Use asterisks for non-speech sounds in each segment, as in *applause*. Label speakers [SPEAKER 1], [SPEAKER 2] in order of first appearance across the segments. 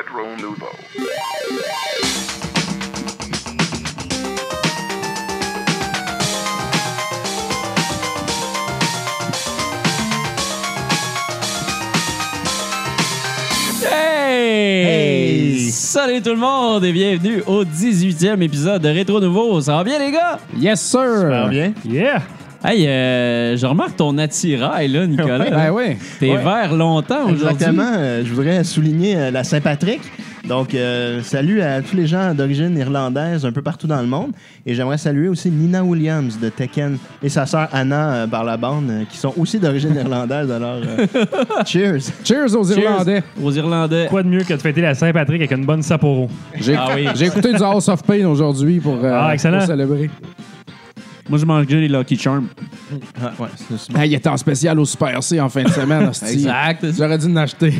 [SPEAKER 1] Nouveau.
[SPEAKER 2] Hey! Salut tout le monde et bienvenue au 18e épisode de Rétro Nouveau. Ça va bien les gars?
[SPEAKER 3] Yes, sir!
[SPEAKER 2] Euh,
[SPEAKER 4] Super bien.
[SPEAKER 3] Yeah!
[SPEAKER 2] Hey, euh, je remarque ton attirail
[SPEAKER 3] *laughs*
[SPEAKER 2] là, Nicolas.
[SPEAKER 3] Ben oui.
[SPEAKER 2] T'es vert longtemps aujourd'hui.
[SPEAKER 4] Exactement. euh, je voudrais souligner euh, la Saint-Patrick. Donc, euh, salut à tous les gens d'origine irlandaise un peu partout dans le monde. Et j'aimerais saluer aussi Nina Williams de Tekken et sa sœur Anna euh, par la bande, euh, qui sont
[SPEAKER 2] *laughs*
[SPEAKER 4] aussi d'origine irlandaise. Alors, euh, cheers!
[SPEAKER 3] Cheers aux
[SPEAKER 2] Cheers
[SPEAKER 3] Irlandais.
[SPEAKER 2] Aux Irlandais.
[SPEAKER 5] Quoi de mieux que de fêter la Saint-Patrick avec une bonne Sapporo?
[SPEAKER 3] J'ai
[SPEAKER 2] Ah oui.
[SPEAKER 3] j'ai écouté du House of Pain aujourd'hui pour, euh,
[SPEAKER 5] Ah, excellent.
[SPEAKER 3] pour célébrer.
[SPEAKER 2] Moi, je mange les Lucky Charms.
[SPEAKER 4] Ah, ouais, c'est- c'est bon.
[SPEAKER 3] Ah, il était en spécial au Super C en fin
[SPEAKER 2] *laughs*
[SPEAKER 3] de semaine. hostie.
[SPEAKER 2] Exact.
[SPEAKER 3] J'aurais dû en acheter.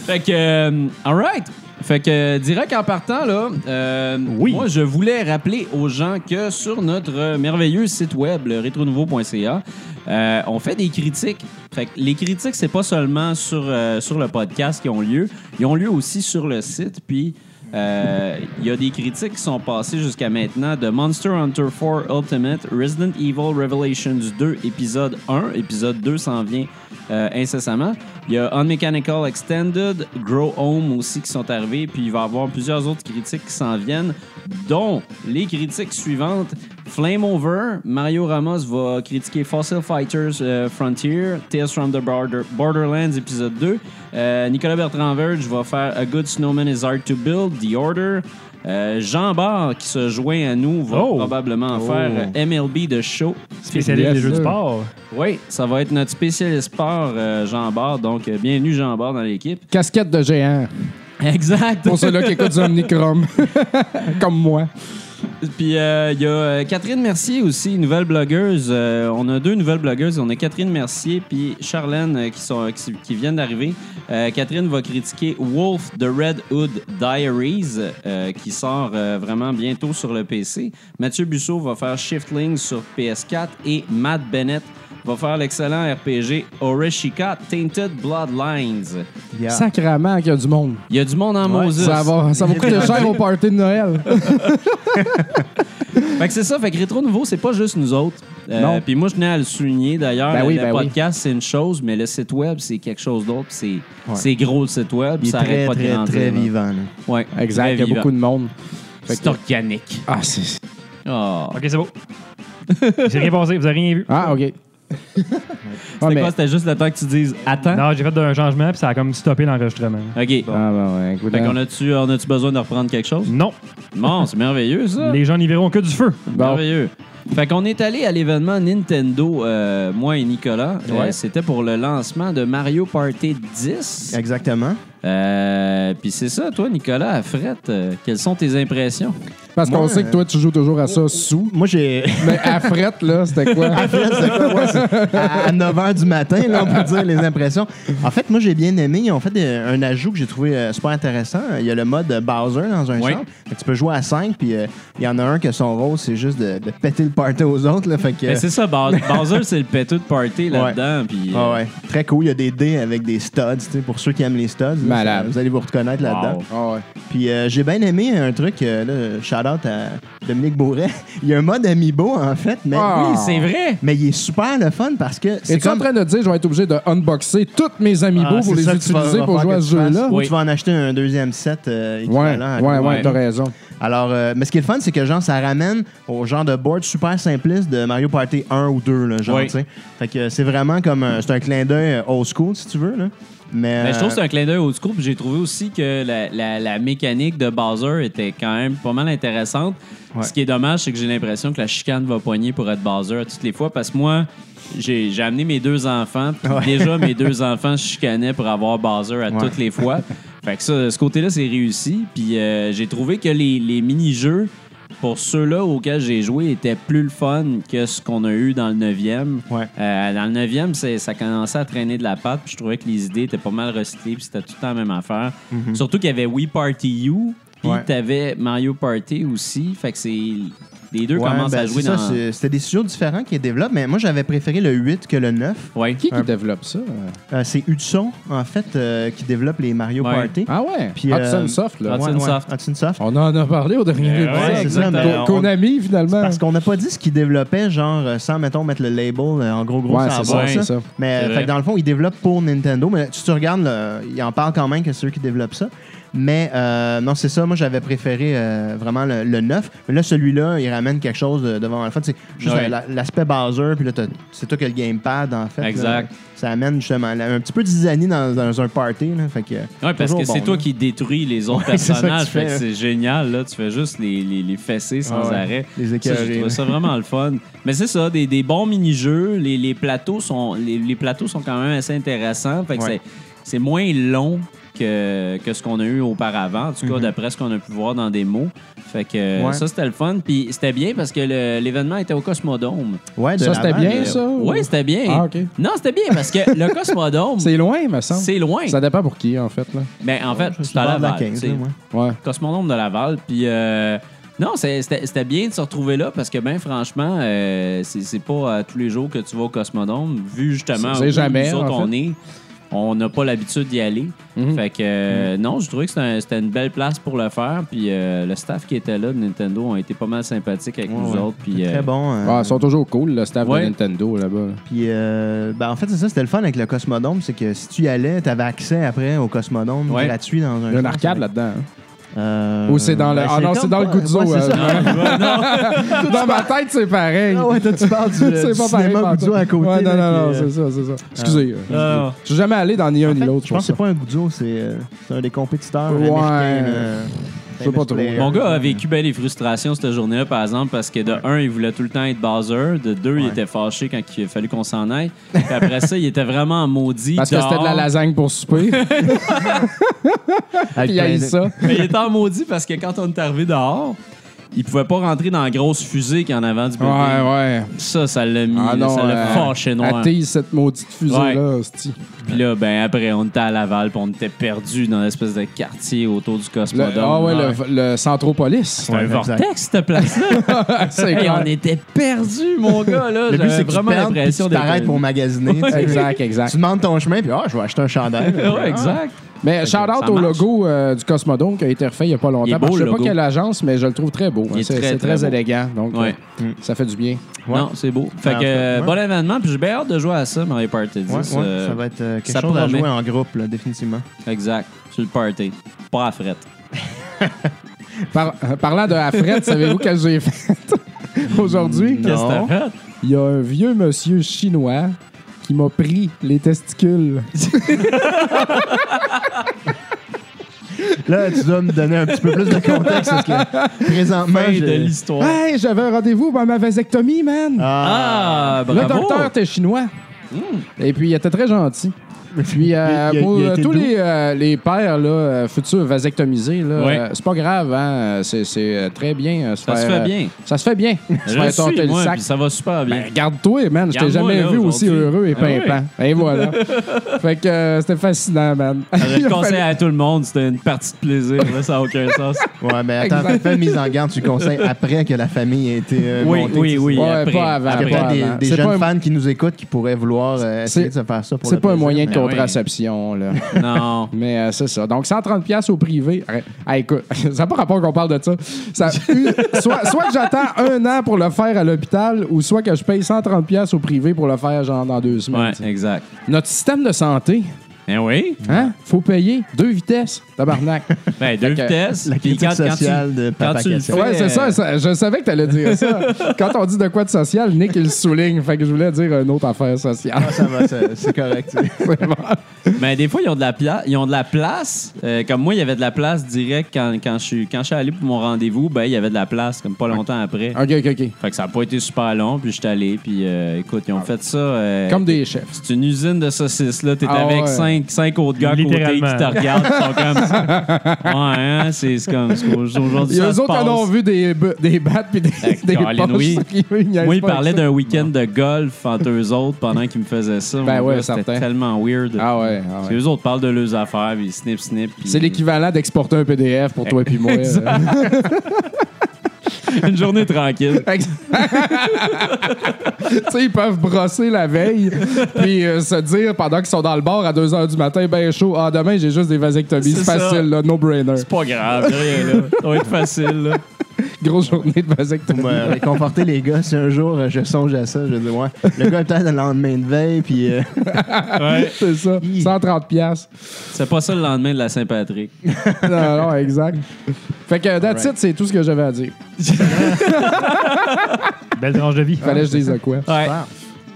[SPEAKER 2] Fait que, euh, all right. Fait que, euh, direct en partant, là, euh,
[SPEAKER 5] Oui.
[SPEAKER 2] moi, je voulais rappeler aux gens que sur notre euh, merveilleux site web, le retronouveau.ca, euh, on fait des critiques. Fait que les critiques, c'est pas seulement sur, euh, sur le podcast qui ont lieu, ils ont lieu aussi sur le site. Puis, euh, il y a des critiques qui sont passées jusqu'à maintenant de Monster Hunter 4 Ultimate, Resident Evil Revelations 2, épisode 1. Épisode 2 s'en vient euh, incessamment. Il y a Unmechanical Extended, Grow Home aussi qui sont arrivés, puis il va y avoir plusieurs autres critiques qui s'en viennent, dont les critiques suivantes. Flame Over, Mario Ramos va critiquer Fossil Fighters euh, Frontier, Tales from the Border- Borderlands épisode 2. Euh, Nicolas Bertrand Verge va faire A Good Snowman is Hard to Build, The Order. Euh, Jean Barre, qui se joint à nous, va
[SPEAKER 5] Oh!
[SPEAKER 2] probablement faire euh, MLB de show.
[SPEAKER 5] Spécialiste
[SPEAKER 3] Yes,
[SPEAKER 5] des jeux de
[SPEAKER 3] sir.
[SPEAKER 5] sport.
[SPEAKER 2] Oui, ça va être notre spécialiste sport, euh, Jean Barre. Donc, euh, bienvenue, Jean Barre, dans l'équipe.
[SPEAKER 3] Casquette de géant.
[SPEAKER 2] Exact.
[SPEAKER 3] Pour ceux-là qui écoutent du Omnicrom. *laughs* Comme moi.
[SPEAKER 2] Puis, euh, il y a euh, Catherine Mercier aussi, nouvelle blogueuse. Euh, on a deux nouvelles blogueuses. On a Catherine Mercier puis Charlène euh, qui, sont, qui, qui viennent d'arriver. Euh, Catherine va critiquer Wolf The Red Hood Diaries euh, qui sort euh, vraiment bientôt sur le PC. Mathieu Busseau va faire Shiftling sur PS4 et Matt Bennett va faire l'excellent RPG Oreshika Tainted Bloodlines.
[SPEAKER 4] Yeah.
[SPEAKER 3] Sacrament qu'il y a du monde.
[SPEAKER 2] Il y a du monde en
[SPEAKER 4] Ouais,
[SPEAKER 2] Moses.
[SPEAKER 3] Ça va, ça va coûter cher au party de Noël.
[SPEAKER 2] Fait que c'est ça, fait que Rétro Nouveau, c'est pas juste nous autres. Euh,
[SPEAKER 3] Non.
[SPEAKER 2] Puis moi, je tenais à le souligner d'ailleurs.
[SPEAKER 3] Ben oui,
[SPEAKER 2] le
[SPEAKER 3] ben
[SPEAKER 2] podcast, c'est une chose, mais le site web, c'est quelque chose d'autre. puis C'est c'est gros le site web,
[SPEAKER 4] Il est
[SPEAKER 2] ça
[SPEAKER 4] très,
[SPEAKER 2] arrête pas de
[SPEAKER 4] très,
[SPEAKER 2] grandir.
[SPEAKER 4] très
[SPEAKER 2] là.
[SPEAKER 4] vivant. là.
[SPEAKER 2] Ouais,
[SPEAKER 3] Exact,
[SPEAKER 2] très
[SPEAKER 3] il y a
[SPEAKER 2] vivant.
[SPEAKER 3] beaucoup de monde. Fait
[SPEAKER 2] C'est
[SPEAKER 3] que-
[SPEAKER 2] organique.
[SPEAKER 3] Ah, c'est.
[SPEAKER 2] Oh.
[SPEAKER 5] OK, c'est beau. J'ai rien pensé, vous avez rien vu.
[SPEAKER 2] *laughs*
[SPEAKER 3] Ah, OK. Ah,
[SPEAKER 2] C'était
[SPEAKER 3] mais-
[SPEAKER 2] quoi? C'était juste le temps que tu dises attends.
[SPEAKER 5] Non, j'ai fait un changement, puis ça a comme stoppé l'enregistrement.
[SPEAKER 2] OK.
[SPEAKER 3] Ah, ben ouais, écoute.
[SPEAKER 2] Fait
[SPEAKER 3] hein.
[SPEAKER 2] qu'on a-tu on a-tu besoin de reprendre quelque chose?
[SPEAKER 5] Non,
[SPEAKER 2] Bon, c'est merveilleux
[SPEAKER 3] Ah.
[SPEAKER 2] ça.
[SPEAKER 5] les gens n'y verront que du feu.
[SPEAKER 3] Bon.
[SPEAKER 2] Merveilleux. Fait qu'on est allé à l'événement Nintendo, euh, moi et Nicolas. Euh,
[SPEAKER 4] Ouais.
[SPEAKER 2] C'était pour le lancement de Mario Party 10.
[SPEAKER 4] Exactement.
[SPEAKER 2] Euh, Puis c'est ça, toi, Nicolas, à Fret, euh, quelles sont tes impressions?
[SPEAKER 3] Parce qu'on
[SPEAKER 4] Moi,
[SPEAKER 3] sait que toi, tu joues toujours à ça sous.
[SPEAKER 4] Moi, j'ai.
[SPEAKER 3] Mais à frette, là, c'était quoi?
[SPEAKER 4] à 9 h du matin, là, on peut dire les impressions. En fait, moi, j'ai bien aimé. Ils ont fait euh, un ajout que j'ai trouvé euh, super intéressant. Il y a le mode euh, Bowser dans un
[SPEAKER 2] Oui.
[SPEAKER 4] centre. Fait que tu peux jouer à 5, puis euh, il y en a un que son rôle, c'est juste de, de péter le party aux autres. Là, fait que,
[SPEAKER 2] Ben, c'est ça, *laughs* Bas- Bowser, c'est le pétou de party là-dedans. Puis, euh,
[SPEAKER 4] Ah ouais, très cool. Il y a des dés avec des studs, tu sais, pour ceux qui aiment les studs. là,
[SPEAKER 3] Malade.
[SPEAKER 4] ça- vous allez vous reconnaître là-dedans.
[SPEAKER 2] Wow.
[SPEAKER 3] Ah ouais.
[SPEAKER 4] Puis euh, j'ai bien aimé un truc, euh, là, shout-out à Dominique Bourret. *laughs* il y a un mode Amiibo, en fait, mais,
[SPEAKER 3] Ah.
[SPEAKER 2] Oui, c'est vrai.
[SPEAKER 4] mais il est super le fun parce que
[SPEAKER 3] Et
[SPEAKER 4] c'est
[SPEAKER 3] tu es en
[SPEAKER 4] comme...
[SPEAKER 3] train de dire, je vais être obligé de unboxer toutes mes amiibo
[SPEAKER 4] Ah,
[SPEAKER 3] pour
[SPEAKER 4] c'est
[SPEAKER 3] les
[SPEAKER 4] ça que tu vas-
[SPEAKER 3] utiliser
[SPEAKER 4] va
[SPEAKER 3] pour
[SPEAKER 4] falloir
[SPEAKER 3] jouer à
[SPEAKER 4] que
[SPEAKER 3] ce
[SPEAKER 4] tu fasses.
[SPEAKER 3] jeu-là?
[SPEAKER 4] Ou
[SPEAKER 2] Oui.
[SPEAKER 4] tu vas en acheter un deuxième set euh,
[SPEAKER 3] Ouais,
[SPEAKER 4] équivalent.
[SPEAKER 3] ouais, ouais,
[SPEAKER 2] Ouais.
[SPEAKER 3] t'as raison.
[SPEAKER 4] Alors, euh, mais ce qui est le fun, c'est que genre, ça ramène au genre de board super simpliste de Mario Party 1 ou 2, là, genre,
[SPEAKER 2] Oui.
[SPEAKER 4] tu sais. Fait que euh, c'est vraiment comme un, c'est un clin d'œil euh, old school, si tu veux, là. Mais,
[SPEAKER 2] Ben, je trouve que c'est
[SPEAKER 4] euh,
[SPEAKER 2] un clin d'œil au scoop. J'ai trouvé aussi que la, la- la mécanique de Bowser était quand même pas mal intéressante.
[SPEAKER 4] Ouais.
[SPEAKER 2] Ce qui est dommage, c'est que j'ai l'impression que la chicane va poigner pour être Bowser à toutes les fois parce que moi, j'ai j'ai amené mes deux enfants. puis Déjà,
[SPEAKER 4] *laughs*
[SPEAKER 2] mes deux enfants se chicanaient pour avoir Bowser à toutes les fois. Fait que ça, ce côté-là, c'est réussi. Puis euh, j'ai trouvé que les, les mini-jeux, pour ceux-là auxquels j'ai joué, étaient plus le fun que ce qu'on a eu dans le 9e.
[SPEAKER 4] Ouais.
[SPEAKER 2] Euh, dans le 9e, c'est- ça commençait à traîner de la patte. Puis je trouvais que les idées étaient pas mal recyclées. Puis c'était tout le temps la même affaire. Surtout qu'il y avait We Party You. Puis
[SPEAKER 4] Mhm. Ouais.
[SPEAKER 2] t'avais Mario Party aussi. Fait que c'est. Les deux
[SPEAKER 4] Ouais,
[SPEAKER 2] commencent
[SPEAKER 4] ben,
[SPEAKER 2] à jouer
[SPEAKER 4] c'est ça,
[SPEAKER 2] dans.
[SPEAKER 4] c'est- C'était des studios différents qui les développent, mais moi, j'avais préféré le 8 que le 9.
[SPEAKER 2] Ouais.
[SPEAKER 3] Qui qui
[SPEAKER 4] Un-
[SPEAKER 3] développe ça? euh?
[SPEAKER 4] Euh, c'est Hudson, en fait, euh, qui développe les Mario
[SPEAKER 2] Ouais.
[SPEAKER 4] Party.
[SPEAKER 3] Ah ouais?
[SPEAKER 4] Puis,
[SPEAKER 3] Hudson
[SPEAKER 4] euh,
[SPEAKER 3] Soft, là.
[SPEAKER 2] Hudson Soft.
[SPEAKER 4] Hudson Soft.
[SPEAKER 3] On en a parlé au dernier
[SPEAKER 5] Euh,
[SPEAKER 3] épisode.
[SPEAKER 5] ouais,
[SPEAKER 4] c'est ça,
[SPEAKER 3] Exactement.
[SPEAKER 4] mais
[SPEAKER 3] Ton-
[SPEAKER 4] on-
[SPEAKER 3] Ton ami, finalement.
[SPEAKER 4] Parce qu'on n'a pas dit ce qu'ils développaient, genre, euh, sans, mettons, mettre le label, euh, en gros, gros,
[SPEAKER 3] Ouais,
[SPEAKER 4] sans
[SPEAKER 3] c'est
[SPEAKER 4] avoir
[SPEAKER 3] ça, c'est ça.
[SPEAKER 4] Mais
[SPEAKER 2] C'est
[SPEAKER 4] euh,
[SPEAKER 2] vrai.
[SPEAKER 4] fait que dans le fond, ils développent pour Nintendo. Mais si tu regardes, là, ils en parlent quand même que c'est eux qui développent ça. Mais euh, non, c'est ça. Moi, j'avais préféré euh, vraiment le, le 9. Mais là, celui-là, il ramène quelque chose de- devant. En fait, c'est juste
[SPEAKER 2] Ouais.
[SPEAKER 4] la- l'aspect Bowser. Puis là, t'as- c'est toi qui as le gamepad, en fait. là.
[SPEAKER 2] Exact.
[SPEAKER 4] ça amène justement là, un petit peu de zizanie dans, dans un party. Là, fait que,
[SPEAKER 2] Ouais, parce
[SPEAKER 4] toujours
[SPEAKER 2] que c'est
[SPEAKER 4] bon,
[SPEAKER 2] toi
[SPEAKER 4] là.
[SPEAKER 2] qui détruis les autres
[SPEAKER 4] Ouais, *laughs* c'est ça que tu
[SPEAKER 2] personnages.
[SPEAKER 4] fais,
[SPEAKER 2] fait que
[SPEAKER 4] hein.
[SPEAKER 2] c'est génial, là. Tu fais juste les, les, les fesser sans
[SPEAKER 4] Ah ouais,
[SPEAKER 2] arrêt.
[SPEAKER 4] les
[SPEAKER 2] Ça,
[SPEAKER 4] écœurés,
[SPEAKER 2] j'ai trouvé
[SPEAKER 4] là.
[SPEAKER 2] ça vraiment le fun. Mais c'est ça, des, des bons mini-jeux. Les, les plateaux sont, les, les plateaux sont quand même assez intéressants. Fait que
[SPEAKER 4] Ouais.
[SPEAKER 2] c'est, c'est moins long que, que ce qu'on a eu auparavant. En tout cas, d'après ce qu'on a pu voir dans des mots. Fait que euh,
[SPEAKER 4] Mhm. Ouais.
[SPEAKER 2] ça, c'était le fun. Puis c'était bien parce que le- l'événement était au Cosmodome.
[SPEAKER 4] Ouais, de
[SPEAKER 3] Ça, c'était
[SPEAKER 4] l'avant,
[SPEAKER 3] bien,
[SPEAKER 4] mais-
[SPEAKER 3] ça? ou-
[SPEAKER 2] Oui, c'était bien.
[SPEAKER 3] Ah, OK.
[SPEAKER 2] Non, c'était bien parce que
[SPEAKER 4] *laughs*
[SPEAKER 2] le Cosmodome,
[SPEAKER 3] C'est loin, me semble.
[SPEAKER 2] c'est loin.
[SPEAKER 3] Ça dépend pour qui, en fait. Là.
[SPEAKER 2] Mais ben, en fait,
[SPEAKER 4] Je suis
[SPEAKER 2] c'est à
[SPEAKER 4] bord de la
[SPEAKER 2] Laval.
[SPEAKER 4] 15,
[SPEAKER 2] c'est-
[SPEAKER 4] là, moi.
[SPEAKER 3] Ouais.
[SPEAKER 2] Cosmodome de Laval. Puis euh, non, c'est- c'était c'était bien de se retrouver là parce que, ben franchement, euh, c'est c'est pas à tous les jours que tu vas au Cosmodome. Vu justement
[SPEAKER 3] C'est- c'est
[SPEAKER 2] où
[SPEAKER 3] jamais,
[SPEAKER 2] nous autres
[SPEAKER 3] en fait. Mhm.
[SPEAKER 2] on est, on n'a pas l'habitude d'y aller. Fait que euh, non, je trouvais que c'était un- c'était une belle place pour le faire. Puis euh, le staff qui était là de Nintendo ont été pas mal sympathiques avec
[SPEAKER 4] Ouais,
[SPEAKER 2] nous
[SPEAKER 4] ouais.
[SPEAKER 2] autres. Puis,
[SPEAKER 4] C'est
[SPEAKER 2] euh,
[SPEAKER 4] Très bon. euh,
[SPEAKER 3] Ah, ils sont toujours cool, le staff
[SPEAKER 2] Ouais.
[SPEAKER 3] de Nintendo, là-bas.
[SPEAKER 4] Puis, euh, ben, en fait, c'est ça, c'était le fun avec le Cosmodome, c'est que si tu y allais, tu avais accès après au Cosmodome
[SPEAKER 2] Ouais.
[SPEAKER 4] gratuit dans un.
[SPEAKER 3] Il y a
[SPEAKER 4] sens.
[SPEAKER 3] une arcade là-dedans. hein.
[SPEAKER 4] Euh,
[SPEAKER 3] Ou c'est dans le-
[SPEAKER 4] ben,
[SPEAKER 3] ah non, c'est
[SPEAKER 4] comme
[SPEAKER 3] dans le
[SPEAKER 4] pas-
[SPEAKER 3] Guzzo,
[SPEAKER 4] ouais, c'est
[SPEAKER 3] euh, *laughs*
[SPEAKER 4] ça. *laughs*
[SPEAKER 3] Dans ma tête, c'est pareil.
[SPEAKER 4] Ah ouais, toi, tu
[SPEAKER 3] *laughs*
[SPEAKER 4] parles du, du cinéma
[SPEAKER 3] pareil,
[SPEAKER 4] Guzzo à côté.
[SPEAKER 3] Ouais, non,
[SPEAKER 4] là,
[SPEAKER 3] non, non,
[SPEAKER 4] qui, euh,
[SPEAKER 3] c'est ça, c'est ça. Excusez. euh,
[SPEAKER 2] euh,
[SPEAKER 3] Je suis jamais allé dans ni un
[SPEAKER 4] en
[SPEAKER 3] ni
[SPEAKER 4] fait,
[SPEAKER 3] l'autre.
[SPEAKER 4] Je pense que c'est
[SPEAKER 3] pour
[SPEAKER 4] pas un Guzzo, c'est euh, c'est un des compétiteurs
[SPEAKER 3] Ouais.
[SPEAKER 4] américains. euh,
[SPEAKER 3] Je sais pas
[SPEAKER 4] famous
[SPEAKER 3] trop.
[SPEAKER 4] player.
[SPEAKER 2] Mon gars a vécu bien les frustrations cette journée-là, par exemple, parce que de un, il voulait tout le temps être Bowser. De deux, il
[SPEAKER 4] Ouais.
[SPEAKER 2] était fâché quand il a fallu qu'on s'en aille. Puis après ça, il était vraiment maudit.
[SPEAKER 3] ça. Parce que c'était de la
[SPEAKER 2] dehors.
[SPEAKER 3] lasagne pour souper. Puis *laughs*
[SPEAKER 4] Avec
[SPEAKER 3] il y a
[SPEAKER 4] plein
[SPEAKER 3] eu
[SPEAKER 4] de-
[SPEAKER 3] ça.
[SPEAKER 2] Mais il était en maudit parce que quand on est arrivé dehors, il pouvait pas rentrer dans la grosse fusée qui est en avant du
[SPEAKER 3] Ouais,
[SPEAKER 2] building.
[SPEAKER 3] ouais.
[SPEAKER 2] Ça, ça l'a mis,
[SPEAKER 4] Ah
[SPEAKER 2] là, ça l'a
[SPEAKER 3] euh,
[SPEAKER 2] fâché noir.
[SPEAKER 3] Attise cette maudite fusée-là, hostie.
[SPEAKER 2] Puis là, ben après, on était à Laval, puis on était perdu dans l'espèce de quartier autour du
[SPEAKER 3] Le-
[SPEAKER 2] Cosmodome.
[SPEAKER 3] Ah ouais, le- le Centropolis.
[SPEAKER 2] un vortex, cette place-là.
[SPEAKER 3] *laughs* C'est
[SPEAKER 2] Hey, on
[SPEAKER 3] clair.
[SPEAKER 2] était perdu,
[SPEAKER 4] *laughs*
[SPEAKER 2] mon gars, là.
[SPEAKER 4] Le but,
[SPEAKER 2] J'avais
[SPEAKER 4] c'est que tu
[SPEAKER 2] euh, vraiment
[SPEAKER 4] perdes, puis
[SPEAKER 2] l'impression
[SPEAKER 4] tu t'arrêtes
[SPEAKER 2] d'être... euh,
[SPEAKER 4] pour magasiner. tu sais.
[SPEAKER 3] Exact,
[SPEAKER 2] *laughs*
[SPEAKER 3] exact.
[SPEAKER 4] Tu demandes ton chemin, puis ah, je vais acheter un chandail.
[SPEAKER 2] Ouais, exact.
[SPEAKER 3] Mais shout
[SPEAKER 2] ça
[SPEAKER 3] out au
[SPEAKER 2] marche.
[SPEAKER 3] logo euh, du Cosmodome qui a été refait il n'y a pas longtemps.
[SPEAKER 2] Il est beau,
[SPEAKER 3] Parce que je
[SPEAKER 2] le
[SPEAKER 3] sais pas
[SPEAKER 2] logo.
[SPEAKER 3] quelle agence, mais je le trouve très beau. hein.
[SPEAKER 2] Il est
[SPEAKER 3] C'est
[SPEAKER 2] très,
[SPEAKER 3] c'est
[SPEAKER 2] très
[SPEAKER 3] très
[SPEAKER 2] beau.
[SPEAKER 3] élégant. Donc,
[SPEAKER 2] Ouais.
[SPEAKER 3] euh, ça fait du bien.
[SPEAKER 4] Ah, Ouais.
[SPEAKER 2] Non, c'est beau. Fait
[SPEAKER 4] Ouais,
[SPEAKER 2] que,
[SPEAKER 4] en fait,
[SPEAKER 2] euh,
[SPEAKER 4] ouais.
[SPEAKER 2] bon événement, puis j'ai bien hâte de jouer à ça, Mario Party 10.
[SPEAKER 4] Ouais, ouais,
[SPEAKER 2] euh,
[SPEAKER 4] ça va être euh, quelque
[SPEAKER 2] ça
[SPEAKER 4] chose à
[SPEAKER 2] promet.
[SPEAKER 4] jouer en groupe, là, définitivement.
[SPEAKER 2] Exact, sur le party. Pas à frette.
[SPEAKER 3] Par- euh, parlant de Afrette, savez-vous qu'elle j'ai faite *laughs*
[SPEAKER 4] Non.
[SPEAKER 3] aujourd'hui?
[SPEAKER 2] Qu'est-ce que t'as fait?
[SPEAKER 3] Il y a un vieux monsieur chinois qui m'a pris les testicules.
[SPEAKER 4] Là, tu dois me donner un petit peu plus de contexte parce que présentement,
[SPEAKER 2] Fin de
[SPEAKER 4] j'ai-
[SPEAKER 2] l'histoire.
[SPEAKER 3] Hey, j'avais un rendez-vous pour ma vasectomie, man!
[SPEAKER 2] Ah,
[SPEAKER 3] Le
[SPEAKER 2] bravo! Hmm.
[SPEAKER 3] docteur était chinois. Et puis, il était très gentil. Puis, euh,
[SPEAKER 4] Il- il a-
[SPEAKER 3] pour
[SPEAKER 4] il a été
[SPEAKER 3] tous
[SPEAKER 4] doux.
[SPEAKER 3] les, euh, les pères là, euh, futurs vasectomisés, là,
[SPEAKER 2] Ouais.
[SPEAKER 3] euh, c'est pas grave. Hein? C'est, c'est, euh, très bien. euh,
[SPEAKER 2] Ça se
[SPEAKER 3] faire,
[SPEAKER 2] fait
[SPEAKER 3] euh,
[SPEAKER 2] bien.
[SPEAKER 3] Ça se
[SPEAKER 2] *laughs*
[SPEAKER 3] fait bien.
[SPEAKER 2] Je
[SPEAKER 3] Se faire
[SPEAKER 2] le
[SPEAKER 3] tenter
[SPEAKER 2] suis,
[SPEAKER 3] le
[SPEAKER 2] moi,
[SPEAKER 3] sac.
[SPEAKER 2] puis ça va super bien.
[SPEAKER 3] Ben, Regarde-toi, man. Je t'ai
[SPEAKER 2] Regarde-moi,
[SPEAKER 3] jamais
[SPEAKER 2] là,
[SPEAKER 3] vu aussi
[SPEAKER 2] aujourd'hui.
[SPEAKER 3] heureux et
[SPEAKER 2] Ah ouais.
[SPEAKER 3] pimpant. Et voilà.
[SPEAKER 2] *laughs*
[SPEAKER 3] fait que euh, c'était fascinant, man.
[SPEAKER 2] *laughs* Je
[SPEAKER 3] *laughs* Il
[SPEAKER 2] le
[SPEAKER 3] a
[SPEAKER 2] conseille
[SPEAKER 3] fallu-
[SPEAKER 2] à tout le monde, c'était une partie de plaisir, là, ça n'a aucun sens.
[SPEAKER 4] Ouais, mais attends,
[SPEAKER 3] Exact.
[SPEAKER 4] fais une mise en garde, tu conseilles après que la famille ait été euh,
[SPEAKER 2] Oui,
[SPEAKER 4] montée,
[SPEAKER 2] oui,
[SPEAKER 4] tu sais.
[SPEAKER 2] oui.
[SPEAKER 3] Ouais,
[SPEAKER 2] après,
[SPEAKER 3] pas avant,
[SPEAKER 4] Parce
[SPEAKER 2] après.
[SPEAKER 4] qu'il y a
[SPEAKER 3] pas
[SPEAKER 4] peut-être
[SPEAKER 3] avant.
[SPEAKER 4] des, des
[SPEAKER 3] C'est
[SPEAKER 4] jeunes
[SPEAKER 3] pas un-
[SPEAKER 4] fans qui nous écoutent qui pourraient vouloir euh, essayer de
[SPEAKER 3] c'est-
[SPEAKER 4] se faire ça pour
[SPEAKER 3] C'est
[SPEAKER 4] le
[SPEAKER 3] pas un
[SPEAKER 4] plaisir,
[SPEAKER 3] moyen de
[SPEAKER 4] mais-
[SPEAKER 2] Ben oui.
[SPEAKER 3] contraception, là. *laughs*
[SPEAKER 2] Non.
[SPEAKER 3] Mais euh, c'est ça. Donc, 130$ au privé. Arrête. Ah, écoute, *laughs* ça n'a pas rapport qu'on parle de ça. ça eu- soit, soit que j'attends un an pour le faire à l'hôpital ou soit que je paye 130$ au privé pour le faire genre dans deux semaines.
[SPEAKER 2] Ouais,
[SPEAKER 3] tu sais.
[SPEAKER 2] exact.
[SPEAKER 3] Notre système de santé,
[SPEAKER 2] Eh oui.
[SPEAKER 3] hein? Faut payer deux vitesses, tabarnak.
[SPEAKER 2] Ben, deux
[SPEAKER 3] que
[SPEAKER 2] vitesses.
[SPEAKER 4] la
[SPEAKER 2] puis
[SPEAKER 4] critique
[SPEAKER 2] quand- quand tu-
[SPEAKER 4] sociale de
[SPEAKER 2] quand
[SPEAKER 4] Papa
[SPEAKER 2] tu euh, le
[SPEAKER 4] Cassette.
[SPEAKER 2] fais-
[SPEAKER 3] Ouais, c'est ça, ça- Je savais que t'allais
[SPEAKER 2] *laughs*
[SPEAKER 3] dire ça. Quand on dit de quoi de social, Nick, il le souligne. Fait que je voulais dire une autre affaire sociale.
[SPEAKER 4] Ah, ça va, ça- c'est
[SPEAKER 3] *laughs*
[SPEAKER 4] correct. tu sais.
[SPEAKER 3] C'est bon.
[SPEAKER 2] Mais ben, des fois, ils ont de la, pla- ils ont de la place. Euh, comme moi, il y avait de la place direct quand, quand, je, suis- quand je suis allé pour mon rendez-vous. Ben, il y avait de la place, comme pas longtemps après.
[SPEAKER 3] OK, OK, OK.
[SPEAKER 2] Fait que ça n'a pas été super long, puis je suis allé. Puis euh, écoute, ils ont fait ça. euh,
[SPEAKER 3] Ah. Comme des chefs.
[SPEAKER 2] C'est une usine de saucisses, là. T'es
[SPEAKER 3] Ah
[SPEAKER 2] avec
[SPEAKER 3] ouais.
[SPEAKER 2] cinq, cinq autres gars à côté qui
[SPEAKER 5] Littéralement.
[SPEAKER 2] te regardent. Ils sont comme.
[SPEAKER 3] *laughs*
[SPEAKER 2] ouais, hein, c'est c'est comme. c'est qu'au- Aujourd'hui,
[SPEAKER 3] Les
[SPEAKER 2] ça
[SPEAKER 3] eux
[SPEAKER 2] se
[SPEAKER 3] autres en ont
[SPEAKER 2] passe.
[SPEAKER 3] vu des, bu- des battes puis des, des
[SPEAKER 2] Colin,
[SPEAKER 3] poches,
[SPEAKER 2] oui.
[SPEAKER 3] puis ils niaisent
[SPEAKER 2] Moi, ils
[SPEAKER 3] pas avec
[SPEAKER 2] parlaient
[SPEAKER 3] ça.
[SPEAKER 2] d'un week-end de golf entre eux autres pendant qu'ils me faisaient ça.
[SPEAKER 3] Ben
[SPEAKER 2] Mon
[SPEAKER 3] ouais,
[SPEAKER 2] gars, C'était
[SPEAKER 3] certain.
[SPEAKER 2] tellement weird.
[SPEAKER 3] Ah ouais, ah ouais.
[SPEAKER 2] Parce que Eux autres parlent de leurs affaires, puis snip, snip. puis-
[SPEAKER 3] euh. C'est l'équivalent d'exporter un PDF pour toi et puis moi.
[SPEAKER 2] *laughs* Une journée tranquille.
[SPEAKER 3] Fait que- *laughs* tu sais, ils peuvent brosser la veille, puis euh, se dire pendant qu'ils sont dans le bar à 2 h du matin, ben chaud, ah, demain j'ai juste des vasectomies, c'est
[SPEAKER 2] C'est ça.
[SPEAKER 3] facile, là, no brainer.
[SPEAKER 2] C'est pas grave, y a rien là. Ça va être facile, là.
[SPEAKER 3] Grosse journée de
[SPEAKER 4] Pour
[SPEAKER 3] vasectomie.
[SPEAKER 4] me réconforter les gars, si un jour euh, je songe à ça, je dis ouais, le gars est peut-être le lendemain de veille, puis euh,
[SPEAKER 2] Ouais.
[SPEAKER 3] *laughs* C'est ça, 130 pièces.
[SPEAKER 2] C'est pas ça le lendemain de la Saint-Patrick.
[SPEAKER 3] Non, non, exact. Fait que that's it, c'est tout ce que j'avais à dire.
[SPEAKER 5] Belle tranche de vie.
[SPEAKER 3] Fallait que je dise de quoi.
[SPEAKER 2] Ouais.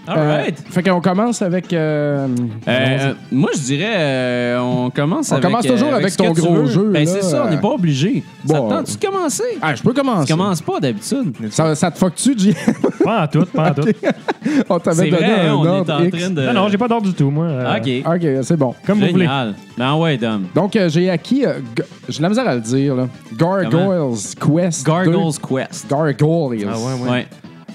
[SPEAKER 2] All
[SPEAKER 3] Euh,
[SPEAKER 2] right.
[SPEAKER 3] fait qu'on commence avec. euh,
[SPEAKER 2] Euh, euh, moi, je dirais, euh, on commence
[SPEAKER 3] On
[SPEAKER 2] avec.
[SPEAKER 3] commence toujours avec
[SPEAKER 2] ce que
[SPEAKER 3] ton
[SPEAKER 2] tu
[SPEAKER 3] gros
[SPEAKER 2] veux.
[SPEAKER 3] jeu,
[SPEAKER 2] Ben,
[SPEAKER 3] là. euh,
[SPEAKER 2] c'est ça, on n'est pas obligé. Ça
[SPEAKER 3] Bon.
[SPEAKER 2] te tente-tu de commencer?
[SPEAKER 3] Ah, je peux
[SPEAKER 2] Tu
[SPEAKER 3] commencer.
[SPEAKER 2] commences pas d'habitude.
[SPEAKER 3] Ça, ça te fuck-tu, J?
[SPEAKER 5] Pas en tout, pas en tout.
[SPEAKER 3] *laughs* on t'avait
[SPEAKER 2] C'est
[SPEAKER 3] donné
[SPEAKER 2] vrai,
[SPEAKER 3] un
[SPEAKER 2] hein, on est
[SPEAKER 3] ordre
[SPEAKER 2] en
[SPEAKER 3] X. Ah,
[SPEAKER 2] train de.
[SPEAKER 5] Non, non, j'ai pas d'ordre du tout, moi. Euh,
[SPEAKER 2] Ok.
[SPEAKER 3] Ok, c'est bon.
[SPEAKER 5] Comme vous voulez.
[SPEAKER 2] Génial. Ben ouais, Dom.
[SPEAKER 3] Donc, euh, j'ai acquis. euh, g- j'ai de la misère à le dire, là. Gargoyles Quest. 2.
[SPEAKER 2] Gargoyles Quest.
[SPEAKER 3] Gargoyles.
[SPEAKER 2] Ouais.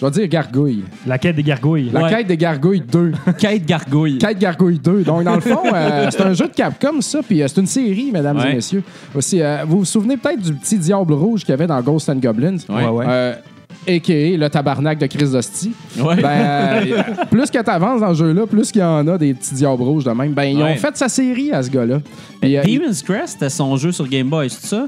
[SPEAKER 3] Je vais dire Gargouille.
[SPEAKER 5] La quête des gargouilles.
[SPEAKER 3] La
[SPEAKER 2] Ouais.
[SPEAKER 3] quête des Gargouilles 2.
[SPEAKER 2] Kate Gargouille.
[SPEAKER 3] Quête Gargouille 2. Donc, dans le fond,
[SPEAKER 2] *laughs*
[SPEAKER 3] euh, c'est un jeu de Capcom, ça, puis euh, c'est une série, mesdames
[SPEAKER 2] Ouais.
[SPEAKER 3] et messieurs. Aussi, euh, vous vous souvenez peut-être du petit diable rouge qu'il y avait dans Ghost and Goblins?
[SPEAKER 2] Ouais. Ouais, ouais.
[SPEAKER 3] Euh, A.K.A. le tabarnak de Chris Dosti.
[SPEAKER 2] Ouais. *laughs*
[SPEAKER 3] Ben, euh, plus que t'avances dans ce jeu-là, plus qu'il y en a des petits diables rouges de même. Ben, ils ont
[SPEAKER 2] Ouais. Ben,
[SPEAKER 3] fait sa série à ce gars-là. Puis, euh,
[SPEAKER 2] Demon's Crest, c'était son jeu sur Game Boy, c'est ça?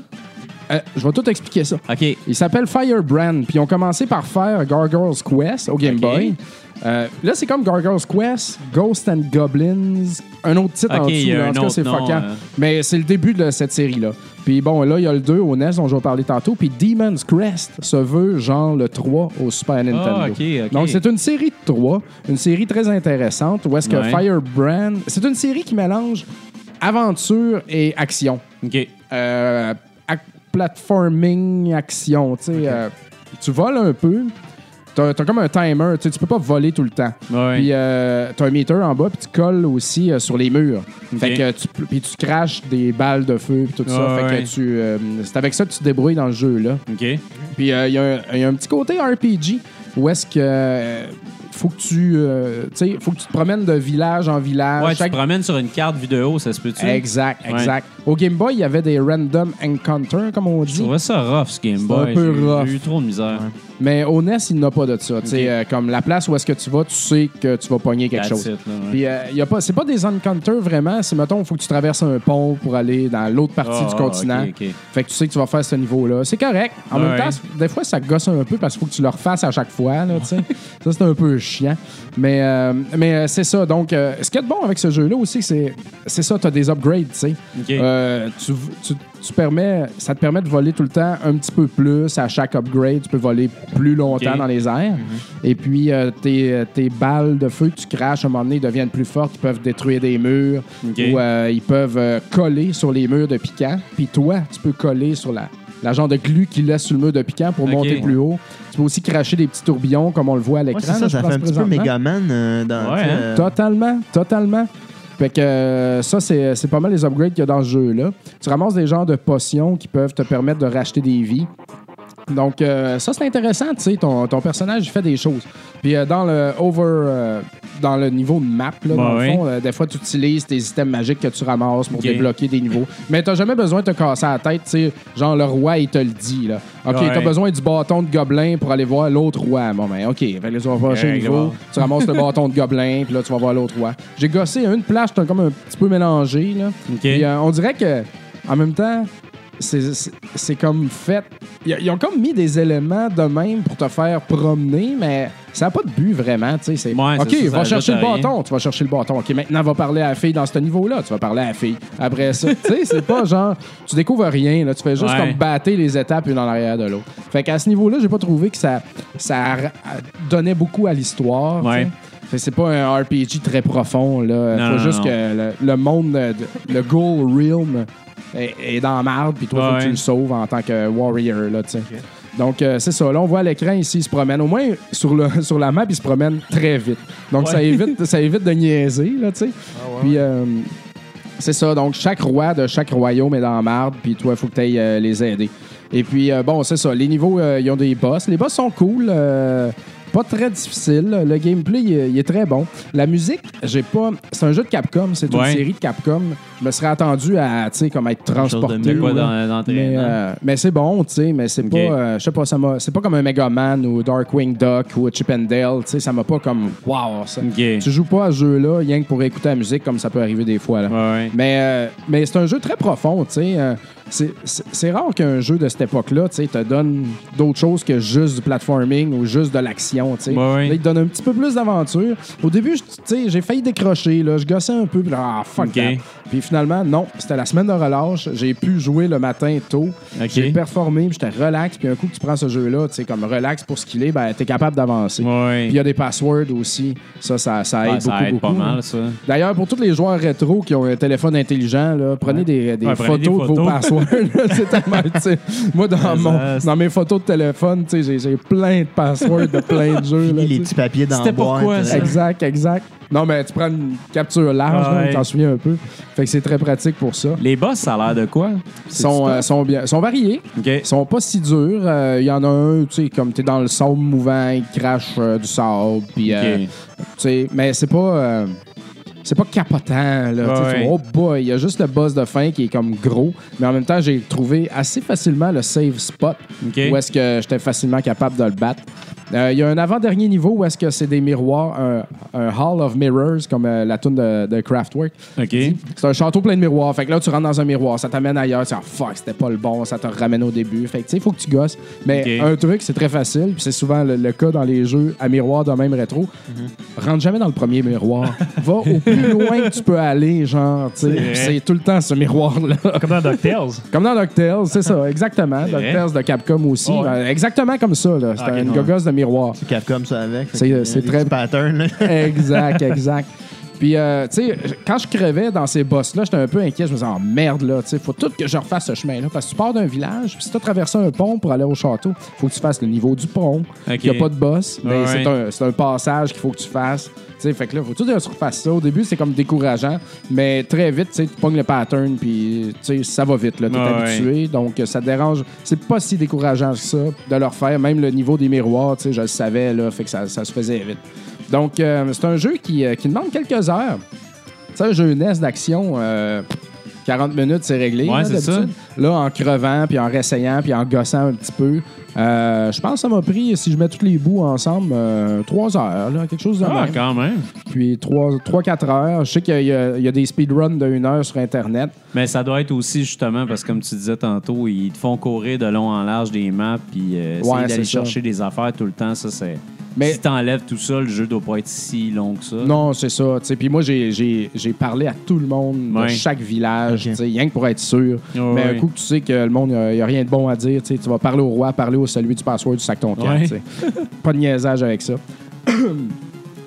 [SPEAKER 3] euh, je vais tout expliquer ça.
[SPEAKER 2] Ok.
[SPEAKER 3] Il s'appelle Firebrand. Puis ils ont commencé par faire Gargoyle's Quest au Game
[SPEAKER 2] Ok.
[SPEAKER 3] Boy. Euh, là, c'est comme Gargoyle's Quest, Ghost and Goblins, un autre titre
[SPEAKER 2] Ok,
[SPEAKER 3] en
[SPEAKER 2] il
[SPEAKER 3] dessous.
[SPEAKER 2] y a
[SPEAKER 3] là.
[SPEAKER 2] un
[SPEAKER 3] en tout cas,
[SPEAKER 2] autre
[SPEAKER 3] c'est
[SPEAKER 2] nom,
[SPEAKER 3] fuckant.
[SPEAKER 2] euh.
[SPEAKER 3] Mais c'est le début de cette série-là. Puis bon, là, il y a le 2 au NES dont je vais parler tantôt. Puis Demon's Crest se veut genre le 3 au Super Nintendo.
[SPEAKER 2] Ah, ok, ok.
[SPEAKER 3] Donc, c'est une série de 3, une série très intéressante où est-ce que
[SPEAKER 2] Ouais.
[SPEAKER 3] Firebrand. C'est une série qui mélange aventure et action
[SPEAKER 2] Ok.
[SPEAKER 3] euh, ac- platforming action. Tu sais, euh, tu voles un peu. T'as as comme un timer, tu sais, tu peux pas voler tout le temps.
[SPEAKER 2] Ouais.
[SPEAKER 3] Puis euh, t'as un meter en bas, puis tu colles aussi euh, sur les murs. Fait
[SPEAKER 2] Ok.
[SPEAKER 3] que tu, puis tu craches des balles de feu, puis tout ça.
[SPEAKER 2] Ouais,
[SPEAKER 3] fait
[SPEAKER 2] ouais.
[SPEAKER 3] que tu, euh, c'est avec ça que tu te débrouilles dans le jeu, là.
[SPEAKER 2] Ok.
[SPEAKER 3] Puis euh, il y, a un- il y a un petit côté RPG où est-ce que euh, faut que tu, euh, tu sais, faut que tu te promènes de village en village.
[SPEAKER 2] Ouais, tu
[SPEAKER 3] Chaque-
[SPEAKER 2] te promènes sur une carte vidéo, ça se peut-tu?
[SPEAKER 3] Exact,
[SPEAKER 2] Ouais.
[SPEAKER 3] exact. Au Game Boy, il y avait des random encounters, comme on
[SPEAKER 2] Je
[SPEAKER 3] dit.
[SPEAKER 2] trouvais ça rough, ce Game Boy.
[SPEAKER 3] un peu
[SPEAKER 2] J'ai-
[SPEAKER 3] rough.
[SPEAKER 2] J'ai eu trop de misère.
[SPEAKER 3] Mais au NES, il n'a pas de ça. Tu sais, euh, comme la place où est-ce que tu vas, tu sais que tu vas pogner
[SPEAKER 2] That's
[SPEAKER 3] quelque chose.
[SPEAKER 2] it, là, ouais.
[SPEAKER 3] Puis euh, il y a pas, c'est pas des encounters vraiment. C'est mettons, il faut que tu traverses un pont pour aller dans l'autre partie
[SPEAKER 2] Ah,
[SPEAKER 3] du continent.
[SPEAKER 2] ok, ok.
[SPEAKER 3] Fait que tu sais que tu vas faire ce niveau-là. C'est correct. En même
[SPEAKER 2] Ouais.
[SPEAKER 3] temps, c'est- des fois, ça gosse un peu parce qu'il faut que tu le refasses à chaque fois. Là, tu sais. *laughs* ça, c'est un peu chiant. Mais, euh, mais euh, c'est ça. Donc, euh, ce qui est bon avec ce jeu-là aussi, c'est, c'est ça, tu as des upgrades. tu sais.
[SPEAKER 2] Ok.
[SPEAKER 3] Euh, tu, tu- tu permets, ça te permet de voler tout le temps un petit peu plus à chaque upgrade. Tu peux voler plus longtemps
[SPEAKER 2] Ok. Mhm.
[SPEAKER 3] dans les airs. Et puis, euh, tes, tes balles de feu que tu craches, à un moment donné, deviennent plus fortes. Ils peuvent détruire des murs
[SPEAKER 2] Ok.
[SPEAKER 3] ou euh, ils peuvent euh, coller sur les murs de piquant. Puis toi, tu peux coller sur la, la genre de glu qu'ils laissent sur le mur de piquant pour
[SPEAKER 2] Ok.
[SPEAKER 3] monter plus haut. Tu peux aussi cracher des petits tourbillons comme on le voit à l'écran.
[SPEAKER 4] ouais, c'est
[SPEAKER 3] là,
[SPEAKER 4] ça,
[SPEAKER 3] je
[SPEAKER 4] ça
[SPEAKER 3] pense,
[SPEAKER 4] fait un petit peu
[SPEAKER 3] présentement.
[SPEAKER 4] Megaman euh, dans.
[SPEAKER 2] Ouais,
[SPEAKER 4] tu sais,
[SPEAKER 2] hein.
[SPEAKER 4] euh,
[SPEAKER 3] Totalement, totalement. Fait que euh, ça, c'est c'est pas mal les upgrades qu'il y a dans ce jeu-là. Tu ramasses des genres de potions qui peuvent te permettre de racheter des vies. Donc, euh, ça, c'est intéressant, tu sais. Ton, ton personnage, il fait des choses. Puis, euh, dans le over. euh, dans le niveau de map, là, dans
[SPEAKER 2] Ouais,
[SPEAKER 3] le fond, euh, des fois, tu utilises tes items magiques que tu ramasses pour
[SPEAKER 2] Ok.
[SPEAKER 3] débloquer des niveaux. Mais t'as jamais besoin de te casser la tête, tu sais. Genre, le roi, il te le dit, là. OK,
[SPEAKER 2] Ouais.
[SPEAKER 3] t'as besoin du bâton de gobelin pour aller voir l'autre roi. Bon, ben, OK. Fait que là, tu vas approcher le niveau,
[SPEAKER 2] Exactement.
[SPEAKER 3] tu ramasses le bâton de gobelin, puis là, tu vas voir l'autre roi. J'ai gossé à une plage, j'étais comme un petit peu mélangé, là.
[SPEAKER 2] Ok.
[SPEAKER 3] Puis, euh, on dirait que, en même temps, c'est- c'est c'est comme fait. Ils ils ont comme mis des éléments de même pour te faire promener, mais ça n'a pas de but vraiment. tu sais, c'est
[SPEAKER 2] Ouais, c'est
[SPEAKER 3] OK,
[SPEAKER 2] ça, ça
[SPEAKER 3] va
[SPEAKER 2] ajoute
[SPEAKER 3] chercher le
[SPEAKER 2] à rien.
[SPEAKER 3] bâton, tu vas chercher le bâton. OK, maintenant, va parler à la fille dans ce niveau-là, tu vas parler à la fille. Après ça, *laughs* tu sais, c'est pas genre, tu découvres rien, là, tu fais juste
[SPEAKER 2] Ouais.
[SPEAKER 3] comme battre les étapes une en arrière de l'autre. Fait qu'à ce niveau-là, j'ai pas trouvé que ça, ça ra- donnait beaucoup à l'histoire. tu sais.
[SPEAKER 2] Ouais.
[SPEAKER 3] Fait que C'est pas un RPG très profond, là.
[SPEAKER 2] Non, non,
[SPEAKER 3] faut juste
[SPEAKER 2] non.
[SPEAKER 3] que le, le monde, euh, de- le Ghoul Realm est, est dans la marde, puis toi, faut que tu
[SPEAKER 2] Ouais.
[SPEAKER 3] le sauves en tant que warrior, là, tu sais. Donc, euh, c'est ça. Là, on voit à l'écran ici, il se promène. Au moins, sur, le, *laughs* sur la map, il se promène très vite. Donc, ça, évite, ça évite de niaiser, là, tu sais.
[SPEAKER 2] Ah,
[SPEAKER 3] Puis, euh, c'est ça. Donc, chaque roi de chaque royaume est dans la marde, puis toi, il faut que tu ailles les aider. Et puis, euh, bon, c'est ça. Les niveaux, euh, ils ont des boss. Les boss sont cool. euh, Pas très difficile. Le gameplay, il est, il est très bon. La musique, j'ai pas. C'est un jeu de Capcom, c'est
[SPEAKER 2] Ouais.
[SPEAKER 3] une série de Capcom. Je me serais attendu à, tu sais, comme être transporté.
[SPEAKER 2] mieux, quoi,
[SPEAKER 3] là.
[SPEAKER 2] d'en- d'entraînant.
[SPEAKER 3] mais euh, mais c'est bon, tu sais, mais c'est
[SPEAKER 2] Ok.
[SPEAKER 3] pas, euh, je sais pas, ça m'a, c'est pas comme un Mega Man ou Darkwing Duck ou Chip and Dale, tu sais, ça m'a pas comme wow. Ça.
[SPEAKER 2] Ok.
[SPEAKER 3] Tu joues pas à ce jeu-là, rien que pour écouter la musique comme ça peut arriver des fois là.
[SPEAKER 2] Ouais, ouais.
[SPEAKER 3] Mais, euh, mais c'est un jeu très profond, tu sais. euh, c'est- c'est c'est rare qu'un jeu de cette époque-là, tu sais, te donne d'autres choses que juste du platforming ou juste de l'action, tu sais.
[SPEAKER 2] Ouais, ouais.
[SPEAKER 3] Là, il te donne un petit peu plus d'aventure. Au début, je- tu sais, j'ai failli décrocher, là. Je gossais un peu, puis là, ah, fuck
[SPEAKER 2] Ok.
[SPEAKER 3] that. Puis finalement, non, c'était la semaine de relâche. J'ai pu jouer le matin tôt.
[SPEAKER 2] Ok.
[SPEAKER 3] J'ai performé, puis j'étais relax. Puis un coup que tu prends ce jeu-là, tu sais, comme relax pour ce qu'il est, ben, t'es capable d'avancer.
[SPEAKER 2] Ouais.
[SPEAKER 3] Puis il y a des passwords aussi. Ça, ça,
[SPEAKER 5] Ah,
[SPEAKER 3] ça aide
[SPEAKER 2] Ouais,
[SPEAKER 3] beaucoup,
[SPEAKER 2] ça aide
[SPEAKER 3] beaucoup.
[SPEAKER 2] pas mal, ça.
[SPEAKER 3] D'ailleurs, pour tous les joueurs rétro qui ont un téléphone intelligent, là, prenez des, des
[SPEAKER 5] Ouais,
[SPEAKER 3] photos
[SPEAKER 5] prenez
[SPEAKER 3] de
[SPEAKER 5] des
[SPEAKER 3] vos
[SPEAKER 5] photos.
[SPEAKER 3] passwords. là. *laughs* c'est tellement utile. Moi, dans, mon-
[SPEAKER 5] ça, c'est-
[SPEAKER 3] dans mes photos de téléphone, tu sais, j'ai j'ai plein de passwords de plein de jeux. là,
[SPEAKER 4] Fini les
[SPEAKER 3] tu sais.
[SPEAKER 4] petits papiers dans
[SPEAKER 2] C'était
[SPEAKER 4] la boîte. euh,
[SPEAKER 2] pourquoi, ça?
[SPEAKER 3] Exact, exact. Non, mais tu prends une capture large, là,
[SPEAKER 5] Ouais.
[SPEAKER 3] on t'en souviens un peu. Fait que c'est très pratique pour ça.
[SPEAKER 2] Les boss, ça a l'air de quoi?
[SPEAKER 3] Ils sont, euh, sont, bien, sont variés.
[SPEAKER 2] OK.
[SPEAKER 3] Ils sont pas si durs. Euh, Il y en a un, tu sais, comme t'es dans le sable mouvant, il crache euh, du sable. Puis, euh,
[SPEAKER 2] OK.
[SPEAKER 3] tu sais, mais c'est pas. euh, c'est pas capotant, là. Tu sais,
[SPEAKER 2] ouais.
[SPEAKER 3] tu vois, Oh boy, il y a juste le boss de fin qui est comme gros, mais en même temps, j'ai trouvé assez facilement le save spot
[SPEAKER 2] OK.
[SPEAKER 3] où est-ce que j'étais facilement capable de le battre. Euh, Il y a un avant-dernier niveau où est-ce que c'est des miroirs, un, un Hall of Mirrors, comme euh, la toune de, de Kraftwerk.
[SPEAKER 2] OK.
[SPEAKER 3] C'est un château plein de miroirs. Fait que là, tu rentres dans un miroir, ça t'amène ailleurs. Tu dis, Ah, fuck, c'était pas le bon, ça te ramène au début. Fait que, tu sais, il faut que tu gosses. Mais
[SPEAKER 2] Ok.
[SPEAKER 3] un truc, c'est très facile, puis c'est souvent le, le cas dans les jeux à miroir de même rétro. Rentre jamais dans le premier miroir. Va au plus loin que tu peux aller, genre, tu sais.
[SPEAKER 2] vrai.
[SPEAKER 3] Puis C'est tout le temps ce miroir-là.
[SPEAKER 5] Comme dans DuckTales.
[SPEAKER 3] Comme dans DuckTales, c'est ça, exactement.
[SPEAKER 2] vrai.
[SPEAKER 3] DuckTales de Capcom aussi.
[SPEAKER 5] Ouais.
[SPEAKER 3] Euh, Exactement comme ça, là. C'est
[SPEAKER 5] Ah, ok,
[SPEAKER 3] une
[SPEAKER 5] ouais.
[SPEAKER 3] gogosse de miroir.
[SPEAKER 4] Capcom, ça avec.
[SPEAKER 3] C'est- euh, c'est très-
[SPEAKER 4] pattern.
[SPEAKER 3] *laughs* Exact, exact. Puis, euh, tu sais, je- quand je crevais dans ces bosses-là, j'étais un peu inquiet. Je me disais, oh merde, là, tu sais, faut tout que je refasse ce chemin-là. Parce que tu pars d'un village, puis si tu as traversé un pont pour aller au château, faut que tu fasses le niveau du pont.
[SPEAKER 2] Ok.
[SPEAKER 3] Il n'y a pas de boss, mais
[SPEAKER 2] Ouais,
[SPEAKER 3] c'est un, c'est un passage qu'il faut que tu fasses. Tu sais, fait que là, faut tout que tu refasses ça. Au début, c'est comme décourageant, mais très vite, tu sais, tu pognes le pattern, puis, tu sais, ça va vite, là. T'es
[SPEAKER 2] Ouais,
[SPEAKER 3] habitué, donc euh, ça te dérange. C'est pas si décourageant que ça de leur faire. Même le niveau des miroirs, tu sais, je le savais, là, fait que ça, ça se faisait vite. Donc, euh, c'est un jeu qui, euh, qui demande quelques heures. Tu sais, un jeu NES d'action, euh, 40 minutes, c'est réglé.
[SPEAKER 2] Ouais,
[SPEAKER 3] là,
[SPEAKER 2] c'est ça.
[SPEAKER 3] d'habitude. Là, en crevant, puis en réessayant, puis en gossant un petit peu, euh, je pense que ça m'a pris, si je mets tous les bouts ensemble, euh, trois heures, là, quelque chose de
[SPEAKER 2] Ah,
[SPEAKER 3] même.
[SPEAKER 2] quand même.
[SPEAKER 3] Puis 3-4 heures. Je sais qu'il y, a- il y a des speedruns de une heure sur Internet.
[SPEAKER 2] Mais ça doit être aussi, justement, parce que comme tu disais tantôt, ils te font courir de long en large des maps, puis euh, essayer
[SPEAKER 3] Ouais,
[SPEAKER 2] d'aller
[SPEAKER 3] c'est ça.
[SPEAKER 2] chercher des affaires tout le temps, ça, c'est...
[SPEAKER 3] Mais-
[SPEAKER 2] Si t'enlèves tout ça, le jeu doit pas être si long que ça.
[SPEAKER 3] Non, c'est ça. tu sais. Puis moi, j'ai- j'ai j'ai parlé à tout le monde de
[SPEAKER 2] Ouais.
[SPEAKER 3] chaque village,
[SPEAKER 4] Ok.
[SPEAKER 3] tu sais, rien que pour être sûr.
[SPEAKER 2] Ouais,
[SPEAKER 3] Mais un
[SPEAKER 2] ouais.
[SPEAKER 3] coup que tu sais que le monde, il n'y a rien de bon à dire, tu sais, tu vas parler au roi, parler au celui du password du sac ton camp,
[SPEAKER 2] Ouais.
[SPEAKER 3] tu sais.
[SPEAKER 2] *laughs*
[SPEAKER 3] Pas de niaisage avec ça.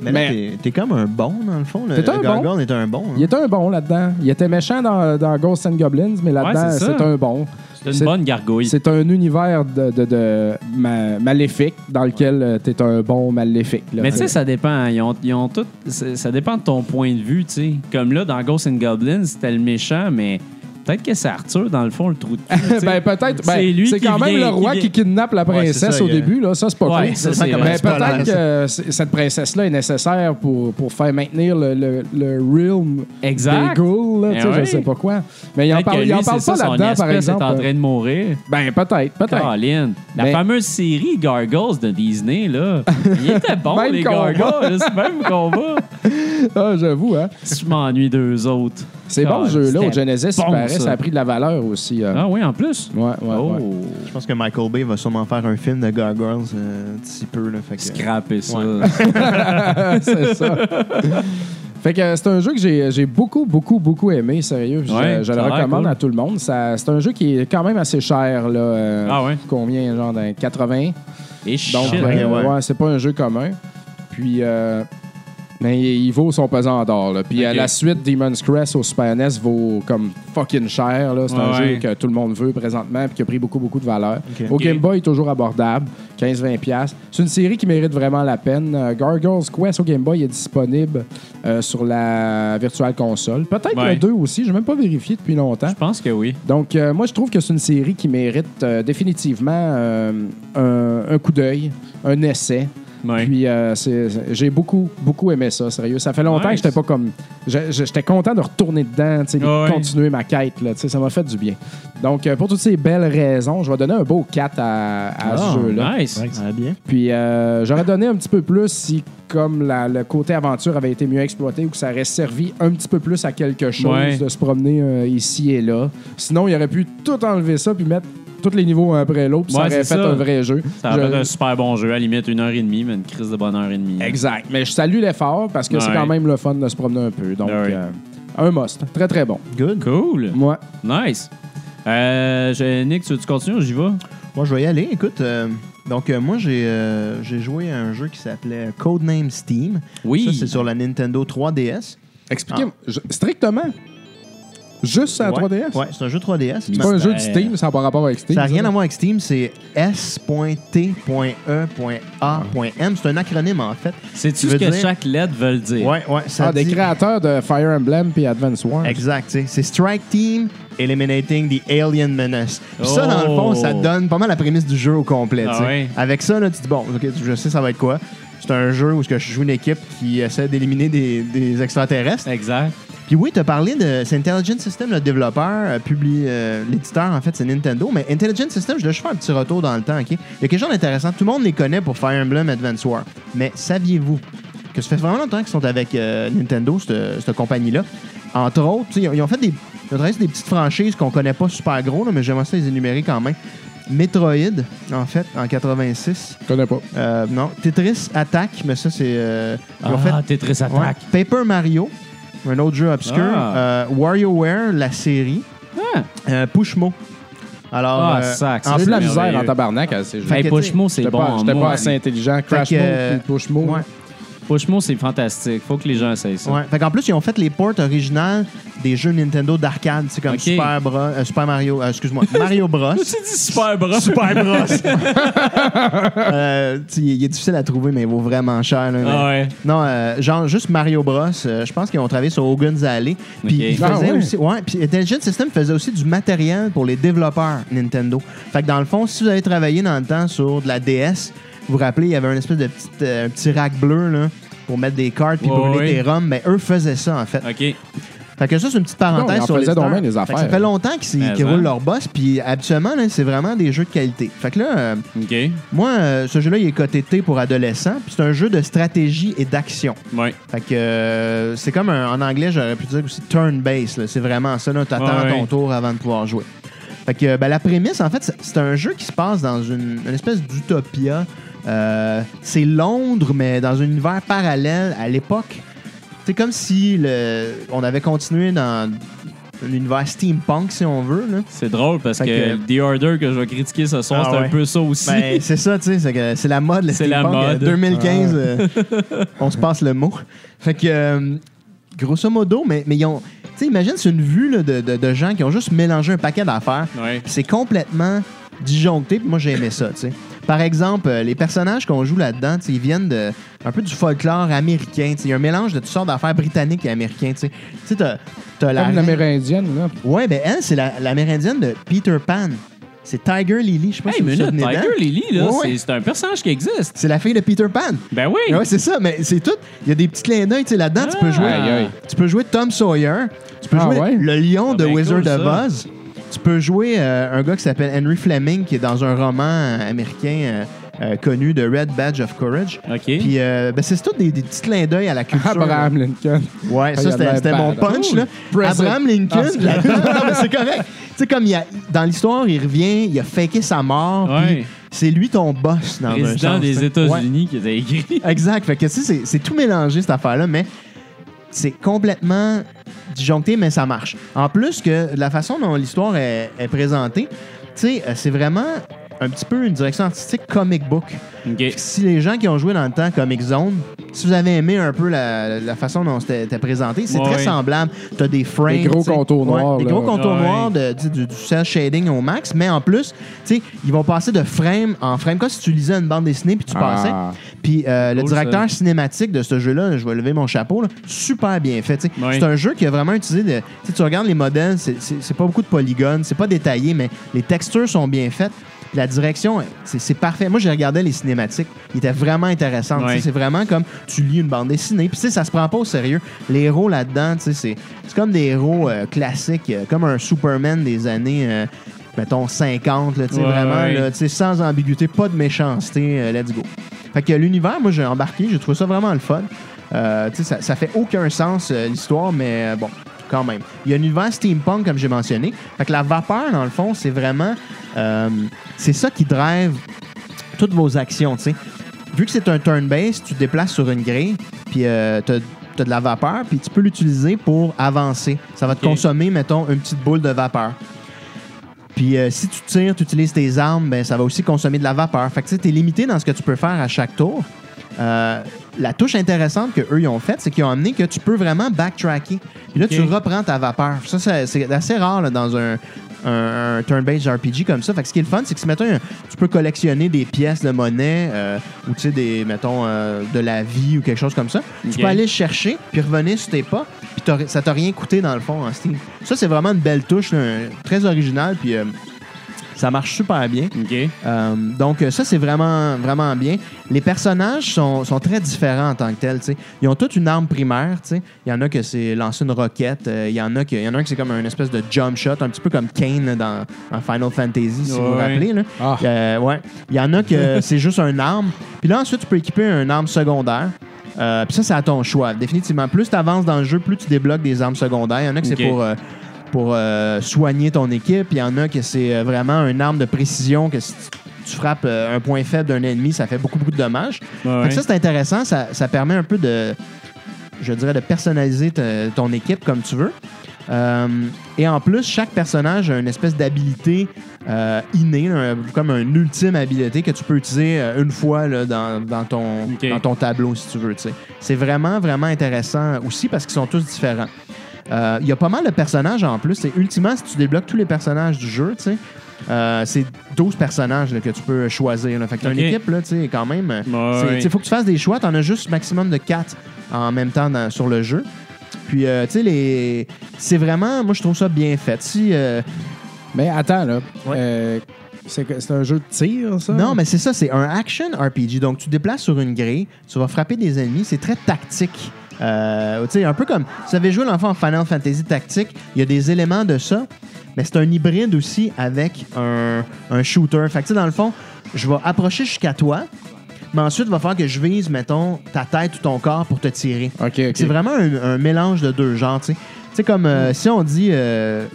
[SPEAKER 4] Mais,
[SPEAKER 3] Mais-
[SPEAKER 4] là, t'es- t'es comme un bon, dans le fond. Le,
[SPEAKER 3] T'es
[SPEAKER 4] le
[SPEAKER 3] un bon.
[SPEAKER 4] Gargoyle est un bon. hein.
[SPEAKER 3] Il était un bon là-dedans. Il était méchant dans, dans Ghosts and Goblins, mais là-dedans,
[SPEAKER 2] Ouais, c'est ça.
[SPEAKER 3] c'est un bon.
[SPEAKER 2] C'est une
[SPEAKER 3] c'est-
[SPEAKER 2] bonne gargouille.
[SPEAKER 3] C'est un univers de, de- de ma- maléfique dans lequel tu t'es un bon maléfique. là.
[SPEAKER 2] Mais tu sais, ça dépend. hein. Ils ont, ils ont tout, c'est- ça dépend de ton point de vue, tu sais. Comme là, dans Ghosts and Goblins, c'était le méchant, mais peut-être que c'est Arthur, dans le fond, le trou de
[SPEAKER 3] *laughs*
[SPEAKER 2] cul, tu sais.
[SPEAKER 3] ben peut-être. ben,
[SPEAKER 2] C'est lui
[SPEAKER 3] c'est
[SPEAKER 2] qui
[SPEAKER 3] quand même
[SPEAKER 2] vient-
[SPEAKER 3] le roi qui,
[SPEAKER 2] qui vient-
[SPEAKER 3] kidnappe la
[SPEAKER 4] Ouais, c'est
[SPEAKER 3] princesse
[SPEAKER 4] ça,
[SPEAKER 3] au
[SPEAKER 4] il-
[SPEAKER 3] début. Là. Ça, c'est pas
[SPEAKER 2] euh, Ouais,
[SPEAKER 3] cool.
[SPEAKER 2] ça,
[SPEAKER 4] Ça sent
[SPEAKER 2] c'est
[SPEAKER 4] comme
[SPEAKER 2] vrai.
[SPEAKER 3] Mais
[SPEAKER 4] C'est pas
[SPEAKER 3] peut-être
[SPEAKER 4] mal,
[SPEAKER 3] que
[SPEAKER 4] ça.
[SPEAKER 3] euh, c- cette princesse-là est nécessaire pour, pour faire maintenir le, le, le realm
[SPEAKER 2] Exact.
[SPEAKER 3] des ghouls, là, tu
[SPEAKER 2] Eh
[SPEAKER 3] sais, je
[SPEAKER 2] ouais.
[SPEAKER 3] sais pas quoi. Mais il en
[SPEAKER 2] Peut-être que
[SPEAKER 3] parle, il
[SPEAKER 2] lui,
[SPEAKER 3] en parle
[SPEAKER 2] c'est
[SPEAKER 3] pas
[SPEAKER 2] ça, son
[SPEAKER 3] là-dedans, par
[SPEAKER 2] espèce
[SPEAKER 3] exemple.
[SPEAKER 2] est en train de mourir.
[SPEAKER 3] Ben peut-être, peut-être.
[SPEAKER 2] Caroline, la
[SPEAKER 3] Mais-
[SPEAKER 2] fameuse série Gargoyles de Disney,
[SPEAKER 3] *laughs*
[SPEAKER 2] là, il était bon,
[SPEAKER 3] Même
[SPEAKER 2] les
[SPEAKER 3] combat.
[SPEAKER 2] Gargoyles, c'est le même combat.
[SPEAKER 3] *laughs* Ah, j'avoue, hein.
[SPEAKER 2] Si je m'ennuie d'eux autres.
[SPEAKER 3] C'est bon
[SPEAKER 2] Ah,
[SPEAKER 3] ce jeu-là, au
[SPEAKER 2] c'était
[SPEAKER 3] Genesis, il
[SPEAKER 2] bon,
[SPEAKER 3] paraît, ça.
[SPEAKER 2] ça.
[SPEAKER 3] a pris de la valeur aussi. euh.
[SPEAKER 2] Ah oui, en plus?
[SPEAKER 3] Ouais, ouais,
[SPEAKER 2] oh,
[SPEAKER 3] ouais.
[SPEAKER 4] Je pense que Michael Bay va sûrement faire un film de Gargoyles euh, d'ici peu. Là, fait que-
[SPEAKER 2] scraper ça.
[SPEAKER 3] *laughs* c'est ça. Fait que euh, c'est un jeu que j'ai j'ai beaucoup, beaucoup, beaucoup aimé, sérieux. Je,
[SPEAKER 2] Ouais,
[SPEAKER 3] je
[SPEAKER 2] ça
[SPEAKER 3] le
[SPEAKER 2] a l'air
[SPEAKER 3] recommande
[SPEAKER 2] cool.
[SPEAKER 3] à tout le monde. Ça- C'est un jeu qui est quand même assez cher, là. euh,
[SPEAKER 2] *laughs* Ah ouais?
[SPEAKER 3] Combien, genre, d'un 80?
[SPEAKER 2] Et shit. Ah,
[SPEAKER 3] Donc,
[SPEAKER 4] ouais.
[SPEAKER 3] euh, ouais, c'est pas un jeu commun. Puis, euh, mais il il vaut son pesant d'or. là. Puis,
[SPEAKER 2] Ok.
[SPEAKER 3] à la suite, Demon's Crest au Super NES vaut comme fucking cher. là. C'est un
[SPEAKER 2] Ouais.
[SPEAKER 3] jeu que tout le monde veut présentement puis qui a pris beaucoup, beaucoup de valeur.
[SPEAKER 4] Ok.
[SPEAKER 3] Au
[SPEAKER 2] Ok.
[SPEAKER 3] Game Boy, toujours abordable, 15-20$. piastres. C'est une série qui mérite vraiment la peine. Euh, Gargoyle's Quest au Game Boy est disponible euh, sur la Virtual Console. Peut-être
[SPEAKER 2] Ouais.
[SPEAKER 3] le 2 aussi, je n'ai même pas vérifié depuis longtemps.
[SPEAKER 2] je pense que oui.
[SPEAKER 3] Donc, euh, moi, je trouve que c'est une série qui mérite euh, définitivement euh, un, un coup d'œil, un essai.
[SPEAKER 2] Ouais.
[SPEAKER 3] Puis euh, c'est- c'est- j'ai beaucoup, beaucoup aimé ça, sérieux. Ça fait longtemps
[SPEAKER 2] Nice.
[SPEAKER 3] que j'étais pas comme. je- je- J'étais content de retourner dedans, tu sais, de
[SPEAKER 2] Ah Ouais.
[SPEAKER 3] continuer ma quête, là, tu sais, ça m'a fait du bien. Donc, euh, pour toutes ces belles raisons, je vais donner un beau 4 à, à
[SPEAKER 2] Ah,
[SPEAKER 3] ce jeu-là.
[SPEAKER 2] Nice.
[SPEAKER 5] Nice.
[SPEAKER 4] Ah, bien.
[SPEAKER 3] Puis euh, j'aurais donné un petit peu plus si, comme la- le côté aventure avait été mieux exploité ou que ça aurait servi un petit peu plus à quelque chose
[SPEAKER 2] Ouais.
[SPEAKER 3] de se promener euh, ici et là. Sinon, il aurait pu tout enlever ça puis mettre tous les niveaux un après l'autre, puis ça
[SPEAKER 2] Ouais,
[SPEAKER 3] aurait fait
[SPEAKER 2] c'est ça.
[SPEAKER 3] un vrai jeu.
[SPEAKER 2] Ça va
[SPEAKER 3] Je-
[SPEAKER 2] être un super bon jeu, à la limite une heure et demie, mais une crise de bonne heure et demie.
[SPEAKER 3] Exact. Mais je salue l'effort parce que c'est
[SPEAKER 2] Ouais.
[SPEAKER 3] quand même le fun de se promener un peu. Donc,
[SPEAKER 2] Ouais.
[SPEAKER 3] euh, un must. Très, très bon.
[SPEAKER 4] Good.
[SPEAKER 2] Cool.
[SPEAKER 3] Moi,
[SPEAKER 2] Nice. Euh, je- Nick, tu, tu continues ou j'y vais?
[SPEAKER 4] Moi, je vais y aller. Écoute, euh, donc euh, moi, j'ai euh, j'ai joué à un jeu qui s'appelait Codename Steam.
[SPEAKER 2] Oui.
[SPEAKER 4] Ça, c'est sur la Nintendo 3DS.
[SPEAKER 3] expliquez-moi.
[SPEAKER 4] Ah.
[SPEAKER 3] je- Strictement, juste sur la
[SPEAKER 4] Ouais.
[SPEAKER 3] 3DS.
[SPEAKER 4] Ouais, c'est un jeu 3DS.
[SPEAKER 3] C'est
[SPEAKER 4] Mais
[SPEAKER 3] pas un
[SPEAKER 2] Ben,
[SPEAKER 3] jeu de Steam, ça n'a pas rapport avec Steam.
[SPEAKER 4] Ça n'a rien à voir avec Steam, c'est
[SPEAKER 3] Ah.
[SPEAKER 4] S.T.E.A.M. C'est un acronyme, en fait.
[SPEAKER 2] C'est-tu
[SPEAKER 4] Tu
[SPEAKER 2] ce
[SPEAKER 4] veux
[SPEAKER 2] que
[SPEAKER 4] dire-
[SPEAKER 2] chaque lettre veut le dire?
[SPEAKER 4] Ouais, ouais, ça
[SPEAKER 3] Ah, des
[SPEAKER 4] dit-
[SPEAKER 3] créateurs de Fire Emblem puis Advance Wars.
[SPEAKER 4] Exact, tu sais. c'est Strike Team Eliminating the Alien Menace. Puis ça, dans le fond,
[SPEAKER 2] Oh.
[SPEAKER 4] ça te donne pas mal la prémisse du jeu au complet. tu sais.
[SPEAKER 2] Ah ouais.
[SPEAKER 4] Avec ça, là, tu te dis, bon, ok, je sais ça va être quoi. C'est un jeu où ce que je joue une équipe qui essaie d'éliminer des, des extraterrestres.
[SPEAKER 2] Exact.
[SPEAKER 4] Puis oui, tu as parlé de. C'est Intelligent System, le développeur, euh, publie. euh, L'éditeur, en fait, c'est Nintendo. Mais Intelligent System, je dois juste faire un petit retour dans le temps, OK? Il y a quelque chose d'intéressant. Tout le monde les connaît pour Fire Emblem Advance War. Mais saviez-vous que ça fait vraiment longtemps qu'ils sont avec euh, Nintendo, cette, cette compagnie-là? Entre autres, tu sais, ils ont- ils ont fait des. Ils ont travaillé sur des petites franchises qu'on connaît pas super gros, là, mais j'aimerais ça les énumérer quand même. Metroid, en fait, en 86.
[SPEAKER 3] Je connais pas.
[SPEAKER 4] Euh, non, Tetris Attack, mais ça, c'est. euh, ils ont fait
[SPEAKER 2] Ah, Tetris Attack.
[SPEAKER 4] Ouais. Paper Mario, un autre jeu obscur.
[SPEAKER 2] Ah.
[SPEAKER 4] Euh, WarioWare, la série.
[SPEAKER 2] Ah.
[SPEAKER 4] Euh, Pushmo. Alors,
[SPEAKER 2] Ah,
[SPEAKER 4] euh,
[SPEAKER 2] sac, ça,
[SPEAKER 4] en
[SPEAKER 3] J'ai
[SPEAKER 4] plus,
[SPEAKER 3] de la
[SPEAKER 2] c'est
[SPEAKER 3] misère
[SPEAKER 2] merveilleux.
[SPEAKER 3] en tabarnak hein, à ces jeux.
[SPEAKER 4] Fait
[SPEAKER 2] Hey,
[SPEAKER 4] que,
[SPEAKER 2] Pushmo, c'est
[SPEAKER 3] J'étais
[SPEAKER 2] bon.
[SPEAKER 3] pas,
[SPEAKER 2] en
[SPEAKER 3] j'étais pas
[SPEAKER 2] mode.
[SPEAKER 3] assez intelligent. Crash
[SPEAKER 4] hein. que,
[SPEAKER 3] Mode
[SPEAKER 4] euh,
[SPEAKER 3] puis Push Mode.
[SPEAKER 4] ouais.
[SPEAKER 2] Pushmo, c'est fantastique. Faut que les gens essayent ça.
[SPEAKER 4] Ouais. Fait qu'en plus, ils ont fait les portes originales des jeux Nintendo d'arcade. C'est comme
[SPEAKER 2] Ok.
[SPEAKER 4] Super, Bros, euh, Super Mario, euh, excuse-moi, Mario Bros.
[SPEAKER 2] *laughs* C'est dit super bras. Super
[SPEAKER 4] Euh, tu sais, il est difficile à trouver, mais il vaut vraiment cher. là, mais-
[SPEAKER 2] Ah ouais.
[SPEAKER 4] Non, euh, genre juste Mario Bros. euh, je pense qu'ils ont travaillé sur Hogan's Alley. Puis
[SPEAKER 2] Ok.
[SPEAKER 4] ils
[SPEAKER 3] Ah
[SPEAKER 4] faisaient
[SPEAKER 3] ouais.
[SPEAKER 4] aussi, ouais, puis Intelligent System faisait aussi du matériel pour les développeurs Nintendo. Fait que dans le fond, si vous avez travaillé dans le temps sur de la DS, vous vous rappelez, il y avait un espèce de petit, euh, un petit rack bleu là, pour mettre des cartes puis
[SPEAKER 2] Ouais,
[SPEAKER 4] brûler
[SPEAKER 2] ouais.
[SPEAKER 4] des roms. Ben, eux faisaient ça en fait.
[SPEAKER 2] OK.
[SPEAKER 4] Fait que ça, c'est une petite parenthèse
[SPEAKER 3] Non, ils en
[SPEAKER 4] sur
[SPEAKER 3] faisaient
[SPEAKER 4] les
[SPEAKER 3] donc
[SPEAKER 4] stars.
[SPEAKER 3] bien des
[SPEAKER 4] Fait que
[SPEAKER 3] affaires.
[SPEAKER 4] Ça fait longtemps qu'ils
[SPEAKER 2] Mais
[SPEAKER 4] qu'ils
[SPEAKER 2] hein.
[SPEAKER 4] roulent leur boss, puis habituellement, là, c'est vraiment des jeux de qualité. Fait que là, euh,
[SPEAKER 2] OK. Ouais.
[SPEAKER 4] moi, euh, ce jeu-là, il est coté T pour adolescents, puis c'est un jeu de stratégie et d'action. Fait que euh, c'est comme un- en anglais, j'aurais pu dire aussi turn-based. là. C'est vraiment ça. là. T'attends
[SPEAKER 2] Ouais, ouais.
[SPEAKER 4] ton tour avant de pouvoir jouer. Fait que euh, ben, la prémisse, en fait, c'est- c'est un jeu qui se passe dans une, une espèce d'utopia. Euh, c'est Londres, mais dans un univers parallèle à l'époque. C'est comme si le, on avait continué dans l'univers steampunk, si on veut. Là.
[SPEAKER 2] C'est drôle parce que,
[SPEAKER 4] Fait que-
[SPEAKER 2] The Order que je vais critiquer ce soir,
[SPEAKER 4] Ah
[SPEAKER 2] c'est un
[SPEAKER 4] ouais.
[SPEAKER 2] peu ça aussi.
[SPEAKER 4] Ben, c'est ça, tu sais, c'est que c'est la mode, le
[SPEAKER 2] C'est la
[SPEAKER 4] steampunk, euh,
[SPEAKER 2] mode.
[SPEAKER 4] 2015, euh, on se passe le mot. Fait que, euh, grosso modo, mais, mais ils ont. Tu sais, imagine, c'est une vue là, de, de- de gens qui ont juste mélangé un paquet d'affaires.
[SPEAKER 2] Ouais.
[SPEAKER 4] Puis c'est complètement disjoncté, puis moi, j'ai aimé ça, tu sais. Par exemple, euh, les personnages qu'on joue là-dedans, tu sais, ils viennent de, un peu du folklore américain. tu sais. Il y a un mélange de toutes sortes d'affaires britanniques et américains. Tu sais. Tu sais, t'as t'as la.
[SPEAKER 3] Comme
[SPEAKER 4] reine-
[SPEAKER 3] l'amérindienne,
[SPEAKER 4] *laughs*
[SPEAKER 3] là.
[SPEAKER 4] Ouais, ben elle, c'est la- l'amérindienne de Peter Pan. C'est Tiger Lily, je sais pas si
[SPEAKER 2] Hey,
[SPEAKER 4] vous vous
[SPEAKER 2] mais là,
[SPEAKER 4] souvenez d'elle.
[SPEAKER 2] Tiger Lily, là,
[SPEAKER 4] Ouais, ouais.
[SPEAKER 2] c'est- c'est un personnage qui existe.
[SPEAKER 4] C'est la fille de Peter Pan.
[SPEAKER 2] Ben oui.
[SPEAKER 4] Ouais, c'est ça, mais c'est tout. Il y a des petits clins d'œil, tu sais, là-dedans, tu peux jouer.
[SPEAKER 3] Aïe, aïe.
[SPEAKER 4] Tu peux jouer Tom Sawyer, tu peux
[SPEAKER 3] Ah
[SPEAKER 4] jouer
[SPEAKER 3] ouais?
[SPEAKER 4] le lion
[SPEAKER 2] Ah
[SPEAKER 4] de
[SPEAKER 2] ben,
[SPEAKER 4] Wizard
[SPEAKER 2] cool, ça.
[SPEAKER 4] of Oz, tu peux jouer euh, un gars qui s'appelle Henry Fleming, qui est dans un roman euh, américain euh, euh, connu de Red Badge of Courage.
[SPEAKER 2] OK.
[SPEAKER 4] Puis, euh, ben, c'est tout des, des petits clins d'œil à
[SPEAKER 3] Ah,
[SPEAKER 4] la culture.
[SPEAKER 3] Abraham Lincoln.
[SPEAKER 4] Ouais,
[SPEAKER 3] Il
[SPEAKER 4] ça,
[SPEAKER 3] a de
[SPEAKER 4] c'était
[SPEAKER 3] l'air
[SPEAKER 4] c'était mon
[SPEAKER 3] bad.
[SPEAKER 4] punch.
[SPEAKER 3] Cool.
[SPEAKER 4] Là.
[SPEAKER 3] Present.
[SPEAKER 4] Abraham Lincoln,
[SPEAKER 3] Ah, c'est-
[SPEAKER 4] là- *laughs* Non, mais c'est correct. Tu sais, comme il a- dans l'histoire, il revient, il a faké sa mort.
[SPEAKER 2] Ouais.
[SPEAKER 4] puis C'est lui ton boss dans un
[SPEAKER 2] Président
[SPEAKER 4] sens, tu
[SPEAKER 2] des
[SPEAKER 4] sais.
[SPEAKER 2] États-Unis qui était écrit. *laughs*
[SPEAKER 4] Ouais, exact. Fait que, tu sais, c'est- c'est tout mélangé, cette affaire-là, mais c'est complètement disjoncté, mais ça marche. En plus que de la façon dont l'histoire est, est présentée, tu sais, euh, c'est vraiment un petit peu une direction artistique comic book.
[SPEAKER 2] OK.
[SPEAKER 4] Si les gens qui ont joué dans le temps Comic Zone, si vous avez aimé un peu la, la façon dont c'était c'était présenté, c'est
[SPEAKER 2] Ouais,
[SPEAKER 4] très
[SPEAKER 2] ouais.
[SPEAKER 4] semblable. T'as des frames.
[SPEAKER 3] Des gros
[SPEAKER 4] t'sais.
[SPEAKER 3] contours noirs,
[SPEAKER 4] Des
[SPEAKER 3] là.
[SPEAKER 4] gros contours
[SPEAKER 2] Ouais.
[SPEAKER 4] noirs de, tu sais, du, du cel shading au max, mais en plus, tu sais, ils vont passer de frame en frame. Comme si tu lisais une bande dessinée puis tu
[SPEAKER 3] Ah.
[SPEAKER 4] passais. Puis euh, le
[SPEAKER 2] Cool,
[SPEAKER 4] directeur cinématique de ce jeu-là, je vais lever mon chapeau, là, super bien fait. tu sais.
[SPEAKER 2] Ouais.
[SPEAKER 4] C'est un jeu qui a vraiment utilisé. de- tu sais, tu regardes les modèles, c'est- c'est c'est pas beaucoup de polygones, c'est pas détaillé, mais les textures sont bien faites. Puis la direction, c'est c'est parfait. Moi, j'ai regardé les cinématiques. Ils étaient vraiment intéressantes.
[SPEAKER 2] Ouais.
[SPEAKER 4] Tu sais, C'est vraiment comme tu lis une bande dessinée. Puis tu sais, ça se prend pas au sérieux. Les héros là-dedans, tu sais, c'est c'est comme des héros euh, classiques, euh, comme un Superman des années. euh, mettons 50, là, tu sais,
[SPEAKER 5] Ouais,
[SPEAKER 4] vraiment,
[SPEAKER 5] ouais.
[SPEAKER 4] là, tu sais, sans ambiguïté, pas de méchanceté, euh, let's go. Fait que l'univers, moi, j'ai embarqué, j'ai trouvé ça vraiment le fun. Euh, tu sais, ça, ça fait aucun sens, euh, l'histoire, mais euh, bon, quand même. Il y a un univers steampunk, comme j'ai mentionné. Fait que la vapeur, dans le fond, c'est vraiment... euh, c'est ça qui drive toutes vos actions, tu sais. Vu que c'est un turn-based, tu te déplaces sur une grille, puis euh, t'as t'as de la vapeur, puis tu peux l'utiliser pour avancer. Ça va te
[SPEAKER 2] Ok.
[SPEAKER 4] consommer, mettons, une petite boule de vapeur. Puis euh, si tu tires, tu utilises tes armes, ben, ça va aussi consommer de la vapeur. Fait que tu es limité dans ce que tu peux faire à chaque tour. Euh, la touche intéressante que eux ils ont faite, c'est qu'ils ont amené que tu peux vraiment backtracker. Puis là, tu
[SPEAKER 5] Ok.
[SPEAKER 4] reprends ta vapeur. Ça, c'est- c'est assez rare là, dans un, un- un turn-based RPG comme ça. Fait que ce qui est le fun, c'est que si, mettons, tu peux collectionner des pièces de monnaie euh, ou, tu sais, des, mettons, euh, de la vie ou quelque chose comme ça.
[SPEAKER 2] Ok.
[SPEAKER 4] Tu peux aller le chercher, puis revenir sur tes pas, puis t'aurais- ça t'a rien coûté dans le fond en Steam. Ça, c'est vraiment une belle touche, là, un- très originale, puis euh, ça marche super bien.
[SPEAKER 2] OK.
[SPEAKER 4] Euh, donc euh, ça, c'est vraiment, vraiment bien. Les personnages sont, sont très différents en tant que tels. tu sais. Ils ont toutes une arme primaire. tu sais. Il y en a que c'est lancer une roquette. euh, Il y en a que, il y en a un que c'est comme un espèce de jump shot, un petit peu comme Kane là, dans, dans Final Fantasy, si vous vous
[SPEAKER 2] Ouais.
[SPEAKER 4] rappelez. là.
[SPEAKER 3] Ah.
[SPEAKER 4] Euh, ouais. Il y en a que c'est juste un arme. Puis là, ensuite, tu peux équiper une arme secondaire. Euh, puis ça, c'est à ton choix. Définitivement, plus tu avances dans le jeu, plus tu débloques des armes secondaires. Il y en a que
[SPEAKER 2] Ok.
[SPEAKER 4] c'est pour, euh, pour euh, soigner ton équipe. Il y en a que c'est euh, vraiment une arme de précision que si tu- tu frappes euh, un point faible d'un ennemi, ça fait beaucoup, beaucoup de dommages.
[SPEAKER 2] Ouais,
[SPEAKER 4] Fait que ça, c'est intéressant. Ça, ça permet un peu de, je dirais, de personnaliser te- ton équipe comme tu veux. Euh, et en plus, chaque personnage a une espèce d'habilité euh, innée, un- comme une ultime habilité que tu peux utiliser euh, une fois là, dans, dans ton,
[SPEAKER 2] Ok.
[SPEAKER 4] dans ton tableau, si tu veux. tu sais. C'est vraiment, vraiment intéressant aussi parce qu'ils sont tous différents. Euh, Il y a pas mal de personnages en plus. Et ultimement, si tu débloques tous les personnages du jeu, tu sais, euh, c'est 12 personnages là, que tu peux choisir. Là. Fait que t'as
[SPEAKER 2] Ok.
[SPEAKER 4] une équipe, là, tu sais, quand même. euh,
[SPEAKER 2] Ouais, ouais.
[SPEAKER 4] il faut que tu fasses des choix. T'en as juste maximum de 4 en même temps dans- sur le jeu. Puis, euh, tu sais, les... c'est vraiment... Moi, je trouve ça bien fait. Si, euh,
[SPEAKER 3] Mais attends, là.
[SPEAKER 4] Ouais.
[SPEAKER 3] Euh, c'est que- c'est un jeu de tir, ça?
[SPEAKER 4] Non, mais c'est ça. C'est un action RPG. Donc, tu te déplaces sur une grille. Tu vas frapper des ennemis. C'est très tactique. Euh, tu sais, un peu comme... Si tu avais joué l'enfant en Final Fantasy Tactique, il y a des éléments de ça. Mais c'est un hybride aussi avec un, un shooter. Fait que, tu sais, dans le fond, je vais approcher jusqu'à toi. Mais ensuite, il va falloir que je vise, mettons, ta tête ou ton corps pour te tirer.
[SPEAKER 3] OK, OK. Hmm.
[SPEAKER 4] C'est vraiment un, un mélange de deux genres, tu sais. Tu sais, comme euh, si on dit. euh,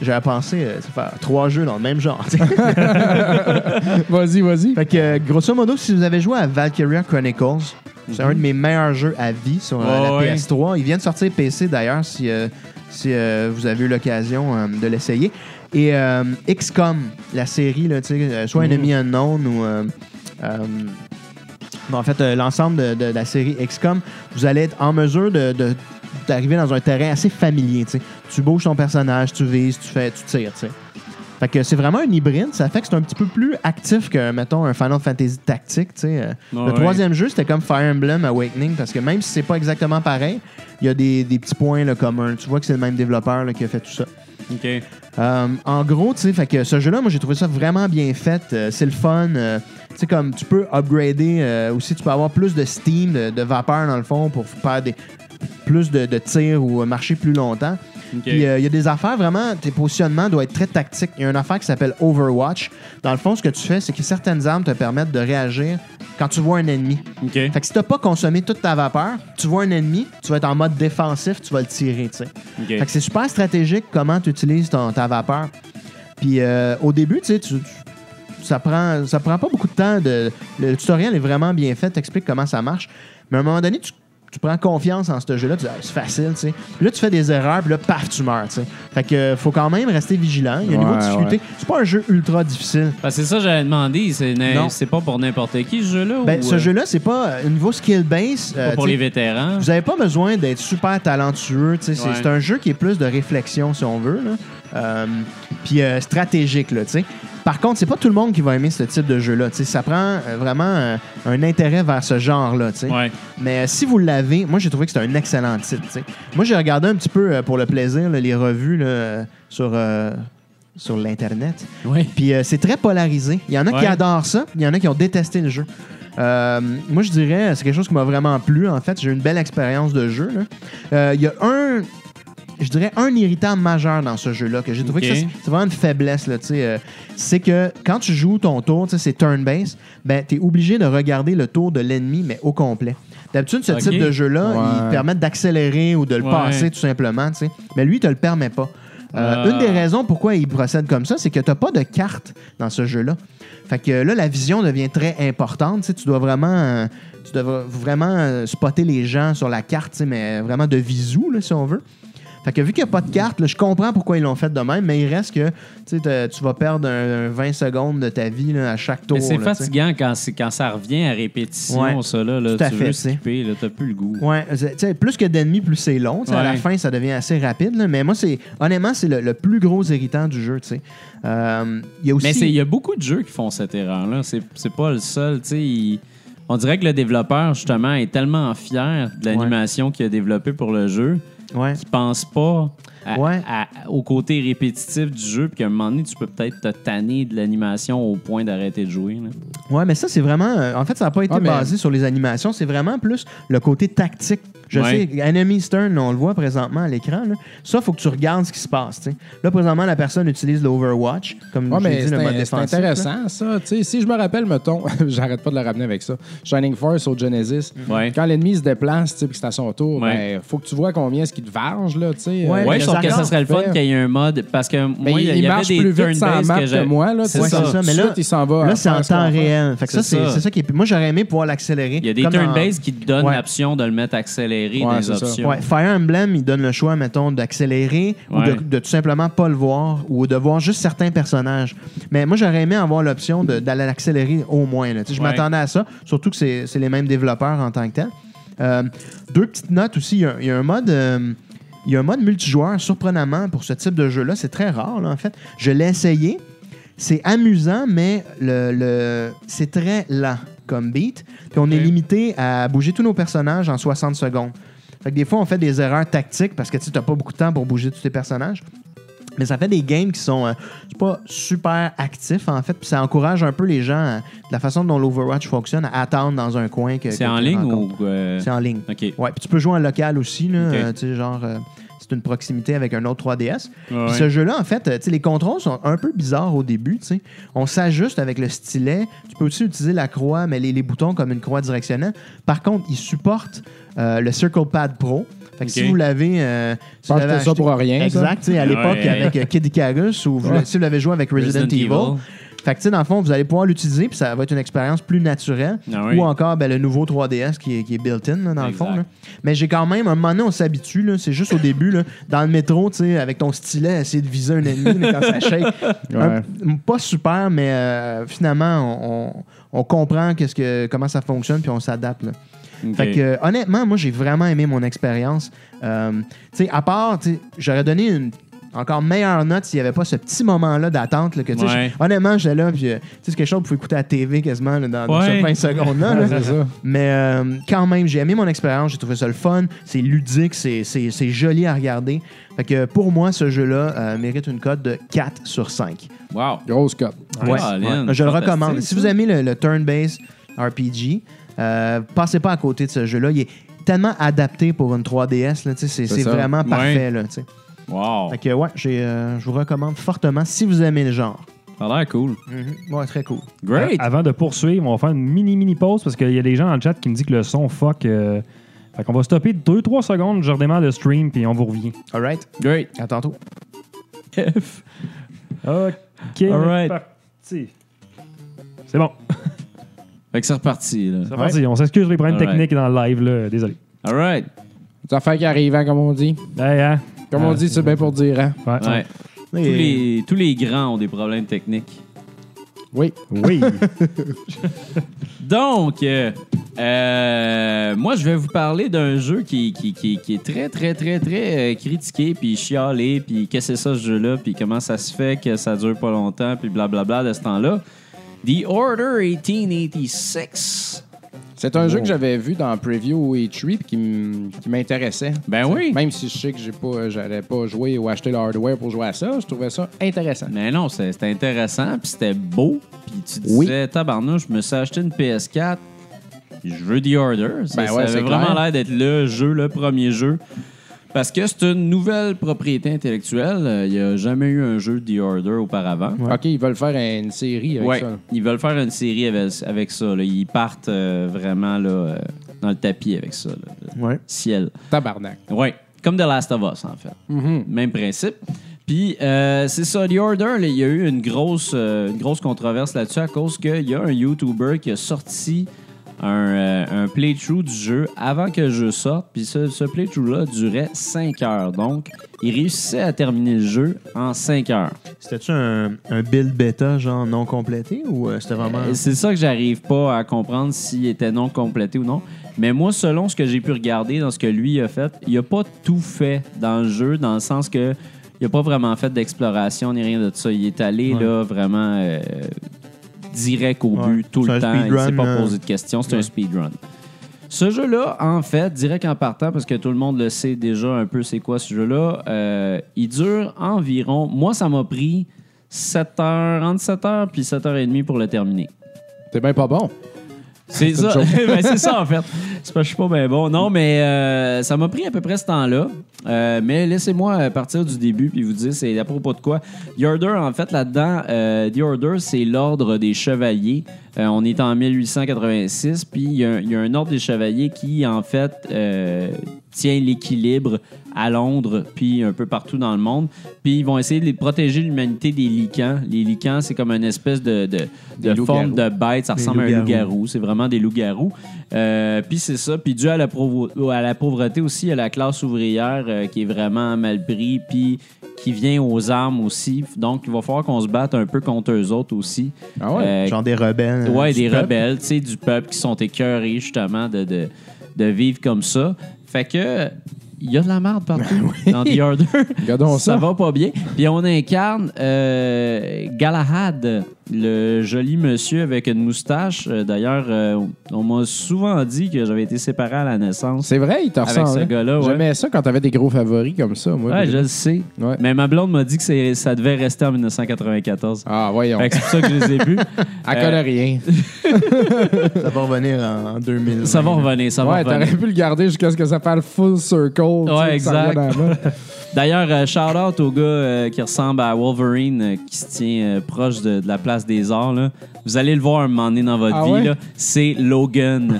[SPEAKER 4] J'avais pensé euh, tu sais, faire trois jeux dans le même genre. tu sais.
[SPEAKER 3] *laughs* Vas-y, vas-y.
[SPEAKER 4] fait que, euh, grosso modo, si vous avez joué à Valkyria Chronicles, c'est
[SPEAKER 3] Mhm.
[SPEAKER 4] un de mes meilleurs jeux à vie sur euh, la
[SPEAKER 2] Ouais, ouais.
[SPEAKER 4] PS3. Il vient de sortir PC d'ailleurs, si, euh, si euh, vous avez eu l'occasion euh, de l'essayer. Et euh, XCOM, la série, là, tu sais, euh,
[SPEAKER 3] Mhm.
[SPEAKER 4] soit Enemy Unknown ou. euh, euh, Bon, en fait, euh, l'ensemble de, de la série XCOM, vous allez être en mesure de, de- d'arriver dans un terrain assez familier. tu sais. Tu bouges ton personnage, tu vises, tu fais, tu tires. tu sais. Fait que c'est vraiment un hybride. Ça fait que c'est un petit peu plus actif que, mettons, un Final Fantasy tactique. tu sais. Euh,
[SPEAKER 2] Ouais,
[SPEAKER 4] Le
[SPEAKER 2] ouais.
[SPEAKER 4] troisième jeu, c'était comme Fire Emblem Awakening, parce que même si c'est pas exactement pareil, il y a des, des petits points là, communs. Tu vois que c'est le même développeur là, qui a fait tout ça.
[SPEAKER 2] OK.
[SPEAKER 4] Euh, en gros, tu sais, fait que ce jeu-là, moi, j'ai trouvé ça vraiment bien fait. Euh, c'est le fun. Euh, tu sais, comme tu peux upgrader euh, aussi, tu peux avoir plus de steam, de, de vapeur dans le fond pour faire des, plus de, de tirs ou euh, marcher plus longtemps.
[SPEAKER 2] OK.
[SPEAKER 4] Puis euh, il y a des affaires vraiment, tes positionnements doivent être très tactiques. Il y a une affaire qui s'appelle Overwatch. Dans le fond, ce que tu fais, c'est que certaines armes te permettent de réagir quand tu vois un ennemi.
[SPEAKER 2] OK.
[SPEAKER 4] Fait que si t'as pas consommé toute ta vapeur, tu vois un ennemi, tu vas être en mode défensif, tu vas le tirer, tu sais.
[SPEAKER 2] OK.
[SPEAKER 4] Fait que c'est super stratégique comment tu utilises ton, ta vapeur. Puis euh, au début, tu sais, tu- tu- ça prend, ça prend pas beaucoup de temps. De, le tutoriel est vraiment bien fait, t'explique comment ça marche. Mais à un moment donné, tu, tu prends confiance en ce jeu-là, tu dis, Ah, c'est facile, tu sais. Puis là, tu fais des erreurs, puis là, paf, tu meurs, tu sais. Fait que euh, faut quand même rester vigilant. Il y a un niveau de
[SPEAKER 3] Ouais,
[SPEAKER 4] difficulté.
[SPEAKER 3] ouais.
[SPEAKER 4] C'est pas un jeu ultra difficile.
[SPEAKER 2] Parce que c'est ça que j'avais demandé. C'est, na-
[SPEAKER 4] Non.
[SPEAKER 2] c'est pas pour n'importe qui, ce jeu-là?
[SPEAKER 4] Ben,
[SPEAKER 2] ou,
[SPEAKER 4] ce
[SPEAKER 2] euh,
[SPEAKER 4] jeu-là, c'est pas un niveau skill-based.
[SPEAKER 2] pas
[SPEAKER 4] euh,
[SPEAKER 2] pour
[SPEAKER 4] tu sais,
[SPEAKER 2] les vétérans?
[SPEAKER 4] Vous n'avez pas besoin d'être super talentueux. tu sais, C'est
[SPEAKER 2] Ouais.
[SPEAKER 4] c'est un jeu qui est plus de réflexion, si on veut. là. Euh, Puis euh, stratégique. Là, tu sais. Par contre, c'est pas tout le monde qui va aimer ce type de jeu-là. tu sais. Ça prend euh, vraiment euh, un intérêt vers ce genre-là. tu sais.
[SPEAKER 2] Ouais.
[SPEAKER 4] Mais euh, si vous l'avez, moi j'ai trouvé que c'était un excellent titre. tu sais. Moi j'ai regardé un petit peu euh, pour le plaisir là, les revues là, euh, sur, euh, sur l'Internet.
[SPEAKER 2] Oui.
[SPEAKER 4] Puis euh, c'est très polarisé. Il y en a
[SPEAKER 2] Ouais.
[SPEAKER 4] qui adorent ça, il y en a qui ont détesté le jeu. Euh, moi, je dirais, c'est quelque chose qui m'a vraiment plu. En fait, j'ai eu une belle expérience de jeu. là. Euh, Il y a un, je dirais, un irritant majeur dans ce jeu-là que j'ai trouvé
[SPEAKER 2] Ok.
[SPEAKER 4] que ça, c'est- c'est vraiment une faiblesse. là, tu sais, euh, c'est que quand tu joues ton tour, tu sais, c'est turn-based, ben, tu es obligé de regarder le tour de l'ennemi, mais au complet. D'habitude, ce
[SPEAKER 2] Ok.
[SPEAKER 4] type de jeu-là,
[SPEAKER 3] Ouais.
[SPEAKER 4] il permet d'accélérer ou de le
[SPEAKER 2] Ouais.
[SPEAKER 4] passer tout simplement. tu sais. Mais lui, il te le permet pas. Euh,
[SPEAKER 2] Ah.
[SPEAKER 4] Une des raisons pourquoi il procède comme ça, c'est que tu pas de carte dans ce jeu-là. Fait que euh, là, la vision devient très importante. tu sais, Tu dois vraiment, euh, tu devras vraiment euh, spotter les gens sur la carte, tu sais, mais vraiment de visu, là, si on veut. Fait que vu qu'il n'y a pas de carte, là, je comprends pourquoi ils l'ont fait de même, mais il reste que tu sais, t'as- tu vas perdre un, un 20 secondes de ta vie là, à chaque tour.
[SPEAKER 2] Mais c'est
[SPEAKER 4] là, tu sais.
[SPEAKER 2] fatigant quand, c'est- quand ça revient à répétition,
[SPEAKER 4] Ouais.
[SPEAKER 2] ça. Là, là,
[SPEAKER 4] Tout à
[SPEAKER 2] tu
[SPEAKER 4] fait,
[SPEAKER 2] veux
[SPEAKER 4] tu sais.
[SPEAKER 2] skipper, là, t'as plus le goût.
[SPEAKER 4] Ouais, c'est- tu sais, plus que d'ennemis, plus c'est long. Tu sais, À la
[SPEAKER 2] Ouais.
[SPEAKER 4] fin, ça devient assez rapide. là, mais moi, c'est honnêtement, c'est le, le plus gros irritant du jeu. tu sais. Euh, Il y a aussi.
[SPEAKER 2] Mais c'est- il y a beaucoup de jeux qui font cette erreur-là. C'est c'est pas le seul. tu sais, il- On dirait que le développeur, justement, est tellement fier de l'animation qu'il a développée pour le jeu
[SPEAKER 4] Ouais.
[SPEAKER 2] qu'il pense pas à-
[SPEAKER 4] Ouais.
[SPEAKER 2] à- au côté répétitif du jeu. Puis qu'à un moment donné, tu peux peut-être te tanner de l'animation au point d'arrêter de jouer. là.
[SPEAKER 4] Ouais, mais ça, c'est vraiment. euh, en fait, ça n'a pas été
[SPEAKER 3] Ah, mais-
[SPEAKER 4] basé sur les animations. C'est vraiment plus le côté tactique. Je
[SPEAKER 2] Ouais.
[SPEAKER 4] sais, Enemy Stern, on le voit présentement à l'écran. là. Ça, faut que tu regardes ce qui se passe. tu sais. Là, présentement, la personne utilise l'Overwatch, comme
[SPEAKER 3] Ouais,
[SPEAKER 4] je l'ai
[SPEAKER 3] mais
[SPEAKER 4] dit,
[SPEAKER 3] c'est
[SPEAKER 4] le mode
[SPEAKER 3] un- c'est
[SPEAKER 4] défensif. là.
[SPEAKER 3] intéressant, ça. Tu sais, si je me rappelle, mettons, *laughs* j'arrête pas de le ramener avec ça, Shining Force au Genesis,
[SPEAKER 4] Mm.
[SPEAKER 2] Ouais.
[SPEAKER 3] quand l'ennemi se déplace, tu sais, puis que c'est à son tour,
[SPEAKER 2] Ouais.
[SPEAKER 3] ben, faut que tu vois combien est-ce qu'il te varge, là, tu sais.
[SPEAKER 4] Ouais,
[SPEAKER 3] euh,
[SPEAKER 2] Ouais,
[SPEAKER 4] mais
[SPEAKER 2] sauf que ça
[SPEAKER 4] d'accord.
[SPEAKER 2] serait le fun
[SPEAKER 3] Fait-
[SPEAKER 2] qu'il y ait un mode. Parce que moi,
[SPEAKER 3] Mais
[SPEAKER 2] il y,
[SPEAKER 3] il,
[SPEAKER 2] avait
[SPEAKER 3] marche
[SPEAKER 2] des
[SPEAKER 3] plus vite sur la
[SPEAKER 2] turn-based
[SPEAKER 3] map
[SPEAKER 2] que
[SPEAKER 3] que,
[SPEAKER 2] j'ai-
[SPEAKER 3] moi. Là,
[SPEAKER 2] C'est
[SPEAKER 3] tu sais,
[SPEAKER 2] ça.
[SPEAKER 3] tout de
[SPEAKER 4] Mais là-
[SPEAKER 3] suite, il s'en va.
[SPEAKER 4] Là, c'est en temps réel. Fait que ça,
[SPEAKER 2] C'est
[SPEAKER 4] c'est
[SPEAKER 2] ça.
[SPEAKER 4] c'est ça qui est. Moi, j'aurais aimé pouvoir l'accélérer.
[SPEAKER 2] Il y a des
[SPEAKER 4] comme dans-
[SPEAKER 2] turn-based qui te donnent
[SPEAKER 4] Ouais.
[SPEAKER 2] l'option de le mettre accéléré dans
[SPEAKER 3] Ouais,
[SPEAKER 2] les
[SPEAKER 3] c'est ça.
[SPEAKER 2] options.
[SPEAKER 4] Ouais, Fire Emblem, il donne le choix, mettons, d'accélérer
[SPEAKER 2] Ouais.
[SPEAKER 4] ou de, de tout simplement pas le voir ou de voir juste certains personnages. Mais moi, j'aurais aimé avoir l'option de- d'aller l'accélérer au moins. là. Tu sais, Je
[SPEAKER 2] Ouais.
[SPEAKER 4] m'attendais à ça, surtout que c'est c'est les mêmes développeurs en tant que tel. Euh, deux petites notes aussi. Il y a, il y a un mode. euh, il y a un mode multijoueur, surprenamment, pour ce type de jeu-là. C'est très rare, là, en fait. Je l'ai essayé. C'est amusant, mais le, le- c'est très lent comme beat. Puis on est
[SPEAKER 2] Ok.
[SPEAKER 4] limité à bouger tous nos personnages en 60 secondes. Fait que des fois, on fait des erreurs tactiques parce que tu n'as pas beaucoup de temps pour bouger tous tes personnages. Mais ça fait des games qui sont euh, c'est pas super actifs, en fait. Puis ça encourage un peu les gens, euh, de la façon dont l'Overwatch fonctionne, à attendre dans un coin. que- que
[SPEAKER 2] C'est en
[SPEAKER 4] tu
[SPEAKER 2] ligne
[SPEAKER 4] rencontres.
[SPEAKER 2] ou. euh,
[SPEAKER 4] C'est en ligne.
[SPEAKER 2] OK.
[SPEAKER 4] Ouais, puis tu peux jouer en local aussi, là,
[SPEAKER 2] Ok.
[SPEAKER 4] euh, tu sais, genre, euh, c'est une proximité avec un autre 3DS.
[SPEAKER 2] Ouais,
[SPEAKER 4] Puis
[SPEAKER 2] ouais.
[SPEAKER 4] ce jeu-là, en fait, euh, tu sais, les contrôles sont un peu bizarres au début, tu sais. On s'ajuste avec le stylet. Tu peux aussi utiliser la croix, mais les, les boutons comme une croix directionnelle. Par contre, il supporte euh, le Circle Pad Pro. Fait que
[SPEAKER 2] Ok.
[SPEAKER 4] si vous l'avez... euh, si
[SPEAKER 3] Je
[SPEAKER 4] vous
[SPEAKER 3] pense que
[SPEAKER 4] l'avez
[SPEAKER 3] ça
[SPEAKER 4] acheté-
[SPEAKER 3] pour rien. ça.
[SPEAKER 4] Exact, tu sais, à l'époque,
[SPEAKER 2] Ouais.
[SPEAKER 4] avec euh, Kid Icarus, ou vous-
[SPEAKER 3] Ouais.
[SPEAKER 4] si vous l'avez joué avec Resident,
[SPEAKER 2] Resident
[SPEAKER 4] Evil, fait que, tu sais, dans le fond, vous allez pouvoir l'utiliser, puis ça va être une expérience plus naturelle.
[SPEAKER 2] Ah oui.
[SPEAKER 4] Ou encore, ben, le nouveau 3DS qui est, qui est built-in, là, dans le
[SPEAKER 2] Exact.
[SPEAKER 4] fond. là. Mais j'ai quand même, à un moment donné, on s'habitue, là, c'est juste au début, là, dans le métro, tu sais, avec ton stylet, essayer de viser un ennemi là, quand ça shake. Un- pas super, mais euh, finalement, on, on- on comprend qu'est-ce que, comment ça fonctionne, puis on s'adapte. là.
[SPEAKER 2] OK.
[SPEAKER 4] Fait que, euh, honnêtement, moi, j'ai vraiment aimé mon expérience. Euh, tu sais, à part, tu sais, j'aurais donné une encore meilleure note s'il n'y avait pas ce petit moment-là d'attente. là, que, tu sais,
[SPEAKER 2] Ouais.
[SPEAKER 4] je- Honnêtement, j'étais là, puis euh, tu sais, c'est quelque chose que vous pouvez écouter à la TV quasiment là, dans, dans
[SPEAKER 2] Ouais.
[SPEAKER 4] ce 20 secondes-là. là.
[SPEAKER 3] *laughs* Ouais, c'est ça.
[SPEAKER 4] Mais euh, quand même, j'ai aimé mon expérience, j'ai trouvé ça le fun, c'est ludique, c'est- c'est c'est joli à regarder. Fait que pour moi, ce jeu-là euh, mérite une cote de 4 sur 5.
[SPEAKER 2] Wow.
[SPEAKER 3] Grosse cote.
[SPEAKER 2] Ouais,
[SPEAKER 4] Ouais,
[SPEAKER 2] Colin,
[SPEAKER 4] ouais. Je le
[SPEAKER 2] fantastique,
[SPEAKER 4] recommande. Si
[SPEAKER 2] ça.
[SPEAKER 4] vous aimez le, le turn-based RPG, euh, passez pas à côté de ce jeu-là. Il est tellement adapté pour une 3DS. là, tu sais, c'est
[SPEAKER 3] C'est
[SPEAKER 4] c'est
[SPEAKER 3] ça.
[SPEAKER 4] vraiment parfait. là, tu sais.
[SPEAKER 2] Wow.
[SPEAKER 4] Fait que, ouais, j'ai, euh, je vous recommande fortement si vous aimez le genre.
[SPEAKER 2] Ça a l'air Ah, cool.
[SPEAKER 4] Ouais, très cool.
[SPEAKER 2] Great.
[SPEAKER 5] Euh, Avant de poursuivre, on va faire une mini mini pause parce qu'il y a des gens dans le chat qui me disent que le son fuck. euh, Fait qu'on va stopper 2-3 secondes, je redémarre le stream puis on vous revient.
[SPEAKER 4] All right.
[SPEAKER 2] Great.
[SPEAKER 4] À tantôt.
[SPEAKER 5] OK.
[SPEAKER 2] All right.
[SPEAKER 5] parti. C'est bon.
[SPEAKER 2] Fait que c'est reparti. Là.
[SPEAKER 5] C'est parti. On s'excuse pour les problèmes
[SPEAKER 2] All right.
[SPEAKER 5] techniques dans le live là, désolé.
[SPEAKER 2] All right.
[SPEAKER 3] Des affaires qui arrivent, hein, comme on dit.
[SPEAKER 5] Hey, hein?
[SPEAKER 3] Comme
[SPEAKER 4] Ah,
[SPEAKER 3] on
[SPEAKER 5] Euh,
[SPEAKER 3] dit, c'est bien pour dire. hein.
[SPEAKER 5] ouais.
[SPEAKER 2] Ouais. Tous,
[SPEAKER 4] Et-
[SPEAKER 2] les, tous les grands ont des problèmes techniques.
[SPEAKER 3] Oui.
[SPEAKER 5] Oui.
[SPEAKER 2] Donc, euh, euh, moi, je vais vous parler d'un jeu qui, qui, qui- qui est très, très, très, très euh, critiqué, puis chialé, puis qu'est-ce que c'est ça, ce jeu-là, puis comment ça se fait que ça dure pas longtemps, puis blablabla de ce temps-là. The Order 1886.
[SPEAKER 3] C'est un jeu que j'avais vu dans Preview et Tree qui m- qui m'intéressait.
[SPEAKER 2] Ben oui.
[SPEAKER 3] Même si je sais que j'ai pas, j'allais pas jouer ou acheter le hardware pour jouer à ça, je trouvais ça intéressant.
[SPEAKER 2] Mais non, c'est- c'était intéressant, puis c'était beau. Puis tu disais,
[SPEAKER 3] Oui.
[SPEAKER 2] tabarnouche, je me suis acheté une PS4, je veux The Order. Ça,
[SPEAKER 3] Ben
[SPEAKER 2] ça
[SPEAKER 3] ouais,
[SPEAKER 2] avait
[SPEAKER 3] c'est
[SPEAKER 2] vraiment
[SPEAKER 3] clair.
[SPEAKER 2] l'air d'être le jeu, le premier jeu. Parce que c'est une nouvelle propriété intellectuelle. Euh, Il n'y a jamais eu un jeu The Order auparavant.
[SPEAKER 3] OK, ils veulent faire une série avec
[SPEAKER 2] Ouais,
[SPEAKER 3] ça.
[SPEAKER 2] ils veulent faire une série avec, avec ça. là. Ils partent euh, vraiment là, euh, dans le tapis avec ça. là. Le
[SPEAKER 4] Ouais.
[SPEAKER 2] Ciel.
[SPEAKER 3] Tabarnak.
[SPEAKER 2] Oui, comme The Last of Us, en fait. Même principe. Puis, euh, c'est ça, The Order, là, il y a eu une grosse, euh, une grosse controverse là-dessus à cause qu'il y a un YouTuber qui a sorti un, euh, un playthrough du jeu avant que le jeu sorte. Puis ce, ce playthrough-là durait 5 heures. Donc, il réussissait à terminer le jeu en 5 heures.
[SPEAKER 4] C'était-tu un, un build bêta, genre non complété, ou euh, c'était vraiment.
[SPEAKER 2] Euh, C'est ça que j'arrive pas à comprendre s'il était non complété ou non. Mais moi, selon ce que j'ai pu regarder dans ce que lui a fait, il a pas tout fait dans le jeu, dans le sens que il a pas vraiment fait d'exploration ni rien de ça. Il est allé
[SPEAKER 4] Ouais.
[SPEAKER 2] là vraiment euh, direct au
[SPEAKER 4] Ouais.
[SPEAKER 2] but tout
[SPEAKER 4] C'est
[SPEAKER 2] le
[SPEAKER 4] un
[SPEAKER 2] temps. Il s'est
[SPEAKER 4] speedrun,
[SPEAKER 2] pas
[SPEAKER 4] euh,
[SPEAKER 2] posé de questions. C'est un
[SPEAKER 4] ouais.
[SPEAKER 2] speedrun. Ce jeu-là, en fait, direct en partant, parce que tout le monde le sait déjà un peu c'est quoi ce jeu-là, euh, il dure environ. Moi, ça m'a pris 7 heures, entre 7 heures puis 7h30 pour le terminer.
[SPEAKER 3] C'est bien pas bon.
[SPEAKER 2] C'est
[SPEAKER 3] C'est une
[SPEAKER 2] ça. *laughs* Ben, c'est ça, en fait. C'est pas, je suis pas bien bon. Non, mais euh, ça m'a pris à peu près ce temps-là. Euh, mais laissez-moi partir du début puis vous dire c'est à propos de quoi. The Order, en fait, là-dedans, euh, The Order, c'est l'ordre des chevaliers. Euh, on est en 1886, puis il y, a un- il y a un ordre des chevaliers qui, en fait, euh, tient l'équilibre à Londres, puis un peu partout dans le monde. Puis ils vont essayer de les protéger l'humanité des licans. Les licans, c'est comme une espèce de, de-
[SPEAKER 3] Des
[SPEAKER 2] de forme
[SPEAKER 3] loups-garous.
[SPEAKER 2] de bête. Ça
[SPEAKER 4] Des
[SPEAKER 2] ressemble à un
[SPEAKER 4] loups-garous.
[SPEAKER 2] loup-garou. C'est vraiment des loups-garous. Euh, puis c'est ça. Puis dû à la, provo- à la pauvreté aussi, à la classe ouvrière euh, qui est vraiment mal pris, puis qui vient aux armes aussi. Donc, il va falloir qu'on se batte un peu contre eux autres aussi.
[SPEAKER 3] Ah ouais?
[SPEAKER 2] Euh,
[SPEAKER 4] Genre des rebelles.
[SPEAKER 2] Ouais,
[SPEAKER 4] euh, du
[SPEAKER 2] des
[SPEAKER 4] peuple?
[SPEAKER 2] rebelles, tu sais, du peuple qui sont écœurés, justement, de, de, de vivre comme ça. Fait que, il y a de la merde partout dans The Order.
[SPEAKER 3] Ben *laughs* Regardons ça.
[SPEAKER 2] va pas bien. Puis on incarne euh, Galahad, le joli monsieur avec une moustache. Euh, D'ailleurs, euh, on m'a souvent dit que j'avais été séparé à la naissance.
[SPEAKER 3] C'est vrai, il te
[SPEAKER 2] Avec
[SPEAKER 3] ressemble.
[SPEAKER 2] ce
[SPEAKER 3] hein?
[SPEAKER 2] gars-là, ouais.
[SPEAKER 3] J'aimais ça quand t'avais des gros favoris comme ça, moi.
[SPEAKER 2] Ouais, je le sais.
[SPEAKER 3] Ouais.
[SPEAKER 2] Mais ma blonde m'a dit que c'est- ça devait rester en 1994.
[SPEAKER 3] Ah, voyons.
[SPEAKER 2] Fait que euh, c'est pour ça que je les ai
[SPEAKER 3] *laughs*
[SPEAKER 2] vus.
[SPEAKER 3] Elle connaît rien.
[SPEAKER 4] Ça va revenir en, en 2000.
[SPEAKER 2] Ça va revenir, ça va
[SPEAKER 3] Ouais,
[SPEAKER 2] revenir.
[SPEAKER 3] t'aurais pu le garder jusqu'à ce que ça fasse full circle. tu
[SPEAKER 2] Ouais,
[SPEAKER 3] sais, que ça
[SPEAKER 2] exact.
[SPEAKER 3] revienne en bas.
[SPEAKER 2] *laughs* D'ailleurs, euh, shout out au gars euh, qui ressemble à Wolverine, euh, qui se tient euh, proche de, de la place des arts. là. Vous allez le voir un moment donné dans votre
[SPEAKER 3] Ah
[SPEAKER 2] vie.
[SPEAKER 3] ouais?
[SPEAKER 2] là. C'est Logan.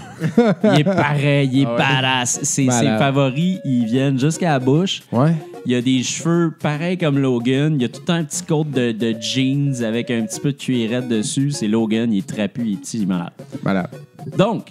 [SPEAKER 2] il est pareil,
[SPEAKER 3] *laughs*
[SPEAKER 2] il est badass. Ses, ses
[SPEAKER 3] Ah Malade.
[SPEAKER 2] favoris, ils viennent jusqu'à la bouche.
[SPEAKER 3] Ouais.
[SPEAKER 2] Il a des cheveux pareils comme Logan. Il a tout le temps un petit coat de, de jeans avec un petit peu de cuirette dessus. C'est Logan, il est trapu, il est petit, il est malade.
[SPEAKER 3] Voilà.
[SPEAKER 2] Donc,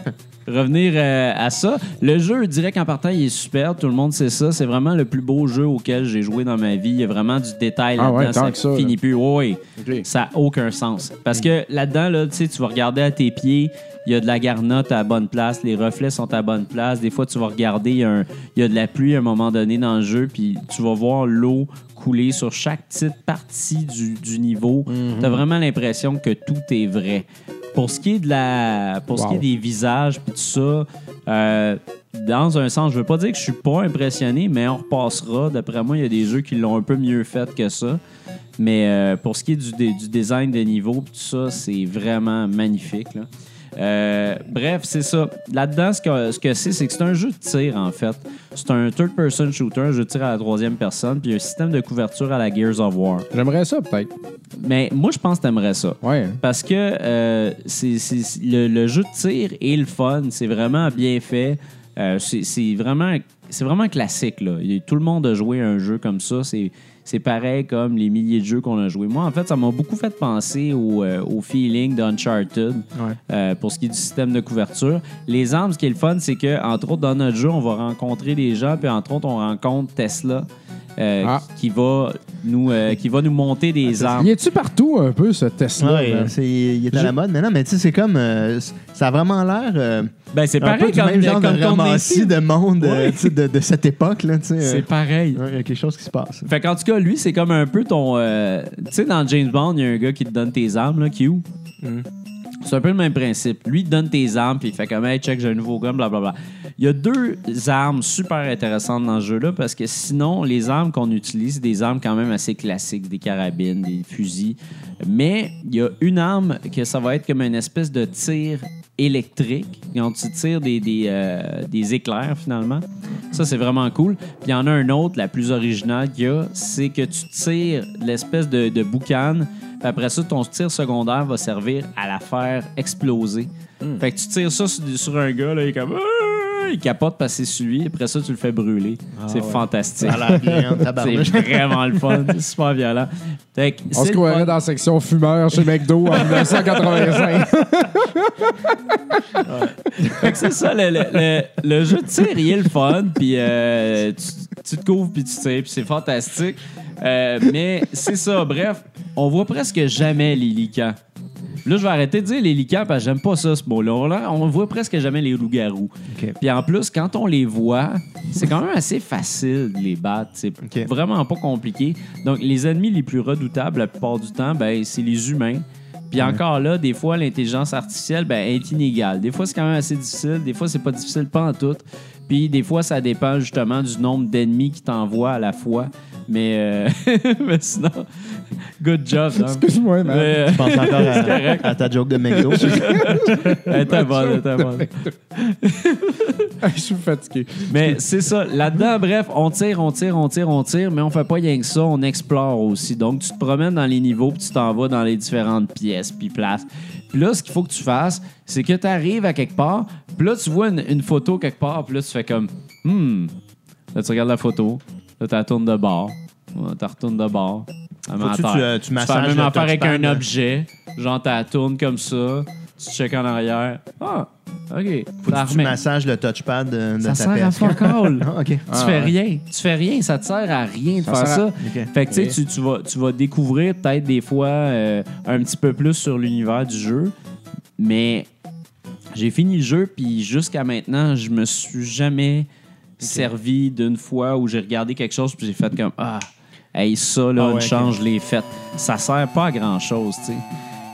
[SPEAKER 3] *laughs*
[SPEAKER 2] revenir euh, à ça, le jeu, direct en partant, il est super. Tout le monde sait ça. C'est vraiment le plus beau jeu auquel j'ai joué dans ma vie. Il y a vraiment du détail
[SPEAKER 3] Ah
[SPEAKER 2] là-dedans.
[SPEAKER 3] ouais, tant
[SPEAKER 2] ça,
[SPEAKER 3] que ça, là.
[SPEAKER 2] finit plus. Oui,
[SPEAKER 3] Ok.
[SPEAKER 2] ça n'a aucun sens. Parce que là-dedans, là, tu sais, tu vas regarder à tes pieds. Il y a de la garnotte à la bonne place, les reflets sont à la bonne place. Des fois, tu vas regarder, il y, a un- il y a de la pluie à un moment donné dans le jeu, puis tu vas voir l'eau couler sur chaque petite partie du, du niveau.
[SPEAKER 3] Mhm.
[SPEAKER 2] Tu as vraiment l'impression que tout est vrai. Pour ce qui est de la, pour ce qui
[SPEAKER 3] Wow.
[SPEAKER 2] est des visages puis tout ça, euh, dans un sens, je veux pas dire que je suis pas impressionné, mais on repassera. D'après moi, il y a des jeux qui l'ont un peu mieux fait que ça. Mais euh, pour ce qui est du, dé- du design des niveaux pis tout ça, c'est vraiment magnifique. là. Euh, bref, c'est ça. Là-dedans, ce que ce que c'est, c'est que c'est un jeu de tir, en fait. C'est un third-person shooter, un jeu de tir à la troisième personne, puis un système de couverture à la Gears of War.
[SPEAKER 3] J'aimerais ça, peut-être.
[SPEAKER 2] Mais moi, je pense que t'aimerais ça.
[SPEAKER 3] Ouais.
[SPEAKER 2] Parce que euh, c'est- c'est- le, le jeu de tir est le fun, c'est vraiment bien fait. Euh, c'est- c'est vraiment, c'est vraiment classique. Là. Il y a- Tout le monde a joué à un jeu comme ça. C'est c'est pareil comme les milliers de jeux qu'on a joués. Moi, en fait, ça m'a beaucoup fait penser au, euh, au feeling d'Uncharted euh, pour ce qui est du système de couverture. Les armes, ce qui est le fun, c'est que entre autres, dans notre jeu, on va rencontrer des gens, puis entre autres, on rencontre Tesla euh,
[SPEAKER 3] Ah.
[SPEAKER 2] qui, va nous, euh, qui va nous monter des armes.
[SPEAKER 3] Il est-tu partout un peu, ce Tesla?
[SPEAKER 4] Ouais,
[SPEAKER 3] là?
[SPEAKER 4] Ah, ben, c'est- il est à
[SPEAKER 3] Je-
[SPEAKER 4] la mode maintenant, mais tu sais, c'est comme. euh, c- ça a vraiment l'air. euh,
[SPEAKER 2] Ben, c'est
[SPEAKER 4] un peu
[SPEAKER 2] pareil
[SPEAKER 4] du
[SPEAKER 2] comme,
[SPEAKER 4] même genre
[SPEAKER 2] comme
[SPEAKER 4] de
[SPEAKER 2] ton
[SPEAKER 4] ramassis
[SPEAKER 2] équipe.
[SPEAKER 4] de monde euh,
[SPEAKER 2] Ouais.
[SPEAKER 4] tu sais, de, de cette époque. Là, tu sais, euh,
[SPEAKER 2] C'est pareil.
[SPEAKER 4] ouais, il y a quelque chose qui se passe.
[SPEAKER 2] Fait qu'en tout cas, lui, c'est comme un peu ton. euh, tu sais, dans James Bond, il y a un gars qui te donne tes armes, là, qui est où? C'est un peu le même principe. Lui, il donne tes armes, puis il fait comme, hey, check, j'ai un nouveau gun, blablabla. Il y a deux armes super intéressantes dans ce jeu-là, parce que sinon, les armes qu'on utilise, c'est des armes quand même assez classiques, des carabines, des fusils. Mais il y a une arme que ça va être comme une espèce de tir électrique, quand tu tires des, des, euh, des éclairs, finalement. Ça, c'est vraiment cool. Puis il y en a un autre, la plus originale qu'il y a, c'est que tu tires l'espèce de, de boucan. Puis après ça, ton tir secondaire va servir à la faire exploser. Fait que tu tires ça sur, sur un gars, là, il est comme. Ah! Il capote parce que c'est suivi. Après ça, tu le fais brûler. c'est fantastique.
[SPEAKER 4] Ça a *laughs* l'air bien,
[SPEAKER 2] C'est
[SPEAKER 4] tabarnouche.
[SPEAKER 2] vraiment le fun. C'est super violent. Fait que
[SPEAKER 3] On
[SPEAKER 2] c'est
[SPEAKER 3] se
[SPEAKER 2] le
[SPEAKER 3] croirait
[SPEAKER 2] fun.
[SPEAKER 3] dans la section fumeur chez McDo
[SPEAKER 2] *laughs*
[SPEAKER 3] en 1985. *laughs*
[SPEAKER 2] Fait que c'est ça, le, le- le- le jeu de tir, il est le fun, puis euh, tu, tu te couvres, puis tu tires, puis c'est fantastique. Euh, mais c'est ça, bref, on voit presque jamais les licans. Là, je vais arrêter de dire les licans parce que j'aime pas ça, ce mot-là. On, on voit presque jamais les loups-garous.
[SPEAKER 4] Ok.
[SPEAKER 2] Puis en plus, quand on les voit, c'est quand même assez facile de les battre. C'est
[SPEAKER 4] Ok.
[SPEAKER 2] vraiment pas compliqué. Donc, les ennemis les plus redoutables, la plupart du temps, ben, c'est les humains. Puis encore là, des fois, l'intelligence artificielle ben, est inégale. Des fois, c'est quand même assez difficile. Des fois, c'est pas difficile, pas en tout. Puis des fois, ça dépend justement du nombre d'ennemis qui t'envoient à la fois. Mais, euh, *laughs* mais sinon, good job. hein. *laughs*
[SPEAKER 3] Excuse-moi, man.
[SPEAKER 2] Mais, euh,
[SPEAKER 4] Je pense encore à, à ta joke de McDo.
[SPEAKER 2] elle était bonne, elle était bonne.
[SPEAKER 3] Je suis fatigué.
[SPEAKER 2] Mais c'est ça. Là-dedans, bref, on tire, on tire, on tire, on tire, mais on fait pas rien que ça, on explore aussi. Donc, tu te promènes dans les niveaux, puis tu t'en vas dans les différentes pièces, puis places. Puis là, ce qu'il faut que tu fasses, c'est que tu arrives à quelque part, puis là, tu vois une, une photo quelque part, puis là, tu fais comme Hmm. Là, tu regardes la photo, là, tu la tournes de bord, Ouais, tu la retournes de bord. Elle met
[SPEAKER 4] Faut-tu
[SPEAKER 2] à
[SPEAKER 4] tu,
[SPEAKER 2] terre.
[SPEAKER 4] euh, tu
[SPEAKER 2] fais
[SPEAKER 4] massages
[SPEAKER 2] la même
[SPEAKER 4] le
[SPEAKER 2] affaire avec
[SPEAKER 4] touchpad,
[SPEAKER 2] un
[SPEAKER 4] là.
[SPEAKER 2] objet, genre, tu la tournes comme ça, tu checkes en arrière. Ah, OK.
[SPEAKER 4] Faut
[SPEAKER 2] t'as
[SPEAKER 4] que tu
[SPEAKER 2] remets.
[SPEAKER 4] massages le touchpad de, de
[SPEAKER 2] Ça
[SPEAKER 4] ta
[SPEAKER 2] sert à
[SPEAKER 4] PS4.
[SPEAKER 2] fuck all.
[SPEAKER 4] *laughs* Ah, OK.
[SPEAKER 2] Tu fais rien. Tu fais rien. Ça te sert à rien de faire
[SPEAKER 3] sert
[SPEAKER 2] ça.
[SPEAKER 3] à-
[SPEAKER 4] OK.
[SPEAKER 2] Fait que tu sais, tu- tu vas, tu vas découvrir peut-être des fois euh, un petit peu plus sur l'univers du jeu. Mais j'ai fini le jeu, puis jusqu'à maintenant, je me suis jamais servi d'une fois où j'ai regardé quelque chose, puis j'ai fait comme Ah, hey, ça, là,
[SPEAKER 4] Ah ouais,
[SPEAKER 2] une
[SPEAKER 4] ok.
[SPEAKER 2] chance, je l'ai faite. Ça sert pas à grand-chose, tu sais.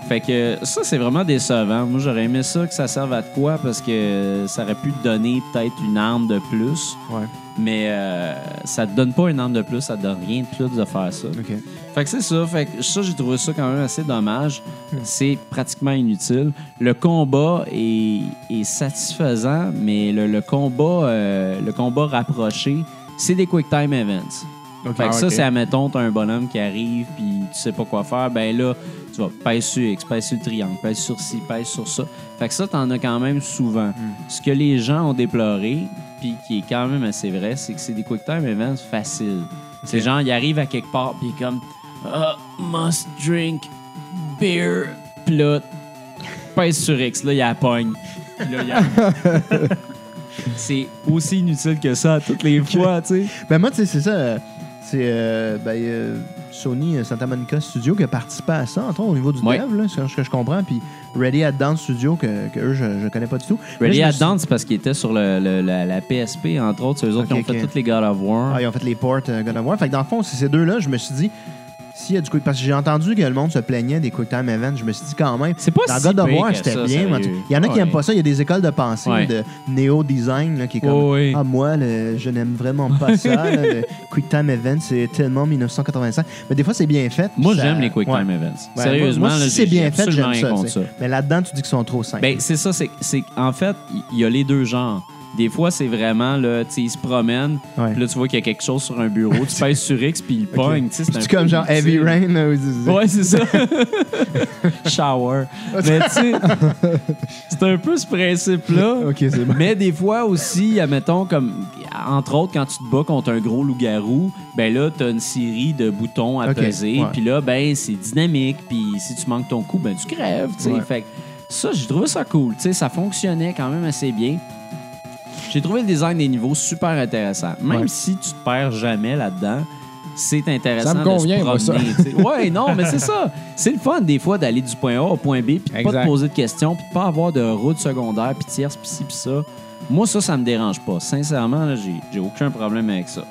[SPEAKER 2] Fait que ça, c'est vraiment décevant. Moi, j'aurais aimé ça que ça serve à de quoi parce que ça aurait pu te donner peut-être une arme de plus.
[SPEAKER 4] Ouais.
[SPEAKER 2] Mais euh, ça te donne pas une arme de plus, ça te donne rien de plus de faire ça.
[SPEAKER 4] OK.
[SPEAKER 2] Fait que c'est ça. Fait que ça, j'ai trouvé ça quand même assez dommage.
[SPEAKER 4] Hmm.
[SPEAKER 2] C'est pratiquement inutile. Le combat est, est satisfaisant, mais le, le combat, euh, le combat rapproché, c'est des quick time events.
[SPEAKER 4] OK.
[SPEAKER 2] Fait que
[SPEAKER 4] Ah,
[SPEAKER 2] ça,
[SPEAKER 4] OK.
[SPEAKER 2] c'est, admettons, t'as un bonhomme qui arrive, puis tu sais pas quoi faire, ben là, tu vas pèse sur X, pèse sur le triangle, pèse sur ci, pèse sur ça. Fait que ça, t'en as quand même souvent.
[SPEAKER 4] Hmm.
[SPEAKER 2] Ce que les gens ont déploré, puis qui est quand même assez vrai, c'est que c'est des quick time events faciles. C'est genre, ils arrivent à quelque part, puis comme, Ah, must drink beer, puis là, *laughs* pèse sur X, là, il la pogne. Puis là, il
[SPEAKER 4] *laughs*
[SPEAKER 2] la- c'est aussi inutile que ça, toutes les fois, tu sais.
[SPEAKER 4] Ben moi, tu sais, c'est ça. euh, C'est euh, ben, euh, Sony euh, Santa Monica Studio qui a participé à ça, entre autres, au niveau du
[SPEAKER 2] Ouais.
[SPEAKER 4] dev, là, c'est ce que je comprends. Puis Ready at Dawn Studio, que, que eux, je, je connais pas du tout. Mais
[SPEAKER 2] Ready
[SPEAKER 4] je me
[SPEAKER 2] at
[SPEAKER 4] suis-
[SPEAKER 2] Dawn, c'est parce qu'il était sur le- le- la, la PSP, entre autres. C'est eux autres qui
[SPEAKER 4] Ok,
[SPEAKER 2] ont fait
[SPEAKER 4] ok.
[SPEAKER 2] toutes les God of War.
[SPEAKER 4] Ah, ils ont fait les ports euh, God of War. Fait que dans le fond, c'est ces deux-là, je me suis dit, s'il y a du quick. Parce que j'ai entendu que le monde se plaignait des quick time events. Je me suis dit quand même.
[SPEAKER 2] C'est pas
[SPEAKER 4] Dans
[SPEAKER 2] si
[SPEAKER 4] God of
[SPEAKER 2] pire
[SPEAKER 4] War,
[SPEAKER 2] que
[SPEAKER 4] c'était
[SPEAKER 2] ça,
[SPEAKER 4] bien. moi, tu-
[SPEAKER 2] sérieux.
[SPEAKER 4] Il y en a qui
[SPEAKER 2] Ouais.
[SPEAKER 4] n'aiment pas ça. Il y a des écoles de pensée
[SPEAKER 2] Ouais.
[SPEAKER 4] de néo-design là, qui est comme
[SPEAKER 2] Oh, oui.
[SPEAKER 4] Ah, moi, le- je n'aime vraiment pas
[SPEAKER 2] *laughs*
[SPEAKER 4] ça. là, le Quick Time Event, c'est tellement 1985. Mais des fois, c'est bien fait. puis
[SPEAKER 2] Moi,
[SPEAKER 4] ça-
[SPEAKER 2] j'aime les Quick
[SPEAKER 4] Ouais.
[SPEAKER 2] Time Events.
[SPEAKER 4] Ouais,
[SPEAKER 2] Sérieusement,
[SPEAKER 4] moi, moi,
[SPEAKER 2] là,
[SPEAKER 4] si
[SPEAKER 2] j'ai
[SPEAKER 4] c'est bien
[SPEAKER 2] j'ai
[SPEAKER 4] fait,
[SPEAKER 2] absolument rien
[SPEAKER 4] j'aime ça.
[SPEAKER 2] contre
[SPEAKER 4] tu sais.
[SPEAKER 2] ça.
[SPEAKER 4] Mais là-dedans, tu dis qu'ils sont trop simples.
[SPEAKER 2] Ben, c'est ça, c'est c'est en fait, il y a les deux genres. Des fois, c'est vraiment, là, tu sais, ils se promènent,
[SPEAKER 4] Ouais.
[SPEAKER 2] puis là, tu vois qu'il y a quelque chose sur un bureau,
[SPEAKER 4] *laughs*
[SPEAKER 2] tu pèses sur X, puis il pogne, tu sais, c'est un
[SPEAKER 4] C'est
[SPEAKER 2] peu
[SPEAKER 4] comme genre Heavy
[SPEAKER 2] inutile.
[SPEAKER 4] Rain. là, où tu-
[SPEAKER 2] Ouais, c'est ça. *laughs* Shower. Mais tu sais, c'est un peu ce principe-là.
[SPEAKER 4] Ok, c'est bon.
[SPEAKER 2] Mais des fois aussi, admettons, comme entre autres, quand tu te bats contre un gros loup-garou, ben là, t'as une série de boutons à
[SPEAKER 4] Ok,
[SPEAKER 2] peser.
[SPEAKER 4] ouais.
[SPEAKER 2] Puis là, ben, c'est dynamique. Puis si tu manques ton coup, ben, tu crèves. tu sais.
[SPEAKER 4] Ouais.
[SPEAKER 2] Fait que ça, j'ai trouvé ça cool. tu sais, ça fonctionnait quand même assez bien. J'ai trouvé le design des niveaux super intéressant. Même
[SPEAKER 4] Ouais.
[SPEAKER 2] si tu te perds jamais là-dedans, c'est intéressant
[SPEAKER 3] Ça me convient, moi,
[SPEAKER 2] de se
[SPEAKER 3] ça.
[SPEAKER 2] promener. tu sais. ouais, non, mais c'est ça. C'est le fun des fois d'aller du point A au point B puis de pas
[SPEAKER 3] Exact.
[SPEAKER 2] te poser de questions puis de pas avoir de route secondaire puis tierce puis ci puis ça. Moi ça ça me dérange pas. Sincèrement, là, j'ai j'ai aucun problème avec ça.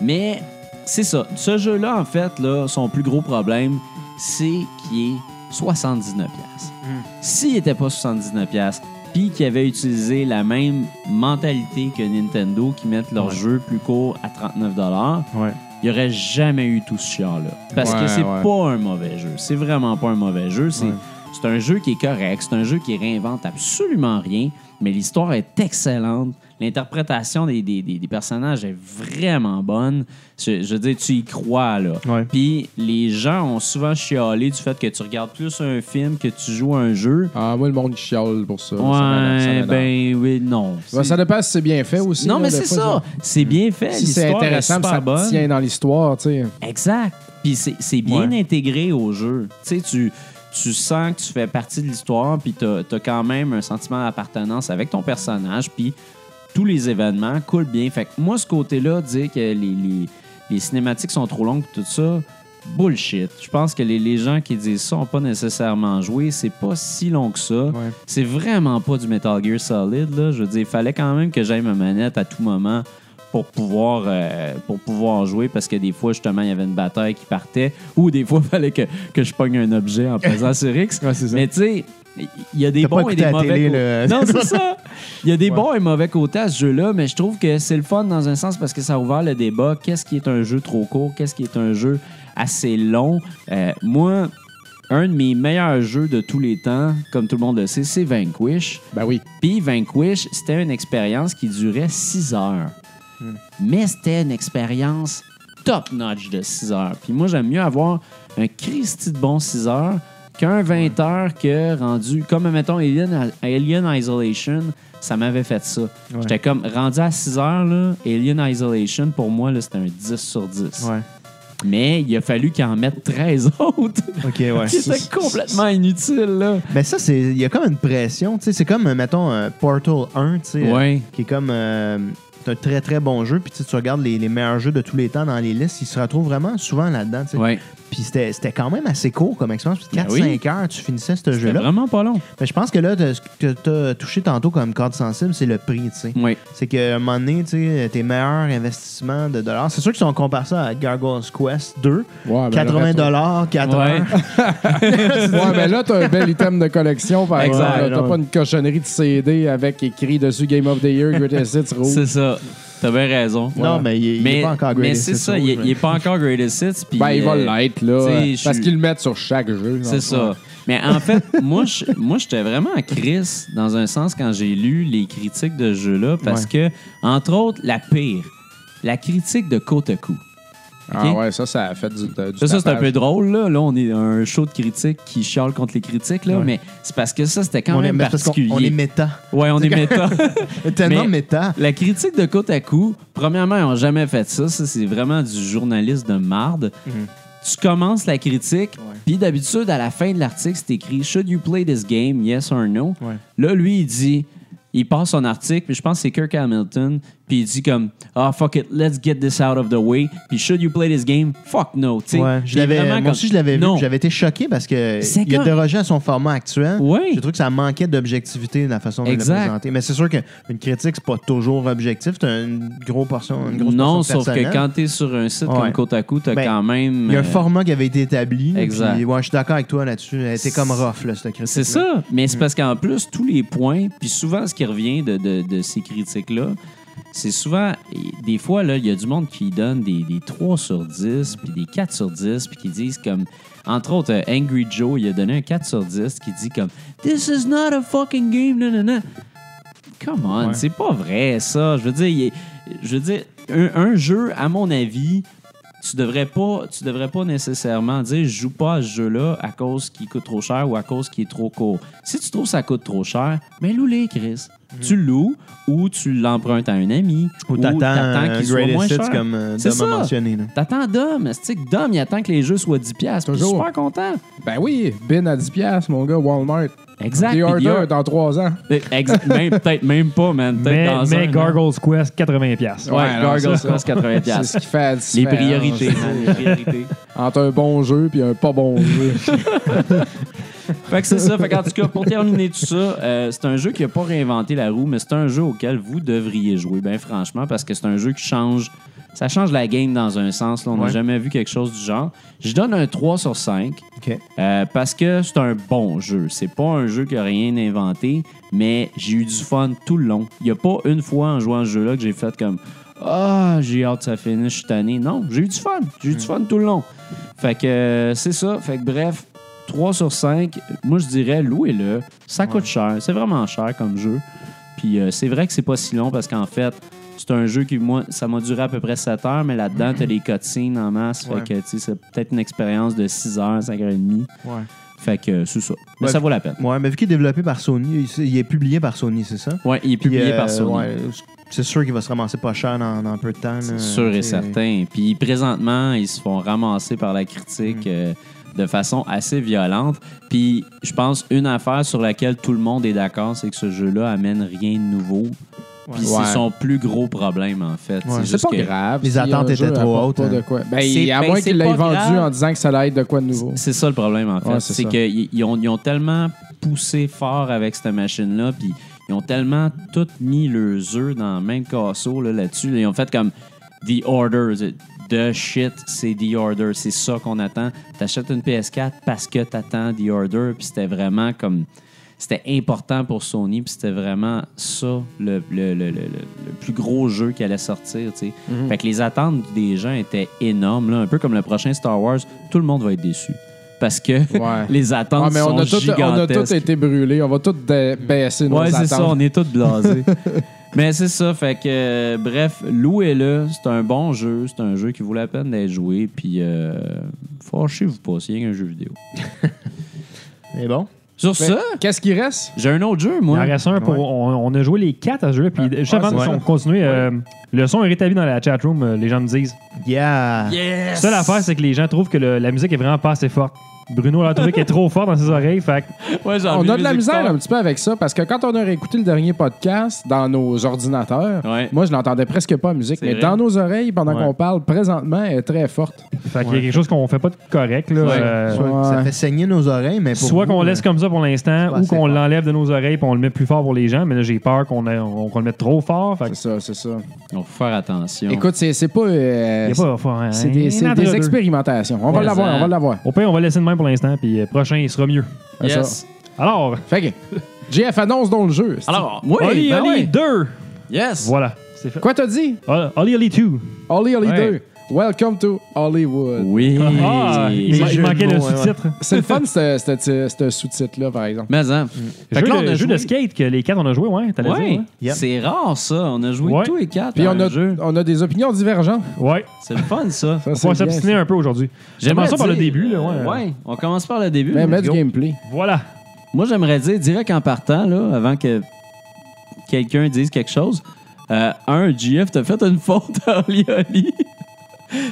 [SPEAKER 2] Mais c'est ça. Ce jeu là en fait là, son plus gros problème, c'est qu'il est 79 pièces. S'il n'était pas 79 pièces, puis qu'il avait utilisé la même mentalité que Nintendo qui mettent leurs jeux plus courts à 39 dollars,
[SPEAKER 5] Ouais.
[SPEAKER 2] il n'y aurait jamais eu tout ce chiant-là. Parce
[SPEAKER 3] Ouais,
[SPEAKER 2] que c'est
[SPEAKER 3] ouais.
[SPEAKER 2] pas un mauvais jeu. C'est vraiment pas un mauvais jeu. C'est
[SPEAKER 5] Ouais.
[SPEAKER 2] c'est un jeu qui est correct. C'est un jeu qui réinvente absolument rien. Mais l'histoire est excellente. L'interprétation des, des- des- des personnages est vraiment bonne. Je, je veux dire, tu y crois, là.
[SPEAKER 5] Ouais.
[SPEAKER 2] Puis les gens ont souvent chialé du fait que tu regardes plus un film que tu joues à un jeu.
[SPEAKER 3] Ah, moi, le monde chiale pour Ah, ça. Ça m'énerve, ça
[SPEAKER 2] Ouais,
[SPEAKER 3] m'énerve.
[SPEAKER 2] ben oui, non.
[SPEAKER 3] Ouais, Ça
[SPEAKER 2] C'est-
[SPEAKER 3] dépend si c'est bien fait aussi.
[SPEAKER 2] non,
[SPEAKER 3] là,
[SPEAKER 2] mais
[SPEAKER 3] des
[SPEAKER 2] c'est
[SPEAKER 3] fois,
[SPEAKER 2] ça. C'est bien fait.
[SPEAKER 3] Si c'est
[SPEAKER 2] l'histoire est
[SPEAKER 3] intéressant,
[SPEAKER 2] super
[SPEAKER 3] ça
[SPEAKER 2] bonne.
[SPEAKER 3] tient dans l'histoire, tu sais.
[SPEAKER 2] Mm. Exact. Puis c'est- c'est bien intégré au jeu. Tu sais, tu, tu sens que tu fais partie de l'histoire, puis tu as, quand même un sentiment d'appartenance avec ton personnage, puis tous les événements coulent bien. Fait que moi, ce côté-là, dire que les, les- les cinématiques sont trop longues, tout ça, bullshit. Je pense que les, les gens qui disent ça n'ont pas nécessairement joué. C'est pas si long que ça. C'est vraiment pas du Metal Gear Solid, là. Je veux dire, il fallait quand même que j'aille ma manette à tout moment pour pouvoir, euh, pour pouvoir jouer parce que des fois, justement, il y avait une bataille qui partait ou des fois, *laughs* il fallait que, que je pogne un objet en pesant sur X.
[SPEAKER 3] Ouais, c'est ça.
[SPEAKER 2] Mais tu sais, il y a des
[SPEAKER 4] T'as pas
[SPEAKER 2] bons et
[SPEAKER 4] écouté
[SPEAKER 2] des
[SPEAKER 4] la
[SPEAKER 2] mauvais.
[SPEAKER 4] télé,
[SPEAKER 2] cô-
[SPEAKER 4] là.
[SPEAKER 2] Non,
[SPEAKER 4] *laughs*
[SPEAKER 2] c'est ça. Il y a des bons et mauvais côtés à ce jeu-là, mais je trouve que c'est le fun dans un sens parce que ça a ouvert le débat. Qu'est-ce qui est un jeu trop court? Qu'est-ce qui est un jeu assez long? Euh, moi, un de mes meilleurs jeux de tous les temps, comme tout le monde le sait, c'est Vanquish.
[SPEAKER 3] Ben oui.
[SPEAKER 2] Puis Vanquish, c'était une expérience qui durait 6 heures. Mais c'était une expérience top-notch de 6 heures. Puis moi, j'aime mieux avoir un Christy de bon 6 heures qu'un 20 heures que rendu, comme mettons Alien, Alien Isolation, ça m'avait fait ça. J'étais comme rendu à 6 heures, là, Alien Isolation, pour moi, là, c'était un 10 sur 10.
[SPEAKER 4] *laughs*
[SPEAKER 5] Ouais.
[SPEAKER 2] Mais il a fallu qu'il en mette 13 *laughs* autres.
[SPEAKER 4] OK, ouais.
[SPEAKER 2] C'était complètement inutile, là.
[SPEAKER 4] Mais Ben, ça, c'est il y a comme une pression. tu sais, C'est comme, mettons, euh, Portal 1, tu sais, euh,
[SPEAKER 2] Ouais.
[SPEAKER 4] qui est comme euh, c'est un très, très bon jeu. Puis tu sais, tu regardes les, les meilleurs jeux de tous les temps dans les listes, ils se retrouvent vraiment souvent là-dedans. tu sais.
[SPEAKER 2] Ouais.
[SPEAKER 4] Puis c'était c'était quand même assez court comme expérience.
[SPEAKER 2] Ben
[SPEAKER 4] 4-5
[SPEAKER 2] oui.
[SPEAKER 4] heures, tu finissais ce
[SPEAKER 2] C'était
[SPEAKER 4] jeu-là.
[SPEAKER 2] vraiment pas long.
[SPEAKER 4] Mais je pense que là, t'as- ce que tu as touché tantôt comme corde sensible, c'est le prix. tu sais.
[SPEAKER 2] Oui.
[SPEAKER 4] C'est qu'à un moment donné, tu sais, tes meilleurs investissements de dollars, c'est sûr que si on compare ça à Gargoyle's Quest 2,
[SPEAKER 2] Ah,
[SPEAKER 3] Ouais, ben,
[SPEAKER 4] 80
[SPEAKER 3] le reste-
[SPEAKER 4] dollars, 4
[SPEAKER 2] Ouais.
[SPEAKER 4] heures.
[SPEAKER 3] Ouais, mais là, t'as un bel item de collection, par
[SPEAKER 2] Exact.
[SPEAKER 3] exemple. là. T'as
[SPEAKER 4] Ouais.
[SPEAKER 3] pas une cochonnerie de CD avec écrit dessus Game of the Year, Greatest Hits, Rouge.
[SPEAKER 2] *laughs* C'est ça. T'as bien raison.
[SPEAKER 4] Non, mais il il est
[SPEAKER 2] mais
[SPEAKER 4] pas encore
[SPEAKER 2] mais
[SPEAKER 4] greatest
[SPEAKER 2] c'est
[SPEAKER 4] hits
[SPEAKER 2] ça,
[SPEAKER 4] rouge,
[SPEAKER 2] il, est-
[SPEAKER 4] mais-
[SPEAKER 2] il est pas encore Greatest Hits. puis,
[SPEAKER 3] Ben, il va
[SPEAKER 2] euh,
[SPEAKER 3] l'être,
[SPEAKER 2] tu
[SPEAKER 3] là.
[SPEAKER 2] sais,
[SPEAKER 3] euh,
[SPEAKER 2] je
[SPEAKER 3] Parce
[SPEAKER 2] suis-
[SPEAKER 3] qu'ils le mettent sur chaque jeu. dans le
[SPEAKER 2] C'est ça.
[SPEAKER 3] fond.
[SPEAKER 2] Mais en fait, moi, je, moi, j'étais vraiment à crise, dans un sens, quand j'ai lu les critiques de ce jeu-là, parce que, entre autres, la pire, la critique de Kotaku.
[SPEAKER 3] Ah
[SPEAKER 2] Ok.
[SPEAKER 3] ouais, ça, ça a fait du. euh, du
[SPEAKER 2] Ça, ça, c'est un
[SPEAKER 3] tapage.
[SPEAKER 2] peu drôle, là. Là, on est un show de critiques qui chiale contre les critiques, là,
[SPEAKER 5] Ouais.
[SPEAKER 2] mais c'est parce que ça, c'était quand
[SPEAKER 4] On est,
[SPEAKER 2] même
[SPEAKER 4] mais parce qu'on-
[SPEAKER 2] particulier.
[SPEAKER 4] on est méta.
[SPEAKER 2] ouais, on est méta. *laughs*
[SPEAKER 4] Tellement
[SPEAKER 2] Mais-
[SPEAKER 4] méta.
[SPEAKER 2] *laughs* La critique de côte à coup, premièrement, ils n'ont jamais fait ça. Ça, c'est vraiment du journaliste de marde.
[SPEAKER 4] Mm-hmm.
[SPEAKER 2] Tu commences la critique, puis d'habitude, à la fin de l'article, c'est écrit Should you play this game, yes or no?
[SPEAKER 5] Ouais.
[SPEAKER 2] Là, lui, il dit. Il passe son article, puis je pense que c'est Kirk Hamilton, puis il dit comme Ah, fuck it, let's get this out of the way, puis should you play this game? Fuck no. tu sais.
[SPEAKER 4] Ouais, je
[SPEAKER 2] Puis
[SPEAKER 4] l'avais,
[SPEAKER 2] vraiment
[SPEAKER 4] moi
[SPEAKER 2] comme-
[SPEAKER 4] aussi, je l'avais vu.
[SPEAKER 2] Non.
[SPEAKER 4] puis J'avais été choqué parce que
[SPEAKER 2] C'est
[SPEAKER 4] il a
[SPEAKER 2] quand-
[SPEAKER 4] dérogé à son format actuel.
[SPEAKER 2] Oui.
[SPEAKER 4] Je trouve que ça manquait d'objectivité de la façon de le
[SPEAKER 2] Exact.
[SPEAKER 4] présenter. Mais c'est sûr qu'une critique, c'est pas toujours objectif. T'as une grosse portion, une grosse
[SPEAKER 2] Non,
[SPEAKER 4] portion
[SPEAKER 2] sauf que
[SPEAKER 4] personnelle.
[SPEAKER 2] quand t'es sur un site
[SPEAKER 4] Ouais.
[SPEAKER 2] comme côte à coup, t'as
[SPEAKER 4] Ben,
[SPEAKER 2] quand même.
[SPEAKER 4] Il y a un
[SPEAKER 2] euh,
[SPEAKER 4] format qui avait été établi.
[SPEAKER 2] Exact.
[SPEAKER 4] puis, ouais, je suis d'accord avec toi là-dessus. Elle était comme rough, là, cette critique.
[SPEAKER 2] C'est ça, mais c'est parce qu'en plus, tous les points, puis souvent ce qui revient de, de- de ces critiques-là, c'est souvent, et des fois, là, il y a du monde qui donne des, des 3 sur 10, puis des 4 sur 10, puis qui disent comme, entre autres, euh, Angry Joe, il a donné un 4 sur 10 qui dit comme, This is not a fucking game, non, non, non. Come on, c'est pas vrai ça. Je veux dire, il est- je veux dire un, un jeu, à mon avis, tu devrais pas, tu devrais pas nécessairement dire je joue pas à ce jeu-là à cause qu'il coûte trop cher ou à cause qu'il est trop court. Si tu trouves que ça coûte trop cher, mais loue-les, Chris. Tu le loues ou tu l'empruntes à un ami
[SPEAKER 4] Mm. Ou t'attends
[SPEAKER 2] t'attends
[SPEAKER 4] un
[SPEAKER 2] qu'il soit moins
[SPEAKER 4] greatest
[SPEAKER 2] cher.
[SPEAKER 4] hits comme euh,
[SPEAKER 2] C'est
[SPEAKER 4] Dom a
[SPEAKER 2] ça.
[SPEAKER 4] mentionné. là.
[SPEAKER 2] T'attends Dom, c'est que Dom il attend que les jeux soient 10 pièces, je suis
[SPEAKER 3] Toujours.
[SPEAKER 2] super content.
[SPEAKER 3] Ben oui, bin à 10$, mon gars, Walmart.
[SPEAKER 2] Exact.
[SPEAKER 3] The
[SPEAKER 2] puis The
[SPEAKER 3] Order
[SPEAKER 2] Order-
[SPEAKER 3] dans 3 ans.
[SPEAKER 2] Exact, Euh, même- peut-être même pas man, peut-être
[SPEAKER 5] Mais,
[SPEAKER 2] dans
[SPEAKER 5] mais
[SPEAKER 2] un an.
[SPEAKER 5] Gargoyle's Quest, 80$. piastres.
[SPEAKER 2] Ouais,
[SPEAKER 3] Ouais, non,
[SPEAKER 2] Gargoyles
[SPEAKER 3] c'est ça.
[SPEAKER 2] Quest, 80
[SPEAKER 3] C'est ce qui fait la
[SPEAKER 2] Les
[SPEAKER 3] différence,
[SPEAKER 2] priorités,
[SPEAKER 3] c'est-
[SPEAKER 2] man, les priorités.
[SPEAKER 3] Entre un bon jeu puis un pas
[SPEAKER 2] *laughs*
[SPEAKER 3] bon jeu.
[SPEAKER 2] Fait que c'est ça. Fait qu'en tout cas, pour terminer tout ça, euh, c'est un jeu qui n'a ben pas réinventé la roue, mais c'est un jeu auquel vous devriez jouer, bien franchement, parce que c'est un jeu qui change Ça change la game dans un sens. là. On n'a
[SPEAKER 4] Ouais.
[SPEAKER 2] jamais vu quelque chose du genre. Je donne un 3 sur 5
[SPEAKER 4] OK.
[SPEAKER 2] euh, parce que c'est un bon jeu. C'est pas un jeu qui a rien inventé, mais j'ai eu du fun tout le long. Il n'y a pas une fois en jouant à ce jeu-là que j'ai fait comme Ah, j'ai hâte que ça finisse, je suis tanné. Non, j'ai eu du fun. J'ai eu du fun tout le long. Fait que euh, c'est ça. Fait que bref, 3 sur 5, moi je dirais louez-le. Ça coûte cher. C'est vraiment cher comme jeu. Puis euh, c'est vrai que c'est pas si long parce qu'en fait, c'est un jeu qui, moi, ça m'a duré à peu près 7 heures, mais là-dedans, t'as les cutscenes en masse.
[SPEAKER 4] Ouais.
[SPEAKER 2] Fait que, tu sais, c'est peut-être une expérience de 6 heures, 5 heures et demie.
[SPEAKER 4] Ouais.
[SPEAKER 2] Fait que euh, c'est ça. Mais
[SPEAKER 4] Ouais,
[SPEAKER 2] ça vaut la peine.
[SPEAKER 4] Ouais, mais vu qu'il est développé par Sony, il- il est publié par Sony, c'est ça?
[SPEAKER 2] Ouais, il est
[SPEAKER 4] Puis,
[SPEAKER 2] publié
[SPEAKER 4] euh,
[SPEAKER 2] par Sony.
[SPEAKER 4] ouais, c'est sûr qu'il va se ramasser pas cher dans, dans un peu de temps. là,
[SPEAKER 3] Hmm,
[SPEAKER 2] C'est sûr
[SPEAKER 4] t'sais.
[SPEAKER 2] et certain. Puis présentement, ils se font ramasser par la critique
[SPEAKER 3] Hmm.
[SPEAKER 2] euh, de façon assez violente. Puis je pense une affaire sur laquelle tout le monde est d'accord, c'est que ce jeu-là amène rien de nouveau. Puis
[SPEAKER 3] Ouais.
[SPEAKER 2] c'est son plus gros problème, en fait.
[SPEAKER 4] Ouais.
[SPEAKER 2] juste
[SPEAKER 3] C'est pas
[SPEAKER 2] que-
[SPEAKER 3] grave.
[SPEAKER 4] Les
[SPEAKER 3] si
[SPEAKER 4] attentes
[SPEAKER 3] un jeu
[SPEAKER 4] étaient trop
[SPEAKER 3] apporte
[SPEAKER 4] hautes,
[SPEAKER 3] pas
[SPEAKER 4] hein.
[SPEAKER 3] de quoi. Ben,
[SPEAKER 2] C'est-
[SPEAKER 3] à
[SPEAKER 2] ben,
[SPEAKER 3] moins
[SPEAKER 2] c'est
[SPEAKER 3] qu'il l'ait
[SPEAKER 2] pas
[SPEAKER 3] vendu
[SPEAKER 2] grave.
[SPEAKER 3] en disant que ça allait être de quoi de nouveau.
[SPEAKER 2] C'est ça le problème, en fait.
[SPEAKER 3] Ouais, c'est
[SPEAKER 2] c'est
[SPEAKER 3] ça.
[SPEAKER 2] qu'ils ils ont, ils ont tellement poussé fort avec cette machine-là, puis ils ont tellement tout mis leurs œufs dans le même casseau là, là-dessus. ils ont fait comme The Order. c'est- The shit, c'est The Order. C'est ça qu'on attend. T'achètes une PS4 parce que t'attends The Order, puis c'était vraiment comme. C'était important pour Sony, puis c'était vraiment ça le, le- le- le- le plus gros jeu qui allait sortir. tu sais. Fait que les attentes des gens étaient énormes. là. Un peu comme le prochain Star Wars, tout le monde va être déçu. Parce que
[SPEAKER 3] Ouais.
[SPEAKER 2] *laughs* les
[SPEAKER 3] Ah,
[SPEAKER 2] attentes
[SPEAKER 3] mais on
[SPEAKER 2] sont
[SPEAKER 3] a, tout, on a
[SPEAKER 2] gigantesques.
[SPEAKER 3] tous été brûlés. On va tous dé- baisser nos
[SPEAKER 2] Ouais, c'est
[SPEAKER 3] attentes.
[SPEAKER 2] ça, on est tous
[SPEAKER 3] *laughs*
[SPEAKER 2] blasés. Mais c'est ça, fait que euh, bref, louez-le, c'est un bon jeu, c'est un jeu qui vaut la peine d'être joué, puis euh, fâchez-vous pas, c'est rien qu'un jeu vidéo.
[SPEAKER 4] Mais bon.
[SPEAKER 2] Sur
[SPEAKER 3] Mais
[SPEAKER 2] ça,
[SPEAKER 3] Qu'est-ce qui reste?
[SPEAKER 2] j'ai un autre jeu,
[SPEAKER 5] Il en
[SPEAKER 2] moi.
[SPEAKER 5] reste un pour.
[SPEAKER 4] Ouais.
[SPEAKER 5] On, on a joué les quatre à ce jeu-là. Puis juste
[SPEAKER 3] Ah,
[SPEAKER 5] avant
[SPEAKER 4] c'est
[SPEAKER 5] de
[SPEAKER 4] vrai.
[SPEAKER 5] continuer, euh, le son est rétabli dans la chatroom. euh, les gens me disent.
[SPEAKER 4] Yeah!
[SPEAKER 5] La seule affaire, c'est que les gens trouvent que le- la musique est vraiment pas assez forte. Bruno l'a trouvé qu'elle est trop forte dans ses oreilles. Fait que-
[SPEAKER 2] Ouais, j'ai
[SPEAKER 3] On
[SPEAKER 2] enlevé
[SPEAKER 3] a de la
[SPEAKER 2] mes
[SPEAKER 3] misère
[SPEAKER 2] écouteurs.
[SPEAKER 3] un petit peu avec ça parce que quand on a réécouté le dernier podcast dans nos ordinateurs,
[SPEAKER 2] Ouais.
[SPEAKER 3] moi je l'entendais presque pas la musique,
[SPEAKER 2] C'est
[SPEAKER 3] mais
[SPEAKER 2] vrai.
[SPEAKER 3] dans nos oreilles, pendant
[SPEAKER 4] Ouais.
[SPEAKER 3] qu'on parle présentement, elle est très forte.
[SPEAKER 5] fait qu'il y a quelque chose qu'on fait pas de correct. Là,
[SPEAKER 2] Ouais.
[SPEAKER 5] Euh,
[SPEAKER 4] Soit- Ça
[SPEAKER 3] Ouais.
[SPEAKER 4] fait saigner nos oreilles, mais pour
[SPEAKER 5] Soit
[SPEAKER 4] vous,
[SPEAKER 5] qu'on laisse
[SPEAKER 4] euh,
[SPEAKER 5] comme ça pour
[SPEAKER 4] c'est
[SPEAKER 5] l'instant
[SPEAKER 4] pas
[SPEAKER 5] ou
[SPEAKER 4] assez
[SPEAKER 5] qu'on
[SPEAKER 4] fort.
[SPEAKER 5] l'enlève de nos oreilles et on le met plus fort pour les gens. Mais là, j'ai peur qu'on ait- on- qu'on le mette trop fort. Fait que-
[SPEAKER 3] C'est ça, c'est ça.
[SPEAKER 2] On faut faire attention.
[SPEAKER 3] Écoute, c'est c'est pas. euh,
[SPEAKER 5] Il y a pas- faut- hein,
[SPEAKER 3] c'est des,
[SPEAKER 5] il y
[SPEAKER 3] c'est
[SPEAKER 5] en a
[SPEAKER 3] des
[SPEAKER 5] deux.
[SPEAKER 3] expérimentations. On va
[SPEAKER 2] Ouais,
[SPEAKER 3] l'avoir,
[SPEAKER 2] ça-
[SPEAKER 3] on va l'avoir.
[SPEAKER 5] Au pire, on va laisser de même pour l'instant. Puis euh, prochain, il sera mieux.
[SPEAKER 3] C'est ça.
[SPEAKER 2] Yes.
[SPEAKER 5] Alors,
[SPEAKER 3] Fait que, JF annonce donc le jeu.
[SPEAKER 2] Alors, oui,
[SPEAKER 5] Oli
[SPEAKER 2] ben
[SPEAKER 5] Oli
[SPEAKER 2] oui.
[SPEAKER 5] 2.
[SPEAKER 2] Yes.
[SPEAKER 5] Voilà. C'est fait.
[SPEAKER 3] Quoi t'as dit?
[SPEAKER 5] Ah, Oli Oli 2.
[SPEAKER 3] Holly Holly
[SPEAKER 5] Ouais.
[SPEAKER 3] 2. Welcome to Hollywood.
[SPEAKER 2] Oui.
[SPEAKER 5] Ah, il,
[SPEAKER 4] les
[SPEAKER 5] ma- il
[SPEAKER 4] jeux de
[SPEAKER 5] manquait le
[SPEAKER 4] mots, ouais,
[SPEAKER 5] sous-titre.
[SPEAKER 3] C'est le fun, ce- ce ce- ce sous-titre-là, par exemple.
[SPEAKER 2] Mais hein. Fait
[SPEAKER 5] Jeu,
[SPEAKER 2] que là, on
[SPEAKER 5] de,
[SPEAKER 2] a
[SPEAKER 5] jeu de
[SPEAKER 2] joué-
[SPEAKER 5] skate que les quatre on a joué, ouais, t'allais
[SPEAKER 2] Ouais.
[SPEAKER 5] dire. hein?
[SPEAKER 4] Yep.
[SPEAKER 2] C'est rare, ça. On a joué
[SPEAKER 5] Ouais.
[SPEAKER 2] tous les quatre.
[SPEAKER 3] Puis
[SPEAKER 2] à
[SPEAKER 3] on
[SPEAKER 2] un
[SPEAKER 3] a, *laughs*
[SPEAKER 2] jeu.
[SPEAKER 3] on a des opinions divergentes.
[SPEAKER 5] Ouais. ouais.
[SPEAKER 2] C'est le fun, ça.
[SPEAKER 3] Ça,
[SPEAKER 5] On
[SPEAKER 3] c'est bien,
[SPEAKER 5] va s'obstiner un peu aujourd'hui.
[SPEAKER 2] J'aimerais
[SPEAKER 5] Commençons par le
[SPEAKER 2] dire-
[SPEAKER 5] début, là, ouais.
[SPEAKER 2] on commence par le début.
[SPEAKER 3] Ben, Mais
[SPEAKER 2] let's
[SPEAKER 3] mettre du
[SPEAKER 2] go.
[SPEAKER 3] gameplay.
[SPEAKER 5] Voilà.
[SPEAKER 2] Moi, j'aimerais dire direct en partant, là, avant que quelqu'un dise quelque chose. euh, un, GF, t'as fait une faute à Oli Oli.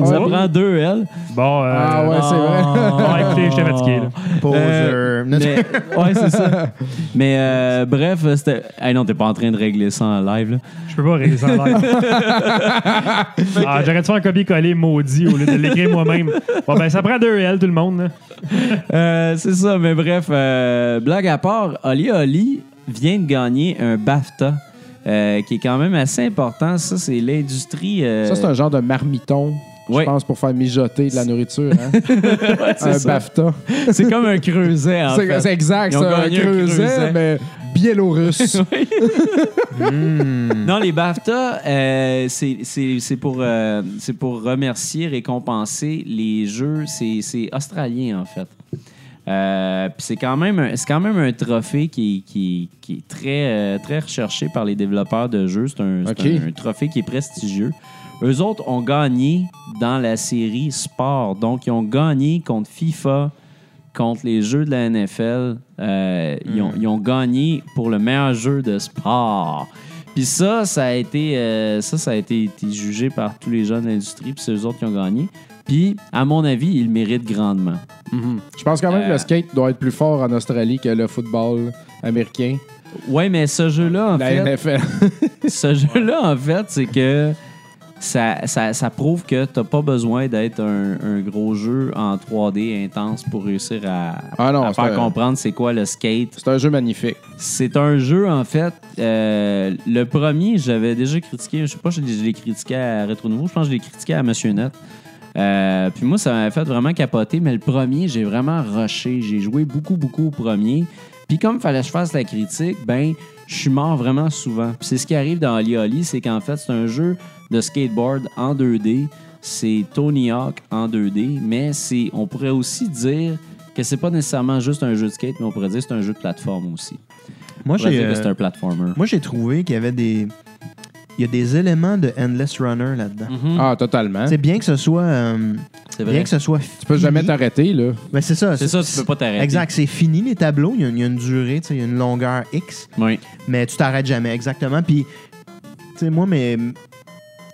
[SPEAKER 2] Ça
[SPEAKER 3] Ouais.
[SPEAKER 2] prend deux L.
[SPEAKER 5] Bon, euh,
[SPEAKER 3] Ah ouais, c'est vrai.
[SPEAKER 5] bon, écoutez, j'étais fatigué. là.
[SPEAKER 4] Poser.
[SPEAKER 2] Euh,
[SPEAKER 4] Non,
[SPEAKER 2] Mais, ouais, c'est
[SPEAKER 3] *laughs*
[SPEAKER 2] ça. Mais euh, bref, c'était. Hey, non, t'es pas en train de régler ça en live, là.
[SPEAKER 5] Je peux pas régler ça en live. ah, J'aurais dû faire un copier-coller maudit au lieu de l'écrire moi-même. Bon, ben, ça prend deux L, tout le monde. là.
[SPEAKER 2] Euh, c'est ça, mais bref, euh, blague à part, Oli Oli vient de gagner un BAFTA, euh, qui est quand même assez important. Ça, c'est l'industrie. euh,
[SPEAKER 3] Ça, c'est un genre de marmiton,
[SPEAKER 2] Ouais.
[SPEAKER 3] je pense, pour faire mijoter de la nourriture. hein.
[SPEAKER 2] *laughs* Ouais, c'est
[SPEAKER 3] un
[SPEAKER 2] ça.
[SPEAKER 3] BAFTA.
[SPEAKER 2] C'est comme un creuset, en
[SPEAKER 3] *laughs* C'est
[SPEAKER 2] fait.
[SPEAKER 3] c'est exact,
[SPEAKER 2] Ils ont
[SPEAKER 3] c'est un
[SPEAKER 2] gagné un creuset.
[SPEAKER 3] creuset, mais
[SPEAKER 2] *laughs*
[SPEAKER 3] biélorusse.
[SPEAKER 2] Non, les BAFTA, euh, c'est- c'est c'est pour, euh, c'est pour remercier, récompenser les jeux. C'est c'est australien, en fait. Euh, Puis c'est quand, même un- c'est quand même un trophée qui, qui, qui est très, euh, très recherché par les développeurs de jeux. C'est un, c'est
[SPEAKER 3] Ok.
[SPEAKER 2] un- un trophée qui est prestigieux. Eux autres ont gagné dans la série Sport. Donc, ils ont gagné contre FIFA, contre les jeux de la NFL. Euh, ils,
[SPEAKER 3] Hmm.
[SPEAKER 2] ont, ils ont gagné pour le meilleur jeu de sport. Puis ça, ça a été, euh, ça, ça a été, été jugé par tous les gens de l'industrie. Puis c'est eux autres qui ont gagné. Puis, à mon avis, ils le méritent grandement.
[SPEAKER 4] Mhm.
[SPEAKER 3] Je pense quand même que
[SPEAKER 2] Euh.
[SPEAKER 3] le skate doit être plus fort en Australie que le football américain,
[SPEAKER 2] Ouais, mais ce jeu-là, en
[SPEAKER 3] la
[SPEAKER 2] fait, *laughs*
[SPEAKER 3] NFL.
[SPEAKER 2] ce jeu-là, en fait, c'est que ça, ça, ça prouve que t'as pas besoin d'être un, un gros jeu en 3D intense pour réussir à,
[SPEAKER 3] Ah non,
[SPEAKER 2] à
[SPEAKER 3] c'est
[SPEAKER 2] faire
[SPEAKER 3] un-
[SPEAKER 2] comprendre c'est quoi le skate.
[SPEAKER 3] *laughs* C'est un jeu magnifique.
[SPEAKER 2] C'est un jeu, en fait. euh, le premier, j'avais déjà critiqué, je sais pas, je l'ai je l'ai critiqué à Retro Nouveau, je pense que je l'ai critiqué à Monsieur Net. Euh, puis moi, ça m'a fait vraiment capoter, mais le premier, j'ai vraiment rushé. J'ai joué beaucoup, beaucoup au premier. Puis comme fallait que je fasse la critique, ben, je suis mort vraiment souvent. Puis c'est ce qui arrive dans Lioli, c'est qu'en fait, c'est un jeu de skateboard en 2D. C'est Tony Hawk en 2D, mais c'est, on pourrait aussi dire que c'est pas nécessairement juste un jeu de skate, mais on pourrait dire que c'est un jeu de plateforme aussi.
[SPEAKER 4] Moi,
[SPEAKER 2] On pourrait
[SPEAKER 4] j'ai
[SPEAKER 2] dire que
[SPEAKER 4] euh,
[SPEAKER 2] c'est un platformer.
[SPEAKER 4] moi, j'ai trouvé qu'il y avait des. Il y a des éléments de Endless Runner là-dedans.
[SPEAKER 2] Mhm,
[SPEAKER 3] Ah, totalement.
[SPEAKER 4] C'est bien que ce soit. euh,
[SPEAKER 2] c'est
[SPEAKER 4] bien
[SPEAKER 2] vrai.
[SPEAKER 4] que ce soit.
[SPEAKER 3] Tu peux jamais t'arrêter, là.
[SPEAKER 4] Mais c'est ça.
[SPEAKER 2] C'est ça, tu peux pas t'arrêter.
[SPEAKER 4] Exact, c'est fini les tableaux. Il y a une, il y a une durée, tu sais, il y a une longueur X,
[SPEAKER 2] Oui.
[SPEAKER 4] mais tu t'arrêtes jamais, exactement. Puis, tu sais, moi, mais.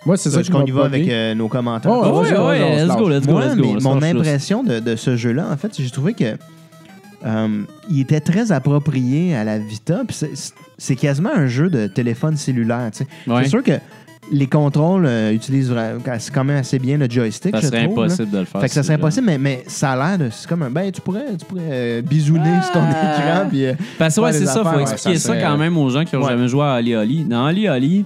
[SPEAKER 3] Moi, c'est ça
[SPEAKER 4] Parce
[SPEAKER 3] qui
[SPEAKER 4] qu'on
[SPEAKER 3] m'a
[SPEAKER 4] y va
[SPEAKER 3] poppé.
[SPEAKER 4] avec euh, nos commentaires.
[SPEAKER 3] Oh,
[SPEAKER 2] Ah
[SPEAKER 3] ouais,
[SPEAKER 2] ouais,
[SPEAKER 3] ouais,
[SPEAKER 2] ouais,
[SPEAKER 3] on se
[SPEAKER 2] let's
[SPEAKER 3] lance.
[SPEAKER 2] go, let's go,
[SPEAKER 4] Moi,
[SPEAKER 2] let's go.
[SPEAKER 4] mais
[SPEAKER 2] on se
[SPEAKER 4] mon
[SPEAKER 2] lance là.
[SPEAKER 4] impression de, de ce jeu-là, en fait, j'ai trouvé que euh, il était très approprié à la Vita. Puis c'est- c'est quasiment un jeu de téléphone cellulaire. tu sais.
[SPEAKER 2] Ouais.
[SPEAKER 4] C'est sûr que les contrôles euh, utilisent vra- c'est quand même assez bien le joystick.
[SPEAKER 2] Ça
[SPEAKER 4] je
[SPEAKER 2] serait
[SPEAKER 4] trouve, là.
[SPEAKER 2] impossible de le faire. euh,
[SPEAKER 4] Fait que ça
[SPEAKER 2] si
[SPEAKER 4] serait
[SPEAKER 2] je-
[SPEAKER 4] impossible, mais, mais ça a l'air de. C'est comme un. Ben, tu pourrais, tu pourrais euh, bisouner sur ton *laughs*
[SPEAKER 2] Ah!
[SPEAKER 4] écran. Puis, euh,
[SPEAKER 2] Parce que ouais,
[SPEAKER 4] Ouais,
[SPEAKER 2] c'est
[SPEAKER 4] les
[SPEAKER 2] ça,
[SPEAKER 4] affaires,
[SPEAKER 2] faut
[SPEAKER 4] ouais,
[SPEAKER 2] expliquer
[SPEAKER 3] ça
[SPEAKER 2] ça,
[SPEAKER 3] serait-
[SPEAKER 2] quand même aux gens qui n'ont
[SPEAKER 4] Ouais.
[SPEAKER 2] jamais joué à Ali Ali. Dans Ali Ali,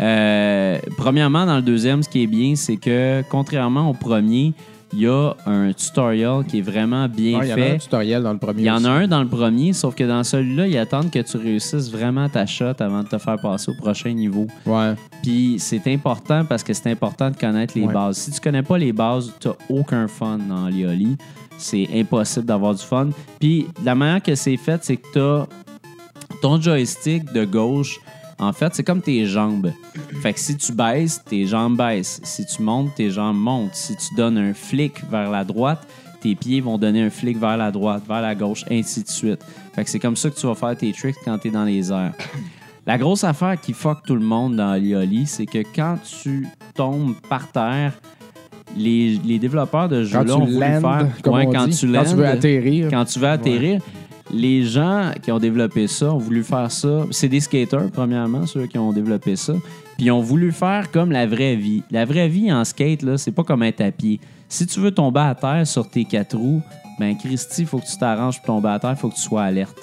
[SPEAKER 2] euh, premièrement, dans le deuxième, ce qui est bien, c'est que contrairement au premier, il y a un tutoriel qui est vraiment bien
[SPEAKER 3] Ah, Il y en a un
[SPEAKER 2] fait.
[SPEAKER 3] tutoriel dans le premier.
[SPEAKER 2] Il y en
[SPEAKER 3] aussi.
[SPEAKER 2] a un dans le premier, sauf que dans celui-là, ils attendent que tu réussisses vraiment ta shot avant de te faire passer au prochain niveau.
[SPEAKER 3] Ouais.
[SPEAKER 2] Puis c'est important parce que c'est important de connaître les
[SPEAKER 4] Ouais.
[SPEAKER 2] bases. Si tu connais pas les bases, tu aucun fun dans Lioli. C'est impossible d'avoir du fun. Puis la manière que c'est fait, c'est que tu ton joystick de gauche. En fait, c'est comme tes jambes. Fait que si tu baisses, tes jambes baissent. Si tu montes, tes jambes montent. Si tu donnes un flic vers la droite, tes pieds vont donner un flic vers la droite, vers la gauche, ainsi de suite. Fait que c'est comme ça que tu vas faire tes tricks quand tu es dans les airs. La grosse affaire qui fuck tout le monde dans Lioli, c'est que quand tu tombes par terre, les, les développeurs de
[SPEAKER 3] Quand
[SPEAKER 2] jeux-là ont
[SPEAKER 3] tu
[SPEAKER 2] voulu
[SPEAKER 3] landes,
[SPEAKER 2] faire...
[SPEAKER 3] comme
[SPEAKER 2] Ouais,
[SPEAKER 3] on
[SPEAKER 2] quand
[SPEAKER 3] dit.
[SPEAKER 2] tu
[SPEAKER 3] quand tu veux
[SPEAKER 2] landes,
[SPEAKER 3] atterrir.
[SPEAKER 2] quand tu vas atterrir, les gens qui ont développé ça ont voulu faire ça. C'est des skaters, premièrement, ceux qui ont développé ça. Puis ils ont voulu faire comme la vraie vie. La vraie vie en skate, là, c'est pas comme un tapis. Si tu veux tomber à terre sur tes quatre roues, ben Christy, faut que tu t'arranges pour tomber à terre, faut que tu sois alerte.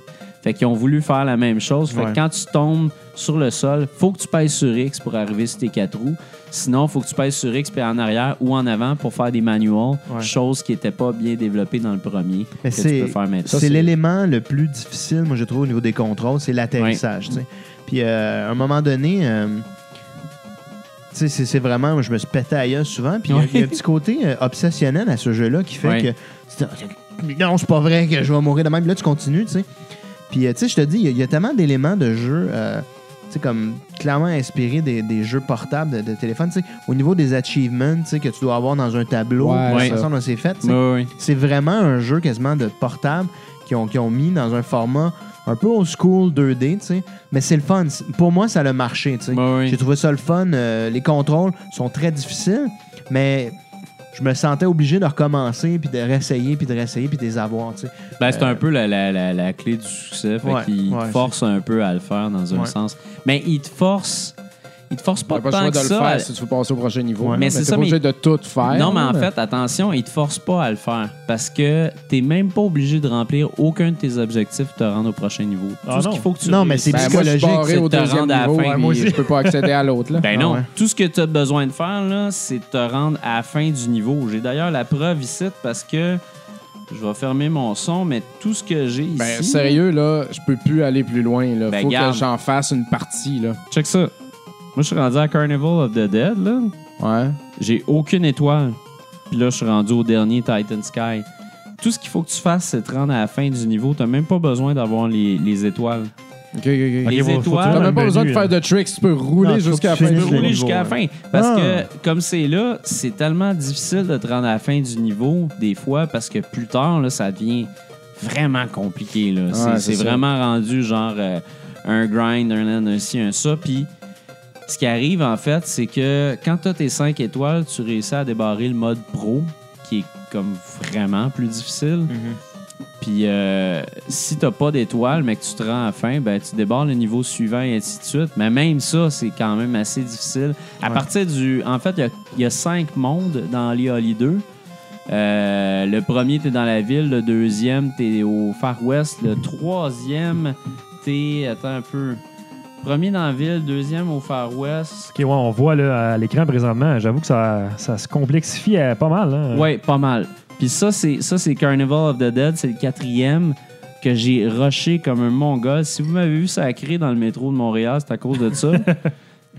[SPEAKER 2] Fait qu'ils ont voulu faire la même chose. Fait
[SPEAKER 4] Ouais.
[SPEAKER 2] que quand tu tombes sur le sol, faut que tu pèses sur X pour arriver sur tes quatre roues. Sinon, faut que tu pèses sur X puis en arrière ou en avant pour faire des manuals,
[SPEAKER 4] Ouais.
[SPEAKER 2] chose qui n'était pas bien développée dans le premier
[SPEAKER 4] Mais
[SPEAKER 2] que
[SPEAKER 4] c'est-
[SPEAKER 2] tu peux faire maintenant.
[SPEAKER 4] c'est l'élément le plus difficile, moi, je trouve, au niveau des contrôles, c'est l'atterrissage. tu sais. Puis, euh, à un moment donné, euh, tu sais, c'est c'est vraiment. moi, je me suis pété à gueule souvent. Puis, il y a-
[SPEAKER 2] Ouais.
[SPEAKER 4] il y, a un petit côté euh, obsessionnel à ce jeu-là qui fait
[SPEAKER 2] Ouais.
[SPEAKER 4] que. tu te dis, Non, c'est pas vrai que je vais mourir de même. Puis Là, tu continues, tu sais. Puis, euh, tu sais, je te dis, il y a- il y, a tellement d'éléments de jeu. euh, tu sais, comme clairement inspiré des, des jeux portables de, de téléphone, tu sais, au niveau des achievements, tu sais, que tu dois avoir dans un tableau,
[SPEAKER 3] Ouais,
[SPEAKER 4] puis la
[SPEAKER 3] ouais.
[SPEAKER 4] façon dont c'est fait, tu sais.
[SPEAKER 2] Oui, oui, oui.
[SPEAKER 4] C'est vraiment un jeu quasiment de portable qui ont, qui ont mis dans un format un peu old school 2D, tu sais. Mais c'est le fun. C'est- Pour moi, ça a marché, tu sais.
[SPEAKER 2] Ben oui.
[SPEAKER 4] J'ai trouvé ça le fun. Euh, les contrôles sont très difficiles, mais je me sentais obligé de recommencer, puis de réessayer, puis de réessayer, puis de les avoir, tu sais.
[SPEAKER 2] Ben,
[SPEAKER 3] Euh,
[SPEAKER 2] c'est un peu la, la- la- la clé du succès. Fait
[SPEAKER 4] Ouais,
[SPEAKER 2] qu'il
[SPEAKER 4] ouais,
[SPEAKER 2] te force un peu à le faire dans un
[SPEAKER 4] Ouais.
[SPEAKER 2] sens. Mais il te force. Il te force pas
[SPEAKER 3] T'as pas le
[SPEAKER 2] tant
[SPEAKER 3] choix
[SPEAKER 2] que
[SPEAKER 3] de le
[SPEAKER 2] ça. à-
[SPEAKER 3] faire si tu veux passer au prochain niveau.
[SPEAKER 4] Ouais.
[SPEAKER 3] là,
[SPEAKER 2] Mais c'est
[SPEAKER 3] t'es
[SPEAKER 2] ça,
[SPEAKER 3] pas
[SPEAKER 2] mais-
[SPEAKER 3] obligé de tout faire.
[SPEAKER 2] Non, mais en
[SPEAKER 3] là.
[SPEAKER 2] fait, attention, il te force pas à le faire. Parce que t'es même pas obligé de remplir aucun de tes objectifs pour te rendre au prochain niveau. Tout
[SPEAKER 5] Ah
[SPEAKER 2] ce
[SPEAKER 5] non.
[SPEAKER 2] qu'il faut que tu
[SPEAKER 4] Non, mais
[SPEAKER 2] réussisses-
[SPEAKER 4] c'est
[SPEAKER 3] Ben, moi, je suis
[SPEAKER 4] psychologique,
[SPEAKER 3] barré
[SPEAKER 2] c'est
[SPEAKER 3] au
[SPEAKER 2] de te
[SPEAKER 3] deuxième
[SPEAKER 2] rendre à la
[SPEAKER 3] niveau.
[SPEAKER 2] fin,
[SPEAKER 3] Ouais, moi
[SPEAKER 2] puis-
[SPEAKER 3] aussi. Je peux pas accéder à l'autre. là.
[SPEAKER 2] *laughs* Ben
[SPEAKER 4] Ah
[SPEAKER 2] non.
[SPEAKER 4] ouais.
[SPEAKER 2] Tout ce que tu as besoin de faire, là, c'est de te rendre à la fin du niveau. J'ai d'ailleurs la preuve ici parce que je vais fermer mon son, mais tout ce que j'ai ici.
[SPEAKER 3] Ben, sérieux, là, je peux plus aller plus loin. Là.
[SPEAKER 2] Ben,
[SPEAKER 3] Faut
[SPEAKER 2] garde.
[SPEAKER 3] que j'en fasse une partie, là.
[SPEAKER 2] Check ça. Moi, je suis rendu à Carnival of the Dead, là.
[SPEAKER 3] Ouais.
[SPEAKER 2] J'ai aucune étoile. Puis là, je suis rendu au dernier Titan Sky. Tout ce qu'il faut que tu fasses, c'est te rendre à la fin du niveau. T'as même pas besoin d'avoir les, les étoiles.
[SPEAKER 3] OK, OK, OK.
[SPEAKER 2] Les
[SPEAKER 5] faut-
[SPEAKER 2] étoiles.
[SPEAKER 4] Ah,
[SPEAKER 5] faut tout
[SPEAKER 3] T'as même
[SPEAKER 5] le
[SPEAKER 4] ben,
[SPEAKER 3] pas
[SPEAKER 5] menu,
[SPEAKER 3] besoin de
[SPEAKER 5] là.
[SPEAKER 3] faire de tricks. Tu peux
[SPEAKER 4] hein. Non,
[SPEAKER 3] rouler
[SPEAKER 4] faut
[SPEAKER 3] jusqu'à la
[SPEAKER 4] que tu
[SPEAKER 3] fin.
[SPEAKER 2] Tu
[SPEAKER 3] du
[SPEAKER 2] peux
[SPEAKER 4] finisses
[SPEAKER 3] niveau.
[SPEAKER 4] le
[SPEAKER 2] rouler
[SPEAKER 4] niveau,
[SPEAKER 2] jusqu'à la fin. Parce
[SPEAKER 4] Ah.
[SPEAKER 2] que, comme c'est là, c'est tellement difficile de te rendre à la fin du niveau, des fois, parce que plus tard, là, ça devient vraiment compliqué. là. C'est-
[SPEAKER 3] Ouais, c'est
[SPEAKER 2] c'est
[SPEAKER 3] ça.
[SPEAKER 2] vraiment rendu genre euh, un grind, un land, un ci, un ça. Puis, ce qui arrive, en fait, c'est que quand tu as tes 5 étoiles, tu
[SPEAKER 3] Mm.
[SPEAKER 2] réussis à débarrer le mode pro, qui est comme vraiment plus difficile. Puis euh, si t'as pas d'étoile, mais que tu te rends à la fin, ben, tu débarres le niveau suivant et ainsi de suite. Mais même ça, c'est quand même assez difficile. À partir du. En fait, il y a- il y, a cinq mondes dans Lioli 2. Euh, le premier, t'es dans la ville. Le deuxième, t'es au Far West. Le troisième, t'es. Attends un peu. Premier dans la ville, deuxième au Far West.
[SPEAKER 5] hein. Ok, ouais, on voit là, à l'écran présentement, j'avoue que ça, ça se complexifie euh, pas mal. hein.
[SPEAKER 2] Ouais, pas mal. Puis ça, c'est ça, c'est Carnival of the Dead, c'est le quatrième que j'ai rushé comme un mongol. Si vous m'avez vu sacré dans le métro de Montréal, c'est à cause de
[SPEAKER 3] *laughs*
[SPEAKER 2] ça.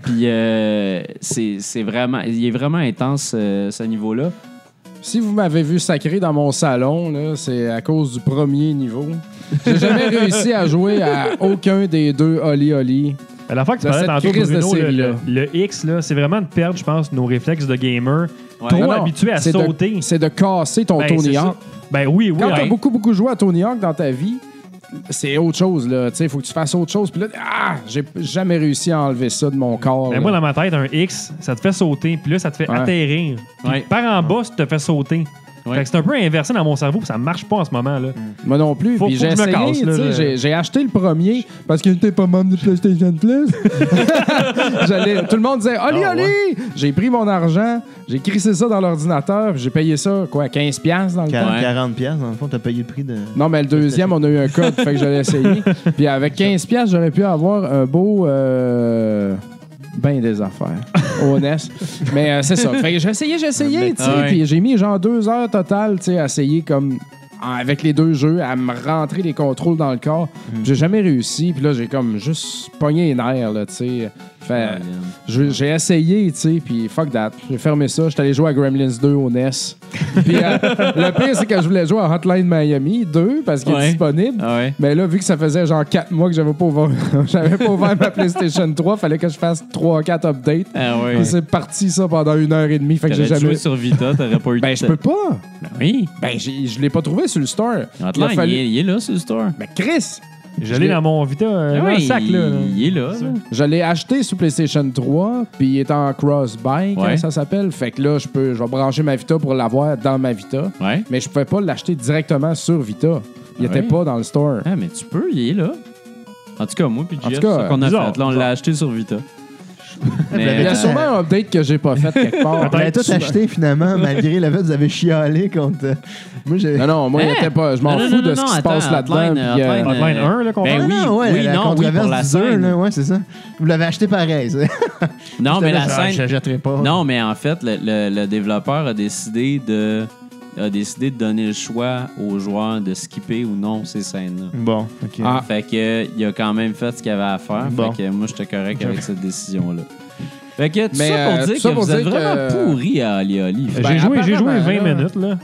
[SPEAKER 2] Puis euh, c'est c'est vraiment, il est vraiment intense euh, ce niveau-là.
[SPEAKER 3] Si vous m'avez vu sacré dans mon salon, là, c'est à cause du premier niveau.
[SPEAKER 4] *laughs*
[SPEAKER 3] J'ai jamais réussi à jouer à aucun des deux Oli Oli.
[SPEAKER 5] Ben, La fois que tu
[SPEAKER 3] De
[SPEAKER 5] parlais
[SPEAKER 3] cette
[SPEAKER 5] tantôt,
[SPEAKER 3] crise de
[SPEAKER 5] Bruno, le,
[SPEAKER 3] série-là.
[SPEAKER 5] le- le X, là, c'est vraiment de perdre, je pense, nos réflexes de gamer. Trop
[SPEAKER 3] Ah Non, non,
[SPEAKER 5] habitué à
[SPEAKER 3] c'est de-
[SPEAKER 5] sauter.
[SPEAKER 3] C'est de casser ton
[SPEAKER 5] Ben, c'est
[SPEAKER 3] Tony
[SPEAKER 5] ça.
[SPEAKER 3] Hawk.
[SPEAKER 5] Ben oui, oui.
[SPEAKER 3] Quand t'as
[SPEAKER 5] ouais.
[SPEAKER 3] beaucoup, beaucoup joué à Tony Hawk dans ta vie, c'est autre chose, là. Tu sais, faut que tu fasses autre chose. Puis là, ah, j'ai jamais réussi à enlever ça de mon corps.
[SPEAKER 5] Ben,
[SPEAKER 3] là.
[SPEAKER 5] moi, dans ma tête, un X, ça te fait sauter, puis là, ça te fait
[SPEAKER 3] Ouais.
[SPEAKER 5] atterrir. Puis
[SPEAKER 2] Ouais.
[SPEAKER 5] par en bas, ça te fait sauter.
[SPEAKER 2] Ouais.
[SPEAKER 5] Fait que c'est un peu inversé dans mon cerveau, puis ça marche pas en ce moment. là.
[SPEAKER 3] Moi non plus.
[SPEAKER 5] Faut-
[SPEAKER 3] Puis
[SPEAKER 5] faut
[SPEAKER 3] j'ai
[SPEAKER 5] que je me
[SPEAKER 3] essayé,
[SPEAKER 5] casse, là,
[SPEAKER 3] tu sais,
[SPEAKER 5] je-
[SPEAKER 3] j'ai- j'ai acheté le premier parce que j'étais pas membre du PlayStation Plus. *laughs* J'allais- tout le monde disait Oli,
[SPEAKER 5] Ah,
[SPEAKER 3] Oli! J'ai pris mon argent, j'ai crissé ça dans l'ordinateur, puis j'ai payé ça, quoi, 15$ piastres dans le temps.
[SPEAKER 4] 40, 40 piastres, dans le fond, t'as payé le prix de...
[SPEAKER 3] Non, mais le deuxième, on a eu un code, fait que j'allais essayer. Puis avec 15$, piastres, j'aurais pu avoir un beau. euh, ben des affaires, honnête. Mais euh, c'est ça. Fait que j'ai essayé, j'ai essayé, tu sais.
[SPEAKER 2] Ah ouais.
[SPEAKER 3] Puis j'ai mis genre deux heures totales, tu sais, à essayer comme. en- Avec les deux jeux, à me rentrer les contrôles dans le corps.
[SPEAKER 2] Mm.
[SPEAKER 3] J'ai jamais réussi. Puis là, j'ai comme juste pogné les nerfs, là, tu sais. Fait. Je- J'ai essayé, tu sais, puis fuck that. J'ai fermé ça. J'étais allé jouer à Gremlins 2 au E NES. Puis euh, le pire, c'est que je voulais jouer à Hotline Miami 2 parce qu'il
[SPEAKER 2] Ouais.
[SPEAKER 3] est disponible.
[SPEAKER 2] Ah ouais.
[SPEAKER 3] Mais là, vu que ça faisait genre 4 mois que j'avais pas ouvert, *laughs* j'avais pas ouvert ma PlayStation 3, fallait que je fasse 3-4 updates.
[SPEAKER 2] Ah ouais.
[SPEAKER 3] Puis c'est parti ça pendant une heure et demie. Fait que j'ai
[SPEAKER 2] T'aurais
[SPEAKER 3] jamais.
[SPEAKER 2] joué sur Vita, t'aurais pas eu. de
[SPEAKER 3] Ben, je
[SPEAKER 2] temps.
[SPEAKER 3] peux pas.
[SPEAKER 2] Ben oui.
[SPEAKER 3] Ben, j'ai- je l'ai pas trouvé sur le store. Il a
[SPEAKER 2] Hotline,
[SPEAKER 3] fallu-
[SPEAKER 2] il, est, il est là sur le store.
[SPEAKER 3] Ben, Chris,
[SPEAKER 5] J'allais
[SPEAKER 3] l'ai-
[SPEAKER 5] dans mon Vita, euh,
[SPEAKER 2] Ah
[SPEAKER 5] dans le
[SPEAKER 2] oui,
[SPEAKER 5] sac.
[SPEAKER 2] il,
[SPEAKER 5] Là, là.
[SPEAKER 2] il est là. là.
[SPEAKER 3] Je l'ai acheté sur PlayStation 3, puis il est en cross-buy, quand
[SPEAKER 2] Ouais.
[SPEAKER 3] ça s'appelle. Fait que là, je peux, je vais brancher ma Vita pour l'avoir dans ma Vita.
[SPEAKER 2] Ouais.
[SPEAKER 3] Mais je pouvais pas l'acheter directement sur Vita.
[SPEAKER 2] Ah
[SPEAKER 3] Il
[SPEAKER 2] ouais?
[SPEAKER 3] était pas dans le store.
[SPEAKER 2] Ah, mais tu peux, il est là. En tout cas, moi puis
[SPEAKER 3] En
[SPEAKER 2] Jeff,
[SPEAKER 3] tout cas,
[SPEAKER 2] c'est ça qu'on a
[SPEAKER 5] bizarre,
[SPEAKER 2] fait. Là, on l'a
[SPEAKER 5] bizarre.
[SPEAKER 2] acheté sur Vita.
[SPEAKER 4] l'avez
[SPEAKER 3] Il y
[SPEAKER 4] Euh,
[SPEAKER 3] a sûrement un update que j'ai pas fait
[SPEAKER 4] *laughs*
[SPEAKER 3] quelque part.
[SPEAKER 4] Vous l'avez tout
[SPEAKER 2] *laughs*
[SPEAKER 4] acheté, finalement, malgré le fait que vous avez chialé contre... euh, Moi, j'ai...
[SPEAKER 3] Non, non, moi, il
[SPEAKER 2] Hein?
[SPEAKER 3] était pas. Je m'en
[SPEAKER 2] Non, non,
[SPEAKER 3] fous
[SPEAKER 2] non,
[SPEAKER 3] de
[SPEAKER 2] non,
[SPEAKER 3] ce qui se
[SPEAKER 2] attends,
[SPEAKER 3] passe là-dedans.
[SPEAKER 2] Hotline,
[SPEAKER 3] puis, euh,
[SPEAKER 2] Hotline,
[SPEAKER 5] Hotline
[SPEAKER 2] euh,
[SPEAKER 5] 1, là, qu'on
[SPEAKER 2] ben
[SPEAKER 5] parle.
[SPEAKER 2] oui,
[SPEAKER 4] Ah ouais,
[SPEAKER 2] oui,
[SPEAKER 4] la
[SPEAKER 2] non, oui,
[SPEAKER 4] controverse
[SPEAKER 2] pour la
[SPEAKER 4] du jeu,
[SPEAKER 2] scène.
[SPEAKER 4] là, ouais, c'est ça. Vous l'avez acheté pareil, ça.
[SPEAKER 2] Non,
[SPEAKER 4] *laughs*
[SPEAKER 2] mais la
[SPEAKER 4] Ah, Je
[SPEAKER 2] scène.
[SPEAKER 4] l'achèterai pas.
[SPEAKER 2] Non, mais en fait, le, le- le développeur a décidé de a décidé de donner le choix aux joueurs de skipper ou non ces scènes-là.
[SPEAKER 4] Bon, OK.
[SPEAKER 3] Ah.
[SPEAKER 2] Fait que il a quand même fait ce qu'il avait à faire.
[SPEAKER 4] Bon.
[SPEAKER 2] Fait que moi, j'étais correct avec cette décision-là. Fait que tout
[SPEAKER 3] Mais,
[SPEAKER 2] ça
[SPEAKER 3] euh,
[SPEAKER 2] pour dire
[SPEAKER 3] tout ça
[SPEAKER 2] que
[SPEAKER 3] pour
[SPEAKER 2] vous êtes
[SPEAKER 3] dire
[SPEAKER 2] vraiment
[SPEAKER 3] que- euh,
[SPEAKER 2] pourri à Ali Ali.
[SPEAKER 5] J'ai
[SPEAKER 3] Ben,
[SPEAKER 5] joué, j'ai joué 20
[SPEAKER 3] apparemment, là.
[SPEAKER 5] minutes. Là.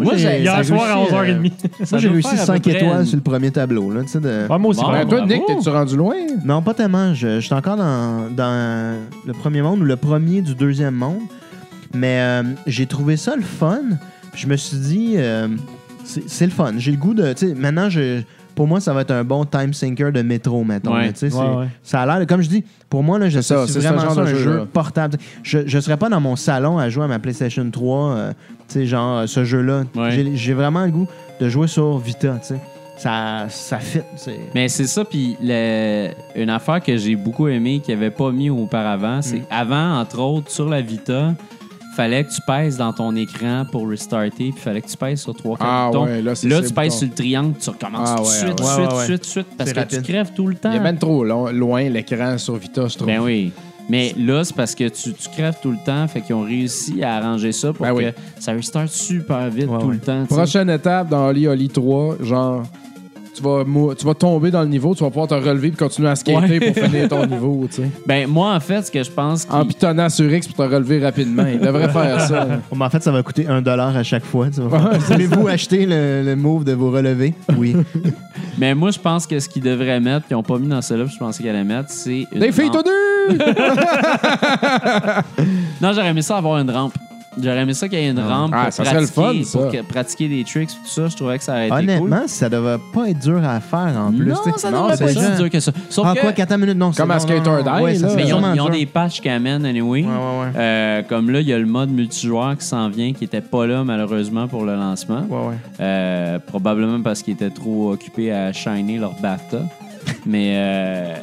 [SPEAKER 4] Moi, j'ai- ça
[SPEAKER 5] Hier soir
[SPEAKER 4] réussit,
[SPEAKER 5] à
[SPEAKER 4] euh,
[SPEAKER 5] 11h30.
[SPEAKER 4] Moi, j'ai
[SPEAKER 2] doit
[SPEAKER 4] réussi
[SPEAKER 2] faire à
[SPEAKER 4] 5
[SPEAKER 2] peu près
[SPEAKER 4] étoiles
[SPEAKER 2] une-
[SPEAKER 4] sur le premier tableau. Là, tu sais, de...
[SPEAKER 5] Ouais, moi aussi,
[SPEAKER 2] Bon,
[SPEAKER 5] par
[SPEAKER 3] Ben,
[SPEAKER 5] exemple.
[SPEAKER 3] toi,
[SPEAKER 2] bravo.
[SPEAKER 3] Nick, t'es-tu rendu loin?
[SPEAKER 4] Non, pas tellement. Je, je suis encore dans, dans le premier monde ou le premier du deuxième monde. Mais euh, j'ai trouvé ça le fun. Puis je me suis dit, euh, c'est c'est le fun. J'ai le goût de. tu sais, Maintenant, je, pour moi, ça va être un bon time sinker de métro, mettons.
[SPEAKER 2] Ouais.
[SPEAKER 4] là, tu sais, c'est-
[SPEAKER 5] Ouais, ouais.
[SPEAKER 4] Ça a l'air, de- comme je dis, pour moi, là, je
[SPEAKER 3] ça,
[SPEAKER 4] c'est
[SPEAKER 3] c'est ce
[SPEAKER 4] vraiment
[SPEAKER 3] genre
[SPEAKER 4] ça,
[SPEAKER 3] de
[SPEAKER 4] un
[SPEAKER 3] jeu,
[SPEAKER 4] jeu
[SPEAKER 3] là.
[SPEAKER 4] portable. Je ne serais pas dans mon salon à jouer à ma PlayStation 3, euh, tu sais, genre euh, ce jeu-là.
[SPEAKER 2] Ouais.
[SPEAKER 4] J'ai- J'ai vraiment le goût de jouer sur Vita, tu sais. Ça, ça fit. c'est-
[SPEAKER 2] Mais c'est ça, puis le- une affaire que j'ai beaucoup aimé, qu'il avait pas mis auparavant,
[SPEAKER 3] Mm.
[SPEAKER 2] c'est avant, entre autres, sur la Vita, fallait que tu pèses dans ton écran pour restarter, puis fallait que tu pèses sur trois quatre
[SPEAKER 3] Ah
[SPEAKER 2] boutons.
[SPEAKER 3] ouais, là, c'est
[SPEAKER 2] là,
[SPEAKER 3] ces
[SPEAKER 2] tu
[SPEAKER 3] boutons.
[SPEAKER 2] pèses sur le triangle, tu recommences
[SPEAKER 3] Ah
[SPEAKER 2] tout de
[SPEAKER 3] ouais,
[SPEAKER 2] suite, tout de
[SPEAKER 4] ouais.
[SPEAKER 2] suite,
[SPEAKER 4] Ouais, ouais,
[SPEAKER 2] tout de
[SPEAKER 4] ouais.
[SPEAKER 2] suite, suite, parce
[SPEAKER 4] C'est
[SPEAKER 2] que
[SPEAKER 4] rapide.
[SPEAKER 2] tu crèves tout le temps.
[SPEAKER 3] Il est même trop lo- loin, l'écran sur Vita, je trouve.
[SPEAKER 2] Ben oui. Mais là, c'est parce que tu, tu crèves tout le temps, fait qu'ils ont réussi à arranger ça pour
[SPEAKER 3] Ben
[SPEAKER 2] que
[SPEAKER 3] oui.
[SPEAKER 2] ça restart super vite
[SPEAKER 4] Ouais,
[SPEAKER 2] tout le
[SPEAKER 4] ouais.
[SPEAKER 2] temps. tu sais.
[SPEAKER 3] Prochaine étape dans Oli Oli 3, genre, tu vas, mou- tu vas tomber dans le niveau, tu vas pouvoir te relever et continuer à skater pour
[SPEAKER 2] *laughs*
[SPEAKER 3] finir ton niveau, tu sais.
[SPEAKER 2] Ben, moi, en fait, ce que je pense
[SPEAKER 3] En
[SPEAKER 2] qu'il
[SPEAKER 3] pitonnant sur X pour te relever rapidement. Il devrait faire ça.
[SPEAKER 4] Oh, mais en fait, ça va coûter un dollar à chaque fois. tu vois. Voulez-vous acheter le, le move de vous relever? Oui.
[SPEAKER 2] Mais ben, moi, je pense que ce qu'ils devraient mettre, qu'ils n'ont pas mis dans celle-là, puis je pensais qu'ils allaient mettre, c'est. une
[SPEAKER 3] Des filles
[SPEAKER 2] *laughs* rampe.
[SPEAKER 3] tout nues!
[SPEAKER 2] Non, j'aurais aimé ça avoir une rampe. J'aurais aimé ça qu'il y ait une rampe
[SPEAKER 3] Ah,
[SPEAKER 2] pour,
[SPEAKER 3] ça serait le
[SPEAKER 2] pratiquer,
[SPEAKER 3] fun, ça.
[SPEAKER 2] pour que- pratiquer des tricks et tout ça. Je trouvais que ça aurait été
[SPEAKER 4] Honnêtement, ça devait pas être dur à faire en
[SPEAKER 2] cool.
[SPEAKER 4] plus.
[SPEAKER 2] non,
[SPEAKER 4] tu sais.
[SPEAKER 2] ça devrait
[SPEAKER 4] c'est
[SPEAKER 2] pas être
[SPEAKER 4] genre-
[SPEAKER 2] si dur que ça. Sauf
[SPEAKER 4] Ah,
[SPEAKER 2] que,
[SPEAKER 4] quoi, 4 minutes, non. c'est-
[SPEAKER 3] Comme à
[SPEAKER 4] non, non,
[SPEAKER 3] Skater
[SPEAKER 4] non,
[SPEAKER 3] Die,
[SPEAKER 4] ouais, ça,
[SPEAKER 3] là.
[SPEAKER 4] c'est
[SPEAKER 3] Mais
[SPEAKER 2] mais ils ont,
[SPEAKER 4] sûrement
[SPEAKER 2] ils ont
[SPEAKER 4] dur.
[SPEAKER 2] des patchs qui amènent, anyway.
[SPEAKER 4] Ouais, ouais, ouais.
[SPEAKER 2] Euh, comme là, il y a le mode multijoueur qui s'en vient, qui était pas là, malheureusement, pour le lancement.
[SPEAKER 4] Ouais, ouais.
[SPEAKER 2] Euh, probablement parce qu'ils étaient trop occupés à shiner leur
[SPEAKER 4] *laughs*
[SPEAKER 2] BAFTA. Mais euh,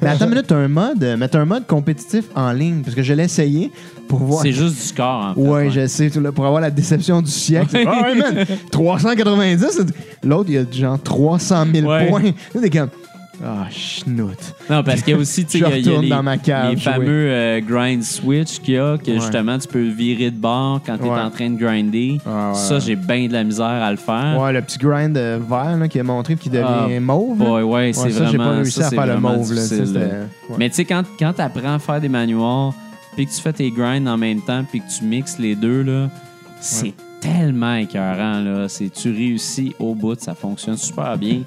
[SPEAKER 4] Mais attends une minute, t'as un mode, euh, mais t'as un mode compétitif en ligne, parce que je l'ai essayé pour voir.
[SPEAKER 2] c'est juste du score, en fait.
[SPEAKER 4] Ouais,
[SPEAKER 2] ouais.
[SPEAKER 4] je sais, tout là, pour avoir la déception du siècle. c'est, Ah ouais, man, 390. c'est- L'autre, il y a genre 300 000
[SPEAKER 2] Ouais.
[SPEAKER 4] points. Là, t'es comme, ah, schnout.
[SPEAKER 2] Non, parce qu'il y a aussi, tu sais,
[SPEAKER 4] *laughs* Je
[SPEAKER 2] il y a- il y a
[SPEAKER 4] retourne
[SPEAKER 2] les,
[SPEAKER 4] dans ma cave
[SPEAKER 2] les
[SPEAKER 4] jouer.
[SPEAKER 2] fameux euh, grind switch qu'il y a, que
[SPEAKER 4] Ouais.
[SPEAKER 2] justement, tu peux virer de bord quand tu es
[SPEAKER 4] Ouais.
[SPEAKER 2] en train de grinder.
[SPEAKER 3] Ah, ouais.
[SPEAKER 2] Ça, j'ai bien de la misère à le faire.
[SPEAKER 4] Ouais, le petit grind euh, vert là, qui a montré puis qui devient
[SPEAKER 2] Ah,
[SPEAKER 4] mauve. là.
[SPEAKER 2] Ouais, ouais, c'est
[SPEAKER 4] Ouais, ça,
[SPEAKER 2] vraiment.
[SPEAKER 4] j'ai pas réussi
[SPEAKER 2] ça,
[SPEAKER 4] à
[SPEAKER 2] c'est
[SPEAKER 4] faire le
[SPEAKER 2] vraiment
[SPEAKER 4] mauve. Là, ça,
[SPEAKER 2] difficile, euh.
[SPEAKER 4] c'était-
[SPEAKER 2] là.
[SPEAKER 4] ouais.
[SPEAKER 2] Mais tu sais, quand, quand tu apprends à faire des manuels, puis que tu fais tes grinds en même temps, puis que tu mixes les deux, là, c'est tellement écœurant. Là. C'est, tu réussis au bout, ça fonctionne super bien.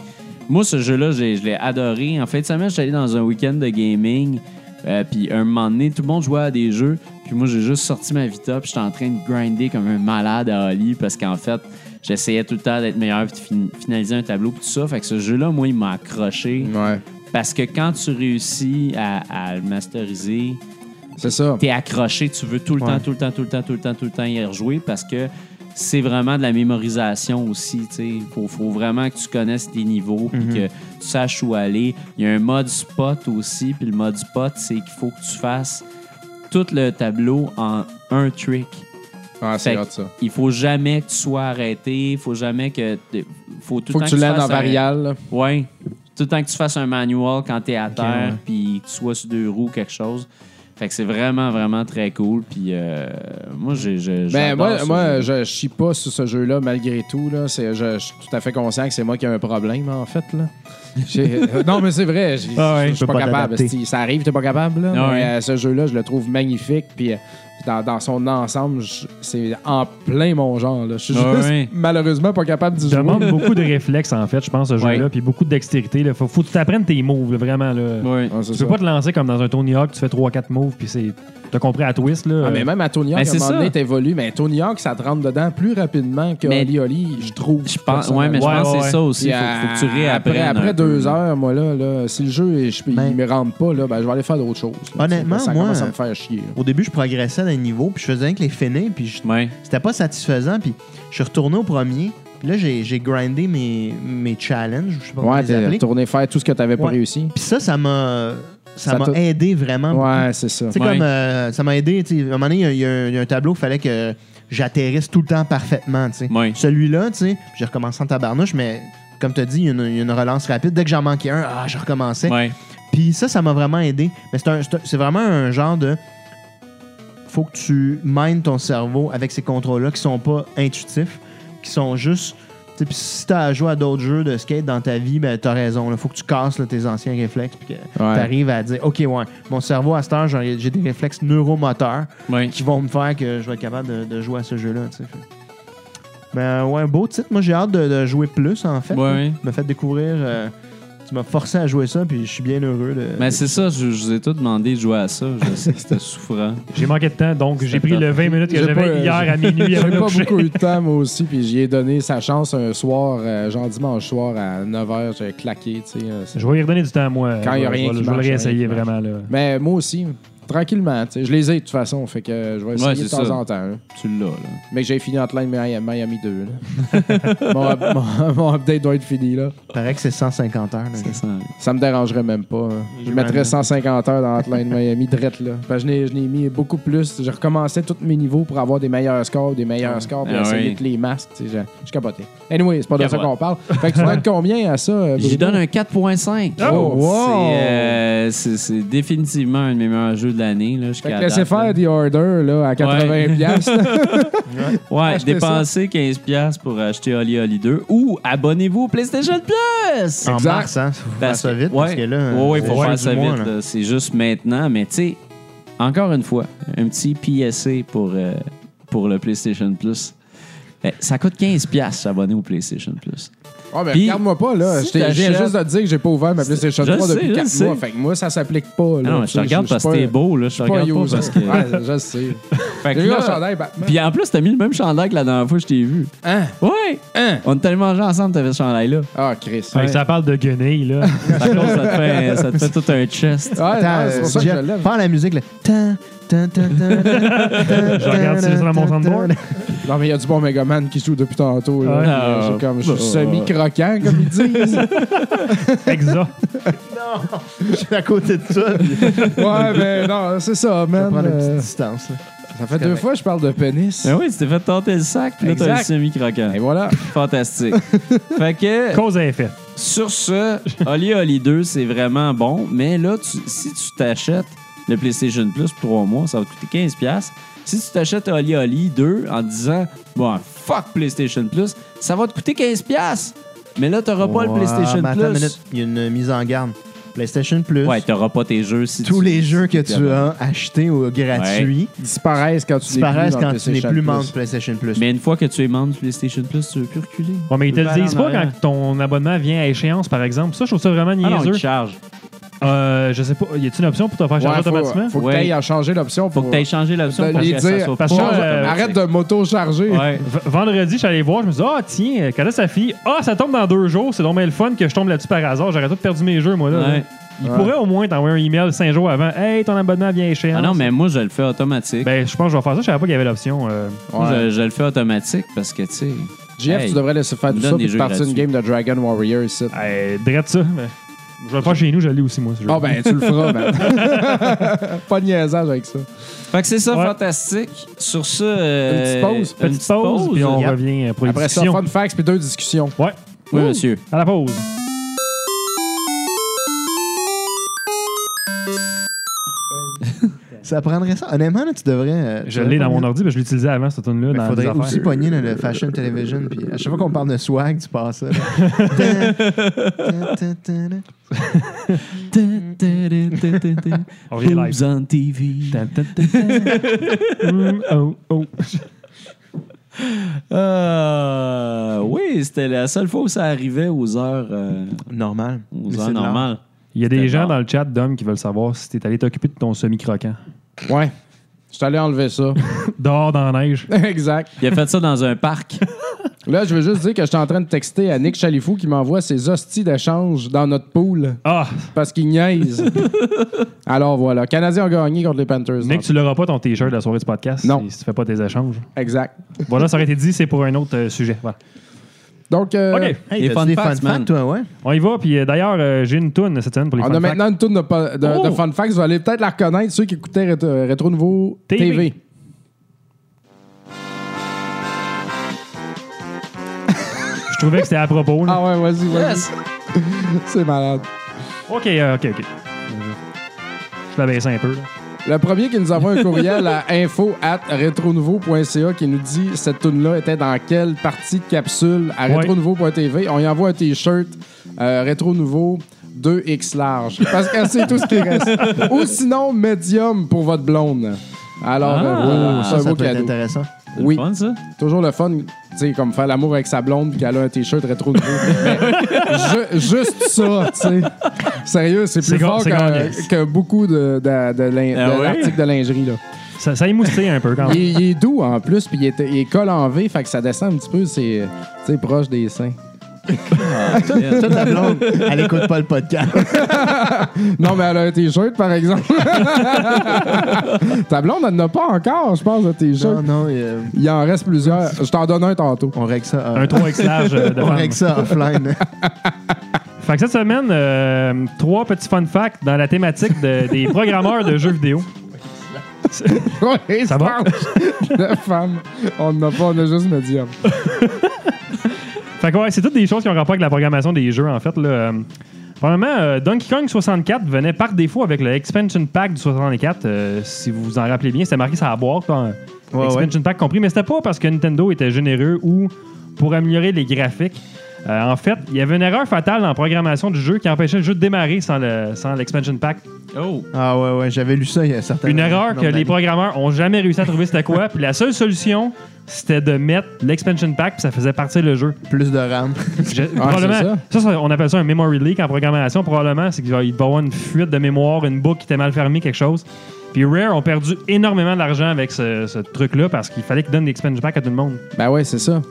[SPEAKER 2] Moi, ce jeu-là, j'ai- je l'ai adoré. En fait, de semaine, j'étais allé dans un week-end de gaming. euh, puis un moment donné, tout le monde jouait à des jeux. Puis moi, j'ai juste sorti ma Vita. Puis j'étais en train de grinder comme un malade à Oli. Parce qu'en fait, j'essayais tout le temps d'être meilleur. Puis de fin- finaliser un tableau. Puis tout ça. Fait que ce jeu-là, moi, il m'a accroché.
[SPEAKER 3] Ouais.
[SPEAKER 2] Parce que quand tu réussis à, à le masteriser,
[SPEAKER 3] C'est ça.
[SPEAKER 2] t'es accroché, tu veux tout le
[SPEAKER 4] Ouais.
[SPEAKER 2] temps, tout le temps, tout le temps, tout le temps, tout le temps y rejouer parce que c'est vraiment de la mémorisation aussi. tu sais. faut, faut vraiment que tu connaisses tes niveaux
[SPEAKER 3] Mhm.
[SPEAKER 2] puis que tu saches où aller. Il y a un mode spot aussi, puis le mode spot, c'est qu'il faut que tu fasses tout le tableau en un trick.
[SPEAKER 3] Ah, c'est
[SPEAKER 2] Fait
[SPEAKER 3] hot, ça.
[SPEAKER 2] Il faut jamais que tu sois arrêté, il faut jamais que... t- Faut tout le
[SPEAKER 3] Faut
[SPEAKER 2] temps
[SPEAKER 3] que tu l'aides en
[SPEAKER 2] fasses un-
[SPEAKER 3] varial. là.
[SPEAKER 2] oui. Tout le temps que tu fasses un manual quand t'es à
[SPEAKER 4] ouais.
[SPEAKER 2] terre, puis que tu sois sur deux roues ou quelque chose. Fait que c'est vraiment, vraiment très cool. Puis euh, moi, j'ai. j'ai-
[SPEAKER 3] Ben,
[SPEAKER 2] j'adore
[SPEAKER 3] moi,
[SPEAKER 2] ce
[SPEAKER 3] moi
[SPEAKER 2] jeu.
[SPEAKER 3] je chie pas sur ce jeu-là malgré tout. Là. C'est- Je, je suis tout à fait conscient que c'est moi qui ai un problème, en fait.
[SPEAKER 2] *laughs*
[SPEAKER 3] Là. J'ai- euh, non, mais c'est vrai. j'ai-
[SPEAKER 4] Ah ouais,
[SPEAKER 3] je suis
[SPEAKER 4] peux
[SPEAKER 3] pas,
[SPEAKER 4] pas
[SPEAKER 3] capable.
[SPEAKER 4] t'adapter.
[SPEAKER 3] Si ça arrive, t'es pas capable. là.
[SPEAKER 2] Ah
[SPEAKER 3] mais,
[SPEAKER 2] ouais.
[SPEAKER 3] euh, ce jeu-là, je le trouve magnifique. Puis euh, dans, dans son ensemble, je- c'est en plein mon genre. là. Je suis
[SPEAKER 2] Ah
[SPEAKER 3] juste
[SPEAKER 2] ouais.
[SPEAKER 3] malheureusement pas capable d'y jouer.
[SPEAKER 5] demande beaucoup de réflexes, en fait, je pense, ce
[SPEAKER 2] Ouais.
[SPEAKER 5] jeu-là, puis beaucoup de dextérité. Il faut, faut que tu apprennes tes moves, là, vraiment. Là.
[SPEAKER 2] Ouais.
[SPEAKER 3] Ah, c'est
[SPEAKER 5] Tu
[SPEAKER 3] ça.
[SPEAKER 5] peux pas te lancer comme dans un Tony Hawk, tu fais 3-4 moves, puis c'est. T'as compris à twist, là.
[SPEAKER 3] Ah, mais même à Tony Hawk,
[SPEAKER 2] Ben,
[SPEAKER 3] à un
[SPEAKER 2] c'est
[SPEAKER 3] moment donné,
[SPEAKER 2] ça.
[SPEAKER 3] t'évolues. Mais Tony Hawk, ça te rentre dedans plus rapidement que
[SPEAKER 2] Mais-
[SPEAKER 3] Oli Oli, je trouve.
[SPEAKER 2] Je pense, ouais, mais je
[SPEAKER 5] Ouais,
[SPEAKER 2] pense que
[SPEAKER 5] ouais,
[SPEAKER 2] c'est
[SPEAKER 5] ouais.
[SPEAKER 2] ça aussi.
[SPEAKER 3] Puis
[SPEAKER 2] Faut, faut que tu
[SPEAKER 3] à-
[SPEAKER 2] réapprennes.
[SPEAKER 3] Après, après
[SPEAKER 2] un
[SPEAKER 3] deux
[SPEAKER 2] peu.
[SPEAKER 3] heures, moi, là, là, si le jeu est- je, il
[SPEAKER 4] Ben-
[SPEAKER 3] me rentre pas, là, ben, je vais aller faire d'autres choses. là.
[SPEAKER 4] Honnêtement,
[SPEAKER 3] ça
[SPEAKER 4] moi-
[SPEAKER 3] commence à me faire chier. là.
[SPEAKER 4] Au début, je progressais d'un niveau, puis je faisais rien que les finir, puis je
[SPEAKER 2] Ouais.
[SPEAKER 4] c'était pas satisfaisant. Puis je suis retourné au premier. Puis là, j'ai j'ai grindé mes, mes challenges, je sais pas comment
[SPEAKER 3] Ouais,
[SPEAKER 4] les
[SPEAKER 3] t'es
[SPEAKER 4] appeler.
[SPEAKER 3] retourné faire tout ce que t'avais pas
[SPEAKER 4] Ouais.
[SPEAKER 3] réussi.
[SPEAKER 4] Puis ça, ça m'a
[SPEAKER 3] Ça
[SPEAKER 4] ça m'a
[SPEAKER 3] t'a-
[SPEAKER 4] aidé vraiment.
[SPEAKER 3] Ouais, c'est ça.
[SPEAKER 4] C'est
[SPEAKER 2] Ouais.
[SPEAKER 4] comme euh, ça m'a aidé. tu sais, À un moment donné, il y a- il y, a un- il y a un tableau, il fallait que j'atterrisse tout le temps parfaitement. tu sais.
[SPEAKER 2] Ouais.
[SPEAKER 4] Celui-là, tu sais, j'ai recommencé en tabarnouche, mais comme tu as dit, il y, a une- il y a une relance rapide. Dès que j'en manquais un, ah, je recommençais.
[SPEAKER 2] Ouais.
[SPEAKER 4] Puis ça, ça m'a vraiment aidé. Mais c'est un- c'est un- c'est vraiment un genre de. Faut que tu mines ton cerveau avec ces contrôles-là qui sont pas intuitifs, qui sont juste. tu sais, Puis si t'as à jouer à d'autres jeux de skate dans ta vie, ben t'as raison. Là. Faut que tu casses là, tes anciens réflexes. Puis que t'arrives à dire Ok, ouais, mon cerveau à cette heure, j'ai j'ai des réflexes neuromoteurs
[SPEAKER 2] Ouais.
[SPEAKER 4] qui vont me faire que je vais être capable de, de jouer à ce jeu-là. tu sais. Fait- Ben ouais, beau titre. Moi, j'ai hâte de, de jouer plus, en fait.
[SPEAKER 2] Ouais,
[SPEAKER 4] là.
[SPEAKER 2] ouais.
[SPEAKER 4] Tu m'as fait découvrir. euh, tu m'as forcé à jouer ça, puis je suis bien heureux. De,
[SPEAKER 2] Mais c'est ça, je, je vous ai tout demandé de jouer à ça. Je sais que c'était souffrant.
[SPEAKER 5] J'ai manqué de temps, donc j'ai pris
[SPEAKER 2] top.
[SPEAKER 5] le 20 minutes que
[SPEAKER 3] J'ai pas,
[SPEAKER 5] j'avais
[SPEAKER 3] euh,
[SPEAKER 5] hier à minuit avant
[SPEAKER 3] J'ai pas
[SPEAKER 5] de me coucher.
[SPEAKER 3] beaucoup eu de temps, moi aussi, puis j'y ai donné sa chance un soir, euh, genre dimanche soir à 9h, j'ai claqué, tu sais. euh, c'est-
[SPEAKER 5] Je vais y redonner du temps, moi.
[SPEAKER 3] Quand il y a
[SPEAKER 5] Je vais-
[SPEAKER 3] rien
[SPEAKER 5] Je
[SPEAKER 3] qui
[SPEAKER 5] vais le
[SPEAKER 3] marche,
[SPEAKER 5] réessayer
[SPEAKER 3] rien qui
[SPEAKER 5] vraiment, là.
[SPEAKER 3] Mais moi aussi, tranquillement, tu sais. Je les ai de toute façon, fait que je vais essayer
[SPEAKER 2] Ouais,
[SPEAKER 3] de
[SPEAKER 2] c'est
[SPEAKER 3] temps
[SPEAKER 2] ça.
[SPEAKER 3] en temps. là.
[SPEAKER 2] Tu l'as, là.
[SPEAKER 3] Mais j'ai fini Hotline Miami Miami 2.
[SPEAKER 2] *laughs*
[SPEAKER 3] là. mon, up- mon- mon update doit être fini, là.
[SPEAKER 4] paraît que c'est 150 heures. là.
[SPEAKER 2] C'est ça.
[SPEAKER 3] Ça me dérangerait même pas. hein. Je
[SPEAKER 4] J'imagine.
[SPEAKER 3] mettrais 150 heures dans Hotline Miami direct là. Parce que je n'ai- je n'ai mis beaucoup plus. Je recommençais tous mes niveaux pour avoir des meilleurs scores, des meilleurs scores, puis
[SPEAKER 2] Ah
[SPEAKER 3] essayer
[SPEAKER 2] oui.
[SPEAKER 3] de les masques. tu sais, Je, je capotais. Anyway, c'est pas de ça
[SPEAKER 2] Capote.
[SPEAKER 3] qu'on parle. Fait que tu donnes combien à ça? euh,
[SPEAKER 2] J'y
[SPEAKER 3] Bruno?
[SPEAKER 2] donne un 4.5.
[SPEAKER 3] Oh, wow!
[SPEAKER 2] C'est, euh, c'est, c'est définitivement un de mes meilleurs jeux de l'année. Là,
[SPEAKER 3] Fait
[SPEAKER 2] jusqu'à
[SPEAKER 3] que
[SPEAKER 2] date,
[SPEAKER 3] laissez
[SPEAKER 2] là.
[SPEAKER 3] faire The Order là, à 80 piastres.
[SPEAKER 2] *laughs* Ouais,
[SPEAKER 3] Achetez
[SPEAKER 2] dépensez 15$ piastres pour acheter Oli Oli 2 ou abonnez-vous au PlayStation Plus!
[SPEAKER 4] En
[SPEAKER 3] Exact.
[SPEAKER 4] mars, hein? Faut faire ça vite,
[SPEAKER 2] ouais,
[SPEAKER 4] parce que là.
[SPEAKER 2] Ben, ouais, ouais, faut
[SPEAKER 4] c'est
[SPEAKER 2] faire
[SPEAKER 4] du
[SPEAKER 2] ça
[SPEAKER 4] mois,
[SPEAKER 2] vite.
[SPEAKER 4] là.
[SPEAKER 2] là. C'est juste maintenant, mais tu sais, encore une fois, un petit PSC pour, euh, pour le PlayStation Plus. Eh, ça coûte 15$ piastres s'abonner au PlayStation Plus.
[SPEAKER 3] Ah, mais
[SPEAKER 2] Puis,
[SPEAKER 3] regarde-moi pas là.
[SPEAKER 2] si
[SPEAKER 3] Je t'ai- je viens
[SPEAKER 2] t'achètes-
[SPEAKER 3] juste de te dire que j'ai pas ouvert ma PlayStation
[SPEAKER 2] Je
[SPEAKER 3] 3
[SPEAKER 2] sais,
[SPEAKER 3] depuis
[SPEAKER 2] je
[SPEAKER 3] 4
[SPEAKER 2] sais.
[SPEAKER 3] mois. Fait que moi, ça s'applique pas. Là,
[SPEAKER 2] Ah non,
[SPEAKER 3] Tu
[SPEAKER 2] je te
[SPEAKER 3] sais,
[SPEAKER 2] regarde
[SPEAKER 3] suis
[SPEAKER 2] parce que t'es
[SPEAKER 3] pas-
[SPEAKER 2] beau, là. Je te
[SPEAKER 3] pas
[SPEAKER 2] regarde pas
[SPEAKER 3] user.
[SPEAKER 2] parce que.
[SPEAKER 3] Ouais, je sais.
[SPEAKER 2] *laughs* Fait que
[SPEAKER 3] J'ai eu un
[SPEAKER 2] là-
[SPEAKER 3] chandail Batman.
[SPEAKER 2] Puis en plus, t'as mis le même chandail que la dernière fois que je t'ai vu.
[SPEAKER 3] Hein?
[SPEAKER 2] Ouais!
[SPEAKER 3] Hein?
[SPEAKER 2] On a tellement mangé ensemble, t'avais ce chandail-là.
[SPEAKER 3] Ah, Chris.
[SPEAKER 5] Fait que Ça parle de
[SPEAKER 3] *laughs*
[SPEAKER 5] guenilles, là.
[SPEAKER 2] Par contre, ça te fait, ça te fait tout un chest.
[SPEAKER 3] Ouais,
[SPEAKER 4] Attends,
[SPEAKER 3] non, c'est pour ça que je
[SPEAKER 4] Jeff,
[SPEAKER 3] l'aime.
[SPEAKER 4] prends la musique. Là. Tan, tan, tan, tan, tan,
[SPEAKER 3] *laughs*
[SPEAKER 4] tan,
[SPEAKER 5] Je regarde si j'ai sur mon
[SPEAKER 4] tan,
[SPEAKER 5] soundboard.
[SPEAKER 4] tan.
[SPEAKER 3] Non, mais il y a du bon Megaman qui joue depuis tantôt. là.
[SPEAKER 2] Ah,
[SPEAKER 3] Euh,
[SPEAKER 2] non.
[SPEAKER 3] c'est comme, je suis
[SPEAKER 2] Ah.
[SPEAKER 3] semi-croquant, comme
[SPEAKER 2] *laughs*
[SPEAKER 3] ils disent.
[SPEAKER 5] Exa.
[SPEAKER 4] Non, je suis à côté de ça. puis Je
[SPEAKER 3] ouais, mais non, c'est ça, man.
[SPEAKER 4] prends une
[SPEAKER 3] Euh,
[SPEAKER 4] petite distance. là.
[SPEAKER 3] ça fait deux fois que je parle de pénis.
[SPEAKER 2] Mais oui, tu t'es fait tenter le sac, puis là, t'as
[SPEAKER 3] Exact.
[SPEAKER 2] le semi-croquant.
[SPEAKER 3] Et voilà. *laughs*
[SPEAKER 2] Fantastique. fait que,
[SPEAKER 5] Cause à effet.
[SPEAKER 2] sur ce, Oli Oli 2, c'est vraiment bon. Mais là, tu- si tu t'achètes le PlayStation Plus pour 3 mois, ça va te coûter 15$. piastres. Si tu t'achètes Oli Oli 2 en disant, bon, fuck PlayStation Plus, ça va te coûter 15$. piastres. Mais là, t'auras pas le
[SPEAKER 4] Ouais,
[SPEAKER 2] PlayStation
[SPEAKER 4] mais attends une
[SPEAKER 2] Plus.
[SPEAKER 4] minute, Il y a une mise en garde. PlayStation Plus.
[SPEAKER 2] Ouais, t'auras pas tes jeux si
[SPEAKER 4] tous
[SPEAKER 2] tu-
[SPEAKER 4] les jeux que
[SPEAKER 2] si
[SPEAKER 4] tu as achetés ou gratuits
[SPEAKER 3] Disparaissent quand tu n'es plus
[SPEAKER 4] disparaissent
[SPEAKER 3] dans le
[SPEAKER 4] quand tu n'es
[SPEAKER 3] PlayStation
[SPEAKER 4] plus
[SPEAKER 3] Plus.
[SPEAKER 4] membre PlayStation Plus.
[SPEAKER 2] Mais une fois que tu es membre du PlayStation Plus, tu veux plus reculer.
[SPEAKER 5] Bon, mais ils te
[SPEAKER 2] Tu peux
[SPEAKER 5] le
[SPEAKER 2] aller
[SPEAKER 5] disent
[SPEAKER 2] en
[SPEAKER 5] pas
[SPEAKER 2] arrière.
[SPEAKER 5] quand ton abonnement vient à échéance, par exemple. Ça, je trouve ça vraiment
[SPEAKER 2] Ah non, il
[SPEAKER 5] niaiseux.
[SPEAKER 2] te charge.
[SPEAKER 5] Euh, je sais pas, y a-t-il une option pour te faire
[SPEAKER 3] Ouais,
[SPEAKER 5] charger automatiquement?
[SPEAKER 3] faut, faut que
[SPEAKER 2] Ouais.
[SPEAKER 3] tu ailles à changer l'option
[SPEAKER 2] Faut
[SPEAKER 3] pour.
[SPEAKER 2] que tu aies changé l'option
[SPEAKER 3] de
[SPEAKER 2] pour
[SPEAKER 3] les
[SPEAKER 2] que ça
[SPEAKER 3] dire.
[SPEAKER 2] soit
[SPEAKER 5] Parce
[SPEAKER 2] pas
[SPEAKER 5] que,
[SPEAKER 2] automatique.
[SPEAKER 5] euh,
[SPEAKER 3] Arrête de m'auto-charger.
[SPEAKER 2] Ouais.
[SPEAKER 5] V- vendredi, j'allais voir, je me suis dit, ah, tiens, quand est-ce que ça finit? Ah, ça tombe dans deux jours, c'est donc bien le fun que je tombe là-dessus par hasard. J'aurais tout perdu mes jeux, moi, là.
[SPEAKER 2] Ouais.
[SPEAKER 5] Il
[SPEAKER 3] Ouais.
[SPEAKER 5] pourrait au moins t'envoyer un email cinq jours avant. Hey, ton abonnement vient à échéance.
[SPEAKER 2] Ah non, mais moi, je le fais automatique.
[SPEAKER 5] Ben, je pense que je vais faire ça. Je savais pas qu'il y avait l'option. euh.
[SPEAKER 2] Moi,
[SPEAKER 3] Ouais.
[SPEAKER 2] je, je le fais automatique parce que, tu sais.
[SPEAKER 3] JF,
[SPEAKER 2] Hey,
[SPEAKER 3] tu devrais laisser faire
[SPEAKER 2] me
[SPEAKER 3] tout
[SPEAKER 2] donne
[SPEAKER 3] ça
[SPEAKER 2] des
[SPEAKER 3] puis
[SPEAKER 2] jeux
[SPEAKER 3] partir une
[SPEAKER 2] gratuits.
[SPEAKER 3] game de Dragon Warrior ici. Ah
[SPEAKER 5] Hey, drette ça. mais Je vais le faire chez nous, je l'ai aussi, moi. ce jeu.
[SPEAKER 3] ben, tu le feras, man.
[SPEAKER 2] *laughs*
[SPEAKER 3] Pas de niaisage avec ça.
[SPEAKER 2] Fait que c'est ça,
[SPEAKER 5] Ouais.
[SPEAKER 2] fantastique. Sur ce. euh,
[SPEAKER 3] Une petite pause.
[SPEAKER 2] une euh,
[SPEAKER 5] Petite pause, puis on
[SPEAKER 2] Yep.
[SPEAKER 5] revient euh, pour les
[SPEAKER 3] Après ça,
[SPEAKER 5] discussions.
[SPEAKER 3] fun facts puis deux discussions.
[SPEAKER 5] Ouais,
[SPEAKER 2] Oui, monsieur.
[SPEAKER 5] à la pause.
[SPEAKER 4] Ça prendrait ça. Honnêtement, là, tu devrais. euh, tu
[SPEAKER 5] Je
[SPEAKER 4] devrais
[SPEAKER 5] l'ai dans mon
[SPEAKER 4] pogner-
[SPEAKER 5] ordi, parce que je l'utilisais avant, cette tune là
[SPEAKER 4] Il
[SPEAKER 5] dans
[SPEAKER 4] faudrait
[SPEAKER 5] mes affaires.
[SPEAKER 4] aussi pogner là, le Fashion Television. Puis à chaque fois qu'on parle de swag, tu passes
[SPEAKER 5] *laughs*
[SPEAKER 4] ça. là. Tan, tan, tan, tan.
[SPEAKER 5] On revient live.
[SPEAKER 2] Boobs *laughs* on TV.
[SPEAKER 5] Tan, tan, tan,
[SPEAKER 2] *laughs*
[SPEAKER 5] tan. Mm, oh, oh.
[SPEAKER 2] Euh, oui, c'était la seule fois où ça arrivait aux heures, euh,
[SPEAKER 4] Normal.
[SPEAKER 2] aux
[SPEAKER 4] Mais
[SPEAKER 2] heures
[SPEAKER 4] c'est de l'art.
[SPEAKER 2] normales.
[SPEAKER 5] Il y a des
[SPEAKER 2] C'était
[SPEAKER 5] gens
[SPEAKER 2] bon.
[SPEAKER 5] dans le chat d'hommes qui veulent savoir si t'es allé t'occuper de ton semi-croquant.
[SPEAKER 3] Ouais. Je suis allé enlever ça.
[SPEAKER 5] Dehors dans la neige.
[SPEAKER 3] *laughs* exact.
[SPEAKER 2] Il a fait ça dans un parc.
[SPEAKER 3] Là, je veux juste dire que je suis en train de texter à Nick Chalifou qui m'envoie ses hosties d'échange dans notre pool
[SPEAKER 5] Ah,
[SPEAKER 3] parce qu'il niaise. Alors voilà, Canadiens ont gagné contre les Panthers.
[SPEAKER 5] Nick, tu l'auras pas ton t-shirt de la soirée du podcast
[SPEAKER 3] Non.
[SPEAKER 5] si- si tu fais pas tes échanges.
[SPEAKER 3] Exact.
[SPEAKER 5] Voilà, ça aurait été dit, c'est pour un autre euh, sujet. Voilà.
[SPEAKER 3] Donc, euh,
[SPEAKER 5] OK,
[SPEAKER 4] Hey,
[SPEAKER 2] Les
[SPEAKER 4] t'as-tu
[SPEAKER 2] fun
[SPEAKER 4] des
[SPEAKER 2] facts, man.
[SPEAKER 4] toi, ouais.
[SPEAKER 5] on y va. Puis euh, d'ailleurs, euh, j'ai une toune cette semaine pour les
[SPEAKER 3] on
[SPEAKER 5] fun
[SPEAKER 3] a
[SPEAKER 5] facts.
[SPEAKER 3] maintenant une tourne de, pa- de- de fun facts. Vous allez peut-être la reconnaître, ceux qui écoutaient Rétro, Rétro Nouveau
[SPEAKER 5] TV.
[SPEAKER 3] TV.
[SPEAKER 5] Je trouvais que c'était à propos. là.
[SPEAKER 3] Ah ouais, vas-y, vas-y.
[SPEAKER 2] Yes!
[SPEAKER 3] C'est malade.
[SPEAKER 5] OK, euh, OK, OK. Euh, Je la baisse un peu. là.
[SPEAKER 3] Le premier qui nous envoie un courriel à *laughs* info at retronouveau.ca qui nous dit cette tune là était dans quelle partie de capsule à
[SPEAKER 5] Ouais.
[SPEAKER 3] retronouveau.tv. On y envoie un t-shirt euh, Rétro Nouveau 2X large. Parce que c'est tout ce qui reste. Ou sinon, médium pour votre blonde. Alors,
[SPEAKER 2] Ah,
[SPEAKER 3] euh, voilà,
[SPEAKER 4] Ça,
[SPEAKER 3] c'est un
[SPEAKER 4] ça
[SPEAKER 3] beau
[SPEAKER 4] peut être
[SPEAKER 3] cadeau.
[SPEAKER 4] intéressant.
[SPEAKER 2] C'est le
[SPEAKER 3] Oui,
[SPEAKER 2] fun, ça?
[SPEAKER 3] toujours le fun, tu sais, comme faire l'amour avec sa blonde puis qu'elle a un t-shirt Rétro Nouveau. Mais ju- juste ça, tu sais. Sérieux, c'est
[SPEAKER 5] C'est
[SPEAKER 3] plus
[SPEAKER 5] gra-
[SPEAKER 3] fort
[SPEAKER 5] c'est
[SPEAKER 3] que,
[SPEAKER 5] grandiose.
[SPEAKER 3] que beaucoup de, de, de l'in-
[SPEAKER 2] Ah
[SPEAKER 3] de
[SPEAKER 2] oui?
[SPEAKER 3] l'article de lingerie, là.
[SPEAKER 5] Ça, ça émoustille un peu
[SPEAKER 3] Il,
[SPEAKER 5] quand même.
[SPEAKER 3] est- il est doux en plus, puis il, est- il est col en V, fait que ça descend un petit peu, c'est euh, tu sais, proche des seins.
[SPEAKER 4] Toute la blonde, elle écoute pas le podcast.
[SPEAKER 2] *laughs*
[SPEAKER 3] Non, mais elle a un t-shirt, par exemple. Ta blonde, elle n'a pas encore, je pense, un
[SPEAKER 4] non,
[SPEAKER 3] t-shirt.
[SPEAKER 4] non, euh,
[SPEAKER 3] Il en reste plusieurs. Je t'en donne un tantôt. *laughs*
[SPEAKER 4] on règle ça. euh,
[SPEAKER 5] Un 3X large euh, de
[SPEAKER 4] on
[SPEAKER 5] femme.
[SPEAKER 4] règle ça offline.
[SPEAKER 5] *laughs* Fait que cette semaine, euh, trois petits fun facts dans la thématique de- des programmeurs de jeux vidéo.
[SPEAKER 3] Ouais,
[SPEAKER 5] Ça va?
[SPEAKER 3] De femme. On n'a pas, on a juste médium.
[SPEAKER 5] Fait que ouais, c'est toutes des choses qui ont rapport avec la programmation des jeux, en fait. Là. Euh, Premièrement, euh, Donkey Kong 64 venait par défaut avec le Expansion Pack du 64. euh, si vous vous en rappelez bien, c'était marqué ça à boire.
[SPEAKER 4] Ouais,
[SPEAKER 5] hein. expansion Pack compris, mais c'était pas parce que Nintendo était généreux ou pour améliorer les graphiques. Euh, en fait, il y avait une erreur fatale dans la programmation du jeu qui empêchait le jeu de démarrer sans le- sans l'Expansion Pack.
[SPEAKER 2] Oh!
[SPEAKER 4] Ah ouais, ouais, j'avais lu ça il y a certains
[SPEAKER 5] Une erreur que les programmeurs ont jamais réussi à trouver
[SPEAKER 4] *laughs*
[SPEAKER 5] c'était quoi. Puis la seule solution, c'était de mettre l'expansion pack, puis ça faisait partir le jeu.
[SPEAKER 4] Plus de RAM.
[SPEAKER 5] Je- probablement,
[SPEAKER 3] ça.
[SPEAKER 5] ça. ça, on appelle ça un memory leak en programmation. Probablement, c'est qu'il va il va y avoir une fuite de mémoire, une boucle qui était mal fermée, quelque chose. Puis Rare ont perdu énormément d'argent avec ce, ce truc-là parce qu'il fallait qu'ils donnent l'expansion pack à tout le monde.
[SPEAKER 3] Ben ouais, c'est ça.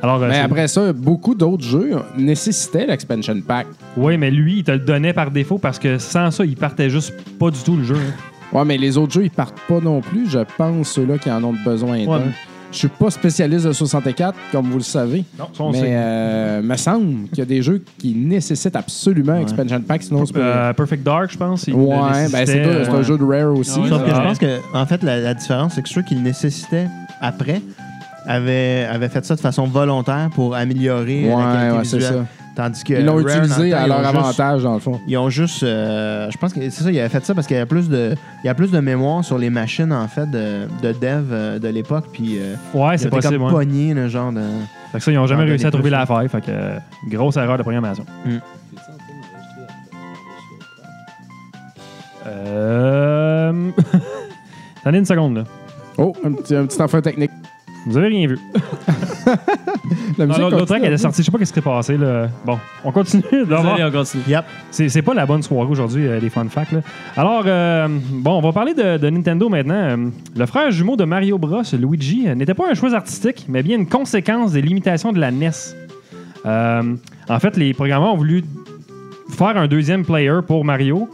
[SPEAKER 5] Alors, euh,
[SPEAKER 3] Mais
[SPEAKER 5] c'est-
[SPEAKER 3] après ça, beaucoup d'autres jeux nécessitaient l'expansion pack.
[SPEAKER 5] Oui, mais lui, il te le donnait par défaut parce que sans ça, il partait juste pas du tout le jeu. hein.
[SPEAKER 3] Ouais, mais les autres jeux, ils partent pas non plus, je pense, ceux-là qui en ont besoin. d'un.
[SPEAKER 5] Ouais.
[SPEAKER 3] Je suis pas spécialiste de 64, comme vous le savez.
[SPEAKER 5] Non, ça, on
[SPEAKER 3] mais
[SPEAKER 5] sait.
[SPEAKER 3] euh, me semble qu'il y a des jeux qui nécessitent absolument un expansion pack, sinon c'est pas.
[SPEAKER 5] Euh, Perfect Dark, je pense. il le
[SPEAKER 3] ouais, ben
[SPEAKER 5] nécessitait,
[SPEAKER 3] c'est pas- c'est
[SPEAKER 5] euh,
[SPEAKER 3] un jeu de Rare aussi.
[SPEAKER 2] Ouais,
[SPEAKER 4] Sauf
[SPEAKER 2] c'est
[SPEAKER 4] que je
[SPEAKER 5] vrai.
[SPEAKER 4] pense que, en fait, la, la différence, c'est que ceux qui le nécessitaient après avaient, avaient fait ça de façon volontaire pour améliorer
[SPEAKER 3] Ouais,
[SPEAKER 4] la qualité
[SPEAKER 3] ouais, c'est
[SPEAKER 4] visuelle.
[SPEAKER 3] ça.
[SPEAKER 4] Tandis que
[SPEAKER 3] Ils l'ont
[SPEAKER 4] Rare, dans le
[SPEAKER 3] utilisé
[SPEAKER 4] temps,
[SPEAKER 3] à
[SPEAKER 4] ils
[SPEAKER 3] leur
[SPEAKER 4] ont juste-
[SPEAKER 3] avantage, dans le fond.
[SPEAKER 4] Ils ont juste. euh, je pense que c'est ça, ils avaient fait ça parce qu'il y a plus de, il y a plus de mémoire sur les machines, en fait, de, de dev euh, de l'époque. Puis euh,
[SPEAKER 5] Ouais,
[SPEAKER 4] ils
[SPEAKER 5] c'est
[SPEAKER 4] étaient
[SPEAKER 5] possible.
[SPEAKER 4] comme
[SPEAKER 5] ouais.
[SPEAKER 4] pognés, le genre de.
[SPEAKER 5] Fait que ça, ils n'ont jamais
[SPEAKER 4] Ah, ben,
[SPEAKER 5] réussi
[SPEAKER 4] les
[SPEAKER 5] à trouver
[SPEAKER 4] plus,
[SPEAKER 5] l'affaire. Fait que euh, grosse erreur de programmation. Euh. *laughs* Attendez une seconde, là.
[SPEAKER 3] Oh, un petit, un petit enfant technique.
[SPEAKER 5] Vous avez rien vu.
[SPEAKER 3] La
[SPEAKER 5] Non,
[SPEAKER 3] musique
[SPEAKER 5] L'autre l'autre
[SPEAKER 3] continue.
[SPEAKER 5] track elle est sortie. Je sais pas qu'est-ce qui s'est passé, là. Bon, on continue. d'abord.
[SPEAKER 2] Allez, on continue.
[SPEAKER 4] Yep.
[SPEAKER 5] C'est c'est pas la bonne soirée aujourd'hui, euh, les fun facts. là. Alors, euh, bon, on va parler de, de Nintendo maintenant. Euh, le frère jumeau de Mario Bros, Luigi, euh, n'était pas un choix artistique, mais bien une conséquence des limitations de la E NES. Euh, en fait, les programmeurs ont voulu faire un deuxième player pour Mario,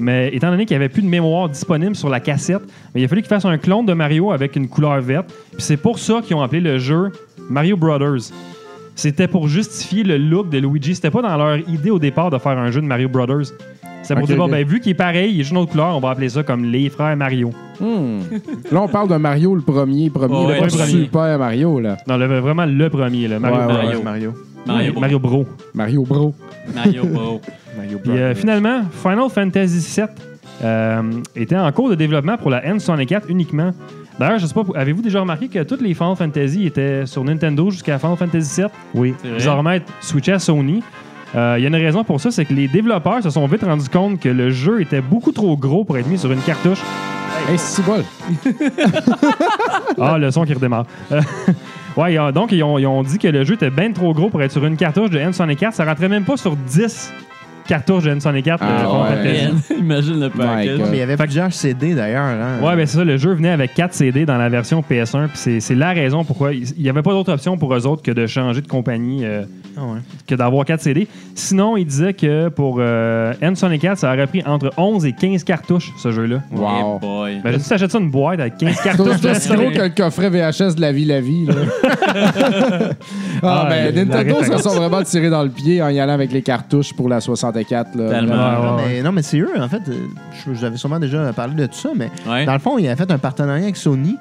[SPEAKER 5] mais étant donné qu'il n'y avait plus de mémoire disponible sur la cassette, mais il a fallu qu'ils fassent un clone de Mario avec une couleur verte. Puis c'est pour ça qu'ils ont appelé le jeu Mario Brothers. C'était pour justifier le look de Luigi. C'était pas dans leur idée au départ de faire un jeu de Mario Brothers. C'était pour
[SPEAKER 3] Ok,
[SPEAKER 5] dire, bon,
[SPEAKER 3] ok.
[SPEAKER 5] ben, vu qu'il est pareil, il est juste une autre couleur, on va appeler ça comme les frères Mario.
[SPEAKER 3] Hmm. Là, on parle de Mario le premier, premier,
[SPEAKER 2] Ouais,
[SPEAKER 3] là, pas
[SPEAKER 5] le premier.
[SPEAKER 3] Super Mario, là.
[SPEAKER 5] Non, le- vraiment le premier, là, Mario,
[SPEAKER 3] Ouais,
[SPEAKER 5] Bros.
[SPEAKER 2] ouais.
[SPEAKER 4] Mario. Mario.
[SPEAKER 2] Mario,
[SPEAKER 5] Mario Bros.
[SPEAKER 3] Mario Bro.
[SPEAKER 2] Mario Bro.
[SPEAKER 3] Mario
[SPEAKER 5] Puis euh, finalement, Final Fantasy VII euh, était en cours de développement pour la N64 uniquement. D'ailleurs, je sais pas, avez-vous déjà remarqué que toutes les Final Fantasy étaient sur Nintendo jusqu'à Final Fantasy VII? Oui.
[SPEAKER 2] C'est vrai.
[SPEAKER 5] Désormais, Switch à Sony. Euh, Il y a une raison pour ça, c'est que les développeurs se sont vite rendus compte que le jeu était beaucoup trop gros pour être mis sur une cartouche.
[SPEAKER 3] Hey,
[SPEAKER 2] *laughs*
[SPEAKER 3] c'est bon.
[SPEAKER 5] Ah, le son qui redémarre. Euh, *laughs* ouais, ils ont- donc ils ont, ils ont dit que le jeu était bien trop gros pour être sur une cartouche de N64. Ça rentrait même pas sur 10 cartouches de N64.
[SPEAKER 3] Ah,
[SPEAKER 5] euh, Final
[SPEAKER 3] ouais.
[SPEAKER 5] Fantasy.
[SPEAKER 2] Man, *laughs* Imagine le
[SPEAKER 3] God.
[SPEAKER 4] Mais il
[SPEAKER 2] package.
[SPEAKER 4] y avait plusieurs CD d'ailleurs. Hein.
[SPEAKER 5] Ouais, ben c'est ça, le jeu venait avec 4 CD dans la version PS1, puis c'est- c'est la raison pourquoi il n'y avait pas d'autre option pour eux autres que de changer de compagnie, euh,
[SPEAKER 4] Ah ouais.
[SPEAKER 5] que d'avoir 4 CD. Sinon, il disait que pour euh, N64, ça aurait pris entre 11 et 15 cartouches, ce jeu-là.
[SPEAKER 2] Eh
[SPEAKER 3] Wow.
[SPEAKER 2] boy.
[SPEAKER 5] Imagine si t'achètes ça une boîte avec 15
[SPEAKER 3] *laughs* C'est
[SPEAKER 5] cartouches.
[SPEAKER 3] aussi aussi
[SPEAKER 5] de-
[SPEAKER 3] gros que le coffret VHS de la vie, la
[SPEAKER 2] *laughs*
[SPEAKER 3] vie. là. ah,
[SPEAKER 5] Ah,
[SPEAKER 3] ben,
[SPEAKER 5] la
[SPEAKER 3] Nintendo se
[SPEAKER 5] référence.
[SPEAKER 3] sont vraiment tirés dans le pied en y allant avec les cartouches pour la 64. Là,
[SPEAKER 2] Tellement.
[SPEAKER 5] Ouais, ouais,
[SPEAKER 4] Non,
[SPEAKER 5] ouais.
[SPEAKER 4] mais, non, mais c'est eux, en fait. euh, je- J'avais sûrement déjà parlé de tout ça, mais
[SPEAKER 3] Hein?
[SPEAKER 2] Ouais.
[SPEAKER 4] dans le fond, il a fait un partenariat avec Sony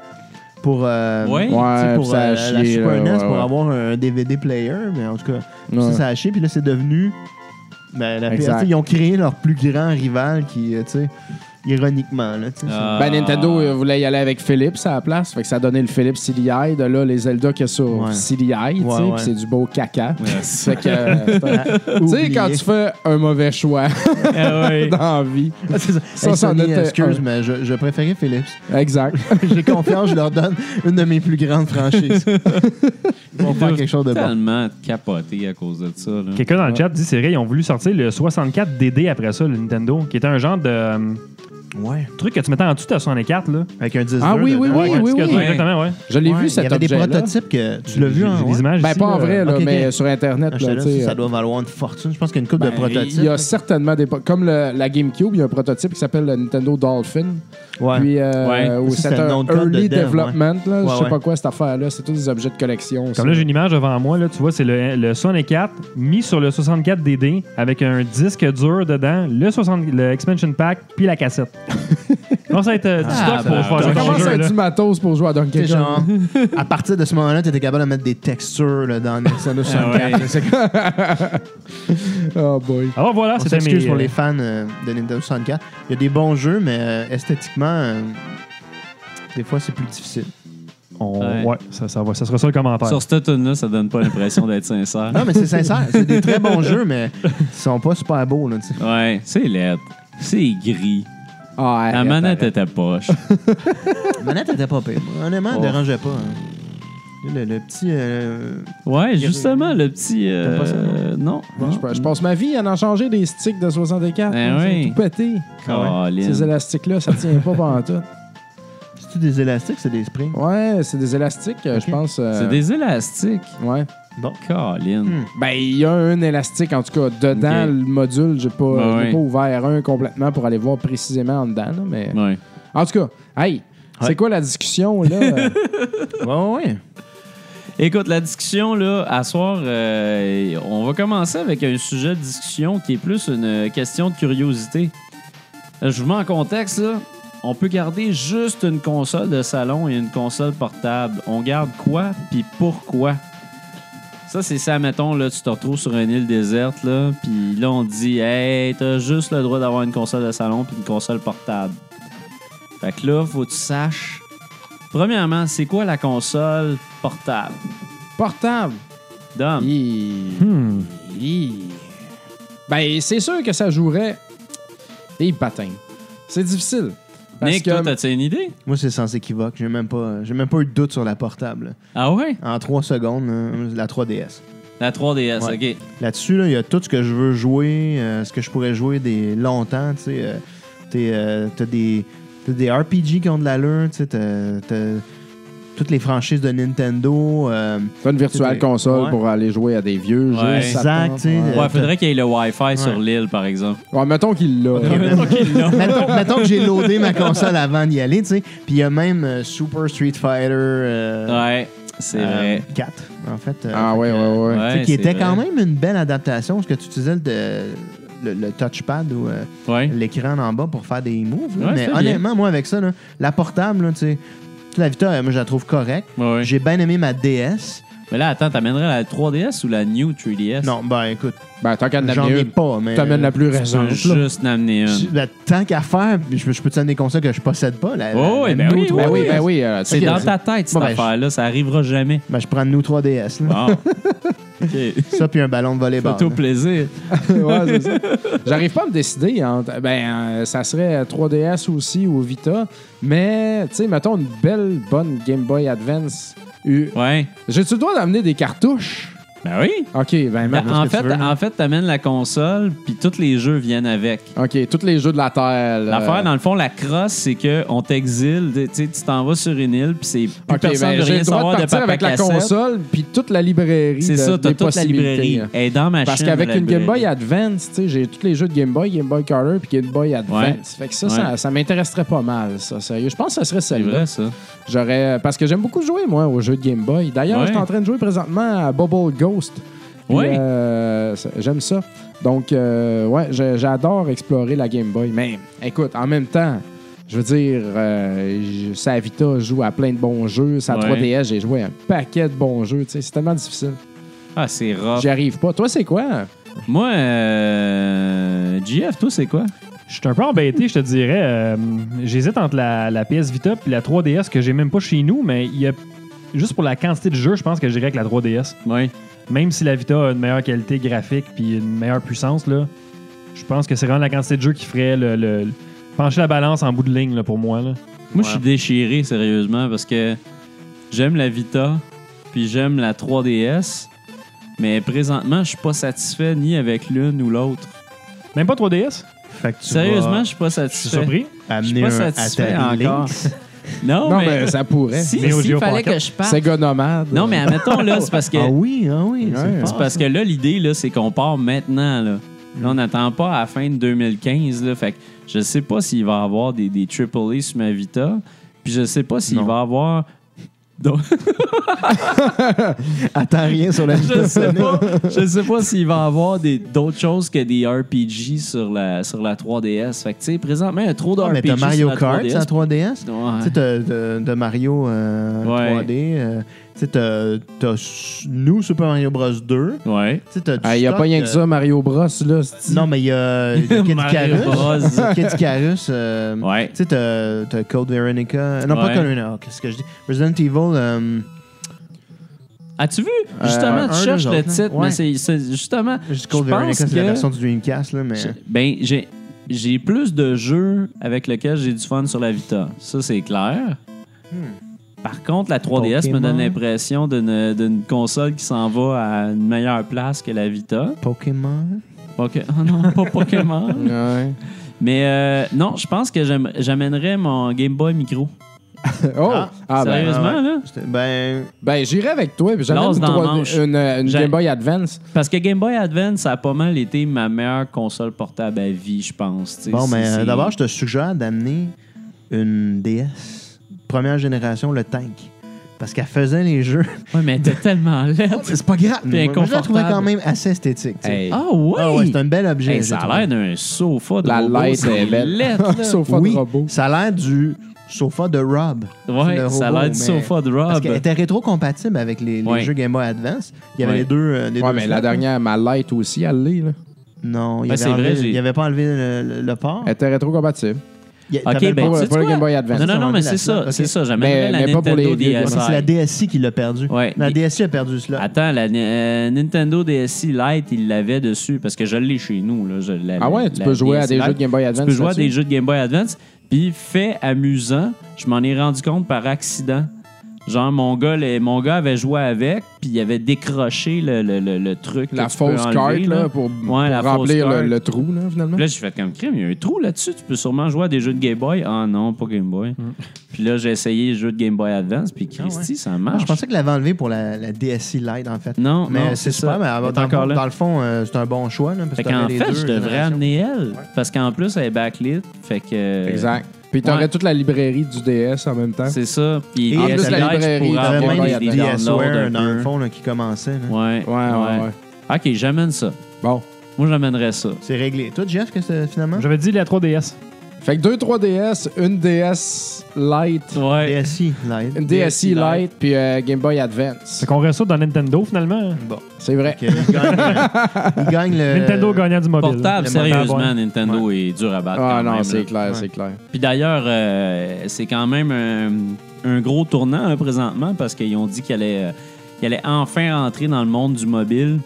[SPEAKER 4] pour, euh,
[SPEAKER 2] Ouais.
[SPEAKER 4] tu sais,
[SPEAKER 3] Ouais, puis
[SPEAKER 4] pour
[SPEAKER 3] ça a
[SPEAKER 4] euh, la
[SPEAKER 3] chié,
[SPEAKER 4] Super
[SPEAKER 3] là,
[SPEAKER 4] NES,
[SPEAKER 3] ouais,
[SPEAKER 4] pour
[SPEAKER 3] ouais.
[SPEAKER 4] avoir un DVD player, mais en tout cas, puis
[SPEAKER 3] Ouais.
[SPEAKER 4] ça, ça a chié, puis là, c'est devenu. Ben, la
[SPEAKER 3] Exact.
[SPEAKER 4] PS, ils ont créé leur plus grand rival qui, euh, tu sais, ironiquement, là, tu sais,
[SPEAKER 2] Ah.
[SPEAKER 3] Ben, Nintendo euh, voulait y aller avec Philips à la place. Fait que ça a donné le Philips CDI. De là, les Zelda qu'il y a sur
[SPEAKER 4] Ouais.
[SPEAKER 3] CDI. tu sais,
[SPEAKER 4] Ouais, ouais.
[SPEAKER 3] puis c'est du beau caca.
[SPEAKER 2] Yes.
[SPEAKER 3] Fait
[SPEAKER 4] *laughs*
[SPEAKER 3] que, euh, c'est un-
[SPEAKER 4] c'est-
[SPEAKER 3] *laughs* tu sais,
[SPEAKER 4] oublié.
[SPEAKER 3] quand tu fais un
[SPEAKER 4] *laughs*
[SPEAKER 3] mauvais choix
[SPEAKER 2] *laughs* Ah ouais.
[SPEAKER 3] *laughs* dans la vie.
[SPEAKER 4] Ah, *laughs* c'est ça.
[SPEAKER 3] Ça,
[SPEAKER 4] Hey,
[SPEAKER 3] ça en
[SPEAKER 4] Sony,
[SPEAKER 3] était
[SPEAKER 4] excuse,
[SPEAKER 3] un.
[SPEAKER 4] mais je, je préférais Philips. *laughs*
[SPEAKER 3] Exact.
[SPEAKER 4] J'ai confiance, je leur donne une de mes plus grandes
[SPEAKER 3] *laughs*
[SPEAKER 4] franchises. Ils vont faire quelque chose de bon.
[SPEAKER 2] tellement capoté à cause de ça. Là.
[SPEAKER 5] Quelqu'un dans le chat dit, c'est vrai, ils ont voulu sortir le 64DD après ça, le Nintendo, qui était un genre de euh,
[SPEAKER 4] Ouais.
[SPEAKER 5] truc que tu mettais en dessous de ta 64, là.
[SPEAKER 4] Avec un 10
[SPEAKER 3] Ah oui, oui,
[SPEAKER 5] Ouais,
[SPEAKER 3] oui, oui.
[SPEAKER 5] tu- Exactement, ouais.
[SPEAKER 3] Je l'ai
[SPEAKER 4] Ouais,
[SPEAKER 3] vu,
[SPEAKER 4] Il
[SPEAKER 3] cet
[SPEAKER 4] y avait des
[SPEAKER 3] objet-là.
[SPEAKER 4] prototypes que tu l'as vu
[SPEAKER 5] J'ai-
[SPEAKER 4] en
[SPEAKER 5] j'ai
[SPEAKER 4] ouais?
[SPEAKER 5] des images
[SPEAKER 3] Ben,
[SPEAKER 5] ici,
[SPEAKER 3] pas en
[SPEAKER 5] là.
[SPEAKER 3] vrai, là,
[SPEAKER 4] ok, ok.
[SPEAKER 3] mais sur Internet.
[SPEAKER 4] Ah,
[SPEAKER 3] là,
[SPEAKER 4] j'étais là,
[SPEAKER 3] tu sais,
[SPEAKER 4] ça
[SPEAKER 3] euh,
[SPEAKER 4] doit valoir une fortune. Je pense qu'il y a une couple
[SPEAKER 2] Ben,
[SPEAKER 4] de
[SPEAKER 3] Il y a
[SPEAKER 4] prototypes.
[SPEAKER 3] certainement des. po- Comme le- la GameCube, il y a un prototype qui s'appelle le Nintendo Dolphin.
[SPEAKER 4] Ouais.
[SPEAKER 3] Puis, euh,
[SPEAKER 2] Ouais.
[SPEAKER 3] où
[SPEAKER 4] Ça,
[SPEAKER 3] c'est
[SPEAKER 4] c'est le nom
[SPEAKER 3] un
[SPEAKER 4] de code
[SPEAKER 3] early
[SPEAKER 4] dedans, ouais.
[SPEAKER 3] development. là,
[SPEAKER 4] Ouais,
[SPEAKER 3] je sais
[SPEAKER 4] ouais.
[SPEAKER 3] pas quoi, cette affaire-là. C'est tous des objets de collection. ça.
[SPEAKER 5] Comme là, j'ai une image devant moi, là, tu vois, c'est le, le Sonic 4 mis sur le 64DD avec un disque dur dedans, le, 60 le expansion pack, puis la cassette. Comment ça va être euh, du stock
[SPEAKER 2] bah,
[SPEAKER 5] pour
[SPEAKER 3] Ça
[SPEAKER 5] faire un
[SPEAKER 3] commence à
[SPEAKER 5] jeu,
[SPEAKER 3] être
[SPEAKER 5] là.
[SPEAKER 3] du matos pour jouer à Donkey
[SPEAKER 4] C'est
[SPEAKER 3] Kong.
[SPEAKER 4] genre, *laughs* à partir de ce moment-là, tu étais capable de mettre des textures là, dans Nintendo 64.
[SPEAKER 2] Ah ouais.
[SPEAKER 4] C'est comme-
[SPEAKER 3] Oh boy.
[SPEAKER 5] Alors Ah, voilà,
[SPEAKER 4] On
[SPEAKER 5] c'était mes...
[SPEAKER 4] s'excuse pour les fans Ah, euh, de Nintendo 64. Il y a des bons jeux, mais euh, esthétiquement, euh, des fois, c'est plus difficile.
[SPEAKER 5] On-
[SPEAKER 2] Ouais.
[SPEAKER 5] Ouais, ça, ça, va, ça sera ça le commentaire.
[SPEAKER 2] Sur cette tune là ça donne pas l'impression d'être sincère.
[SPEAKER 4] *laughs* Non, mais c'est sincère. c'est des très bons jeux, mais ils sont pas super beaux. Là, tu sais.
[SPEAKER 2] Ouais, c'est laid. C'est gris.
[SPEAKER 3] Ah,
[SPEAKER 2] La
[SPEAKER 3] arrête,
[SPEAKER 2] manette
[SPEAKER 3] arrête.
[SPEAKER 2] est à poche.
[SPEAKER 4] La manette était pas pire. Honnêtement, elle
[SPEAKER 2] Oh.
[SPEAKER 4] dérangeait pas. hein. Le, le petit. euh,
[SPEAKER 2] Ouais, justement, le petit. euh,
[SPEAKER 4] T'aimes pas ça?
[SPEAKER 2] euh, non.
[SPEAKER 3] Je, pa- je passe ma vie à en changer des sticks de 64.
[SPEAKER 2] Eh
[SPEAKER 4] Ben
[SPEAKER 3] hein, c'est
[SPEAKER 2] oui.
[SPEAKER 3] Tout pété.
[SPEAKER 2] Colin.
[SPEAKER 3] Ces élastiques-là, ça tient pas pendant tout.
[SPEAKER 4] C'est-tu des élastiques, c'est des springs?
[SPEAKER 3] Ouais, c'est des élastiques, euh,
[SPEAKER 4] Ok.
[SPEAKER 3] je pense. euh,
[SPEAKER 2] C'est des élastiques.
[SPEAKER 3] Ouais.
[SPEAKER 4] Bon.
[SPEAKER 2] Colin.
[SPEAKER 4] Hmm.
[SPEAKER 3] Ben, il y a un élastique, en tout cas, dedans
[SPEAKER 2] Ok.
[SPEAKER 3] le module. J'ai pas,
[SPEAKER 2] Ben
[SPEAKER 3] j'ai
[SPEAKER 2] oui.
[SPEAKER 3] pas ouvert un complètement pour aller voir précisément en dedans. là, mais...
[SPEAKER 2] Ouais.
[SPEAKER 3] En tout cas, hey, c'est quoi la discussion,
[SPEAKER 2] *laughs*
[SPEAKER 3] là? Euh,
[SPEAKER 4] Ouais, ouais.
[SPEAKER 2] Écoute, la discussion, là, à soir, euh, on va commencer avec un sujet de discussion qui est plus une question de curiosité. Euh, Je vous mets en contexte, là. On peut garder juste une console de salon et une console portable. On garde quoi, puis pourquoi? Ça, c'est ça, mettons, là, tu te retrouves sur une île déserte, là, puis là, on dit, hey, t'as juste le droit d'avoir une console de salon puis une console portable. Fait que là, faut que tu saches, premièrement, c'est quoi la console portable?
[SPEAKER 3] portable.
[SPEAKER 2] Dom.
[SPEAKER 3] Hi.
[SPEAKER 5] Hmm.
[SPEAKER 3] Hi. Ben, c'est sûr que ça jouerait des patins. C'est difficile. Parce
[SPEAKER 2] Nick,
[SPEAKER 3] que-
[SPEAKER 2] toi, t'as-tu une idée?
[SPEAKER 4] Moi, c'est sans équivoque. J'ai même pas, j'ai même pas eu de doute sur la portable.
[SPEAKER 2] Ah ouais?
[SPEAKER 4] En 3 secondes, euh, la 3DS.
[SPEAKER 2] La 3DS,
[SPEAKER 4] Ouais.
[SPEAKER 2] ok.
[SPEAKER 4] Là-dessus, là, il y a tout ce que je veux jouer, euh, ce que je pourrais jouer des longtemps. Tu sais, euh, t'es, euh, t'as des, t'as des RPG qui ont de l'allure. Tu sais, t'as, t'as toutes les franchises de
[SPEAKER 2] *laughs*
[SPEAKER 4] Nintendo. euh,
[SPEAKER 3] T'as une virtuelle
[SPEAKER 4] C'est-
[SPEAKER 3] console
[SPEAKER 4] ouais.
[SPEAKER 3] pour aller jouer à des vieux jeux.
[SPEAKER 2] Ouais.
[SPEAKER 3] ça
[SPEAKER 4] Exact,
[SPEAKER 3] tente,
[SPEAKER 4] tu sais,
[SPEAKER 3] ouais.
[SPEAKER 2] Ouais, faudrait qu'il y ait le Wi-Fi sur
[SPEAKER 4] Ouais.
[SPEAKER 2] l'île, par exemple.
[SPEAKER 3] Ouais, mettons qu'il l'a.
[SPEAKER 4] Ok,
[SPEAKER 3] là.
[SPEAKER 4] mettons, mettons- mettons que j'ai loadé ma console avant d'y aller, tu sais. Puis il y a même euh, Super Street Fighter euh,
[SPEAKER 2] Ouais, c'est
[SPEAKER 4] euh,
[SPEAKER 2] vrai.
[SPEAKER 4] 4, en fait. euh,
[SPEAKER 3] Ah ouais,
[SPEAKER 4] fait
[SPEAKER 3] ouais,
[SPEAKER 4] que,
[SPEAKER 3] ouais. ouais.
[SPEAKER 4] Tu sais, qui
[SPEAKER 2] c'est
[SPEAKER 4] était quand
[SPEAKER 2] vrai.
[SPEAKER 4] même une belle adaptation, parce que tu utilisais le, de- le- le touchpad ou euh,
[SPEAKER 2] Ouais.
[SPEAKER 4] l'écran en bas pour faire des moves. là.
[SPEAKER 2] Ouais,
[SPEAKER 4] mais
[SPEAKER 2] c'était
[SPEAKER 4] honnêtement, moi, avec ça, là, la portable, là, tu sais, toute la Vita, euh, moi, je la trouve correcte.
[SPEAKER 2] Ouais, ouais.
[SPEAKER 4] J'ai bien aimé ma DS.
[SPEAKER 2] Mais là, attends, t'amènerais la 3DS ou la New 3DS?
[SPEAKER 4] Non, ben écoute,
[SPEAKER 3] Ben, tant qu'à en
[SPEAKER 4] j'en
[SPEAKER 3] amener
[SPEAKER 4] ai
[SPEAKER 3] une,
[SPEAKER 4] pas, mais...
[SPEAKER 3] t'amènes la plus
[SPEAKER 2] Tu peux
[SPEAKER 3] récente. là.
[SPEAKER 2] juste n'amener
[SPEAKER 4] Je-
[SPEAKER 2] une.
[SPEAKER 4] ben, tant qu'à faire, je, je peux te donner des conseils que je possède pas. La,
[SPEAKER 2] Oh,
[SPEAKER 4] la-
[SPEAKER 2] ouais,
[SPEAKER 4] la
[SPEAKER 2] ben
[SPEAKER 4] New
[SPEAKER 2] oui,
[SPEAKER 3] Ben oui, ben oui. euh,
[SPEAKER 2] C'est
[SPEAKER 3] ok.
[SPEAKER 2] dans ta tête, cette
[SPEAKER 4] Bon, ben, je-
[SPEAKER 2] affaire-là. Ça arrivera jamais.
[SPEAKER 4] *laughs* Ben, je prends nous 3DS. Là.
[SPEAKER 2] Bon. OK.
[SPEAKER 4] Ça, puis un ballon de volleyball.
[SPEAKER 2] Fais-toi plaisir.
[SPEAKER 3] *laughs* Ouais, c'est ça. J'arrive pas à me décider. entre- Ben, euh, ça serait 3DS aussi ou Vita. Mais, tu sais, mettons une belle, bonne Game Boy Advance. U-
[SPEAKER 2] Ouais.
[SPEAKER 3] J'ai-tu le droit d'amener des cartouches?
[SPEAKER 2] Ben oui.
[SPEAKER 3] OK, ben,
[SPEAKER 2] Ben,
[SPEAKER 3] maintenant.
[SPEAKER 2] en,
[SPEAKER 4] ce que tu
[SPEAKER 2] fait,
[SPEAKER 4] veux,
[SPEAKER 2] en fait, t'amènes la console, puis tous les jeux viennent avec.
[SPEAKER 3] OK, tous les jeux de la Terre. là.
[SPEAKER 2] L'affaire, dans le fond, la crosse, c'est qu'on t'exile, tu sais, tu t'en vas sur une île, puis c'est plus
[SPEAKER 3] OK,
[SPEAKER 2] personne
[SPEAKER 3] ben,
[SPEAKER 2] veut
[SPEAKER 3] j'ai
[SPEAKER 2] rien
[SPEAKER 3] le droit
[SPEAKER 2] savoir
[SPEAKER 3] de
[SPEAKER 2] de,
[SPEAKER 3] partir
[SPEAKER 2] papa
[SPEAKER 3] avec la
[SPEAKER 2] cassette.
[SPEAKER 3] console puis toute la librairie.
[SPEAKER 2] C'est
[SPEAKER 3] de-
[SPEAKER 2] ça, t'as
[SPEAKER 3] des
[SPEAKER 2] toute la
[SPEAKER 3] possibilités,
[SPEAKER 2] librairie.
[SPEAKER 3] hein.
[SPEAKER 2] Elle est dans ma
[SPEAKER 3] Parce
[SPEAKER 2] chaîne,
[SPEAKER 3] qu'avec
[SPEAKER 2] la
[SPEAKER 3] une Game Boy
[SPEAKER 2] librairie.
[SPEAKER 3] Advance, tu sais, j'ai tous les jeux de Game Boy, Game Boy Color puis Game Boy Advance. Fait que ça, ça,
[SPEAKER 2] Ouais.
[SPEAKER 3] ça m'intéresserait pas mal, ça. Sérieux, je pense que ça serait
[SPEAKER 2] C'est
[SPEAKER 3] celle-là.
[SPEAKER 2] vrai, ça.
[SPEAKER 3] J'aurais parce que j'aime beaucoup jouer moi aux jeux de Game Boy. D'ailleurs,
[SPEAKER 2] Ouais.
[SPEAKER 3] je suis en train de jouer présentement à Bubble Ghost. Puis,
[SPEAKER 2] Ouais.
[SPEAKER 3] euh, ça- j'aime ça. Donc euh, ouais, je- j'adore explorer la Game Boy. Mais écoute, en même temps, je veux dire, euh, je- sa Vita joue à plein de bons jeux. Sa
[SPEAKER 2] Ouais.
[SPEAKER 3] 3DS, j'ai joué à un paquet de bons jeux. Tu sais, C'est tellement difficile.
[SPEAKER 2] Ah, c'est rough.
[SPEAKER 3] J'y arrive pas. Toi, c'est quoi?
[SPEAKER 2] Moi, euh, GF, toi, c'est quoi?
[SPEAKER 5] Je suis un peu embêté, je te dirais. Euh, J'hésite entre la, la PS Vita et la 3DS que j'ai même pas chez nous, mais il y a juste pour la quantité de jeux, je pense que j'irais avec la 3DS.
[SPEAKER 2] Oui.
[SPEAKER 5] Même si la Vita a une meilleure qualité graphique puis une meilleure puissance, là, je pense que c'est vraiment la quantité de jeux qui ferait le, le- le- pencher la balance en bout de ligne là, pour moi. Là.
[SPEAKER 2] Moi, je suis déchiré, sérieusement, parce que j'aime la Vita, puis j'aime la 3DS, mais présentement, je suis pas satisfait ni avec l'une ou l'autre.
[SPEAKER 5] Même pas 3DS?
[SPEAKER 4] Fait que tu
[SPEAKER 2] Sérieusement,
[SPEAKER 4] vas
[SPEAKER 2] je suis pas
[SPEAKER 5] Je suis
[SPEAKER 2] satisfait.
[SPEAKER 5] surpris.
[SPEAKER 2] Je
[SPEAKER 4] amener
[SPEAKER 2] suis pas
[SPEAKER 4] un
[SPEAKER 2] satisfait
[SPEAKER 4] Atari
[SPEAKER 2] encore.
[SPEAKER 4] Lynx.
[SPEAKER 2] Non,
[SPEAKER 3] non,
[SPEAKER 2] mais...
[SPEAKER 3] mais ça pourrait.
[SPEAKER 2] Si,
[SPEAKER 5] Neo
[SPEAKER 2] s'il
[SPEAKER 5] Geo
[SPEAKER 2] fallait
[SPEAKER 5] Pocket.
[SPEAKER 2] que je parte...
[SPEAKER 3] C'est gonomade.
[SPEAKER 2] Non, mais admettons, là, c'est parce que...
[SPEAKER 4] Ah oui, ah oui.
[SPEAKER 3] Ouais.
[SPEAKER 4] c'est
[SPEAKER 2] C'est parce que là, l'idée, là, c'est qu'on part maintenant. Là, Là, on n'attend pas à la fin de 2015. Là, fait que je ne sais pas s'il va y avoir des, des AAA sur ma Vita. Puis je ne sais pas s'il
[SPEAKER 4] Non.
[SPEAKER 2] va y avoir. *laughs* Donc,
[SPEAKER 4] Attends rien sur
[SPEAKER 2] *laughs*
[SPEAKER 4] la
[SPEAKER 2] je ne sais pas, je sais pas s'il va y avoir des- d'autres choses que des RPG sur la, sur la 3DS. Fait que, tu sais, présentement, il y a trop de
[SPEAKER 4] Ah, Mais
[SPEAKER 2] RPG
[SPEAKER 4] t'as
[SPEAKER 2] sur
[SPEAKER 4] Mario
[SPEAKER 2] la
[SPEAKER 4] Kart, sur la
[SPEAKER 2] 3DS.
[SPEAKER 4] 3DS. Tu sais,
[SPEAKER 2] Ouais.
[SPEAKER 4] t'as t'as- t'as Mario euh,
[SPEAKER 2] Ouais.
[SPEAKER 4] 3D. euh, tu sais, t'as- t'as s- nous Super Mario Bros 2.
[SPEAKER 2] Ouais.
[SPEAKER 4] Tu sais, t'as du
[SPEAKER 3] Ah, Il n'y a
[SPEAKER 4] stock,
[SPEAKER 3] pas rien que
[SPEAKER 4] euh,
[SPEAKER 3] ça, Mario Bros. Là, c'est-
[SPEAKER 4] Non, mais il y a il
[SPEAKER 2] *laughs*
[SPEAKER 4] y a Kid
[SPEAKER 2] Mario Bros.
[SPEAKER 4] Icarus. Kid Icarus. euh,
[SPEAKER 2] Ouais.
[SPEAKER 4] Tu sais, t'as t'as Code Veronica. Non, pas
[SPEAKER 2] Ouais.
[SPEAKER 4] Code Veronica. oh, Qu'est-ce que je dis? Resident Evil. euh,
[SPEAKER 2] As-tu vu? Justement,
[SPEAKER 4] un
[SPEAKER 2] tu
[SPEAKER 4] des
[SPEAKER 2] cherches le
[SPEAKER 4] autres, là.
[SPEAKER 2] titre,
[SPEAKER 4] Ouais.
[SPEAKER 2] mais c'est- c'est justement.
[SPEAKER 4] Juste Code
[SPEAKER 2] Je pense
[SPEAKER 4] Veronica, c'est la
[SPEAKER 2] que-
[SPEAKER 4] version du Dreamcast, là, mais... hein.
[SPEAKER 2] J'ai- Ben, j'ai, j'ai plus de jeux avec lesquels j'ai du fun sur la Vita. Ça, c'est clair. Par contre, la 3DS me donne
[SPEAKER 4] Pokémon.
[SPEAKER 2] l'impression d'une d'une console qui s'en va à une meilleure place que la Vita.
[SPEAKER 4] Pokémon.
[SPEAKER 2] Poké- *laughs* oh non, pas Pokémon.
[SPEAKER 3] *laughs* Ouais.
[SPEAKER 2] Mais euh, non, je pense que j'aime- j'amènerais mon Game Boy Micro.
[SPEAKER 3] Oh!
[SPEAKER 4] Ah,
[SPEAKER 3] Ah, ben,
[SPEAKER 2] Sérieusement,
[SPEAKER 4] ouais.
[SPEAKER 2] là?
[SPEAKER 4] C'était- Ben,
[SPEAKER 3] ben, j'irai avec toi. puis J'amène
[SPEAKER 2] Lance
[SPEAKER 3] une,
[SPEAKER 2] dans la
[SPEAKER 3] trois-
[SPEAKER 2] manche.
[SPEAKER 3] une- une
[SPEAKER 2] J'ai-
[SPEAKER 3] Game Boy Advance.
[SPEAKER 2] Parce que Game Boy Advance, ça a pas mal été ma meilleure console portable à vie, je pense. tu sais.
[SPEAKER 4] bon,
[SPEAKER 2] C'est-
[SPEAKER 4] mais euh,
[SPEAKER 2] c'est-
[SPEAKER 4] d'abord, je te suggère d'amener une DS, première génération, le Tank. Parce qu'elle faisait les jeux.
[SPEAKER 2] Ouais, mais t'es tellement
[SPEAKER 4] *laughs*
[SPEAKER 2] laide.
[SPEAKER 4] C'est pas grave.
[SPEAKER 2] Puis
[SPEAKER 4] mais moi, je la trouvais
[SPEAKER 2] inconfortable.
[SPEAKER 4] quand même assez esthétique. tu sais.
[SPEAKER 3] Hey.
[SPEAKER 2] Ah ouais!
[SPEAKER 4] Ah ouais, c'est un bel objet.
[SPEAKER 2] Hey,
[SPEAKER 4] j'ai
[SPEAKER 2] ça
[SPEAKER 4] trouvé.
[SPEAKER 2] a l'air d'un sofa de
[SPEAKER 3] La
[SPEAKER 2] robot,
[SPEAKER 3] light
[SPEAKER 2] c'est
[SPEAKER 3] est belle.
[SPEAKER 2] laid,
[SPEAKER 3] *laughs*
[SPEAKER 4] *laughs*
[SPEAKER 2] là.
[SPEAKER 3] Sofa
[SPEAKER 4] oui,
[SPEAKER 3] de robot.
[SPEAKER 4] Ça a l'air du sofa de Rob.
[SPEAKER 2] Ouais,
[SPEAKER 4] Le
[SPEAKER 2] ça a
[SPEAKER 4] robot,
[SPEAKER 2] l'air du
[SPEAKER 4] mais-
[SPEAKER 2] sofa de
[SPEAKER 4] Parce
[SPEAKER 2] Rob.
[SPEAKER 4] qu'elle était rétro-compatible avec les, les
[SPEAKER 2] Ouais.
[SPEAKER 4] jeux Game Boy Advance. Il y avait
[SPEAKER 2] Ouais.
[SPEAKER 4] les deux. euh, les
[SPEAKER 3] Ouais,
[SPEAKER 4] deux
[SPEAKER 3] mais la
[SPEAKER 4] slots, là.
[SPEAKER 3] dernière, ma Light aussi, elle l'est. là.
[SPEAKER 4] Non, il
[SPEAKER 2] Ben,
[SPEAKER 4] avait,
[SPEAKER 2] c'est
[SPEAKER 4] enlevé-
[SPEAKER 2] vrai, j'ai-
[SPEAKER 4] il avait pas enlevé le, le- le port.
[SPEAKER 3] Elle était rétrocompatible.
[SPEAKER 4] Il y a-
[SPEAKER 2] Ok,
[SPEAKER 4] t'avais le
[SPEAKER 2] ben,
[SPEAKER 4] port-
[SPEAKER 3] Pour,
[SPEAKER 2] sais-tu
[SPEAKER 3] pour le
[SPEAKER 2] quoi?
[SPEAKER 3] Game Boy Advance.
[SPEAKER 2] Non, non, non,
[SPEAKER 4] enlevé
[SPEAKER 2] mais
[SPEAKER 4] la
[SPEAKER 2] c'est
[SPEAKER 4] slot,
[SPEAKER 2] ça,
[SPEAKER 4] ok.
[SPEAKER 2] c'est ça. J'amènerais
[SPEAKER 3] Mais-
[SPEAKER 2] la
[SPEAKER 3] mais pas pour les
[SPEAKER 2] Nintendo
[SPEAKER 3] vieux,
[SPEAKER 4] Ouais,
[SPEAKER 2] DSi.
[SPEAKER 4] mais c'est la DSI qui l'a perdu.
[SPEAKER 2] Ouais. Ah,
[SPEAKER 4] La
[SPEAKER 2] Il-
[SPEAKER 4] DSI a perdu cela.
[SPEAKER 2] Attends, la euh, Nintendo DSi Lite, il l'avait dessus parce que je l'ai chez nous. Là, je l'ai-
[SPEAKER 3] Ah ouais, tu
[SPEAKER 2] la
[SPEAKER 3] peux jouer à
[SPEAKER 2] DSi
[SPEAKER 3] des jeux
[SPEAKER 2] Lite.
[SPEAKER 3] de Game Boy
[SPEAKER 2] Tu
[SPEAKER 3] Advance.
[SPEAKER 2] peux jouer à des
[SPEAKER 3] là-dessus.
[SPEAKER 2] jeux de Game Boy Advance. Puis, fait amusant, je m'en ai rendu compte par accident. Genre, mon gars, le- mon gars avait joué avec, puis il avait décroché le, le- le- le truc. que
[SPEAKER 3] La
[SPEAKER 2] tu peux
[SPEAKER 3] fausse carte
[SPEAKER 2] enlever,
[SPEAKER 3] là, pour, pour
[SPEAKER 2] la fausse
[SPEAKER 3] remplir
[SPEAKER 2] carte.
[SPEAKER 3] le, le trou, là, finalement.
[SPEAKER 2] Puis là, j'ai fait comme crime, il y a un trou là-dessus, tu peux sûrement jouer à des jeux de Game Boy. Ah non, pas Game
[SPEAKER 3] Mm.
[SPEAKER 2] Boy. Puis là, j'ai essayé les jeux de Game Boy Advance, puis Christy, ça
[SPEAKER 4] Ah,
[SPEAKER 2] marche.
[SPEAKER 4] je pensais qu'il l'avait enlevé pour la, la DSI Lite, en fait.
[SPEAKER 2] Non,
[SPEAKER 4] mais
[SPEAKER 2] non,
[SPEAKER 4] euh, c'est
[SPEAKER 2] c'est
[SPEAKER 4] super.
[SPEAKER 2] ça.
[SPEAKER 4] Mais
[SPEAKER 2] Elle
[SPEAKER 4] euh,
[SPEAKER 2] est
[SPEAKER 4] dans, le fond-
[SPEAKER 2] encore là.
[SPEAKER 4] dans le fond, euh, c'est un bon choix. Là, parce
[SPEAKER 2] Fait
[SPEAKER 4] que t'avais
[SPEAKER 2] qu'en
[SPEAKER 4] les
[SPEAKER 2] fait,
[SPEAKER 4] deux
[SPEAKER 2] je devrais
[SPEAKER 4] générations.
[SPEAKER 2] amener elle, parce qu'en plus, elle est backlit, fait que...
[SPEAKER 3] Exact. Puis t'aurais
[SPEAKER 2] ouais.
[SPEAKER 3] toute la librairie du DS en même temps.
[SPEAKER 2] C'est ça. Puis
[SPEAKER 4] Et en plus, la
[SPEAKER 3] librairie,
[SPEAKER 2] pour
[SPEAKER 3] t'avais
[SPEAKER 2] avoir
[SPEAKER 4] T'avais
[SPEAKER 3] Game Boy
[SPEAKER 4] même
[SPEAKER 2] des,
[SPEAKER 4] les
[SPEAKER 2] des
[SPEAKER 3] Advance.
[SPEAKER 2] downloads un
[SPEAKER 4] DSware dans le
[SPEAKER 2] peu.
[SPEAKER 4] fond là, qui commençait. là.
[SPEAKER 2] Ouais,
[SPEAKER 3] Ouais, ouais, ouais.
[SPEAKER 2] OK, j'amène ça.
[SPEAKER 3] Bon.
[SPEAKER 2] Moi, j'amènerais ça.
[SPEAKER 4] C'est réglé. Toi, Jeff, que c'est finalement?
[SPEAKER 5] J'avais dit la 3DS.
[SPEAKER 3] Fait que 2 3 DS, une DS Lite,
[SPEAKER 2] Ouais.
[SPEAKER 4] DSI Lite.
[SPEAKER 3] une DSi Lite, puis euh, Game Boy Advance.
[SPEAKER 5] C'est qu'on reste ça dans Nintendo
[SPEAKER 2] Euh,
[SPEAKER 5] finalement.
[SPEAKER 4] Bon.
[SPEAKER 3] C'est vrai.
[SPEAKER 4] Fait que Il gagne, euh, il gagne le.
[SPEAKER 5] Nintendo gagnant du mobile.
[SPEAKER 2] Portable,
[SPEAKER 4] Le
[SPEAKER 2] sérieusement, Nintendo est dur à battre.
[SPEAKER 3] Ah
[SPEAKER 2] quand
[SPEAKER 3] non,
[SPEAKER 2] même,
[SPEAKER 3] c'est
[SPEAKER 2] là.
[SPEAKER 3] clair,
[SPEAKER 4] Ouais.
[SPEAKER 3] c'est clair.
[SPEAKER 2] Puis d'ailleurs, euh, c'est quand même un, un gros tournant hein, présentement parce qu'ils ont dit qu'il allait, euh, qu'il allait enfin rentrer dans le monde du mobile,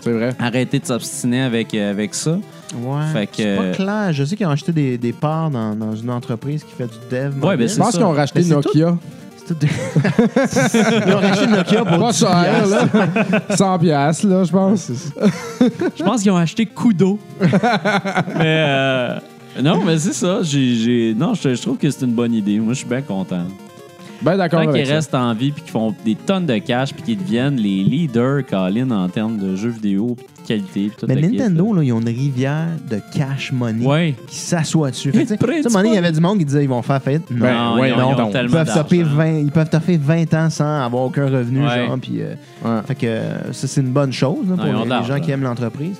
[SPEAKER 3] C'est vrai.
[SPEAKER 4] Ah,
[SPEAKER 2] arrêter de s'obstiner avec, euh, avec ça.
[SPEAKER 4] Ouais.
[SPEAKER 2] Fait que- euh,
[SPEAKER 4] C'est pas clair. Je sais qu'ils ont acheté des, des parts dans, dans une entreprise qui fait du dev. mobile.
[SPEAKER 2] ben,
[SPEAKER 3] Je
[SPEAKER 2] c'est
[SPEAKER 3] pense
[SPEAKER 2] ça.
[SPEAKER 3] qu'ils ont racheté
[SPEAKER 4] Mais c'est
[SPEAKER 3] Nokia.
[SPEAKER 4] C'est tout
[SPEAKER 2] *laughs*
[SPEAKER 4] des- Ils ont racheté Nokia pour
[SPEAKER 3] Pas
[SPEAKER 4] 10
[SPEAKER 3] cher,
[SPEAKER 4] piastres.
[SPEAKER 3] là. *laughs* 100 piastres, là, je pense.
[SPEAKER 2] Je pense qu'ils ont acheté
[SPEAKER 3] *laughs*
[SPEAKER 2] Kudo. mais euh, non, mais c'est ça. J'ai, j'ai- Non, je, je trouve que c'est une bonne idée. Moi, je suis bien content.
[SPEAKER 3] Ben d'accord
[SPEAKER 2] Tant qu'ils
[SPEAKER 3] avec ça.
[SPEAKER 2] restent en vie puis qu'ils font des tonnes de cash puis qu'ils deviennent les leaders, Colin, en termes de jeux vidéo puis de qualité. Puis tout
[SPEAKER 4] Mais
[SPEAKER 2] le kit,
[SPEAKER 4] Nintendo, là, ils ont une rivière de cash money
[SPEAKER 2] Ouais.
[SPEAKER 4] qui s'assoit dessus. Fait que,
[SPEAKER 2] Ils
[SPEAKER 4] tu sais,
[SPEAKER 2] te prêtent
[SPEAKER 4] tu sais, à un moment donné, il y avait du monde qui disait ils vont faire faillite. Non.
[SPEAKER 3] Ben, ouais,
[SPEAKER 2] ils ont-
[SPEAKER 3] non,
[SPEAKER 2] ils ont
[SPEAKER 3] donc.
[SPEAKER 4] ils,
[SPEAKER 2] tellement
[SPEAKER 4] peuvent taper
[SPEAKER 2] d'argent.
[SPEAKER 4] 20, ils peuvent taper 20 ans sans avoir aucun revenu.
[SPEAKER 2] Ouais.
[SPEAKER 4] Genre, puis, euh,
[SPEAKER 3] Ouais.
[SPEAKER 4] fait que euh, ça, c'est une bonne chose là,
[SPEAKER 2] ils ont de
[SPEAKER 4] pour les, les
[SPEAKER 2] l'argent.
[SPEAKER 4] gens qui aiment l'entreprise.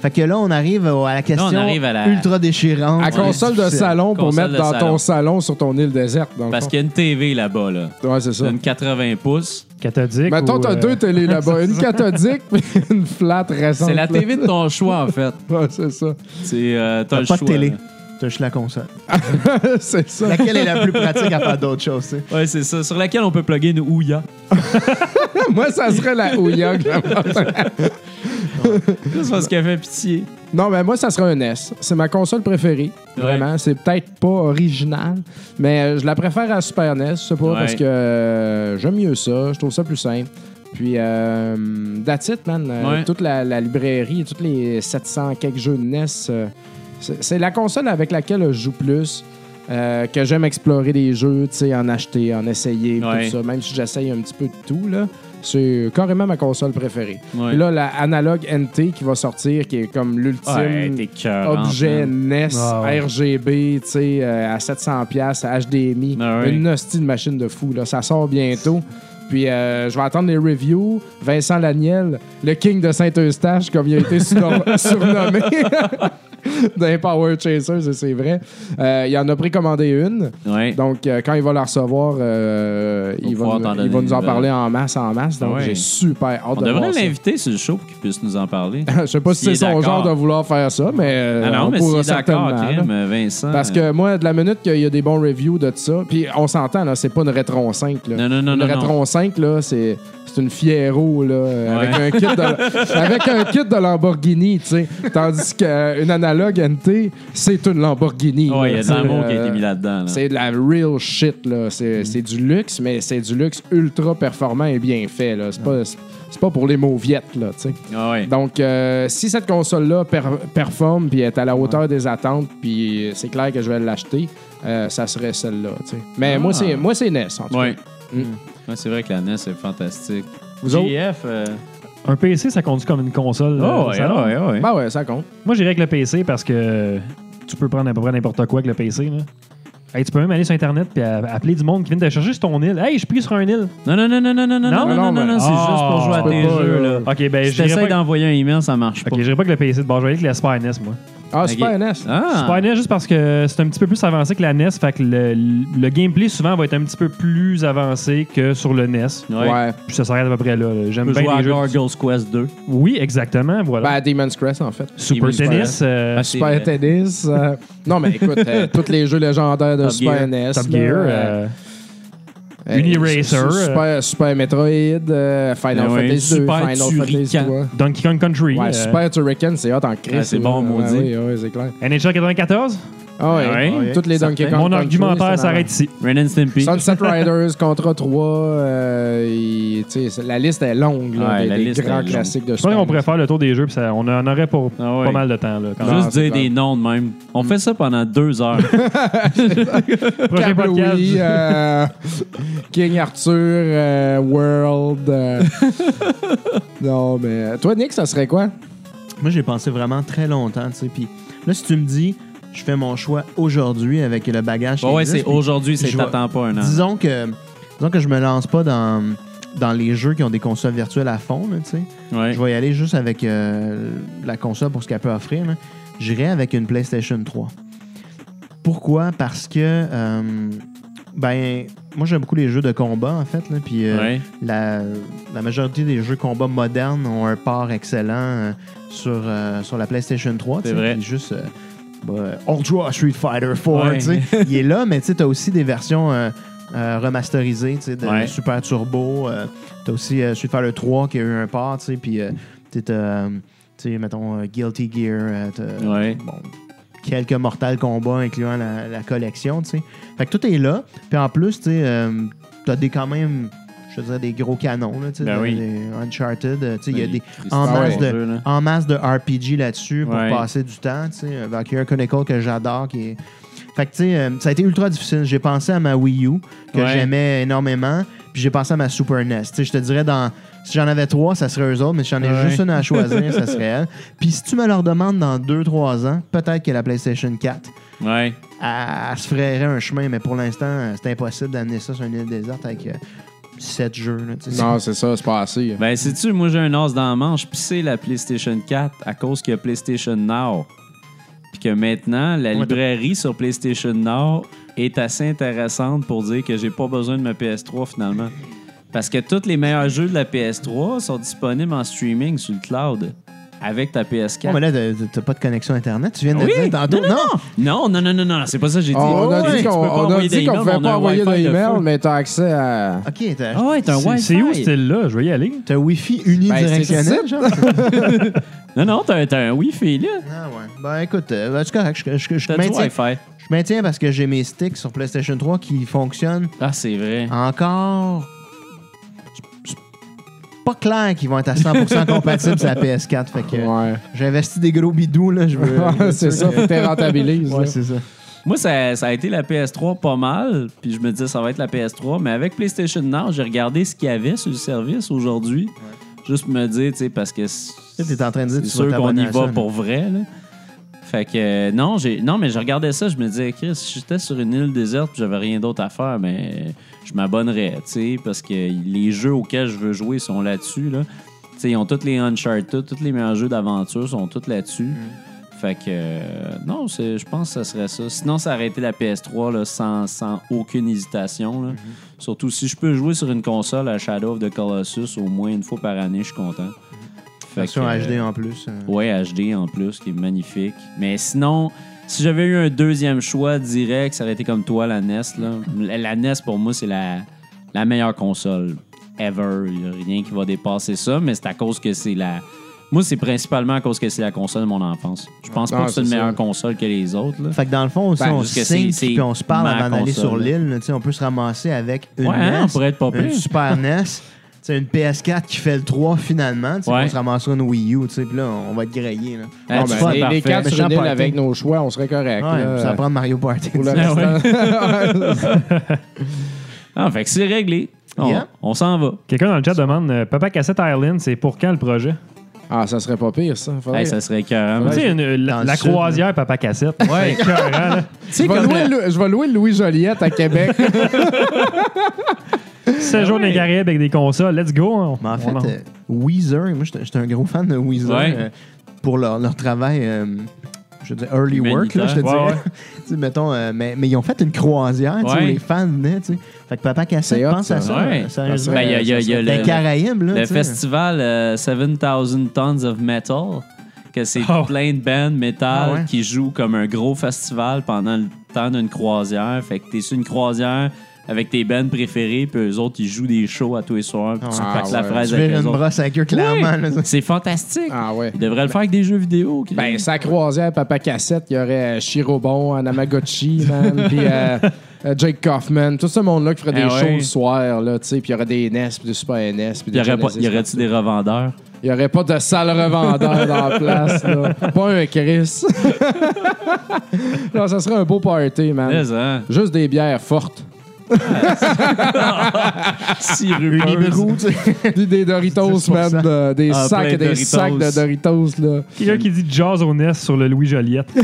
[SPEAKER 4] Fait que là, on arrive au- à la question
[SPEAKER 2] arrive à la-
[SPEAKER 4] ultra déchirante.
[SPEAKER 3] À console de
[SPEAKER 4] Difficile.
[SPEAKER 3] salon pour
[SPEAKER 2] Console
[SPEAKER 3] mettre
[SPEAKER 2] de
[SPEAKER 3] dans
[SPEAKER 2] salon.
[SPEAKER 3] ton salon sur ton île déserte. Dans le
[SPEAKER 2] Parce
[SPEAKER 3] fond.
[SPEAKER 2] qu'il y a une TV là-bas, là.
[SPEAKER 3] Ouais, c'est ça.
[SPEAKER 2] Une 80 pouces.
[SPEAKER 5] Cathodique.
[SPEAKER 3] Mettons,
[SPEAKER 5] ou,
[SPEAKER 3] t'as
[SPEAKER 5] euh,
[SPEAKER 2] *laughs*
[SPEAKER 3] deux télés là-bas. Une cathodique *laughs* puis une flat récente.
[SPEAKER 2] C'est la
[SPEAKER 3] là.
[SPEAKER 2] TV de ton choix, en fait.
[SPEAKER 3] Ouais, c'est ça. *laughs*
[SPEAKER 2] C'est, euh, t'as
[SPEAKER 4] T'as
[SPEAKER 2] le
[SPEAKER 4] pas de
[SPEAKER 2] choix,
[SPEAKER 4] télé.
[SPEAKER 2] là.
[SPEAKER 4] T'as juste la console.
[SPEAKER 3] c'est ça.
[SPEAKER 4] Laquelle est la plus pratique à faire d'autres choses, tu sais?
[SPEAKER 2] Ouais, c'est ça. Sur laquelle on peut plugger une
[SPEAKER 3] *laughs*
[SPEAKER 2] Ouya.
[SPEAKER 3] Moi, ça
[SPEAKER 2] *laughs*
[SPEAKER 3] serait la Ouya que j'aimerais.
[SPEAKER 2] Juste parce qu'elle fait pitié.
[SPEAKER 3] Non, mais moi, ça serait un S. C'est ma console préférée.
[SPEAKER 2] Ouais.
[SPEAKER 3] Vraiment. C'est peut-être pas original, mais euh, je la préfère à Super NES. Je sais pas,
[SPEAKER 2] Ouais.
[SPEAKER 3] parce que euh, j'aime mieux ça. Je trouve ça plus simple. Puis, euh, that's it, man. Euh,
[SPEAKER 2] Ouais.
[SPEAKER 3] Toute la, la librairie, toutes les 700 quelques jeux de NES. euh, c'est c'est la console avec laquelle je joue plus. euh, que j'aime explorer des jeux, tu sais, en acheter, en essayer, puis
[SPEAKER 2] Ouais.
[SPEAKER 3] tout ça. Même si j'essaye un petit peu de tout, là, c'est carrément ma console préférée.
[SPEAKER 2] Ouais.
[SPEAKER 3] Puis là, la analogue NT qui va sortir, qui est comme l'ultime
[SPEAKER 2] Ouais, t'es cœur.
[SPEAKER 3] objet NES,
[SPEAKER 5] Ah ouais.
[SPEAKER 3] RGB, tu sais, euh, à 700 pièces, HDMI,
[SPEAKER 2] Ah ouais.
[SPEAKER 3] une hostie de machine de fou. Là. Ça sort bientôt. Puis euh, je vais attendre les reviews. Vincent Laniel, le king de Saint-Eustache, comme il a
[SPEAKER 2] *laughs*
[SPEAKER 3] été surnom- surnommé *laughs* d'un Power Chasers, et c'est vrai. Euh, il en a précommandé une.
[SPEAKER 2] Ouais.
[SPEAKER 3] Donc, euh, quand il va la recevoir, euh, il, va
[SPEAKER 2] pouvoir t'en
[SPEAKER 3] nous,
[SPEAKER 2] donner
[SPEAKER 3] il va nous en
[SPEAKER 2] des
[SPEAKER 3] parler en masse, en masse. Donc,
[SPEAKER 2] Ah ouais.
[SPEAKER 3] j'ai super hâte
[SPEAKER 2] On
[SPEAKER 3] de voir
[SPEAKER 2] devrait
[SPEAKER 3] ça.
[SPEAKER 2] l'inviter sur le show pour qu'il puisse nous en parler.
[SPEAKER 3] *laughs* Je sais pas si
[SPEAKER 2] S'il
[SPEAKER 3] c'est
[SPEAKER 2] est
[SPEAKER 3] son
[SPEAKER 2] d'accord.
[SPEAKER 3] genre de vouloir faire ça, mais euh,
[SPEAKER 2] Ah non,
[SPEAKER 3] on
[SPEAKER 2] mais s'il
[SPEAKER 3] pourra
[SPEAKER 2] est d'accord,
[SPEAKER 3] certainement.
[SPEAKER 2] Krim,
[SPEAKER 3] là.
[SPEAKER 2] euh, Vincent.
[SPEAKER 3] Parce que moi, de la minute qu'il y a des bons reviews de ça, puis on s'entend, là, c'est pas une Retron 5. Là.
[SPEAKER 2] Non, non, non,
[SPEAKER 3] une
[SPEAKER 2] non,
[SPEAKER 3] Retron 5, là, c'est, c'est une Fiero là, euh,
[SPEAKER 2] Ouais. *laughs*
[SPEAKER 3] avec, un kit de, avec un kit de Lamborghini, tu sais. Tandis qu'une analogue NT, c'est une Lamborghini.
[SPEAKER 2] Ouais, il y
[SPEAKER 3] là,
[SPEAKER 2] a de l'amour
[SPEAKER 3] tu sais,
[SPEAKER 2] qui a été
[SPEAKER 3] euh,
[SPEAKER 2] mis Mm. là-dedans. là.
[SPEAKER 3] C'est de la real shit, là. C'est c'est du luxe, mais c'est du luxe ultra performant et bien fait, là. C'est pas, c'est- c'est pas pour les mauviettes, là, tu sais.
[SPEAKER 2] Ah ouais.
[SPEAKER 3] Donc, euh, si cette console-là per- performe puis est à la hauteur des attentes, puis c'est clair que je vais l'acheter, euh, ça serait celle-là, tu sais. Mais
[SPEAKER 2] Ah.
[SPEAKER 3] moi, c'est moi c'est NES, en tout cas.
[SPEAKER 2] Ouais.
[SPEAKER 3] Mm.
[SPEAKER 2] Ouais, c'est vrai que la NES est fantastique.
[SPEAKER 3] Vous autres?
[SPEAKER 2] GF, euh,
[SPEAKER 5] Un PC, ça conduit comme une console.
[SPEAKER 2] Oh,
[SPEAKER 5] euh,
[SPEAKER 2] ouais,
[SPEAKER 5] ça va.
[SPEAKER 2] ouais, ouais.
[SPEAKER 3] Ben ouais, ça compte.
[SPEAKER 5] Moi, j'irais avec le PC parce que tu peux prendre à peu près n'importe quoi avec le PC. Là. Hey, tu peux même aller sur Internet et appeler du monde qui vient te chercher sur ton île. Hey, je suis pris sur un île.
[SPEAKER 2] Non, non, non, non, non, non, non, non,
[SPEAKER 5] Non,
[SPEAKER 2] non, non,
[SPEAKER 3] non,
[SPEAKER 2] non,
[SPEAKER 3] mais-
[SPEAKER 2] c'est
[SPEAKER 5] Ah,
[SPEAKER 2] juste pour jouer à
[SPEAKER 5] tu peux
[SPEAKER 2] tes
[SPEAKER 3] pas,
[SPEAKER 2] jeux,
[SPEAKER 3] là.
[SPEAKER 2] là.
[SPEAKER 5] Ok, ben
[SPEAKER 2] Si
[SPEAKER 5] j'irais
[SPEAKER 2] t'essayes
[SPEAKER 5] pas.
[SPEAKER 2] d'envoyer un email, ça marche pas.
[SPEAKER 5] Ok, j'irais pas avec le PC de bord, je vais aller avec la Super NES, moi.
[SPEAKER 3] Ah,
[SPEAKER 2] Ok.
[SPEAKER 3] Super NES.
[SPEAKER 2] Ah,
[SPEAKER 5] Super NES, juste parce que c'est un petit peu plus avancé que la NES, fait que le, le gameplay souvent va être un petit peu plus avancé que sur le NES.
[SPEAKER 2] ouais.
[SPEAKER 3] Ouais. Bah,
[SPEAKER 5] Puis ça s'arrête à peu près là. là.
[SPEAKER 2] Tu
[SPEAKER 5] J'aime
[SPEAKER 2] peux jouer
[SPEAKER 5] bien
[SPEAKER 2] à
[SPEAKER 5] les jeux.
[SPEAKER 2] Gargoyle's Quest 2.
[SPEAKER 5] Oui, exactement, voilà.
[SPEAKER 3] Ben, Demon's Crest, en fait.
[SPEAKER 5] Super
[SPEAKER 2] Demon's
[SPEAKER 5] Tennis, euh,
[SPEAKER 2] Ah, c'est vrai.
[SPEAKER 3] Super Tennis. euh, non, mais écoute,
[SPEAKER 2] *laughs*
[SPEAKER 3] euh, tous les jeux légendaires de
[SPEAKER 2] Top
[SPEAKER 3] Super
[SPEAKER 2] Gear.
[SPEAKER 3] NES.
[SPEAKER 5] Top
[SPEAKER 3] là,
[SPEAKER 5] Gear,
[SPEAKER 3] euh,
[SPEAKER 5] euh, Uniracer,
[SPEAKER 3] euh,
[SPEAKER 5] euh,
[SPEAKER 3] Super, Super Metroid, euh,
[SPEAKER 2] Ben
[SPEAKER 3] Final
[SPEAKER 2] ouais,
[SPEAKER 3] Fantasy 2,
[SPEAKER 2] Super
[SPEAKER 3] Final Fantasy
[SPEAKER 2] Turrican.
[SPEAKER 3] 3.
[SPEAKER 5] Donkey Kong Country,
[SPEAKER 3] Ouais,
[SPEAKER 5] euh,
[SPEAKER 3] Super Turrican, c'est hot en crise.
[SPEAKER 2] Ah, c'est bon, maudit.
[SPEAKER 3] Oui, oui, c'est clair.
[SPEAKER 5] NHL 94.
[SPEAKER 3] Ah ouais,
[SPEAKER 2] Ouais.
[SPEAKER 3] ouais, toutes les
[SPEAKER 2] Certain.
[SPEAKER 3] Donkey Kong.
[SPEAKER 5] Mon
[SPEAKER 3] Country,
[SPEAKER 5] argumentaire
[SPEAKER 3] c'est dans la-
[SPEAKER 5] s'arrête ici.
[SPEAKER 2] Ren and Stimpy.
[SPEAKER 3] Sunset Riders, Contra 3, euh, et, tu sais, c'est- la liste est longue, là,
[SPEAKER 2] Ouais,
[SPEAKER 3] des,
[SPEAKER 2] la
[SPEAKER 3] des
[SPEAKER 2] liste est
[SPEAKER 3] grands
[SPEAKER 2] longue.
[SPEAKER 3] classiques de
[SPEAKER 5] Je pense
[SPEAKER 3] Super
[SPEAKER 5] qu'on
[SPEAKER 3] NES.
[SPEAKER 5] pourrait faire le tour des jeux, puis ça- on en aurait pour
[SPEAKER 2] E Ah ouais.
[SPEAKER 5] pas mal de temps. Là, quand
[SPEAKER 3] Non,
[SPEAKER 2] Juste
[SPEAKER 3] c'est
[SPEAKER 2] dire
[SPEAKER 3] clair.
[SPEAKER 2] des noms de même. On fait ça pendant deux heures.
[SPEAKER 5] même. Prochain
[SPEAKER 3] Cable
[SPEAKER 5] podcast.
[SPEAKER 3] Wii, euh, King Arthur, euh, World. euh. non, mais euh, toi, Nick, ça serait quoi?
[SPEAKER 4] Moi, j'ai pensé vraiment très longtemps, tu sais. Puis là, si tu me dis, je fais mon choix aujourd'hui avec le bagage.
[SPEAKER 2] Ouais,
[SPEAKER 4] qui
[SPEAKER 2] ouais,
[SPEAKER 4] existe,
[SPEAKER 2] c'est
[SPEAKER 4] puis
[SPEAKER 2] aujourd'hui, hein. c'est
[SPEAKER 4] je vois-
[SPEAKER 2] t'attends pas un an.
[SPEAKER 4] Disons que, disons que je me lance pas dans, dans les jeux qui ont des consoles virtuelles à fond, là, tu sais.
[SPEAKER 2] Ouais.
[SPEAKER 4] Je vais y aller juste avec euh, la console pour ce qu'elle peut offrir. là. J'irai avec une PlayStation 3. Pourquoi? Parce que, euh, ben, moi j'aime beaucoup les jeux de combat en fait. là, Puis euh,
[SPEAKER 2] Ouais.
[SPEAKER 4] la, la majorité des jeux combat modernes ont un port excellent euh, sur, euh, sur la PlayStation 3. tu
[SPEAKER 2] C'est
[SPEAKER 4] sais,
[SPEAKER 2] vrai.
[SPEAKER 4] puis Juste euh, bah, Ultra Street Fighter 4,
[SPEAKER 2] Ouais.
[SPEAKER 4] tu sais,
[SPEAKER 2] *laughs*
[SPEAKER 4] il est là, mais tu as aussi des versions euh, euh, remasterisées, tu sais, de
[SPEAKER 2] Ouais.
[SPEAKER 4] Super Turbo. tu as aussi euh, Street Fighter 3 qui a eu un port, tu sais, puis euh, tu sais, t'as, euh, tu sais, mettons, euh, Guilty Gear. euh, t'as-
[SPEAKER 2] Ouais.
[SPEAKER 4] bon, quelques Mortal Kombat, incluant la, la collection, tu sais. Fait que tout est là. Puis en plus, tu sais, euh, t'as des quand même, je te dirais, des gros canons, là, tu sais,
[SPEAKER 2] Ben
[SPEAKER 4] de-
[SPEAKER 2] oui.
[SPEAKER 4] des Uncharted, euh, tu sais, il y a des
[SPEAKER 2] Christ-
[SPEAKER 4] en
[SPEAKER 2] Ah
[SPEAKER 4] masse,
[SPEAKER 2] ouais.
[SPEAKER 4] de, en masse de RPG là-dessus pour
[SPEAKER 2] Ouais.
[SPEAKER 4] passer du temps, tu sais. Valkyrie Chronicle que j'adore, qui est... Fait que, tu sais, euh, ça a été ultra difficile. J'ai pensé à ma Wii U, que
[SPEAKER 2] Ouais.
[SPEAKER 4] j'aimais énormément, puis j'ai pensé à ma Super NES. Tu sais, je te dirais, dans... si j'en avais trois, ça serait eux autres, mais si j'en ai
[SPEAKER 2] Ouais.
[SPEAKER 4] juste une à *laughs* choisir, ça serait elle. Puis si tu me leur demandes dans 2-3 ans, peut-être que la PlayStation 4,
[SPEAKER 2] Ouais.
[SPEAKER 4] elle, elle se frayerait un chemin, mais pour l'instant, euh, c'est impossible d'amener ça sur une île déserte avec 7 jeux. là, tu sais.
[SPEAKER 3] Non, c'est ça, c'est pas assez.
[SPEAKER 2] Ben, sais-tu, moi, j'ai un os dans la manche, puis c'est la PlayStation 4 à cause qu'il y a PlayStation Now. Puis que maintenant, la librairie sur PlayStation Now est assez intéressante pour dire que j'ai pas besoin de ma PS3 finalement. Parce que tous les meilleurs jeux de la PS3 sont disponibles en streaming sur le cloud avec ta PS4.
[SPEAKER 3] Oh,
[SPEAKER 4] Non, mais là, t'as- t'as pas de connexion Internet, tu viens de
[SPEAKER 2] Oui.
[SPEAKER 4] le dire tantôt. Non,
[SPEAKER 2] Non, non, non, non, non, c'est pas ça que j'ai dit. Oh,
[SPEAKER 3] On, on a
[SPEAKER 2] Ouais,
[SPEAKER 3] dit
[SPEAKER 2] tu
[SPEAKER 3] qu'on
[SPEAKER 2] peux pas
[SPEAKER 3] on a
[SPEAKER 2] envoyer
[SPEAKER 3] dit
[SPEAKER 2] d'email,
[SPEAKER 3] qu'on pouvait
[SPEAKER 2] on a
[SPEAKER 3] pas
[SPEAKER 2] un
[SPEAKER 3] envoyer
[SPEAKER 2] Wi-Fi de
[SPEAKER 3] d'email,
[SPEAKER 2] feu.
[SPEAKER 3] mais t'as accès à.
[SPEAKER 4] Ok, t'as
[SPEAKER 2] Ah ouais, t'as un
[SPEAKER 5] C'est-
[SPEAKER 2] Wi-Fi.
[SPEAKER 5] C'est où ce style-là? Je vais y aller.
[SPEAKER 4] t'as Wi-Fi
[SPEAKER 3] Ben, c'est
[SPEAKER 4] unidirectionnel,
[SPEAKER 3] ça.
[SPEAKER 4] genre?
[SPEAKER 2] Non, non, t'as t'as un Wi-Fi, là.
[SPEAKER 4] Ah ouais. Ben écoute, euh, ben, c'est correct. Je, je- je- je
[SPEAKER 2] T'as du
[SPEAKER 4] maintiens,
[SPEAKER 2] Wi-Fi.
[SPEAKER 4] je maintiens parce que j'ai mes sticks sur PlayStation 3 qui fonctionnent
[SPEAKER 2] Ah, c'est vrai.
[SPEAKER 4] encore. c'est- c'est Pas clair qu'ils vont être
[SPEAKER 2] *laughs*
[SPEAKER 4] à 100% compatibles sur la PS4. Fait que
[SPEAKER 3] Ouais.
[SPEAKER 4] j'ai investi des gros bidous, là. Je
[SPEAKER 3] *laughs*
[SPEAKER 4] veux. je veux
[SPEAKER 3] c'est
[SPEAKER 4] sûr
[SPEAKER 3] ça,
[SPEAKER 4] que-
[SPEAKER 3] faut que t'es rentabilise.
[SPEAKER 4] Ouais,
[SPEAKER 3] là.
[SPEAKER 4] c'est ça.
[SPEAKER 2] Moi, ça, ça a été la PS3 pas mal, puis je me disais ça va être la PS3, mais avec PlayStation Now, j'ai regardé ce qu'il y avait sur le service aujourd'hui, juste pour me dire, tu sais, parce que
[SPEAKER 4] Tu
[SPEAKER 2] c'est
[SPEAKER 4] sais, t'es en train de dire que
[SPEAKER 2] c'est
[SPEAKER 4] tu vas
[SPEAKER 2] sûr qu'on
[SPEAKER 4] t'abonner
[SPEAKER 2] y
[SPEAKER 4] à
[SPEAKER 2] va
[SPEAKER 4] ça,
[SPEAKER 2] pour vrai, là. Fait que euh, non, j'ai non mais je regardais ça, je me disais Chris, si j'étais sur une île déserte, puis j'avais rien d'autre à faire, mais euh, je m'abonnerais, tu sais, parce que les jeux auxquels je veux jouer sont là-dessus là. Tu sais, ils ont tous les Uncharted, tous les meilleurs jeux d'aventure sont tous là-dessus. Fait que euh, non, c'est- je pense que ça serait ça. Sinon, ça aurait été la PS3 là, sans, sans aucune hésitation. là. Surtout si je peux jouer sur une console à Shadow of the Colossus au moins une fois par année, je suis content. Fait
[SPEAKER 4] Version
[SPEAKER 2] que, euh,
[SPEAKER 4] HD en plus. euh.
[SPEAKER 2] Ouais, HD en plus, qui est magnifique. Mais sinon, si j'avais eu un deuxième choix direct, ça aurait été comme toi, la NES. Là. La, la NES, pour moi, c'est la, la meilleure console ever. Il n'y a rien qui va dépasser ça, mais c'est à cause que c'est la Moi, c'est principalement à cause que c'est la console de mon enfance. Je pense pas
[SPEAKER 3] Ah,
[SPEAKER 2] que c'est une
[SPEAKER 3] c'est ça.
[SPEAKER 2] meilleure console que les autres. là.
[SPEAKER 4] Fait que dans le fond, si
[SPEAKER 2] Ben,
[SPEAKER 4] on
[SPEAKER 2] parce
[SPEAKER 4] se
[SPEAKER 2] que
[SPEAKER 4] signe
[SPEAKER 2] c'est-
[SPEAKER 4] puis on se parle
[SPEAKER 2] c'est
[SPEAKER 4] avant
[SPEAKER 2] ma
[SPEAKER 4] d'aller sur
[SPEAKER 2] console.
[SPEAKER 4] l'île, là, tu sais, on peut se ramasser avec une
[SPEAKER 2] Ouais, hein,
[SPEAKER 4] NES,
[SPEAKER 2] on pourrait être pas
[SPEAKER 4] une
[SPEAKER 2] pire.
[SPEAKER 4] Super NES, tu sais, une PS4 qui fait le 3 finalement, tu sais,
[SPEAKER 2] Ouais.
[SPEAKER 4] on se ramassera une Wii U, tu sais, puis là, on va être grillé. Là. ben,
[SPEAKER 2] Ah,
[SPEAKER 4] Non,
[SPEAKER 2] tu
[SPEAKER 4] mais-
[SPEAKER 2] vois,
[SPEAKER 4] ouais,
[SPEAKER 3] les, les
[SPEAKER 2] parfait.
[SPEAKER 3] quatre sur
[SPEAKER 4] Méchant
[SPEAKER 3] une île
[SPEAKER 4] party.
[SPEAKER 3] avec nos choix, on serait correct. là.
[SPEAKER 2] euh,
[SPEAKER 4] ça va prendre Mario Party.
[SPEAKER 3] pour le hein.
[SPEAKER 4] tu sais.
[SPEAKER 2] Ah ouais. *laughs*
[SPEAKER 3] restant.
[SPEAKER 2] Ah, fait que c'est réglé. On,
[SPEAKER 4] Yeah.
[SPEAKER 2] on s'en va.
[SPEAKER 5] Quelqu'un dans le chat demande euh, Papa Cassette Island, c'est pour quand le projet
[SPEAKER 3] ah, ça serait pas pire, ça. Faudrait-
[SPEAKER 2] Hey, ça serait carrément.
[SPEAKER 5] Tu sais, une-
[SPEAKER 4] Dans
[SPEAKER 5] la,
[SPEAKER 4] le
[SPEAKER 5] la
[SPEAKER 4] sud, Ben
[SPEAKER 5] croisière Papa Cassette. Ouais,
[SPEAKER 4] *laughs*
[SPEAKER 3] je, vais louer le- je vais louer le Louis Joliette
[SPEAKER 2] *laughs*
[SPEAKER 3] à Québec.
[SPEAKER 5] 16 jours dans les Caraïbes avec des consoles. Let's go. hein. on-
[SPEAKER 4] Mais en fait,
[SPEAKER 5] on en-
[SPEAKER 4] euh, Weezer, moi, j'étais j'étais un gros fan de Weezer
[SPEAKER 2] Ouais.
[SPEAKER 4] euh, pour leur, leur travail, euh, je veux dire, early work, là, je te
[SPEAKER 2] Humanitaire.
[SPEAKER 4] dirais.
[SPEAKER 5] Ouais, ouais.
[SPEAKER 4] *laughs* Tu sais, mettons, euh, mais, mais ils ont fait une croisière, tu sais,
[SPEAKER 2] Ouais.
[SPEAKER 4] où les fans venaient, tu sais. Fait que Papa Cassette
[SPEAKER 3] C'est hot,
[SPEAKER 4] pense à
[SPEAKER 3] ça.
[SPEAKER 4] ça.
[SPEAKER 2] Ouais.
[SPEAKER 4] euh, Sérieusement,
[SPEAKER 2] Ben, il y a- il y a- il y a
[SPEAKER 4] euh, les
[SPEAKER 2] le-
[SPEAKER 4] Caraïbes, là,
[SPEAKER 2] Le
[SPEAKER 4] tu sais.
[SPEAKER 2] festival euh, 7000 Tons of Metal, que c'est
[SPEAKER 5] Oh.
[SPEAKER 2] plein de bands métal
[SPEAKER 4] Ah ouais?
[SPEAKER 2] qui jouent comme un gros festival pendant le temps d'une croisière. Fait que t'es sur une croisière avec tes bands préférés, puis eux autres, ils jouent des shows à tous les soirs, puis tu
[SPEAKER 4] Ah
[SPEAKER 2] craques la
[SPEAKER 3] ouais.
[SPEAKER 2] fraise
[SPEAKER 4] Tu
[SPEAKER 2] avec
[SPEAKER 4] vires
[SPEAKER 2] eux
[SPEAKER 4] une
[SPEAKER 2] autres.
[SPEAKER 4] brosse avec eux, clairement. là, ça.
[SPEAKER 2] C'est fantastique.
[SPEAKER 3] ah ouais.
[SPEAKER 2] Ils devraient le faire avec des jeux vidéo. Chris.
[SPEAKER 3] Ben, ça croisait à Papa Cassette, il y aurait euh, Shirobon, Anamagochi, man, puis euh, euh, Jake Kaufman, tout ce monde-là qui ferait
[SPEAKER 2] Eh
[SPEAKER 3] des
[SPEAKER 2] ouais.
[SPEAKER 3] shows le soir, là, tu sais, puis il y aurait des NES, puis des Super NES, puis
[SPEAKER 2] Il y
[SPEAKER 3] des
[SPEAKER 2] aurait pas-
[SPEAKER 3] Genesis.
[SPEAKER 2] y aurait-tu des revendeurs?
[SPEAKER 3] Il y aurait pas de sale revendeur dans la place, là. Pas
[SPEAKER 2] *laughs*
[SPEAKER 3] un Chris. non, ça serait un beau party, man.
[SPEAKER 2] Mais,
[SPEAKER 3] *laughs*
[SPEAKER 2] hein?
[SPEAKER 3] Juste des
[SPEAKER 2] *laughs*
[SPEAKER 3] bières fortes,
[SPEAKER 2] Si
[SPEAKER 5] Ah,
[SPEAKER 4] Nibiru, tu sais.
[SPEAKER 3] puis des Doritos,
[SPEAKER 4] 10%.
[SPEAKER 3] man, de- des
[SPEAKER 2] Ah,
[SPEAKER 3] sacs
[SPEAKER 2] plein
[SPEAKER 3] et des
[SPEAKER 2] de
[SPEAKER 3] sacs de Doritos, là.
[SPEAKER 5] Quelqu'un qui dit jazz au nez sur le Louis Joliette.
[SPEAKER 4] *laughs*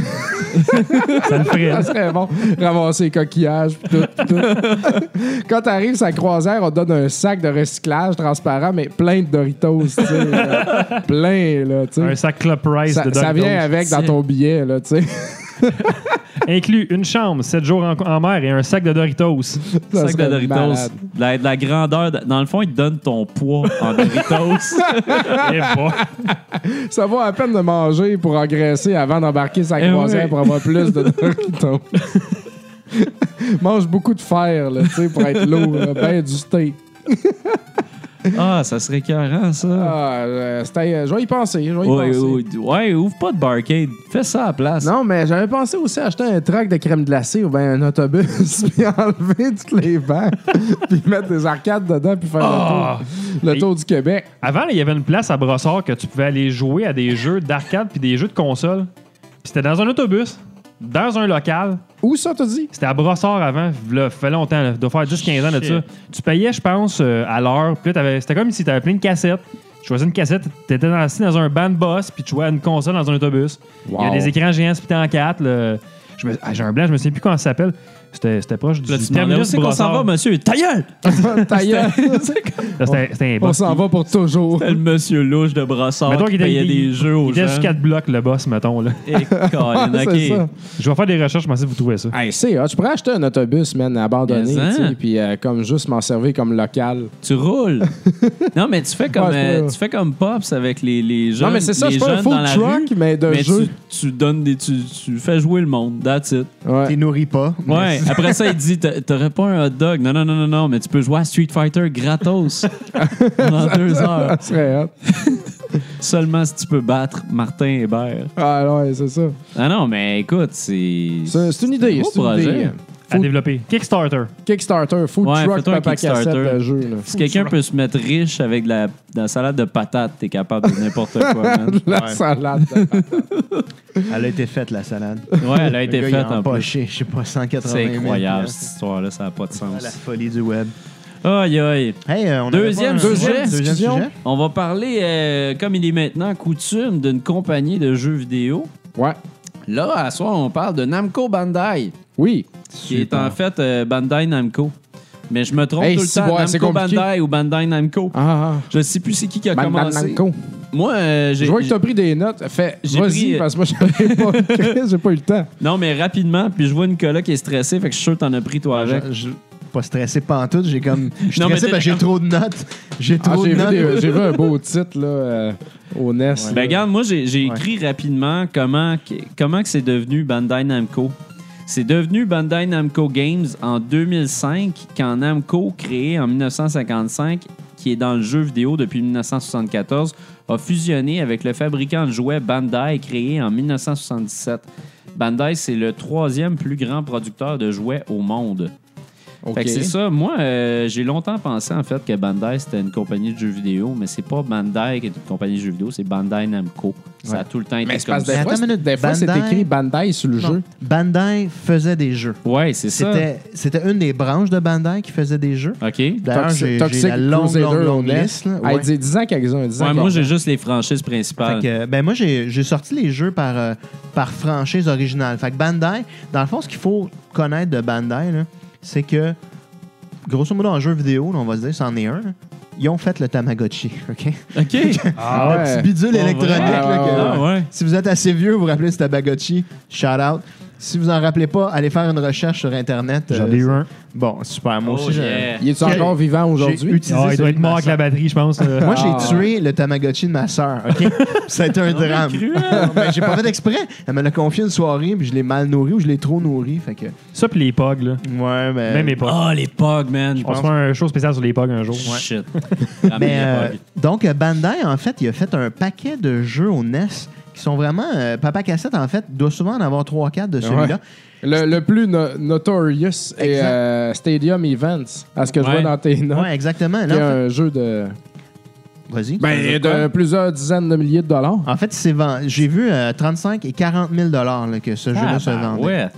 [SPEAKER 5] ça le ferait. hein.
[SPEAKER 3] Ça serait bon, ramasser les coquillages, pis tout, pis tout. Quand t'arrives sur la croisière, on te donne un sac de recyclage transparent, mais plein de Doritos, tu sais.
[SPEAKER 2] *laughs*
[SPEAKER 3] là. plein, là, tu
[SPEAKER 5] Un
[SPEAKER 3] sais.
[SPEAKER 5] sac Club Price
[SPEAKER 3] Ça,
[SPEAKER 5] de
[SPEAKER 3] ça
[SPEAKER 5] Doritos.
[SPEAKER 3] vient avec dans ton billet, là, tu sais.
[SPEAKER 5] Inclus une chambre, 7 jours en, en mer et un sac de
[SPEAKER 4] *laughs*
[SPEAKER 5] Doritos.
[SPEAKER 3] Ça
[SPEAKER 2] sac de
[SPEAKER 3] serait
[SPEAKER 2] Doritos.
[SPEAKER 3] malade.
[SPEAKER 2] De La, de la grandeur. de- Dans le fond, ils te donnent ton poids
[SPEAKER 3] *laughs*
[SPEAKER 2] en Doritos.
[SPEAKER 5] Eh boy.
[SPEAKER 3] Ça vaut à peine de manger pour engraisser avant d'embarquer sa
[SPEAKER 2] Eh
[SPEAKER 3] croisière
[SPEAKER 2] oui.
[SPEAKER 3] pour avoir plus de Doritos. *laughs* Mange beaucoup de fer, là, tu sais, pour être lourd, là, ben du steak.
[SPEAKER 2] ah, ça serait carrément, ça.
[SPEAKER 3] Ah, euh, c'était- euh, je vais y penser, je vais y
[SPEAKER 2] Ouais,
[SPEAKER 3] penser.
[SPEAKER 2] ouais, ouais, ouvre pas de barcade. Fais ça à la place.
[SPEAKER 3] Non, mais j'avais pensé aussi à acheter un truck de crème glacée ou bien un autobus, *laughs* puis enlever toutes les bancs, *laughs* puis mettre des arcades dedans, puis faire
[SPEAKER 5] Ah!
[SPEAKER 3] le, tour, le tour du Québec.
[SPEAKER 5] Avant, là, il y avait une place à Brossard que tu pouvais aller jouer à des jeux d'arcade puis des jeux de console. Puis c'était dans un autobus, dans un local.
[SPEAKER 3] Où ça,
[SPEAKER 2] *laughs*
[SPEAKER 3] t'as dit?
[SPEAKER 5] C'était à Brossard avant, là, fait longtemps, là, doit faire 10-15 ans de ça.
[SPEAKER 2] Shit.
[SPEAKER 5] Tu payais, je pense, euh, à l'heure. Puis là, t'avais- c'était comme si t'avais plein de cassettes. Tu choisis une cassette, t'étais dans- assis dans un banc de boss, puis tu jouais à une console dans un autobus. Il y a
[SPEAKER 3] Wow.
[SPEAKER 5] des écrans géants splités en quatre. là. Je me- ah, J'ai un blanc, je me souviens plus comment ça s'appelle. C'était c'était proche du
[SPEAKER 2] Là, tu demandes,
[SPEAKER 5] terminus
[SPEAKER 2] où c'est qu'on s'en
[SPEAKER 5] Brossard.
[SPEAKER 2] va, monsieur? Ta gueule!
[SPEAKER 3] Ta
[SPEAKER 2] *laughs*
[SPEAKER 3] gueule.
[SPEAKER 5] Là, C'était c'était un
[SPEAKER 3] On
[SPEAKER 5] boss.
[SPEAKER 3] s'en va pour toujours. *laughs*
[SPEAKER 2] Le monsieur louche de brassard
[SPEAKER 5] Mettons
[SPEAKER 2] qui
[SPEAKER 5] était-
[SPEAKER 2] payait des jeux
[SPEAKER 5] Il
[SPEAKER 2] aux gens.
[SPEAKER 5] était jusqu'à 4 blocs, le boss, mettons. Là.
[SPEAKER 2] Eh,
[SPEAKER 3] *laughs*
[SPEAKER 2] Colin,
[SPEAKER 3] Ah, C'est
[SPEAKER 2] ok.
[SPEAKER 3] ça.
[SPEAKER 5] Je vais faire des recherches, je pensais que vous trouvez
[SPEAKER 2] Ah,
[SPEAKER 5] ça.
[SPEAKER 3] Hey, c'est hot. Je pourrais acheter un autobus, man, abandonné,
[SPEAKER 2] Mais, hein?
[SPEAKER 3] tu sais, puis euh, comme juste m'en servir comme local.
[SPEAKER 2] Tu
[SPEAKER 3] *laughs*
[SPEAKER 2] roules. non, mais tu fais comme,
[SPEAKER 3] Ouais, c'est
[SPEAKER 2] euh,
[SPEAKER 3] pas-
[SPEAKER 2] tu fais comme Pops avec les, les jeunes.
[SPEAKER 3] non, mais c'est ça,
[SPEAKER 2] les
[SPEAKER 3] c'est pas un
[SPEAKER 2] jeunes
[SPEAKER 3] faux
[SPEAKER 2] dans la
[SPEAKER 3] truck,
[SPEAKER 2] rue,
[SPEAKER 3] mais d'un
[SPEAKER 2] mais
[SPEAKER 3] jeu.
[SPEAKER 2] tu, tu donnes des, tu, tu fais jouer le monde. That's it.
[SPEAKER 3] Ouais.
[SPEAKER 4] T'es nourris pas. mais
[SPEAKER 2] Ouais. *laughs* Après ça, il dit t'a- T'aurais pas un hot dog? Non, non, non, non, non, mais tu peux jouer à Street Fighter
[SPEAKER 4] *laughs*
[SPEAKER 2] gratos pendant deux heures.
[SPEAKER 3] Ça serait hot.
[SPEAKER 2] Seulement si tu peux battre Martin Hébert.
[SPEAKER 3] Ah, ouais, c'est ça.
[SPEAKER 2] Ah non, mais écoute, c'est.
[SPEAKER 3] C'est c'est une idée.
[SPEAKER 2] un beau
[SPEAKER 3] C'est une
[SPEAKER 2] projet.
[SPEAKER 3] idée.
[SPEAKER 5] À développer. Kickstarter.
[SPEAKER 3] Kickstarter, food
[SPEAKER 2] Ouais,
[SPEAKER 3] truck,
[SPEAKER 2] fais-toi un
[SPEAKER 3] papa cassette,
[SPEAKER 2] Kickstarter.
[SPEAKER 3] le jeu. Là.
[SPEAKER 2] Si quelqu'un peut se mettre riche avec de la, de la salade de patates, t'es capable
[SPEAKER 4] *laughs*
[SPEAKER 2] de n'importe quoi, man.
[SPEAKER 3] La
[SPEAKER 4] Ouais.
[SPEAKER 3] salade.
[SPEAKER 4] Elle a été faite, la salade.
[SPEAKER 2] Ouais, elle a
[SPEAKER 4] Le
[SPEAKER 2] été
[SPEAKER 4] gars, il
[SPEAKER 2] faite
[SPEAKER 4] a
[SPEAKER 2] en plus.
[SPEAKER 4] empoché, je sais pas, 180
[SPEAKER 2] C'est
[SPEAKER 4] 000
[SPEAKER 2] incroyable,
[SPEAKER 4] piastres.
[SPEAKER 2] cette histoire-là, ça n'a pas de
[SPEAKER 4] Ah, La
[SPEAKER 2] sens.
[SPEAKER 4] folie du web.
[SPEAKER 2] Aïe, aïe.
[SPEAKER 4] Hey, euh, on
[SPEAKER 2] Deuxième
[SPEAKER 4] avait pas un-
[SPEAKER 2] sujet,
[SPEAKER 4] Deuxième
[SPEAKER 3] discussion.
[SPEAKER 4] sujet.
[SPEAKER 2] On va parler, euh, comme il est maintenant coutume, d'une compagnie de jeux vidéo.
[SPEAKER 3] *laughs* ouais.
[SPEAKER 2] Là, à soir, on parle de Namco Bandai,
[SPEAKER 3] Oui.
[SPEAKER 2] qui est en fait euh, Bandai Namco. Mais je me trompe
[SPEAKER 3] Hey,
[SPEAKER 2] tout le
[SPEAKER 3] si,
[SPEAKER 2] temps,
[SPEAKER 3] ouais, c'est
[SPEAKER 2] Namco
[SPEAKER 3] compliqué.
[SPEAKER 2] Bandai ou Bandai Namco.
[SPEAKER 3] Ah,
[SPEAKER 2] Je sais plus c'est qui qui a
[SPEAKER 3] ah.
[SPEAKER 2] commencé.
[SPEAKER 3] Namco.
[SPEAKER 2] Moi, euh, j'ai...
[SPEAKER 3] Je vois que t'as pris des notes. Fait,
[SPEAKER 2] J'ai
[SPEAKER 3] vas-y,
[SPEAKER 2] pris-
[SPEAKER 4] euh,
[SPEAKER 3] parce que moi, j'avais
[SPEAKER 4] *laughs*
[SPEAKER 3] pas, Chris, j'ai pas eu le temps.
[SPEAKER 2] Non, mais rapidement, puis je vois Nicolas qui est stressé, fait que je suis sûr que t'en as pris,
[SPEAKER 3] Ah,
[SPEAKER 2] toi, avec.
[SPEAKER 4] Je- je- Pas stressé pantoute, j'ai comme. Je suis
[SPEAKER 2] Non, mais
[SPEAKER 4] stressé
[SPEAKER 2] t'es-
[SPEAKER 4] parce que j'ai trop de notes. J'ai
[SPEAKER 3] Ah,
[SPEAKER 4] trop
[SPEAKER 3] j'ai,
[SPEAKER 4] de
[SPEAKER 3] vu
[SPEAKER 4] notes.
[SPEAKER 3] des- j'ai vu un beau titre là, euh, au NES.
[SPEAKER 2] Ben,
[SPEAKER 3] là.
[SPEAKER 2] regarde, moi, j'ai j'ai écrit rapidement comment, que- comment que c'est devenu Bandai Namco. C'est devenu Bandai Namco Games en 2005 quand Namco, créé en 1955, qui est dans le jeu vidéo depuis 1974, a fusionné avec le fabricant de jouets Bandai créé en 1977. Bandai, c'est le troisième plus grand producteur de jouets au monde. Fait que c'est ça. Moi, euh, j'ai longtemps pensé en fait que Bandai c'était une compagnie de jeux vidéo, mais c'est pas Bandai qui est une compagnie de jeux vidéo, c'est Bandai Namco. Ça a tout le temps été
[SPEAKER 3] Mais c'est
[SPEAKER 2] comme
[SPEAKER 3] parce que
[SPEAKER 2] ça.
[SPEAKER 3] des
[SPEAKER 4] Attends
[SPEAKER 3] fois,
[SPEAKER 4] une minute,
[SPEAKER 3] des fois, c'est
[SPEAKER 4] Bandai-
[SPEAKER 3] écrit Bandai sur le
[SPEAKER 4] Non.
[SPEAKER 3] jeu.
[SPEAKER 4] Bandai faisait des jeux.
[SPEAKER 2] Ouais, c'est ça.
[SPEAKER 4] C'était c'était une des branches de Bandai qui faisait des jeux.
[SPEAKER 2] OK. Ouais,
[SPEAKER 4] D'ailleurs,
[SPEAKER 3] Toxic,
[SPEAKER 4] j'ai j'ai
[SPEAKER 3] Toxic
[SPEAKER 4] la longue,
[SPEAKER 3] Crusader
[SPEAKER 4] longue, longue
[SPEAKER 3] Online.
[SPEAKER 4] liste. là.
[SPEAKER 3] Hey,
[SPEAKER 4] Ouais.
[SPEAKER 3] dis- dis-en quelques-uns. dis-en
[SPEAKER 2] moi,
[SPEAKER 3] quelques-uns.
[SPEAKER 2] j'ai juste les franchises
[SPEAKER 4] Fait
[SPEAKER 2] principales.
[SPEAKER 4] que, ben moi, j'ai j'ai sorti les jeux par, euh, par franchise originale. Fait que Bandai, dans le fond, ce qu'il faut connaître de Bandai, là, c'est que, grosso modo, en jeu vidéo, là, on va se dire, c'en est un, là, ils ont fait le Tamagotchi, *laughs* OK?
[SPEAKER 3] *laughs*
[SPEAKER 2] OK.
[SPEAKER 5] Ah,
[SPEAKER 4] Le
[SPEAKER 3] ouais.
[SPEAKER 4] petit bidule
[SPEAKER 2] Pour
[SPEAKER 4] électronique.
[SPEAKER 2] Euh, vrai?
[SPEAKER 4] là, que-
[SPEAKER 2] Ah, ouais.
[SPEAKER 4] Si vous êtes assez vieux, vous vous rappelez ce Tamagotchi, shout out. Si vous en rappelez pas, allez faire une recherche sur Internet.
[SPEAKER 5] J'en
[SPEAKER 4] euh,
[SPEAKER 5] ai eu un.
[SPEAKER 4] Bon, super. Moi
[SPEAKER 2] Oh,
[SPEAKER 4] aussi, j'ai-
[SPEAKER 2] yeah.
[SPEAKER 3] Il est
[SPEAKER 4] Quel-
[SPEAKER 3] encore vivant
[SPEAKER 4] j'ai
[SPEAKER 3] aujourd'hui?
[SPEAKER 4] utilisé
[SPEAKER 5] Ah, il doit
[SPEAKER 4] celui
[SPEAKER 5] être
[SPEAKER 4] de ma
[SPEAKER 5] mort avec la
[SPEAKER 4] sœur.
[SPEAKER 5] batterie, je pense. euh.
[SPEAKER 2] *laughs*
[SPEAKER 5] là.
[SPEAKER 4] Moi,
[SPEAKER 3] Ah.
[SPEAKER 4] j'ai tué le Tamagotchi de ma sœur, OK? Ça a été un drame. Non, *laughs* mais j'ai pas fait exprès. Elle me l'a confié une soirée, puis je l'ai mal nourri ou je l'ai trop nourri. Fait que.
[SPEAKER 5] Ça, puis les pogs, là.
[SPEAKER 4] Ouais, mais.
[SPEAKER 5] Même les pogs.
[SPEAKER 2] Ah, les Pogs, man. Oh,
[SPEAKER 5] On se fera un show spécial sur les pogs un
[SPEAKER 3] *laughs*
[SPEAKER 5] jour.
[SPEAKER 2] Shit.
[SPEAKER 4] Mais,
[SPEAKER 2] Ramène les
[SPEAKER 4] euh,
[SPEAKER 2] Pogs.
[SPEAKER 4] donc, euh, Bandai, en fait, il a fait un paquet de jeux au NES qui sont vraiment. euh, Papa Cassette, en fait, doit souvent en avoir 3-4 de celui-là.
[SPEAKER 3] Ouais. Le, le plus no- notorious est
[SPEAKER 4] Exact.
[SPEAKER 3] euh, Stadium Events, à ce que je
[SPEAKER 2] Ouais.
[SPEAKER 3] vois dans tes
[SPEAKER 4] Ouais,
[SPEAKER 3] notes.
[SPEAKER 4] exactement.
[SPEAKER 3] qui est
[SPEAKER 4] Là, en
[SPEAKER 3] un jeu de,
[SPEAKER 4] fait- Vas-y.
[SPEAKER 3] ben,
[SPEAKER 4] Vas-y,
[SPEAKER 3] de
[SPEAKER 4] quoi?
[SPEAKER 3] plusieurs dizaines de milliers de dollars.
[SPEAKER 2] Ah,
[SPEAKER 4] En fait, il s'est vend- j'ai vu euh, 35 et 40 000 là, que ce jeu-là se vendait.
[SPEAKER 2] Ah, bah ouais.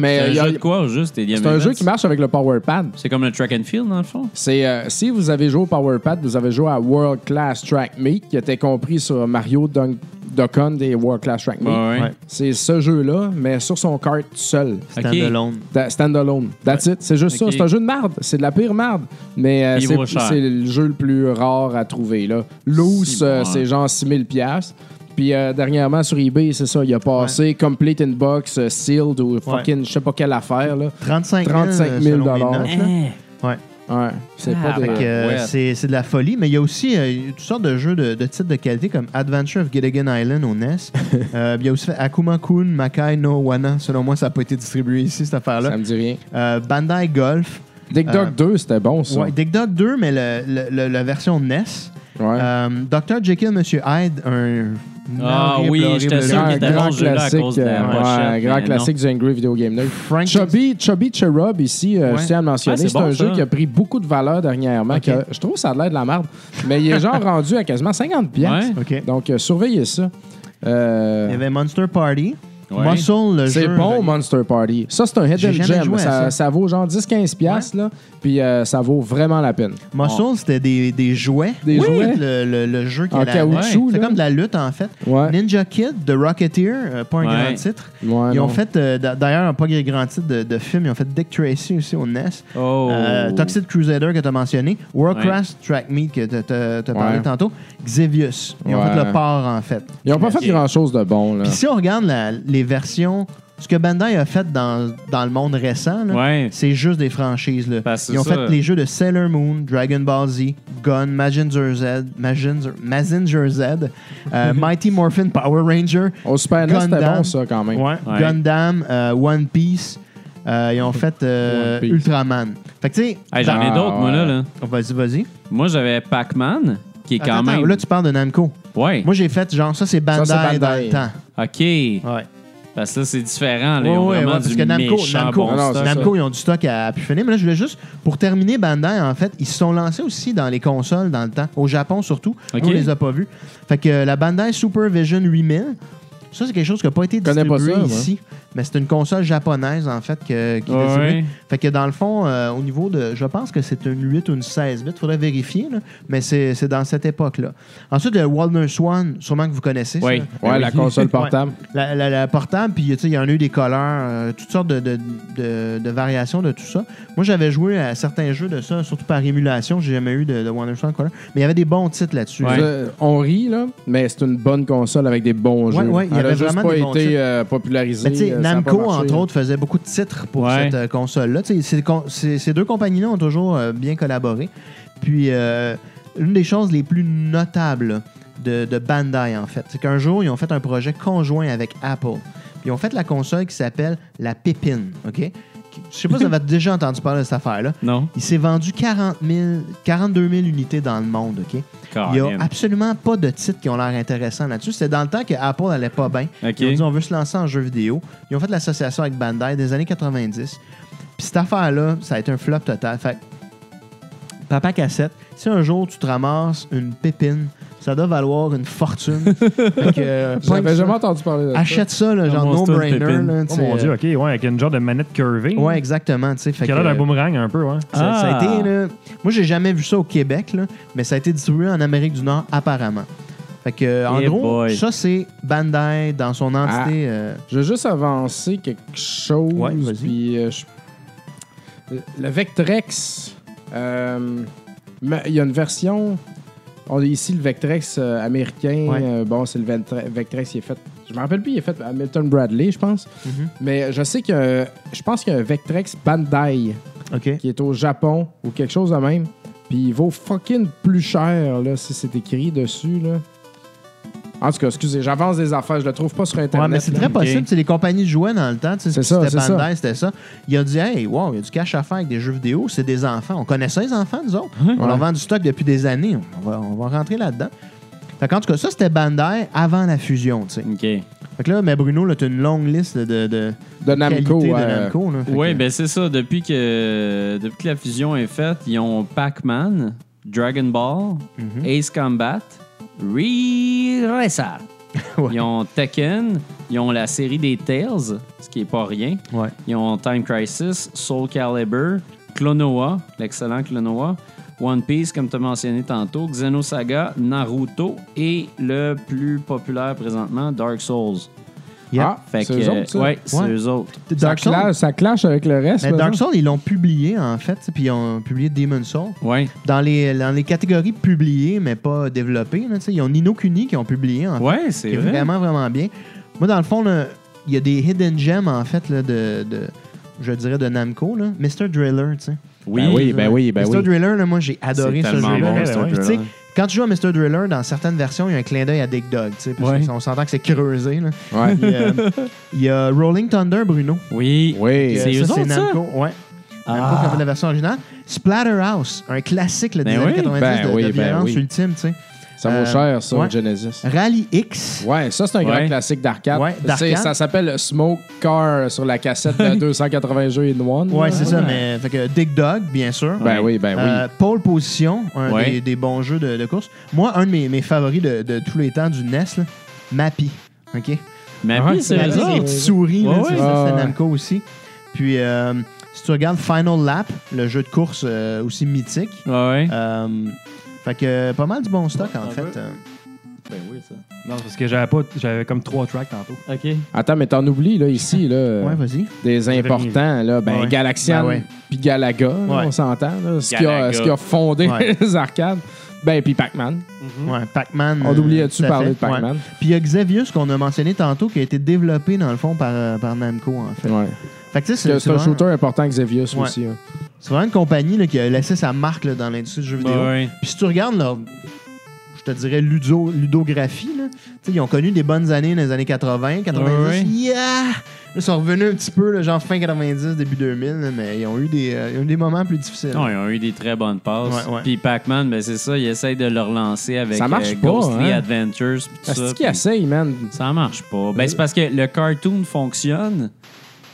[SPEAKER 3] Mais
[SPEAKER 2] C'est
[SPEAKER 3] euh,
[SPEAKER 2] un
[SPEAKER 3] il y a-
[SPEAKER 2] jeu de quoi, au juste?
[SPEAKER 3] c'est un jeu qui marche avec le Power Pad.
[SPEAKER 2] C'est comme le track and field, dans le fond.
[SPEAKER 3] C'est euh, si vous avez joué au Power Pad, vous avez joué à World Class Track Meet, qui était compris sur Mario Dunk- Duck Hunt et World Class Track Meet.
[SPEAKER 2] Ouais, ouais.
[SPEAKER 4] Ouais.
[SPEAKER 3] C'est ce jeu-là, mais sur son kart seul.
[SPEAKER 4] Standalone.
[SPEAKER 3] Da- Standalone. That's it. C'est juste
[SPEAKER 2] Ok.
[SPEAKER 3] ça. C'est un jeu de marde. C'est de la pire marde. Mais euh,
[SPEAKER 2] Il vaut
[SPEAKER 3] c'est
[SPEAKER 2] cher.
[SPEAKER 3] c'est le jeu le plus rare à trouver. Là. Loose,
[SPEAKER 2] Six
[SPEAKER 3] euh,
[SPEAKER 2] mois.
[SPEAKER 3] c'est genre 6000 pièces. Puis euh, dernièrement sur eBay, c'est ça. Il a passé Complete in Box, euh, Sealed ou fucking je sais pas quelle affaire. Là.
[SPEAKER 4] 35 000,
[SPEAKER 3] 35 000
[SPEAKER 4] euh, selon mes notes, là.
[SPEAKER 2] Hein?
[SPEAKER 4] Ouais.
[SPEAKER 3] Ouais. C'est
[SPEAKER 2] Ah,
[SPEAKER 3] pas
[SPEAKER 4] Fait
[SPEAKER 3] des...
[SPEAKER 4] que, euh,
[SPEAKER 2] ouais.
[SPEAKER 4] c'est c'est de la folie, mais il y a aussi euh, toutes sortes de jeux de, de titres de qualité comme Adventure of Gilligan Island au NES.
[SPEAKER 3] *laughs*
[SPEAKER 4] Euh, puis Il y a aussi fait Akuma Kun, Makai no Wana. Selon moi, ça n'a pas été distribué ici, cette affaire-là.
[SPEAKER 3] Ça me dit rien.
[SPEAKER 4] Euh, Bandai Golf.
[SPEAKER 3] Dig Dog
[SPEAKER 4] Euh,
[SPEAKER 3] 2, c'était bon ça.
[SPEAKER 4] Ouais, Dig Dug 2, mais le- le- le- la version NES.
[SPEAKER 3] Ouais.
[SPEAKER 4] Euh, Dr. Jekyll, Monsieur Hyde, un.
[SPEAKER 2] Ah
[SPEAKER 4] horrible,
[SPEAKER 2] oui,
[SPEAKER 4] horrible
[SPEAKER 2] j'étais
[SPEAKER 4] jeu.
[SPEAKER 2] sûr qu'il était bon, ce jeu-là, à cause de la
[SPEAKER 3] euh,
[SPEAKER 2] pochette,
[SPEAKER 3] ouais, grand
[SPEAKER 2] mais non.
[SPEAKER 3] classique du Angry Video Game Nerd.
[SPEAKER 4] Frank-
[SPEAKER 3] Chubby, Chubby Cherub, ici, euh,
[SPEAKER 4] Ouais.
[SPEAKER 3] je tiens à le mentionner,
[SPEAKER 2] Ah, c'est
[SPEAKER 3] c'est
[SPEAKER 2] bon,
[SPEAKER 3] un
[SPEAKER 2] ça.
[SPEAKER 3] jeu qui a pris beaucoup de valeur dernièrement.
[SPEAKER 4] Ok.
[SPEAKER 3] que je trouve que ça a l'air de la merde, mais il
[SPEAKER 4] *laughs*
[SPEAKER 3] est genre rendu à quasiment 50 piastres.
[SPEAKER 2] Ouais.
[SPEAKER 4] Ok.
[SPEAKER 3] Donc, euh, surveillez ça. Euh,
[SPEAKER 4] Il y avait Monster Party.
[SPEAKER 2] Ouais.
[SPEAKER 4] Muscle, le jeu.
[SPEAKER 3] c'est bon, Monster Party. Ça, c'est un head
[SPEAKER 4] J'ai
[SPEAKER 3] and
[SPEAKER 4] jamais
[SPEAKER 3] gem.
[SPEAKER 4] joué à
[SPEAKER 3] Ça,
[SPEAKER 4] ça.
[SPEAKER 3] ça vaut genre 10-15 piastres, là, puis euh, ça vaut vraiment la peine.
[SPEAKER 4] Muscle, c'était des, des jouets.
[SPEAKER 3] Des
[SPEAKER 4] Oui.
[SPEAKER 3] jouets.
[SPEAKER 4] Le, le- le jeu qui
[SPEAKER 3] En
[SPEAKER 4] allait
[SPEAKER 3] caoutchouc,
[SPEAKER 4] avec. C'est
[SPEAKER 3] là.
[SPEAKER 4] comme de la lutte, en fait.
[SPEAKER 3] Ouais.
[SPEAKER 4] Ninja Kid, The Rocketeer, euh, pas
[SPEAKER 2] Ouais.
[SPEAKER 4] un grand titre.
[SPEAKER 3] Ouais,
[SPEAKER 4] ils ont
[SPEAKER 3] non.
[SPEAKER 4] fait, euh, d'a- d'ailleurs, pas un grand titre de, de film, ils ont fait Dick Tracy aussi au NES.
[SPEAKER 2] Oh.
[SPEAKER 4] Euh, Toxic Crusader que tu as mentionné. Warcraft Track Meet que tu as parlé
[SPEAKER 3] Ouais.
[SPEAKER 4] tantôt. Xevious. Ils ont
[SPEAKER 3] Ouais.
[SPEAKER 4] fait le port, en fait.
[SPEAKER 3] Ils n'ont pas fait grand-chose de bon. Là.
[SPEAKER 2] Ah.
[SPEAKER 4] Puis si on regarde la- les versions, ce que Bandai a fait dans, dans le monde récent, là,
[SPEAKER 2] Ouais.
[SPEAKER 4] c'est juste des franchises. Là.
[SPEAKER 2] Ben, c'est
[SPEAKER 4] Ils ont
[SPEAKER 2] ça.
[SPEAKER 4] fait les jeux de Sailor Moon, Dragon Ball Z, Gun, Mazinger Z, Mazinger, Mazinger Z
[SPEAKER 2] *laughs*
[SPEAKER 4] euh, Mighty Morphin Power Ranger,
[SPEAKER 3] Au Super NES, c'était
[SPEAKER 4] Gundam.
[SPEAKER 3] bon, ça, quand même.
[SPEAKER 2] Ouais.
[SPEAKER 4] Gundam, euh, One Piece. Euh,
[SPEAKER 3] *laughs*
[SPEAKER 4] ils ont fait euh,
[SPEAKER 3] One Piece.
[SPEAKER 4] Ultraman. Fait que tu sais,
[SPEAKER 2] Hey, J'en ai
[SPEAKER 3] Ah,
[SPEAKER 2] d'autres, moi, là,
[SPEAKER 3] ouais.
[SPEAKER 2] là.
[SPEAKER 4] oh, vas-y, vas-y.
[SPEAKER 2] Moi, j'avais Pac-Man, qui est quand
[SPEAKER 4] Attends,
[SPEAKER 2] même.
[SPEAKER 4] attends, Là, tu parles de Namco.
[SPEAKER 2] Ouais.
[SPEAKER 4] Moi, j'ai fait genre ça, c'est Bandai,
[SPEAKER 3] c'est
[SPEAKER 4] dans
[SPEAKER 3] Bandai.
[SPEAKER 4] le temps.
[SPEAKER 2] OK.
[SPEAKER 4] Ouais.
[SPEAKER 2] Parce que là, c'est différent. Là. Ils
[SPEAKER 4] Ouais,
[SPEAKER 2] ont
[SPEAKER 4] ouais,
[SPEAKER 2] vraiment
[SPEAKER 4] ouais,
[SPEAKER 2] du
[SPEAKER 4] parce que Namco,
[SPEAKER 2] méchant
[SPEAKER 4] Namco,
[SPEAKER 2] bon
[SPEAKER 3] Non, Ah non,
[SPEAKER 2] stock.
[SPEAKER 3] c'est ça.
[SPEAKER 4] Namco, ils ont du stock à, à pu finir. Mais là, je voulais juste, pour terminer, Bandai, en fait, ils se sont lancés aussi dans les consoles dans le temps, au Japon surtout.
[SPEAKER 2] Ok.
[SPEAKER 4] Nous, on les a pas vus. Fait que euh, la Bandai Supervision 8000, ça, c'est quelque chose qui n'a pas été
[SPEAKER 3] Connais pas
[SPEAKER 4] distribué
[SPEAKER 3] ça, moi.
[SPEAKER 4] ici. Mais c'est une console japonaise, en fait, que- qui est
[SPEAKER 2] Ouais,
[SPEAKER 4] distribuée.
[SPEAKER 2] ouais.
[SPEAKER 4] Fait que dans le fond, euh, au niveau de. Je pense que c'est une 8 ou une 16 bits. faudrait vérifier, là, mais c'est c'est dans cette époque-là. Ensuite, le Walner Swan, sûrement que vous connaissez. ça.
[SPEAKER 2] Oui.
[SPEAKER 3] Ouais, la
[SPEAKER 4] *laughs*
[SPEAKER 3] console
[SPEAKER 4] Ouais.
[SPEAKER 3] portable.
[SPEAKER 4] La, la- la portable, puis tu sais, il y en a eu des colères, euh, toutes sortes de, de- de- de variations de tout ça. Moi, j'avais joué à certains jeux de ça, surtout par émulation. J'ai jamais eu de, de Wonderstone Color. Mais il y avait des bons titres là-dessus.
[SPEAKER 2] Ouais.
[SPEAKER 3] Je- on rit, là, mais c'est une bonne console avec des bons
[SPEAKER 4] Ouais,
[SPEAKER 3] jeux.
[SPEAKER 4] ouais, il y
[SPEAKER 3] Elle
[SPEAKER 4] avait
[SPEAKER 3] a juste
[SPEAKER 4] vraiment
[SPEAKER 3] pas
[SPEAKER 4] des bons
[SPEAKER 3] été
[SPEAKER 4] titres.
[SPEAKER 3] euh,
[SPEAKER 4] Mais tu sais,
[SPEAKER 3] popularisée. euh, ça a
[SPEAKER 4] Namco,
[SPEAKER 3] pas marché.
[SPEAKER 4] entre autres, faisait beaucoup de titres pour
[SPEAKER 2] Ouais.
[SPEAKER 4] cette euh, console-là. Tu sais, ces con- ces- ces deux compagnies-là ont toujours euh, bien collaboré. Puis, euh, une des choses les plus notables de, de Bandai, en fait, c'est qu'un jour, ils ont fait un projet conjoint avec Apple. Puis, ils ont fait la console qui s'appelle la Pépine, OK? Que je sais pas si vous avez déjà entendu parler de cette affaire-là.
[SPEAKER 2] Non?
[SPEAKER 4] Il s'est vendu 40 000, 42 000 unités dans le monde, OK? Il n'y a
[SPEAKER 2] Caroline.
[SPEAKER 4] absolument pas de titres qui ont l'air intéressants là-dessus. C'était dans le temps que Apple n'allait pas bien.
[SPEAKER 2] OK.
[SPEAKER 4] Ils ont dit on veut se lancer en jeu vidéo. Ils ont fait l'association avec Bandai des années 90. Puis cette affaire-là, ça a été un flop total. Fait que, Papa Cassette, si un jour tu te ramasses une pépine, ça doit valoir une fortune.
[SPEAKER 2] *laughs*
[SPEAKER 4] Fait que, euh, pogne
[SPEAKER 3] J'avais
[SPEAKER 4] ça.
[SPEAKER 3] jamais entendu parler de ça.
[SPEAKER 4] Achète ça, là, genre
[SPEAKER 2] Ramasse-toi une
[SPEAKER 4] no-brainer.
[SPEAKER 2] pépine.
[SPEAKER 4] là, tu
[SPEAKER 5] Oh
[SPEAKER 4] sais,
[SPEAKER 5] mon dieu,
[SPEAKER 4] euh,
[SPEAKER 5] ok, ouais, avec une genre de manette curvée.
[SPEAKER 4] Ouais,
[SPEAKER 5] là,
[SPEAKER 4] exactement. tu sais, fait
[SPEAKER 5] Qui a
[SPEAKER 4] que,
[SPEAKER 5] l'air d'un
[SPEAKER 4] euh,
[SPEAKER 5] boomerang un peu, ouais.
[SPEAKER 4] ça, ça a
[SPEAKER 2] Ah.
[SPEAKER 4] été, là- moi, j'ai jamais vu ça au Québec, là, mais ça a été distribué en Amérique du Nord, apparemment. Fait que, euh, en
[SPEAKER 2] Eh
[SPEAKER 4] gros,
[SPEAKER 2] boy. Ah.
[SPEAKER 4] ça, c'est Bandai dans son entité. euh,
[SPEAKER 3] Je veux juste avancer quelque chose.
[SPEAKER 4] Ouais, vas-y.
[SPEAKER 3] puis, euh, je- Le Vectrex, euh, mais il y a une version. On a ici le Vectrex euh, américain.
[SPEAKER 4] Ouais.
[SPEAKER 3] euh, bon, c'est le Ventre- Vectrex qui est fait. Je me rappelle plus, il est fait à Milton Bradley, je pense.
[SPEAKER 4] Mhm.
[SPEAKER 3] Mais je sais que. Je pense qu'il y a un Vectrex Bandai
[SPEAKER 4] OK.
[SPEAKER 3] qui est au Japon ou quelque chose de même. Puis il vaut fucking plus cher, là, si c'est écrit dessus, là. En tout cas, excusez, j'avance des affaires, je le trouve pas sur Internet.
[SPEAKER 4] Ouais, mais c'est
[SPEAKER 3] là.
[SPEAKER 4] très possible. c'est Les compagnies jouaient dans le temps. tu sais,
[SPEAKER 3] C'est
[SPEAKER 4] C'était
[SPEAKER 3] ça, c'est ça.
[SPEAKER 4] Bandai, c'était ça. Il a dit Hey, wow, il y a du cash à faire avec des jeux vidéo. C'est des enfants. On connaissait les enfants, nous autres. On leur
[SPEAKER 3] Ouais.
[SPEAKER 4] vend du stock depuis des années. On va, on va rentrer là-dedans. Fait en tout cas, ça, c'était Bandai avant la fusion. tu sais.
[SPEAKER 2] OK.
[SPEAKER 4] Fait que là, mais Bruno, là, t'as une longue liste de, de
[SPEAKER 3] De Namco.
[SPEAKER 4] qualités de
[SPEAKER 3] euh,
[SPEAKER 4] Namco, là. Fait
[SPEAKER 2] Oui,
[SPEAKER 4] que-
[SPEAKER 2] ben c'est ça. Depuis que, depuis que la fusion est faite, ils ont Pac-Man, Dragon Ball,
[SPEAKER 4] Mhm.
[SPEAKER 2] Ace Combat, Re-Resat.
[SPEAKER 4] *laughs* Ouais.
[SPEAKER 2] Ils ont Tekken, ils ont la série des Tales, ce qui est pas rien.
[SPEAKER 4] Ouais.
[SPEAKER 2] Ils ont Time Crisis, Soul Calibur, Clonoa, l'excellent Clonoa, One Piece, comme tu as mentionné tantôt, Xenosaga, Naruto et le plus populaire présentement, Dark Souls.
[SPEAKER 4] Yep.
[SPEAKER 3] Ah,
[SPEAKER 2] Fait
[SPEAKER 3] c'est
[SPEAKER 2] que,
[SPEAKER 3] eux autres, ça.
[SPEAKER 2] ouais, c'est
[SPEAKER 4] Ouais.
[SPEAKER 2] eux autres.
[SPEAKER 3] Ça,
[SPEAKER 4] Dark Souls,
[SPEAKER 3] clash, ça clash avec le reste.
[SPEAKER 4] mais
[SPEAKER 3] par
[SPEAKER 4] Dark
[SPEAKER 3] exemple.
[SPEAKER 4] Souls, ils l'ont publié, en fait, puis ils ont publié Demon Soul.
[SPEAKER 2] Ouais.
[SPEAKER 4] Dans les, dans les catégories publiées, mais pas développées, là, tu sais, ils ont Nino Kuni qui ont publié, en
[SPEAKER 2] Ouais, c'est
[SPEAKER 4] qui est
[SPEAKER 2] vrai.
[SPEAKER 4] vraiment, vraiment bien. Moi, dans le fond, là, il y a des hidden gems, en fait, là, de, de- je dirais, de Namco. Là. Mr. Driller, tu sais.
[SPEAKER 2] Oui,
[SPEAKER 3] Ben oui, ben oui, ben
[SPEAKER 4] Mr.
[SPEAKER 3] oui.
[SPEAKER 4] Driller, là, moi, j'ai adoré
[SPEAKER 2] C'est
[SPEAKER 4] ce
[SPEAKER 2] tellement
[SPEAKER 4] jeu-là.
[SPEAKER 5] bon,
[SPEAKER 4] là.
[SPEAKER 5] Mr.
[SPEAKER 4] Puis, tu sais, Quand tu joues à Mr. Driller, dans certaines versions, il y a un clin d'œil à Dick Dog, tu sais, parce
[SPEAKER 2] Ouais.
[SPEAKER 4] que on s'entend que c'est creusé. là. *laughs*
[SPEAKER 3] Ouais.
[SPEAKER 4] Puis, euh, Il y a Rolling Thunder, Bruno.
[SPEAKER 2] Oui.
[SPEAKER 3] Oui.
[SPEAKER 4] Euh,
[SPEAKER 2] C'est eux
[SPEAKER 4] ça, c'est
[SPEAKER 2] autres, hein. ça?
[SPEAKER 4] Namco. Ouais.
[SPEAKER 3] Ah.
[SPEAKER 4] Namco qui a fait la version originale. Splatterhouse, un classique là, des
[SPEAKER 2] Ben
[SPEAKER 4] années
[SPEAKER 2] oui.
[SPEAKER 4] 90
[SPEAKER 3] Ben
[SPEAKER 4] de, de
[SPEAKER 3] oui, ben
[SPEAKER 4] violence
[SPEAKER 3] oui.
[SPEAKER 4] ultime, tu sais.
[SPEAKER 3] Ça vaut
[SPEAKER 4] euh,
[SPEAKER 3] cher, ça, au
[SPEAKER 4] ouais.
[SPEAKER 3] Genesis.
[SPEAKER 4] Rally X.
[SPEAKER 3] Ouais, ça, c'est un grand
[SPEAKER 2] Ouais.
[SPEAKER 3] classique d'arcade.
[SPEAKER 4] Ouais, d'arcade.
[SPEAKER 3] C'est- Ça s'appelle Smoke Car sur la cassette
[SPEAKER 4] *laughs*
[SPEAKER 3] de 280 jeux in one.
[SPEAKER 4] Ouais,
[SPEAKER 3] là.
[SPEAKER 4] c'est ça, mais fait que Dick Dog, bien sûr.
[SPEAKER 3] Ben oui, ben oui.
[SPEAKER 4] Euh, Pole Position, un
[SPEAKER 2] Ouais.
[SPEAKER 4] des, des bons jeux de, de course. Moi, un de mes, mes favoris de, de tous les temps du NES, là, Mappy. OK?
[SPEAKER 2] Mais
[SPEAKER 3] Ouais,
[SPEAKER 2] puis, Ah, c'est
[SPEAKER 3] c'est
[SPEAKER 2] eux
[SPEAKER 4] Mappy, les
[SPEAKER 3] vrai.
[SPEAKER 2] autres.
[SPEAKER 4] petites souris, là,
[SPEAKER 2] Ouais,
[SPEAKER 4] tu sais,
[SPEAKER 2] ouais.
[SPEAKER 4] ça, c'est
[SPEAKER 3] Ah, ouais.
[SPEAKER 4] Namco aussi. Puis, euh, si tu regardes Final Lap, le jeu de course euh, aussi mythique.
[SPEAKER 2] Ouais, ouais.
[SPEAKER 4] Euh, fait que pas mal du bon stock, en
[SPEAKER 2] Ouais,
[SPEAKER 4] fait.
[SPEAKER 2] ouais.
[SPEAKER 4] Euh,
[SPEAKER 2] Ben oui, ça.
[SPEAKER 5] Non, c'est parce que j'avais pas, j'avais comme trois tracks tantôt.
[SPEAKER 2] OK.
[SPEAKER 3] Attends, mais t'en oublies, là, ici, là.
[SPEAKER 4] Ouais, vas-y.
[SPEAKER 3] des importants, là, ben,
[SPEAKER 4] Ouais.
[SPEAKER 3] Galaxian
[SPEAKER 4] Ben ouais.
[SPEAKER 3] puis Galaga, là,
[SPEAKER 4] Ouais.
[SPEAKER 3] on s'entend, là, ce, qui a,
[SPEAKER 2] Galaga.
[SPEAKER 3] ce qui a fondé
[SPEAKER 4] Ouais.
[SPEAKER 3] *laughs* les arcades. Ben, puis Pac-Man.
[SPEAKER 4] Ouais, Pac-Man.
[SPEAKER 3] Hmm. On
[SPEAKER 4] euh,
[SPEAKER 3] oubliait-tu
[SPEAKER 4] tout à
[SPEAKER 3] parler
[SPEAKER 4] fait.
[SPEAKER 3] de Pac-Man?
[SPEAKER 4] Ouais. Puis il y a Xavius qu'on a mentionné tantôt qui a été développé, dans le fond, par, euh, par Namco, en fait.
[SPEAKER 3] Ouais.
[SPEAKER 4] Fait que, tu sais,
[SPEAKER 3] C'est c'est un
[SPEAKER 4] vraiment-
[SPEAKER 3] shooter important que Xevious
[SPEAKER 4] Ouais.
[SPEAKER 3] aussi. hein.
[SPEAKER 4] C'est vraiment une compagnie là, qui a laissé sa marque là, dans l'industrie du jeu vidéo.
[SPEAKER 2] Ouais.
[SPEAKER 4] Puis si tu regardes leur, je te dirais, ludo, ludographie, là, tu sais, ils ont connu des bonnes années dans les années 80, 90.
[SPEAKER 2] Ouais, ouais.
[SPEAKER 4] Yeah! Là, Ils sont revenus un petit peu, là, genre fin 90, début 2000, là, mais ils ont eu des, euh, ils ont eu des moments plus difficiles.
[SPEAKER 2] Non, ils ont eu des très bonnes passes.
[SPEAKER 4] Ouais, ouais.
[SPEAKER 2] Puis Pac-Man, ben c'est ça, ils essayent de le relancer avec
[SPEAKER 3] Ça marche pas,
[SPEAKER 2] Ghostly
[SPEAKER 3] hein?
[SPEAKER 2] Adventures. Pis tout
[SPEAKER 3] C'est
[SPEAKER 2] ça,
[SPEAKER 3] qui
[SPEAKER 2] puis-
[SPEAKER 3] essaye, man?
[SPEAKER 2] Ça marche pas. Ben, c'est parce que le cartoon fonctionne.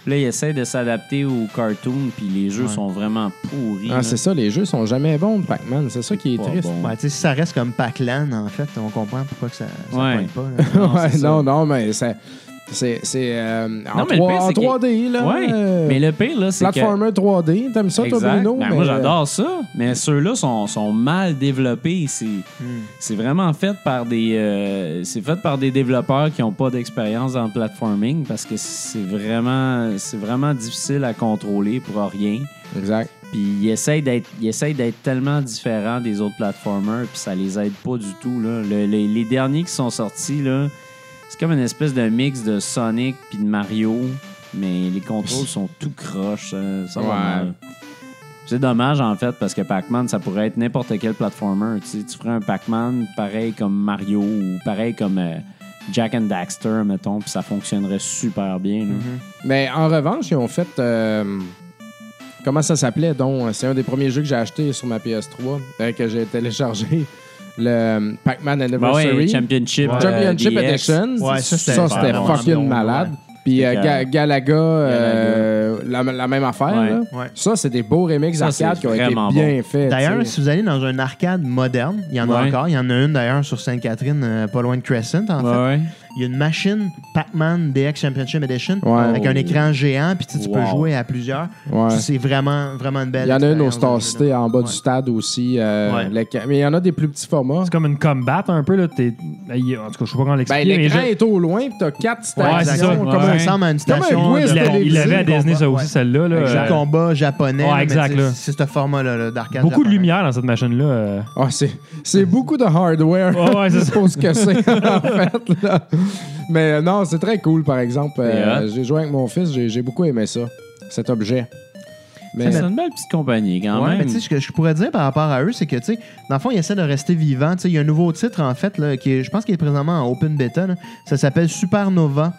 [SPEAKER 2] Puis Là, ils essaient de s'adapter au cartoon, puis les jeux sont vraiment pourris.
[SPEAKER 3] Ah,
[SPEAKER 2] là.
[SPEAKER 3] c'est ça, les jeux sont jamais bons de Pac-Man. C'est ça qui est
[SPEAKER 2] Pas
[SPEAKER 3] triste. *laughs*
[SPEAKER 2] bon.
[SPEAKER 4] Ouais, tu sais, si ça reste comme Pac-Lan, en fait, on comprend pourquoi que ça ne
[SPEAKER 2] Ouais.
[SPEAKER 4] pas. là.
[SPEAKER 5] *laughs*
[SPEAKER 2] Non,
[SPEAKER 3] Ouais,
[SPEAKER 2] c'est ça.
[SPEAKER 3] non, non, mais ça- c'est c'est, euh, en,
[SPEAKER 2] Non, mais le
[SPEAKER 3] 3,
[SPEAKER 2] pire,
[SPEAKER 3] en
[SPEAKER 2] c'est que-
[SPEAKER 3] 3D, là.
[SPEAKER 2] Ouais.
[SPEAKER 3] euh,
[SPEAKER 2] Mais le pire, là, c'est que...
[SPEAKER 3] Platformer 3D, t'aimes ça, toi,
[SPEAKER 2] Exact.
[SPEAKER 3] Bruno?
[SPEAKER 2] Ben,
[SPEAKER 3] mais- Hmm.
[SPEAKER 2] Moi, j'adore ça, mais ceux-là sont, sont mal développés. C'est c'est vraiment fait par des euh, c'est fait par des développeurs qui n'ont pas d'expérience dans le platforming parce que c'est vraiment c'est vraiment difficile à contrôler pour rien.
[SPEAKER 3] euh, Exact.
[SPEAKER 2] Puis ils essayent d'être ils essayent d'être tellement différents des autres platformers puis ça les aide pas du tout là. Le- les, les derniers qui sont sortis là, c'est comme une espèce de mix de Sonic puis de Mario, mais les contrôles sont tout croches. hein. Ça va
[SPEAKER 3] Ouais.
[SPEAKER 2] mal. C'est dommage en fait parce que Pac-Man ça pourrait être n'importe quel platformer. Tu, sais, tu ferais un Pac-Man pareil comme Mario ou pareil comme euh, Jack and Daxter mettons puis ça fonctionnerait super bien. là.
[SPEAKER 3] Mais en revanche, ils ont fait euh, Comment ça s'appelait donc euh, C'est un des premiers jeux que j'ai acheté sur ma PS3 euh, que j'ai téléchargé *laughs* le euh, Pac-Man
[SPEAKER 2] Ben ouais,
[SPEAKER 3] Anniversary.
[SPEAKER 2] Championship. euh,
[SPEAKER 3] Championship
[SPEAKER 2] DX.
[SPEAKER 3] Edition.
[SPEAKER 4] Ouais, ça, c'était
[SPEAKER 3] ça,
[SPEAKER 4] super
[SPEAKER 3] c'était
[SPEAKER 4] bon.
[SPEAKER 3] fucking
[SPEAKER 4] Ah, non,
[SPEAKER 3] malade.
[SPEAKER 4] ouais.
[SPEAKER 3] Puis euh,
[SPEAKER 2] C'était
[SPEAKER 3] Ga- Galaga, euh, la, la même affaire.
[SPEAKER 2] Ouais.
[SPEAKER 3] là.
[SPEAKER 4] Ouais.
[SPEAKER 3] Ça, c'est des beaux remixes
[SPEAKER 2] Ça, c'est
[SPEAKER 3] arcade qui ont été
[SPEAKER 2] vraiment
[SPEAKER 3] bien faits.
[SPEAKER 4] D'ailleurs,
[SPEAKER 3] tu sais.
[SPEAKER 4] si vous allez dans un arcade moderne, il y en a
[SPEAKER 2] Ouais.
[SPEAKER 4] encore. Il y en a une d'ailleurs sur Sainte-Catherine, euh, pas loin de Crescent, en fait.
[SPEAKER 2] Ouais, ouais.
[SPEAKER 4] Il y a une machine Pac-Man DX Championship Edition
[SPEAKER 3] Ouais.
[SPEAKER 4] avec un écran géant, puis tu, sais, tu peux
[SPEAKER 2] Wow.
[SPEAKER 4] jouer à plusieurs.
[SPEAKER 3] Ouais.
[SPEAKER 4] Puis C'est vraiment, vraiment une belle
[SPEAKER 3] il y en a une au
[SPEAKER 4] expérience de
[SPEAKER 3] Star
[SPEAKER 4] jeu,
[SPEAKER 3] City
[SPEAKER 4] là.
[SPEAKER 3] en bas
[SPEAKER 4] Ouais.
[SPEAKER 3] du stade aussi. euh,
[SPEAKER 4] Ouais.
[SPEAKER 3] le- Mais il y en a des plus petits formats.
[SPEAKER 5] C'est comme une combat un peu. Là, t'es- ben, il- en tout cas, je sais pas comment
[SPEAKER 3] Ben,
[SPEAKER 5] l'expliquer. mais
[SPEAKER 3] l'écran
[SPEAKER 5] je-
[SPEAKER 3] est au loin, puis t'as quatre
[SPEAKER 5] Ouais, c'est
[SPEAKER 3] stations.
[SPEAKER 5] ça.
[SPEAKER 3] comme
[SPEAKER 5] Ouais.
[SPEAKER 4] Ça
[SPEAKER 3] un-
[SPEAKER 4] ressemble à une
[SPEAKER 3] Comme un
[SPEAKER 4] station.
[SPEAKER 3] quiz
[SPEAKER 5] il
[SPEAKER 4] de-
[SPEAKER 5] l'a-
[SPEAKER 3] télévisé,
[SPEAKER 5] il l'avait à
[SPEAKER 4] le
[SPEAKER 5] Disney, ça
[SPEAKER 4] combat,
[SPEAKER 5] aussi,
[SPEAKER 4] ouais.
[SPEAKER 5] celle-là. là,
[SPEAKER 4] Un jeu de
[SPEAKER 5] euh,
[SPEAKER 4] combat japonais.
[SPEAKER 5] Ouais,
[SPEAKER 4] là, mais tu
[SPEAKER 5] exact,
[SPEAKER 4] sais,
[SPEAKER 5] là.
[SPEAKER 4] C'est c'est ce format-là là, d'arcade.
[SPEAKER 5] beaucoup de
[SPEAKER 4] japonais.
[SPEAKER 5] lumière dans cette machine-là. euh.
[SPEAKER 3] Ah, c'est, c'est beaucoup de hardware
[SPEAKER 5] Ouais, ouais, c'est
[SPEAKER 3] *laughs*
[SPEAKER 5] ça.
[SPEAKER 3] pour ce que c'est, en fait. là. Mais euh, non, c'est très cool, par exemple. Euh,
[SPEAKER 2] Et, euh,
[SPEAKER 3] j'ai joué avec mon fils, j'ai, j'ai beaucoup aimé ça, cet objet. Mais
[SPEAKER 2] C'est une belle petite compagnie quand
[SPEAKER 4] Ouais, mais
[SPEAKER 2] même.
[SPEAKER 4] tu sais, ce que je pourrais dire par rapport à eux, c'est que, tu sais, dans le fond, ils essaient de rester vivants. Tu sais, il y a un nouveau titre, en fait, là, qui est- je pense qu'il est présentement en open beta. là. Ça s'appelle Supernova.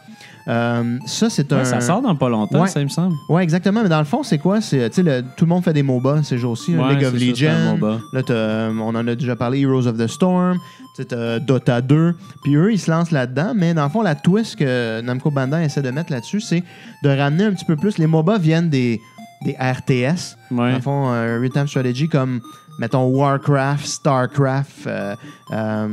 [SPEAKER 4] Euh, ça, c'est un.
[SPEAKER 2] Ouais, Ben, ça sort dans pas longtemps,
[SPEAKER 4] Ouais.
[SPEAKER 2] ça, il me semble.
[SPEAKER 4] Ouais, exactement. Mais dans le fond, c'est quoi? C'est, tu sais, le- tout le monde fait des MOBA ces jours-ci. là.
[SPEAKER 2] Ouais,
[SPEAKER 4] League of
[SPEAKER 2] c'est ça, c'est un
[SPEAKER 4] Legends.
[SPEAKER 2] MOBA.
[SPEAKER 4] Là, t'as, euh, on en a déjà parlé, Heroes of the Storm. Tu sais, t'as Dota 2. Puis eux, ils se lancent là-dedans. Mais dans le fond, la twist que Namco Bandai essaie de mettre là-dessus, c'est de ramener un petit peu plus. Les MOBA viennent des, des RTS.
[SPEAKER 2] Ouais.
[SPEAKER 4] Dans le fond, euh, Real Time Strategy comme, mettons, Warcraft, Starcraft. euh, euh,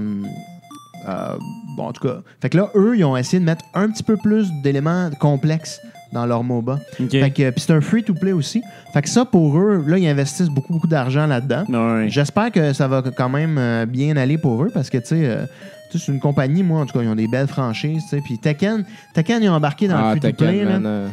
[SPEAKER 4] euh, bon, en tout cas. Fait que là, eux, ils ont essayé de mettre un petit peu plus d'éléments complexes dans leur MOBA.
[SPEAKER 2] Ok.
[SPEAKER 4] Fait que puis c'est un free to play aussi. Fait que ça pour eux, là ils investissent beaucoup beaucoup d'argent là-dedans.
[SPEAKER 2] Ouais.
[SPEAKER 4] J'espère que ça va quand même euh, bien aller pour eux parce que tu sais euh, tu sais, c'est une compagnie, moi, en tout cas, ils ont des belles franchises. tu sais. Puis Tekken, Tekken, ils ont embarqué dans
[SPEAKER 3] ah,
[SPEAKER 4] le free-to-play.
[SPEAKER 3] Tekken,
[SPEAKER 4] là.
[SPEAKER 3] man, euh,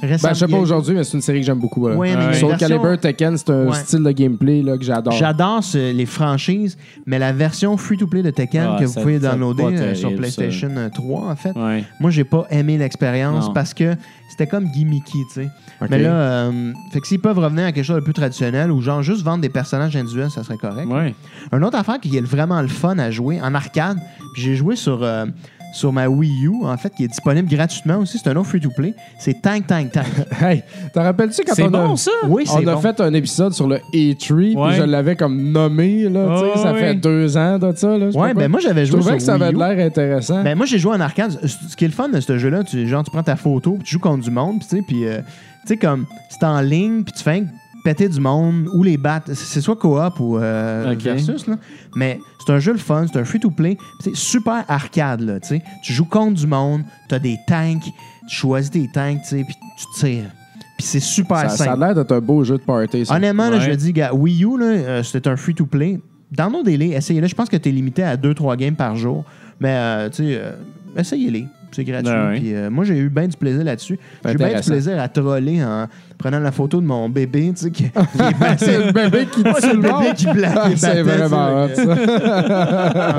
[SPEAKER 4] Récemment,
[SPEAKER 3] ben, je sais
[SPEAKER 4] il y
[SPEAKER 3] pas
[SPEAKER 4] a-
[SPEAKER 3] aujourd'hui, mais c'est une série que j'aime beaucoup. là. Euh,
[SPEAKER 4] Ouais, mais il y a une
[SPEAKER 3] Soul
[SPEAKER 4] version-
[SPEAKER 3] Calibur, Tekken, c'est un
[SPEAKER 4] Ouais.
[SPEAKER 3] style de gameplay là, que j'adore.
[SPEAKER 4] J'adore ce- les franchises, mais la version free-to-play de Tekken
[SPEAKER 2] Ah,
[SPEAKER 4] que vous
[SPEAKER 2] ça-
[SPEAKER 4] pouvez
[SPEAKER 2] ça
[SPEAKER 4] downloader
[SPEAKER 2] pas
[SPEAKER 4] euh,
[SPEAKER 2] terrible,
[SPEAKER 4] sur
[SPEAKER 2] ça.
[SPEAKER 4] PlayStation 3, en fait.
[SPEAKER 2] Ouais.
[SPEAKER 4] Moi, j'ai pas aimé l'expérience
[SPEAKER 2] Non.
[SPEAKER 4] parce que c'était comme gimmicky, tu sais.
[SPEAKER 3] Ok.
[SPEAKER 4] Mais là, euh, fait que s'ils peuvent revenir à quelque chose de plus traditionnel ou genre juste vendre des personnages individuels, ça serait correct.
[SPEAKER 2] Ouais.
[SPEAKER 4] Un autre affaire qui est vraiment le fun à jouer en arcade, puis j'ai joué sur, euh, sur ma Wii U, en fait, qui est disponible gratuitement aussi, c'est un autre free-to-play, c'est Tank Tank Tank.
[SPEAKER 3] *laughs* Hey, t'en rappelles-tu quand
[SPEAKER 2] C'est
[SPEAKER 3] on
[SPEAKER 2] bon,
[SPEAKER 3] a...
[SPEAKER 2] ça?
[SPEAKER 4] Oui,
[SPEAKER 3] On
[SPEAKER 4] c'est
[SPEAKER 3] a
[SPEAKER 4] bon.
[SPEAKER 3] fait un épisode sur le E3,
[SPEAKER 2] Ouais.
[SPEAKER 3] puis je l'avais comme nommé, là, tu sais,
[SPEAKER 2] Ah,
[SPEAKER 3] ça
[SPEAKER 2] oui.
[SPEAKER 3] fait deux ans de ça. Là, *laughs* je sais pas
[SPEAKER 4] Ouais,
[SPEAKER 3] quoi.
[SPEAKER 4] ben moi j'avais
[SPEAKER 3] Je
[SPEAKER 4] joué sur
[SPEAKER 3] trouvais que ça
[SPEAKER 4] Wii
[SPEAKER 3] avait de
[SPEAKER 4] U.
[SPEAKER 3] l'air intéressant.
[SPEAKER 4] Ben moi j'ai joué en arcade. Ce ce qui est le fun de ce jeu-là, tu, genre tu prends ta photo, puis tu joues contre du monde, puis tu sais, puis euh, tu sais comme c'est en ligne, puis tu fais péter du monde ou les battre. C'est soit coop ou euh,
[SPEAKER 2] Ok.
[SPEAKER 4] versus là. Mais c'est un jeu le fun, c'est un free to play, c'est super arcade là. Tu sais, tu joues contre du monde, t'as des tanks, tu choisis des tanks, tu sais, puis tu tires. Puis c'est super
[SPEAKER 3] ça, ça a
[SPEAKER 4] simple.
[SPEAKER 3] l'air d'être un beau jeu de party. Ça.
[SPEAKER 4] Honnêtement, là,
[SPEAKER 2] Ouais.
[SPEAKER 4] je me dis, gars, Wii U, là, euh, c'est un free-to-play. Dans nos délais, essayez-le. Je pense que tu es limité à 2-3 games par jour. Mais, euh, tu sais, euh, essayez-les. C'est gratuit.
[SPEAKER 2] Ben ouais.
[SPEAKER 4] Puis, euh, moi, j'ai eu bien du plaisir là-dessus. J'ai eu bien du
[SPEAKER 3] Ben, Intéressant.
[SPEAKER 4] plaisir à troller en prenant la photo de mon bébé, tu sais,
[SPEAKER 3] *laughs*
[SPEAKER 4] qui, qui est battu.
[SPEAKER 3] c'est le bébé qui tue
[SPEAKER 4] Ouais, c'est
[SPEAKER 3] le
[SPEAKER 4] le
[SPEAKER 3] monde.
[SPEAKER 4] bébé qui blatte.
[SPEAKER 3] Ah,
[SPEAKER 4] qui
[SPEAKER 3] *laughs* C'est
[SPEAKER 4] battait, tu sais,
[SPEAKER 2] euh,
[SPEAKER 3] vraiment hot,
[SPEAKER 4] fait
[SPEAKER 3] ça.
[SPEAKER 4] que-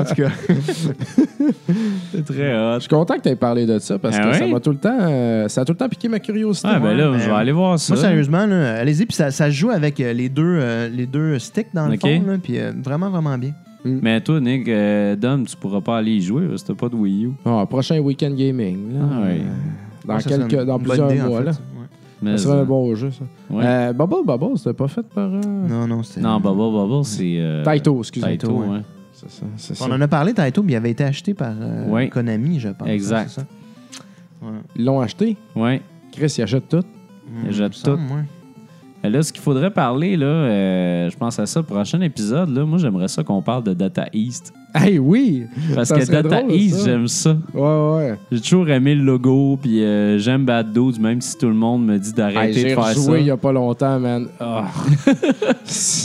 [SPEAKER 2] *laughs*
[SPEAKER 4] En tout cas.
[SPEAKER 2] C'est très hot.
[SPEAKER 3] Je suis content que tu aies parlé de ça parce
[SPEAKER 2] Ah
[SPEAKER 3] que ça
[SPEAKER 2] ouais?
[SPEAKER 3] m'a tout le temps euh, ça a tout le temps piqué ma curiosité.
[SPEAKER 2] Ah, ben là,
[SPEAKER 4] Ouais,
[SPEAKER 2] je vais
[SPEAKER 4] ben-
[SPEAKER 2] aller voir ça.
[SPEAKER 4] Moi, sérieusement, là, allez-y. Puis ça, ça se joue avec euh, les, deux, euh, les deux sticks dans le
[SPEAKER 2] Ok.
[SPEAKER 4] fond. là, puis euh, vraiment, vraiment bien.
[SPEAKER 2] Mais toi, Nick, euh, Dom, tu pourras pas aller y jouer parce que t'as pas de Wii U.
[SPEAKER 3] Ah, prochain week-end gaming. là. Euh,
[SPEAKER 2] Ah ouais.
[SPEAKER 3] Dans,
[SPEAKER 4] Ouais, ça, c'est
[SPEAKER 3] quelques,
[SPEAKER 4] une
[SPEAKER 3] dans
[SPEAKER 4] bonne
[SPEAKER 3] plusieurs
[SPEAKER 4] idée, en
[SPEAKER 3] mois.
[SPEAKER 4] fait,
[SPEAKER 3] là.
[SPEAKER 4] ça. Ouais.
[SPEAKER 2] Mais- euh,
[SPEAKER 3] Ça serait un bon jeu, ça.
[SPEAKER 2] Ouais.
[SPEAKER 3] Euh, Bubble Bubble, c'était pas fait par. euh,
[SPEAKER 4] Non, non, c'était.
[SPEAKER 2] Non, Bubble Bubble, c'est. euh,
[SPEAKER 3] Taito, excusez-moi.
[SPEAKER 2] Taito,
[SPEAKER 4] Taito,
[SPEAKER 2] ouais.
[SPEAKER 3] C'est ça, c'est ça.
[SPEAKER 4] On en a parlé tantôt, mais il avait été acheté par euh,
[SPEAKER 2] Ouais.
[SPEAKER 4] Konami, je pense.
[SPEAKER 2] Exact.
[SPEAKER 4] C'est ça? Ouais.
[SPEAKER 3] Ils l'ont acheté.
[SPEAKER 2] Ouais.
[SPEAKER 3] Chris, il
[SPEAKER 2] *laughs*
[SPEAKER 3] achète tout.
[SPEAKER 4] Mm,
[SPEAKER 2] J'ai
[SPEAKER 4] il me
[SPEAKER 2] tout.
[SPEAKER 4] semble, ouais.
[SPEAKER 2] Mais Euh, Là, ce qu'il faudrait parler, là, euh, je pense à ça, prochain épisode, là, moi, j'aimerais ça qu'on parle de Data East.
[SPEAKER 3] Hey, oui!
[SPEAKER 2] Parce
[SPEAKER 3] Ça
[SPEAKER 2] que
[SPEAKER 3] serait
[SPEAKER 2] Data
[SPEAKER 3] drôle,
[SPEAKER 2] East,
[SPEAKER 3] ça.
[SPEAKER 2] j'aime ça.
[SPEAKER 3] Ouais, ouais.
[SPEAKER 2] J'ai toujours aimé le logo, puis euh, j'aime Bad Dudes, même si tout le monde me dit
[SPEAKER 3] Hey,
[SPEAKER 2] d'arrêter
[SPEAKER 3] J'ai
[SPEAKER 2] de faire ça.
[SPEAKER 3] rejoué il y a pas longtemps, man.
[SPEAKER 2] Ah.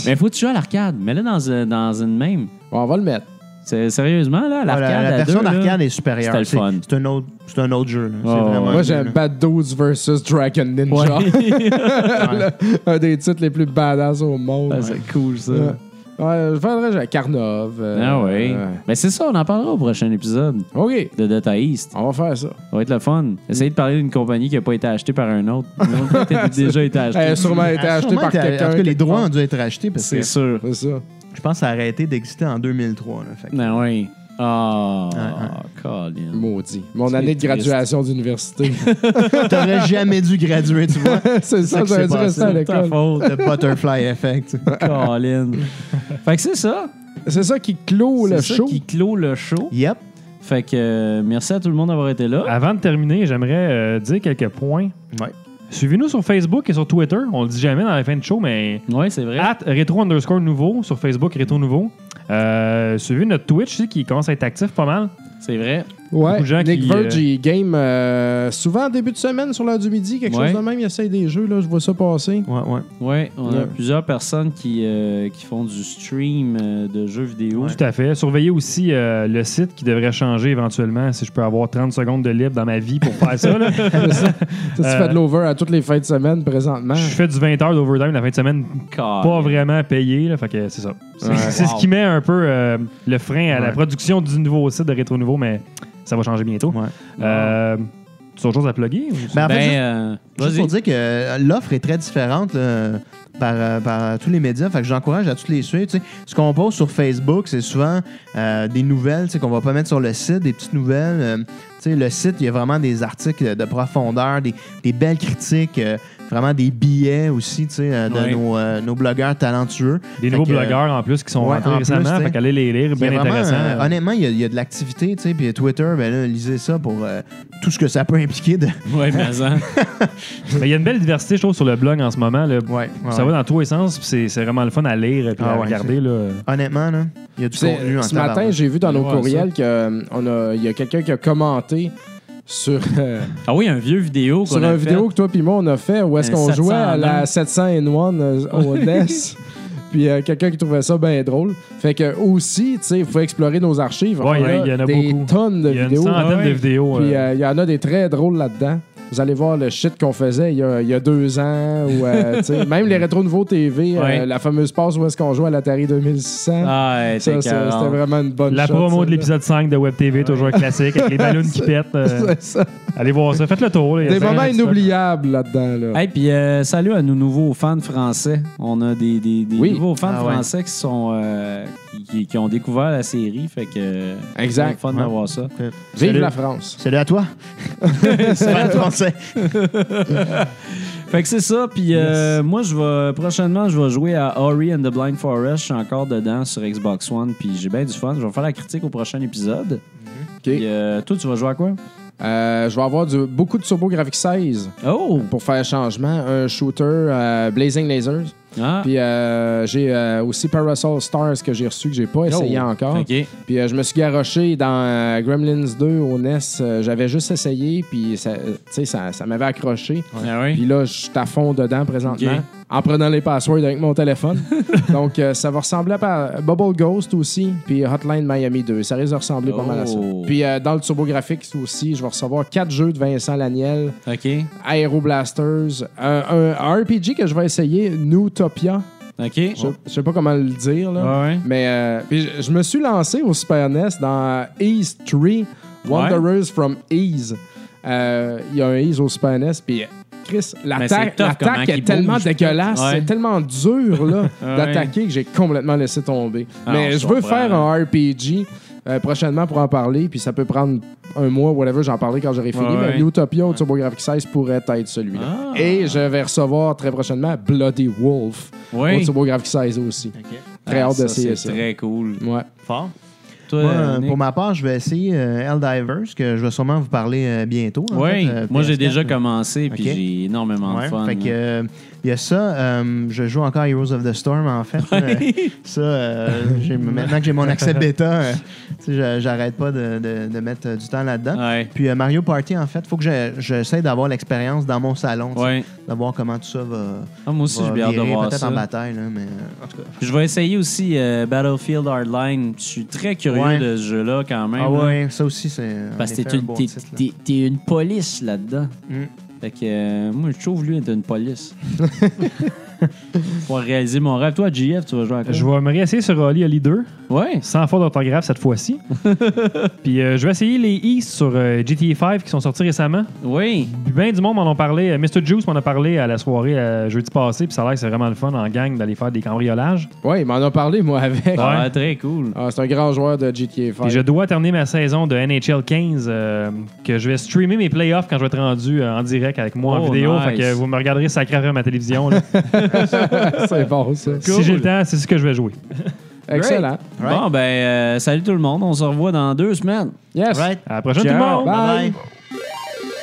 [SPEAKER 2] Mais faut que tu joues à l'arcade. Mets-le dans, un- dans une même.
[SPEAKER 3] On va le mettre.
[SPEAKER 2] C'est- Sérieusement, là, l'arcade.
[SPEAKER 4] Voilà,
[SPEAKER 2] à
[SPEAKER 4] la version
[SPEAKER 2] deux, là,
[SPEAKER 4] d'arcade est supérieure.
[SPEAKER 2] c'était le
[SPEAKER 4] C'est-
[SPEAKER 2] fun.
[SPEAKER 4] C'est un, autre- c'est un autre jeu. là.
[SPEAKER 2] Oh,
[SPEAKER 4] c'est vraiment
[SPEAKER 2] ouais.
[SPEAKER 3] Moi,
[SPEAKER 4] un jeu,
[SPEAKER 3] j'aime
[SPEAKER 4] là.
[SPEAKER 3] Bad Dudes versus Dragon Ninja.
[SPEAKER 2] Ouais.
[SPEAKER 3] *laughs* Le- un des titres les plus badass au monde.
[SPEAKER 2] Ah, c'est cool, ça.
[SPEAKER 3] Ouais. Ouais, je vendrais à Karnov. euh,
[SPEAKER 2] Ah oui.
[SPEAKER 3] euh,
[SPEAKER 2] Ben c'est ça, on en parlera au prochain épisode
[SPEAKER 3] OK,
[SPEAKER 2] de Data East.
[SPEAKER 3] on va faire ça.
[SPEAKER 2] Ça va être le fun. Essayez de parler d'une compagnie qui n'a pas été achetée par un
[SPEAKER 3] *laughs*
[SPEAKER 2] autre. Une autre qui a été- déjà été
[SPEAKER 3] Elle a
[SPEAKER 2] achetée.
[SPEAKER 3] Eh, sûrement
[SPEAKER 4] Elle
[SPEAKER 3] été
[SPEAKER 4] a
[SPEAKER 3] achetée
[SPEAKER 4] Ah, sûrement
[SPEAKER 3] par
[SPEAKER 4] été-
[SPEAKER 3] quelqu'un.
[SPEAKER 4] En tout cas, les
[SPEAKER 3] quelque
[SPEAKER 4] droits
[SPEAKER 3] part.
[SPEAKER 4] ont dû être achetés parce que
[SPEAKER 2] C'est sûr.
[SPEAKER 3] C'est ça.
[SPEAKER 4] je pense que ça a arrêté d'exister en 2003. là, fait que-
[SPEAKER 2] Ah oui. Ah, Colin.
[SPEAKER 3] Maudit. Mon
[SPEAKER 2] C'est
[SPEAKER 3] année de
[SPEAKER 2] triste.
[SPEAKER 3] graduation d'université. *laughs*
[SPEAKER 2] *laughs*
[SPEAKER 4] T'aurais jamais dû graduer, tu vois.
[SPEAKER 3] c'est ça,
[SPEAKER 4] ça qui
[SPEAKER 3] j'aurais
[SPEAKER 4] s'est
[SPEAKER 3] dû
[SPEAKER 4] passé.
[SPEAKER 3] rester à
[SPEAKER 2] C'est ta
[SPEAKER 3] l'école.
[SPEAKER 2] faute, *laughs*
[SPEAKER 4] Le butterfly effect.
[SPEAKER 3] *laughs*
[SPEAKER 2] Colin. Fait que c'est ça.
[SPEAKER 3] C'est ça qui clôt
[SPEAKER 2] C'est
[SPEAKER 3] le
[SPEAKER 2] ça
[SPEAKER 3] show.
[SPEAKER 2] qui clôt le show.
[SPEAKER 4] Yep.
[SPEAKER 2] Fait que euh, merci à tout le monde d'avoir été là.
[SPEAKER 5] *laughs* Avant de terminer, j'aimerais euh, dire quelques points.
[SPEAKER 4] Ouais.
[SPEAKER 5] Suivez-nous sur Facebook et sur Twitter. On le dit jamais dans la fin de show, mais
[SPEAKER 2] Ouais, c'est vrai.
[SPEAKER 5] at rétro underscore nouveau sur Facebook, rétro nouveau. Euh, suivez notre Twitch aussi qui commence à être actif pas mal.
[SPEAKER 2] C'est vrai.
[SPEAKER 5] beaucoup de gens
[SPEAKER 3] Ouais, Nick
[SPEAKER 5] qui,
[SPEAKER 3] Verge,
[SPEAKER 5] euh,
[SPEAKER 3] il game euh, souvent en début de semaine sur l'heure du midi, quelque
[SPEAKER 2] Ouais.
[SPEAKER 3] chose de même. Il essaye des jeux, là, je vois ça passer.
[SPEAKER 4] Ouais, ouais.
[SPEAKER 2] Ouais, on a
[SPEAKER 3] Ouais.
[SPEAKER 2] plusieurs personnes qui, euh, qui font du stream euh, de jeux vidéo.
[SPEAKER 5] Tout à fait. Surveillez aussi euh, le site qui devrait changer éventuellement si je peux avoir 30 secondes de libre dans ma vie pour faire
[SPEAKER 4] *laughs*
[SPEAKER 5] ça. là.
[SPEAKER 3] Ça, tu
[SPEAKER 5] Euh,
[SPEAKER 3] fais de l'over à toutes les fins de semaine présentement.
[SPEAKER 5] Je fais du 20 heures d'overtime la fin de semaine,
[SPEAKER 4] Ah,
[SPEAKER 2] Colin.
[SPEAKER 5] pas vraiment payé. Là, fait que c'est ça. C'est
[SPEAKER 2] Ouais.
[SPEAKER 5] *laughs* c'est
[SPEAKER 2] Wow.
[SPEAKER 5] ce qui met un peu euh, le frein à la
[SPEAKER 4] Ouais.
[SPEAKER 5] production du nouveau site de Rétro Nouveau, mais ça va changer bientôt.
[SPEAKER 4] Ouais.
[SPEAKER 5] Euh, tu as autre chose à plugger? ou ça?
[SPEAKER 4] Mais en fait,
[SPEAKER 2] Ben,
[SPEAKER 4] juste-
[SPEAKER 2] euh,
[SPEAKER 4] Juste
[SPEAKER 2] vas-y.
[SPEAKER 4] pour dire que euh, l'offre est très différente là, par, euh, par tous les médias. Fait que j'encourage à tous les suivre. tu sais. Ce qu'on pose sur Facebook, c'est souvent euh, des nouvelles tu sais, qu'on va pas mettre sur le site, des petites nouvelles. euh, tu sais, le site, il y a vraiment des articles de profondeur, des, des belles critiques, euh, vraiment des billets aussi tu sais, euh, de
[SPEAKER 2] Ouais.
[SPEAKER 4] nos, euh, nos blogueurs talentueux.
[SPEAKER 5] Des
[SPEAKER 4] Fait
[SPEAKER 5] nouveaux
[SPEAKER 4] que, euh,
[SPEAKER 5] blogueurs en plus qui sont
[SPEAKER 4] ouais,
[SPEAKER 5] rentrés
[SPEAKER 4] en plus,
[SPEAKER 5] récemment.
[SPEAKER 4] t'sais.
[SPEAKER 5] fait qu'allez les lire,
[SPEAKER 4] Il y a
[SPEAKER 5] bien
[SPEAKER 4] vraiment,
[SPEAKER 5] intéressant. hein.
[SPEAKER 4] euh, honnêtement, il y, a, il y a de l'activité, tu sais, puis Twitter, ben là, lisez ça pour euh, tout ce que ça peut impliquer de.
[SPEAKER 2] Ouais, mais hein.
[SPEAKER 5] Mais Ben, il y a une belle diversité, je trouve, sur le blog en ce moment. là.
[SPEAKER 4] Ouais, *laughs* ouais,
[SPEAKER 5] ça
[SPEAKER 4] ouais.
[SPEAKER 5] va dans tous les sens, puis c'est- c'est vraiment le fun à lire et puis
[SPEAKER 4] Ah
[SPEAKER 5] à
[SPEAKER 4] ouais,
[SPEAKER 5] regarder. Là.
[SPEAKER 4] Honnêtement, là, il y a du
[SPEAKER 3] Tu sais,
[SPEAKER 4] contenu en
[SPEAKER 3] euh, ce matin,
[SPEAKER 4] tabarnak.
[SPEAKER 3] j'ai vu dans nos
[SPEAKER 2] Ouais,
[SPEAKER 3] courriels qu'il a, il y a quelqu'un qui a commenté sur, euh,
[SPEAKER 2] Ah oui, un vieux vidéo.
[SPEAKER 3] sur
[SPEAKER 2] qu'on a
[SPEAKER 3] une
[SPEAKER 2] fait.
[SPEAKER 3] vidéo que toi puis moi on a fait où est-ce
[SPEAKER 2] Un
[SPEAKER 3] qu'on
[SPEAKER 2] 700
[SPEAKER 3] jouait à
[SPEAKER 2] en un.
[SPEAKER 3] la 701 euh, au NES. Puis euh, quelqu'un qui trouvait ça bien drôle. Fait que aussi, tu sais, il faut explorer nos archives.
[SPEAKER 5] Ouais,
[SPEAKER 3] On
[SPEAKER 5] il y a-
[SPEAKER 3] a
[SPEAKER 5] il y en a
[SPEAKER 3] des
[SPEAKER 5] beaucoup.
[SPEAKER 3] tonnes de
[SPEAKER 5] Il y a une
[SPEAKER 3] vidéos. Ah
[SPEAKER 5] centaine
[SPEAKER 2] ouais.
[SPEAKER 5] de vidéos.
[SPEAKER 3] Puis
[SPEAKER 5] euh,
[SPEAKER 3] euh, il y en a des très drôles là-dedans. Vous allez voir le shit qu'on faisait il y a, il y a deux ans. Ou, euh, tu sais, même les rétro nouveaux TV, euh,
[SPEAKER 2] Ouais.
[SPEAKER 3] la fameuse passe où est-ce qu'on jouait à l'Atari 2600.
[SPEAKER 2] Ah, ouais,
[SPEAKER 3] ça,
[SPEAKER 2] t'es
[SPEAKER 3] c'est-
[SPEAKER 2] carré.
[SPEAKER 3] c'était vraiment une bonne
[SPEAKER 5] la
[SPEAKER 3] shot,
[SPEAKER 5] promo de
[SPEAKER 3] celle-là.
[SPEAKER 5] l'épisode 5 de Web TV, toujours un classique,
[SPEAKER 3] *laughs*
[SPEAKER 5] avec les ballons qui pètent. euh,
[SPEAKER 3] C'est ça.
[SPEAKER 5] allez voir ça, faites le tour. là, il y a
[SPEAKER 3] Des
[SPEAKER 5] ça,
[SPEAKER 3] moments
[SPEAKER 5] un petit peu.
[SPEAKER 3] inoubliables là-dedans. Là.
[SPEAKER 2] Hey, puis euh, salut à nos nouveaux fans français. On a des, des, des
[SPEAKER 3] Oui.
[SPEAKER 2] nouveaux fans
[SPEAKER 4] Ah ouais.
[SPEAKER 2] français qui sont euh, qui, qui ont découvert la série. Fait que euh, c'est
[SPEAKER 3] Exact.
[SPEAKER 2] fun
[SPEAKER 4] Ouais.
[SPEAKER 2] d'avoir ça.
[SPEAKER 3] Vive
[SPEAKER 4] Salut.
[SPEAKER 3] la France.
[SPEAKER 4] Salut
[SPEAKER 2] *laughs*
[SPEAKER 4] à toi. Salut à toi. Français.
[SPEAKER 2] Fait que c'est ça. Puis euh, moi, je vais prochainement, je vais jouer à Ori and the Blind Forest. Je suis encore dedans sur Xbox One. Puis j'ai bien du fun. Je vais faire la critique au prochain épisode.
[SPEAKER 4] Mhm.
[SPEAKER 2] Puis euh, toi, tu vas jouer à quoi
[SPEAKER 3] Euh, je vais avoir du- beaucoup de Turbo Graphics 16
[SPEAKER 2] Oh,
[SPEAKER 3] pour faire changement. Un shooter euh, Blazing Lasers.
[SPEAKER 2] ah,
[SPEAKER 3] Puis euh, j'ai euh, aussi Parasol Stars que j'ai reçu que j'ai pas essayé
[SPEAKER 2] Oh.
[SPEAKER 3] encore.
[SPEAKER 2] ok.
[SPEAKER 4] ah.
[SPEAKER 3] Puis euh, je me suis garoché dans euh, Gremlins 2 au NES. Euh, J'avais juste essayé, puis ça, euh, tu sais, ça, ça m'avait accroché.
[SPEAKER 2] Ah oui.
[SPEAKER 3] Puis là, je suis à fond dedans présentement,
[SPEAKER 2] Ok.
[SPEAKER 3] en prenant les passwords avec
[SPEAKER 2] *laughs*
[SPEAKER 3] mon téléphone. Donc, euh, ça va ressembler à par- Bubble Ghost aussi, puis Hotline Miami 2. Ça risque de ressembler pas mal à ça.
[SPEAKER 2] Oh.
[SPEAKER 3] Puis euh, dans le Turbo Graphics aussi, je vais recevoir quatre jeux de Vincent Laniel,
[SPEAKER 2] Ok,
[SPEAKER 3] Aero Blasters, un, un- un RPG que je vais essayer, Newtopia.
[SPEAKER 2] ok.
[SPEAKER 3] Je je sais pas comment le dire, là.
[SPEAKER 2] Ah ouais.
[SPEAKER 3] Mais euh, puis je, je me suis lancé au Super NES dans Ease 3, Wanderers from Ease. Euh, Il y a un Ease au Super NES, puis Chris,
[SPEAKER 2] c'est
[SPEAKER 3] l'attaque
[SPEAKER 2] tough
[SPEAKER 3] l'attaque
[SPEAKER 2] comment qu'il
[SPEAKER 3] est tellement
[SPEAKER 2] bouge,
[SPEAKER 3] dégueulasse,
[SPEAKER 2] ouais.
[SPEAKER 3] c'est tellement dur là,
[SPEAKER 2] *laughs* Ouais.
[SPEAKER 3] d'attaquer que j'ai complètement laissé tomber.
[SPEAKER 2] Ah, on
[SPEAKER 3] Mais
[SPEAKER 2] se
[SPEAKER 3] je veux
[SPEAKER 2] comprend.
[SPEAKER 3] faire un RPG euh, prochainement pour en parler, puis ça peut prendre un mois, whatever, j'en parlerai quand j'aurai fini.
[SPEAKER 2] Ouais, ouais.
[SPEAKER 3] Mais Utopia au TurboGrafx 16 pourrait être celui-là.
[SPEAKER 2] Ah.
[SPEAKER 3] Et je vais recevoir très prochainement Bloody Wolf
[SPEAKER 2] Oui.
[SPEAKER 3] au TurboGrafx 16 aussi. Très hâte
[SPEAKER 2] Ah,
[SPEAKER 3] d'essayer
[SPEAKER 2] c'est
[SPEAKER 3] ça.
[SPEAKER 2] Très cool.
[SPEAKER 3] Ouais.
[SPEAKER 4] Fort.
[SPEAKER 2] Toi,
[SPEAKER 4] Moi, euh,
[SPEAKER 2] Nick?
[SPEAKER 4] pour ma part, je vais essayer euh, Helldivers, que je vais sûrement vous parler euh, bientôt. en
[SPEAKER 2] Oui,
[SPEAKER 4] fait, euh,
[SPEAKER 2] moi j'ai
[SPEAKER 4] PS4.
[SPEAKER 2] déjà commencé puis
[SPEAKER 4] Ok.
[SPEAKER 2] j'ai énormément
[SPEAKER 4] Ouais,
[SPEAKER 2] de fun.
[SPEAKER 4] fait que, euh, il y a ça. euh, je joue encore Heroes of the Storm, en fait. Euh, ça, euh, j'ai- maintenant que j'ai mon accès bêta, euh, tu sais, je- j'arrête pas de, de- de mettre euh, du temps là-dedans.
[SPEAKER 2] Ouais.
[SPEAKER 4] Puis euh, Mario Party, en fait, faut que je- j'essaie d'avoir l'expérience dans mon salon, tu sais,
[SPEAKER 2] Ouais.
[SPEAKER 4] de voir comment tout ça va,
[SPEAKER 2] Ah, moi aussi,
[SPEAKER 4] va
[SPEAKER 2] j'ai bien hâte de
[SPEAKER 4] virer,
[SPEAKER 2] voir
[SPEAKER 4] peut-être en
[SPEAKER 2] ça.
[SPEAKER 4] bataille, là, mais euh, en tout cas.
[SPEAKER 2] Je vais essayer aussi euh, Battlefield Hardline. Je suis très curieux
[SPEAKER 4] Ouais.
[SPEAKER 2] de ce jeu-là quand même.
[SPEAKER 4] Ah
[SPEAKER 2] là.
[SPEAKER 4] ouais, ça aussi, c'est. en
[SPEAKER 2] Parce que
[SPEAKER 4] effet
[SPEAKER 2] t'es
[SPEAKER 4] un
[SPEAKER 2] une,
[SPEAKER 4] bon
[SPEAKER 2] t'es-
[SPEAKER 4] titre, là.
[SPEAKER 2] t'es- t'es une police là-dedans.
[SPEAKER 4] Mm.
[SPEAKER 2] Fait que euh, moi, je trouve lui être une police. Pour réaliser mon rêve. Toi, JF, tu vas jouer à quoi?
[SPEAKER 5] Je vais me réessayer sur Oli Oli 2,
[SPEAKER 2] Ouais.
[SPEAKER 5] sans faute d'orthographe
[SPEAKER 3] *laughs*
[SPEAKER 5] cette fois-ci. Puis euh, je vais essayer les i sur euh, GTA 5 qui sont sortis récemment.
[SPEAKER 2] Oui.
[SPEAKER 5] Puis bien du monde m'en a parlé. Euh, Mr. Juice m'en a parlé à la soirée euh, jeudi passé. Puis ça a l'air que c'est vraiment le fun en gang d'aller faire des cambriolages.
[SPEAKER 3] Ouais, il m'en a parlé, moi, avec.
[SPEAKER 5] Ouais.
[SPEAKER 2] Ah, très cool.
[SPEAKER 3] Ah, c'est un grand joueur de GTA 5.
[SPEAKER 5] Puis je dois terminer ma saison de NHL 15 euh, que je vais streamer mes playoffs quand je vais être rendu euh, en direct avec moi en
[SPEAKER 2] Oh,
[SPEAKER 5] vidéo.
[SPEAKER 2] nice.
[SPEAKER 5] Fait que vous me regarderez sacré à ma télévision. là.
[SPEAKER 3] *laughs* c'est bon, ça.
[SPEAKER 5] Si j'ai le temps, c'est ce que je vais jouer.
[SPEAKER 3] Excellent.
[SPEAKER 4] Right.
[SPEAKER 2] Bon, ben, euh, salut tout le monde. On se revoit dans deux semaines.
[SPEAKER 3] Yes.
[SPEAKER 4] Right?
[SPEAKER 5] À la prochaine tout le
[SPEAKER 3] Ciao.
[SPEAKER 5] monde!
[SPEAKER 3] Bye.
[SPEAKER 4] Bye-bye.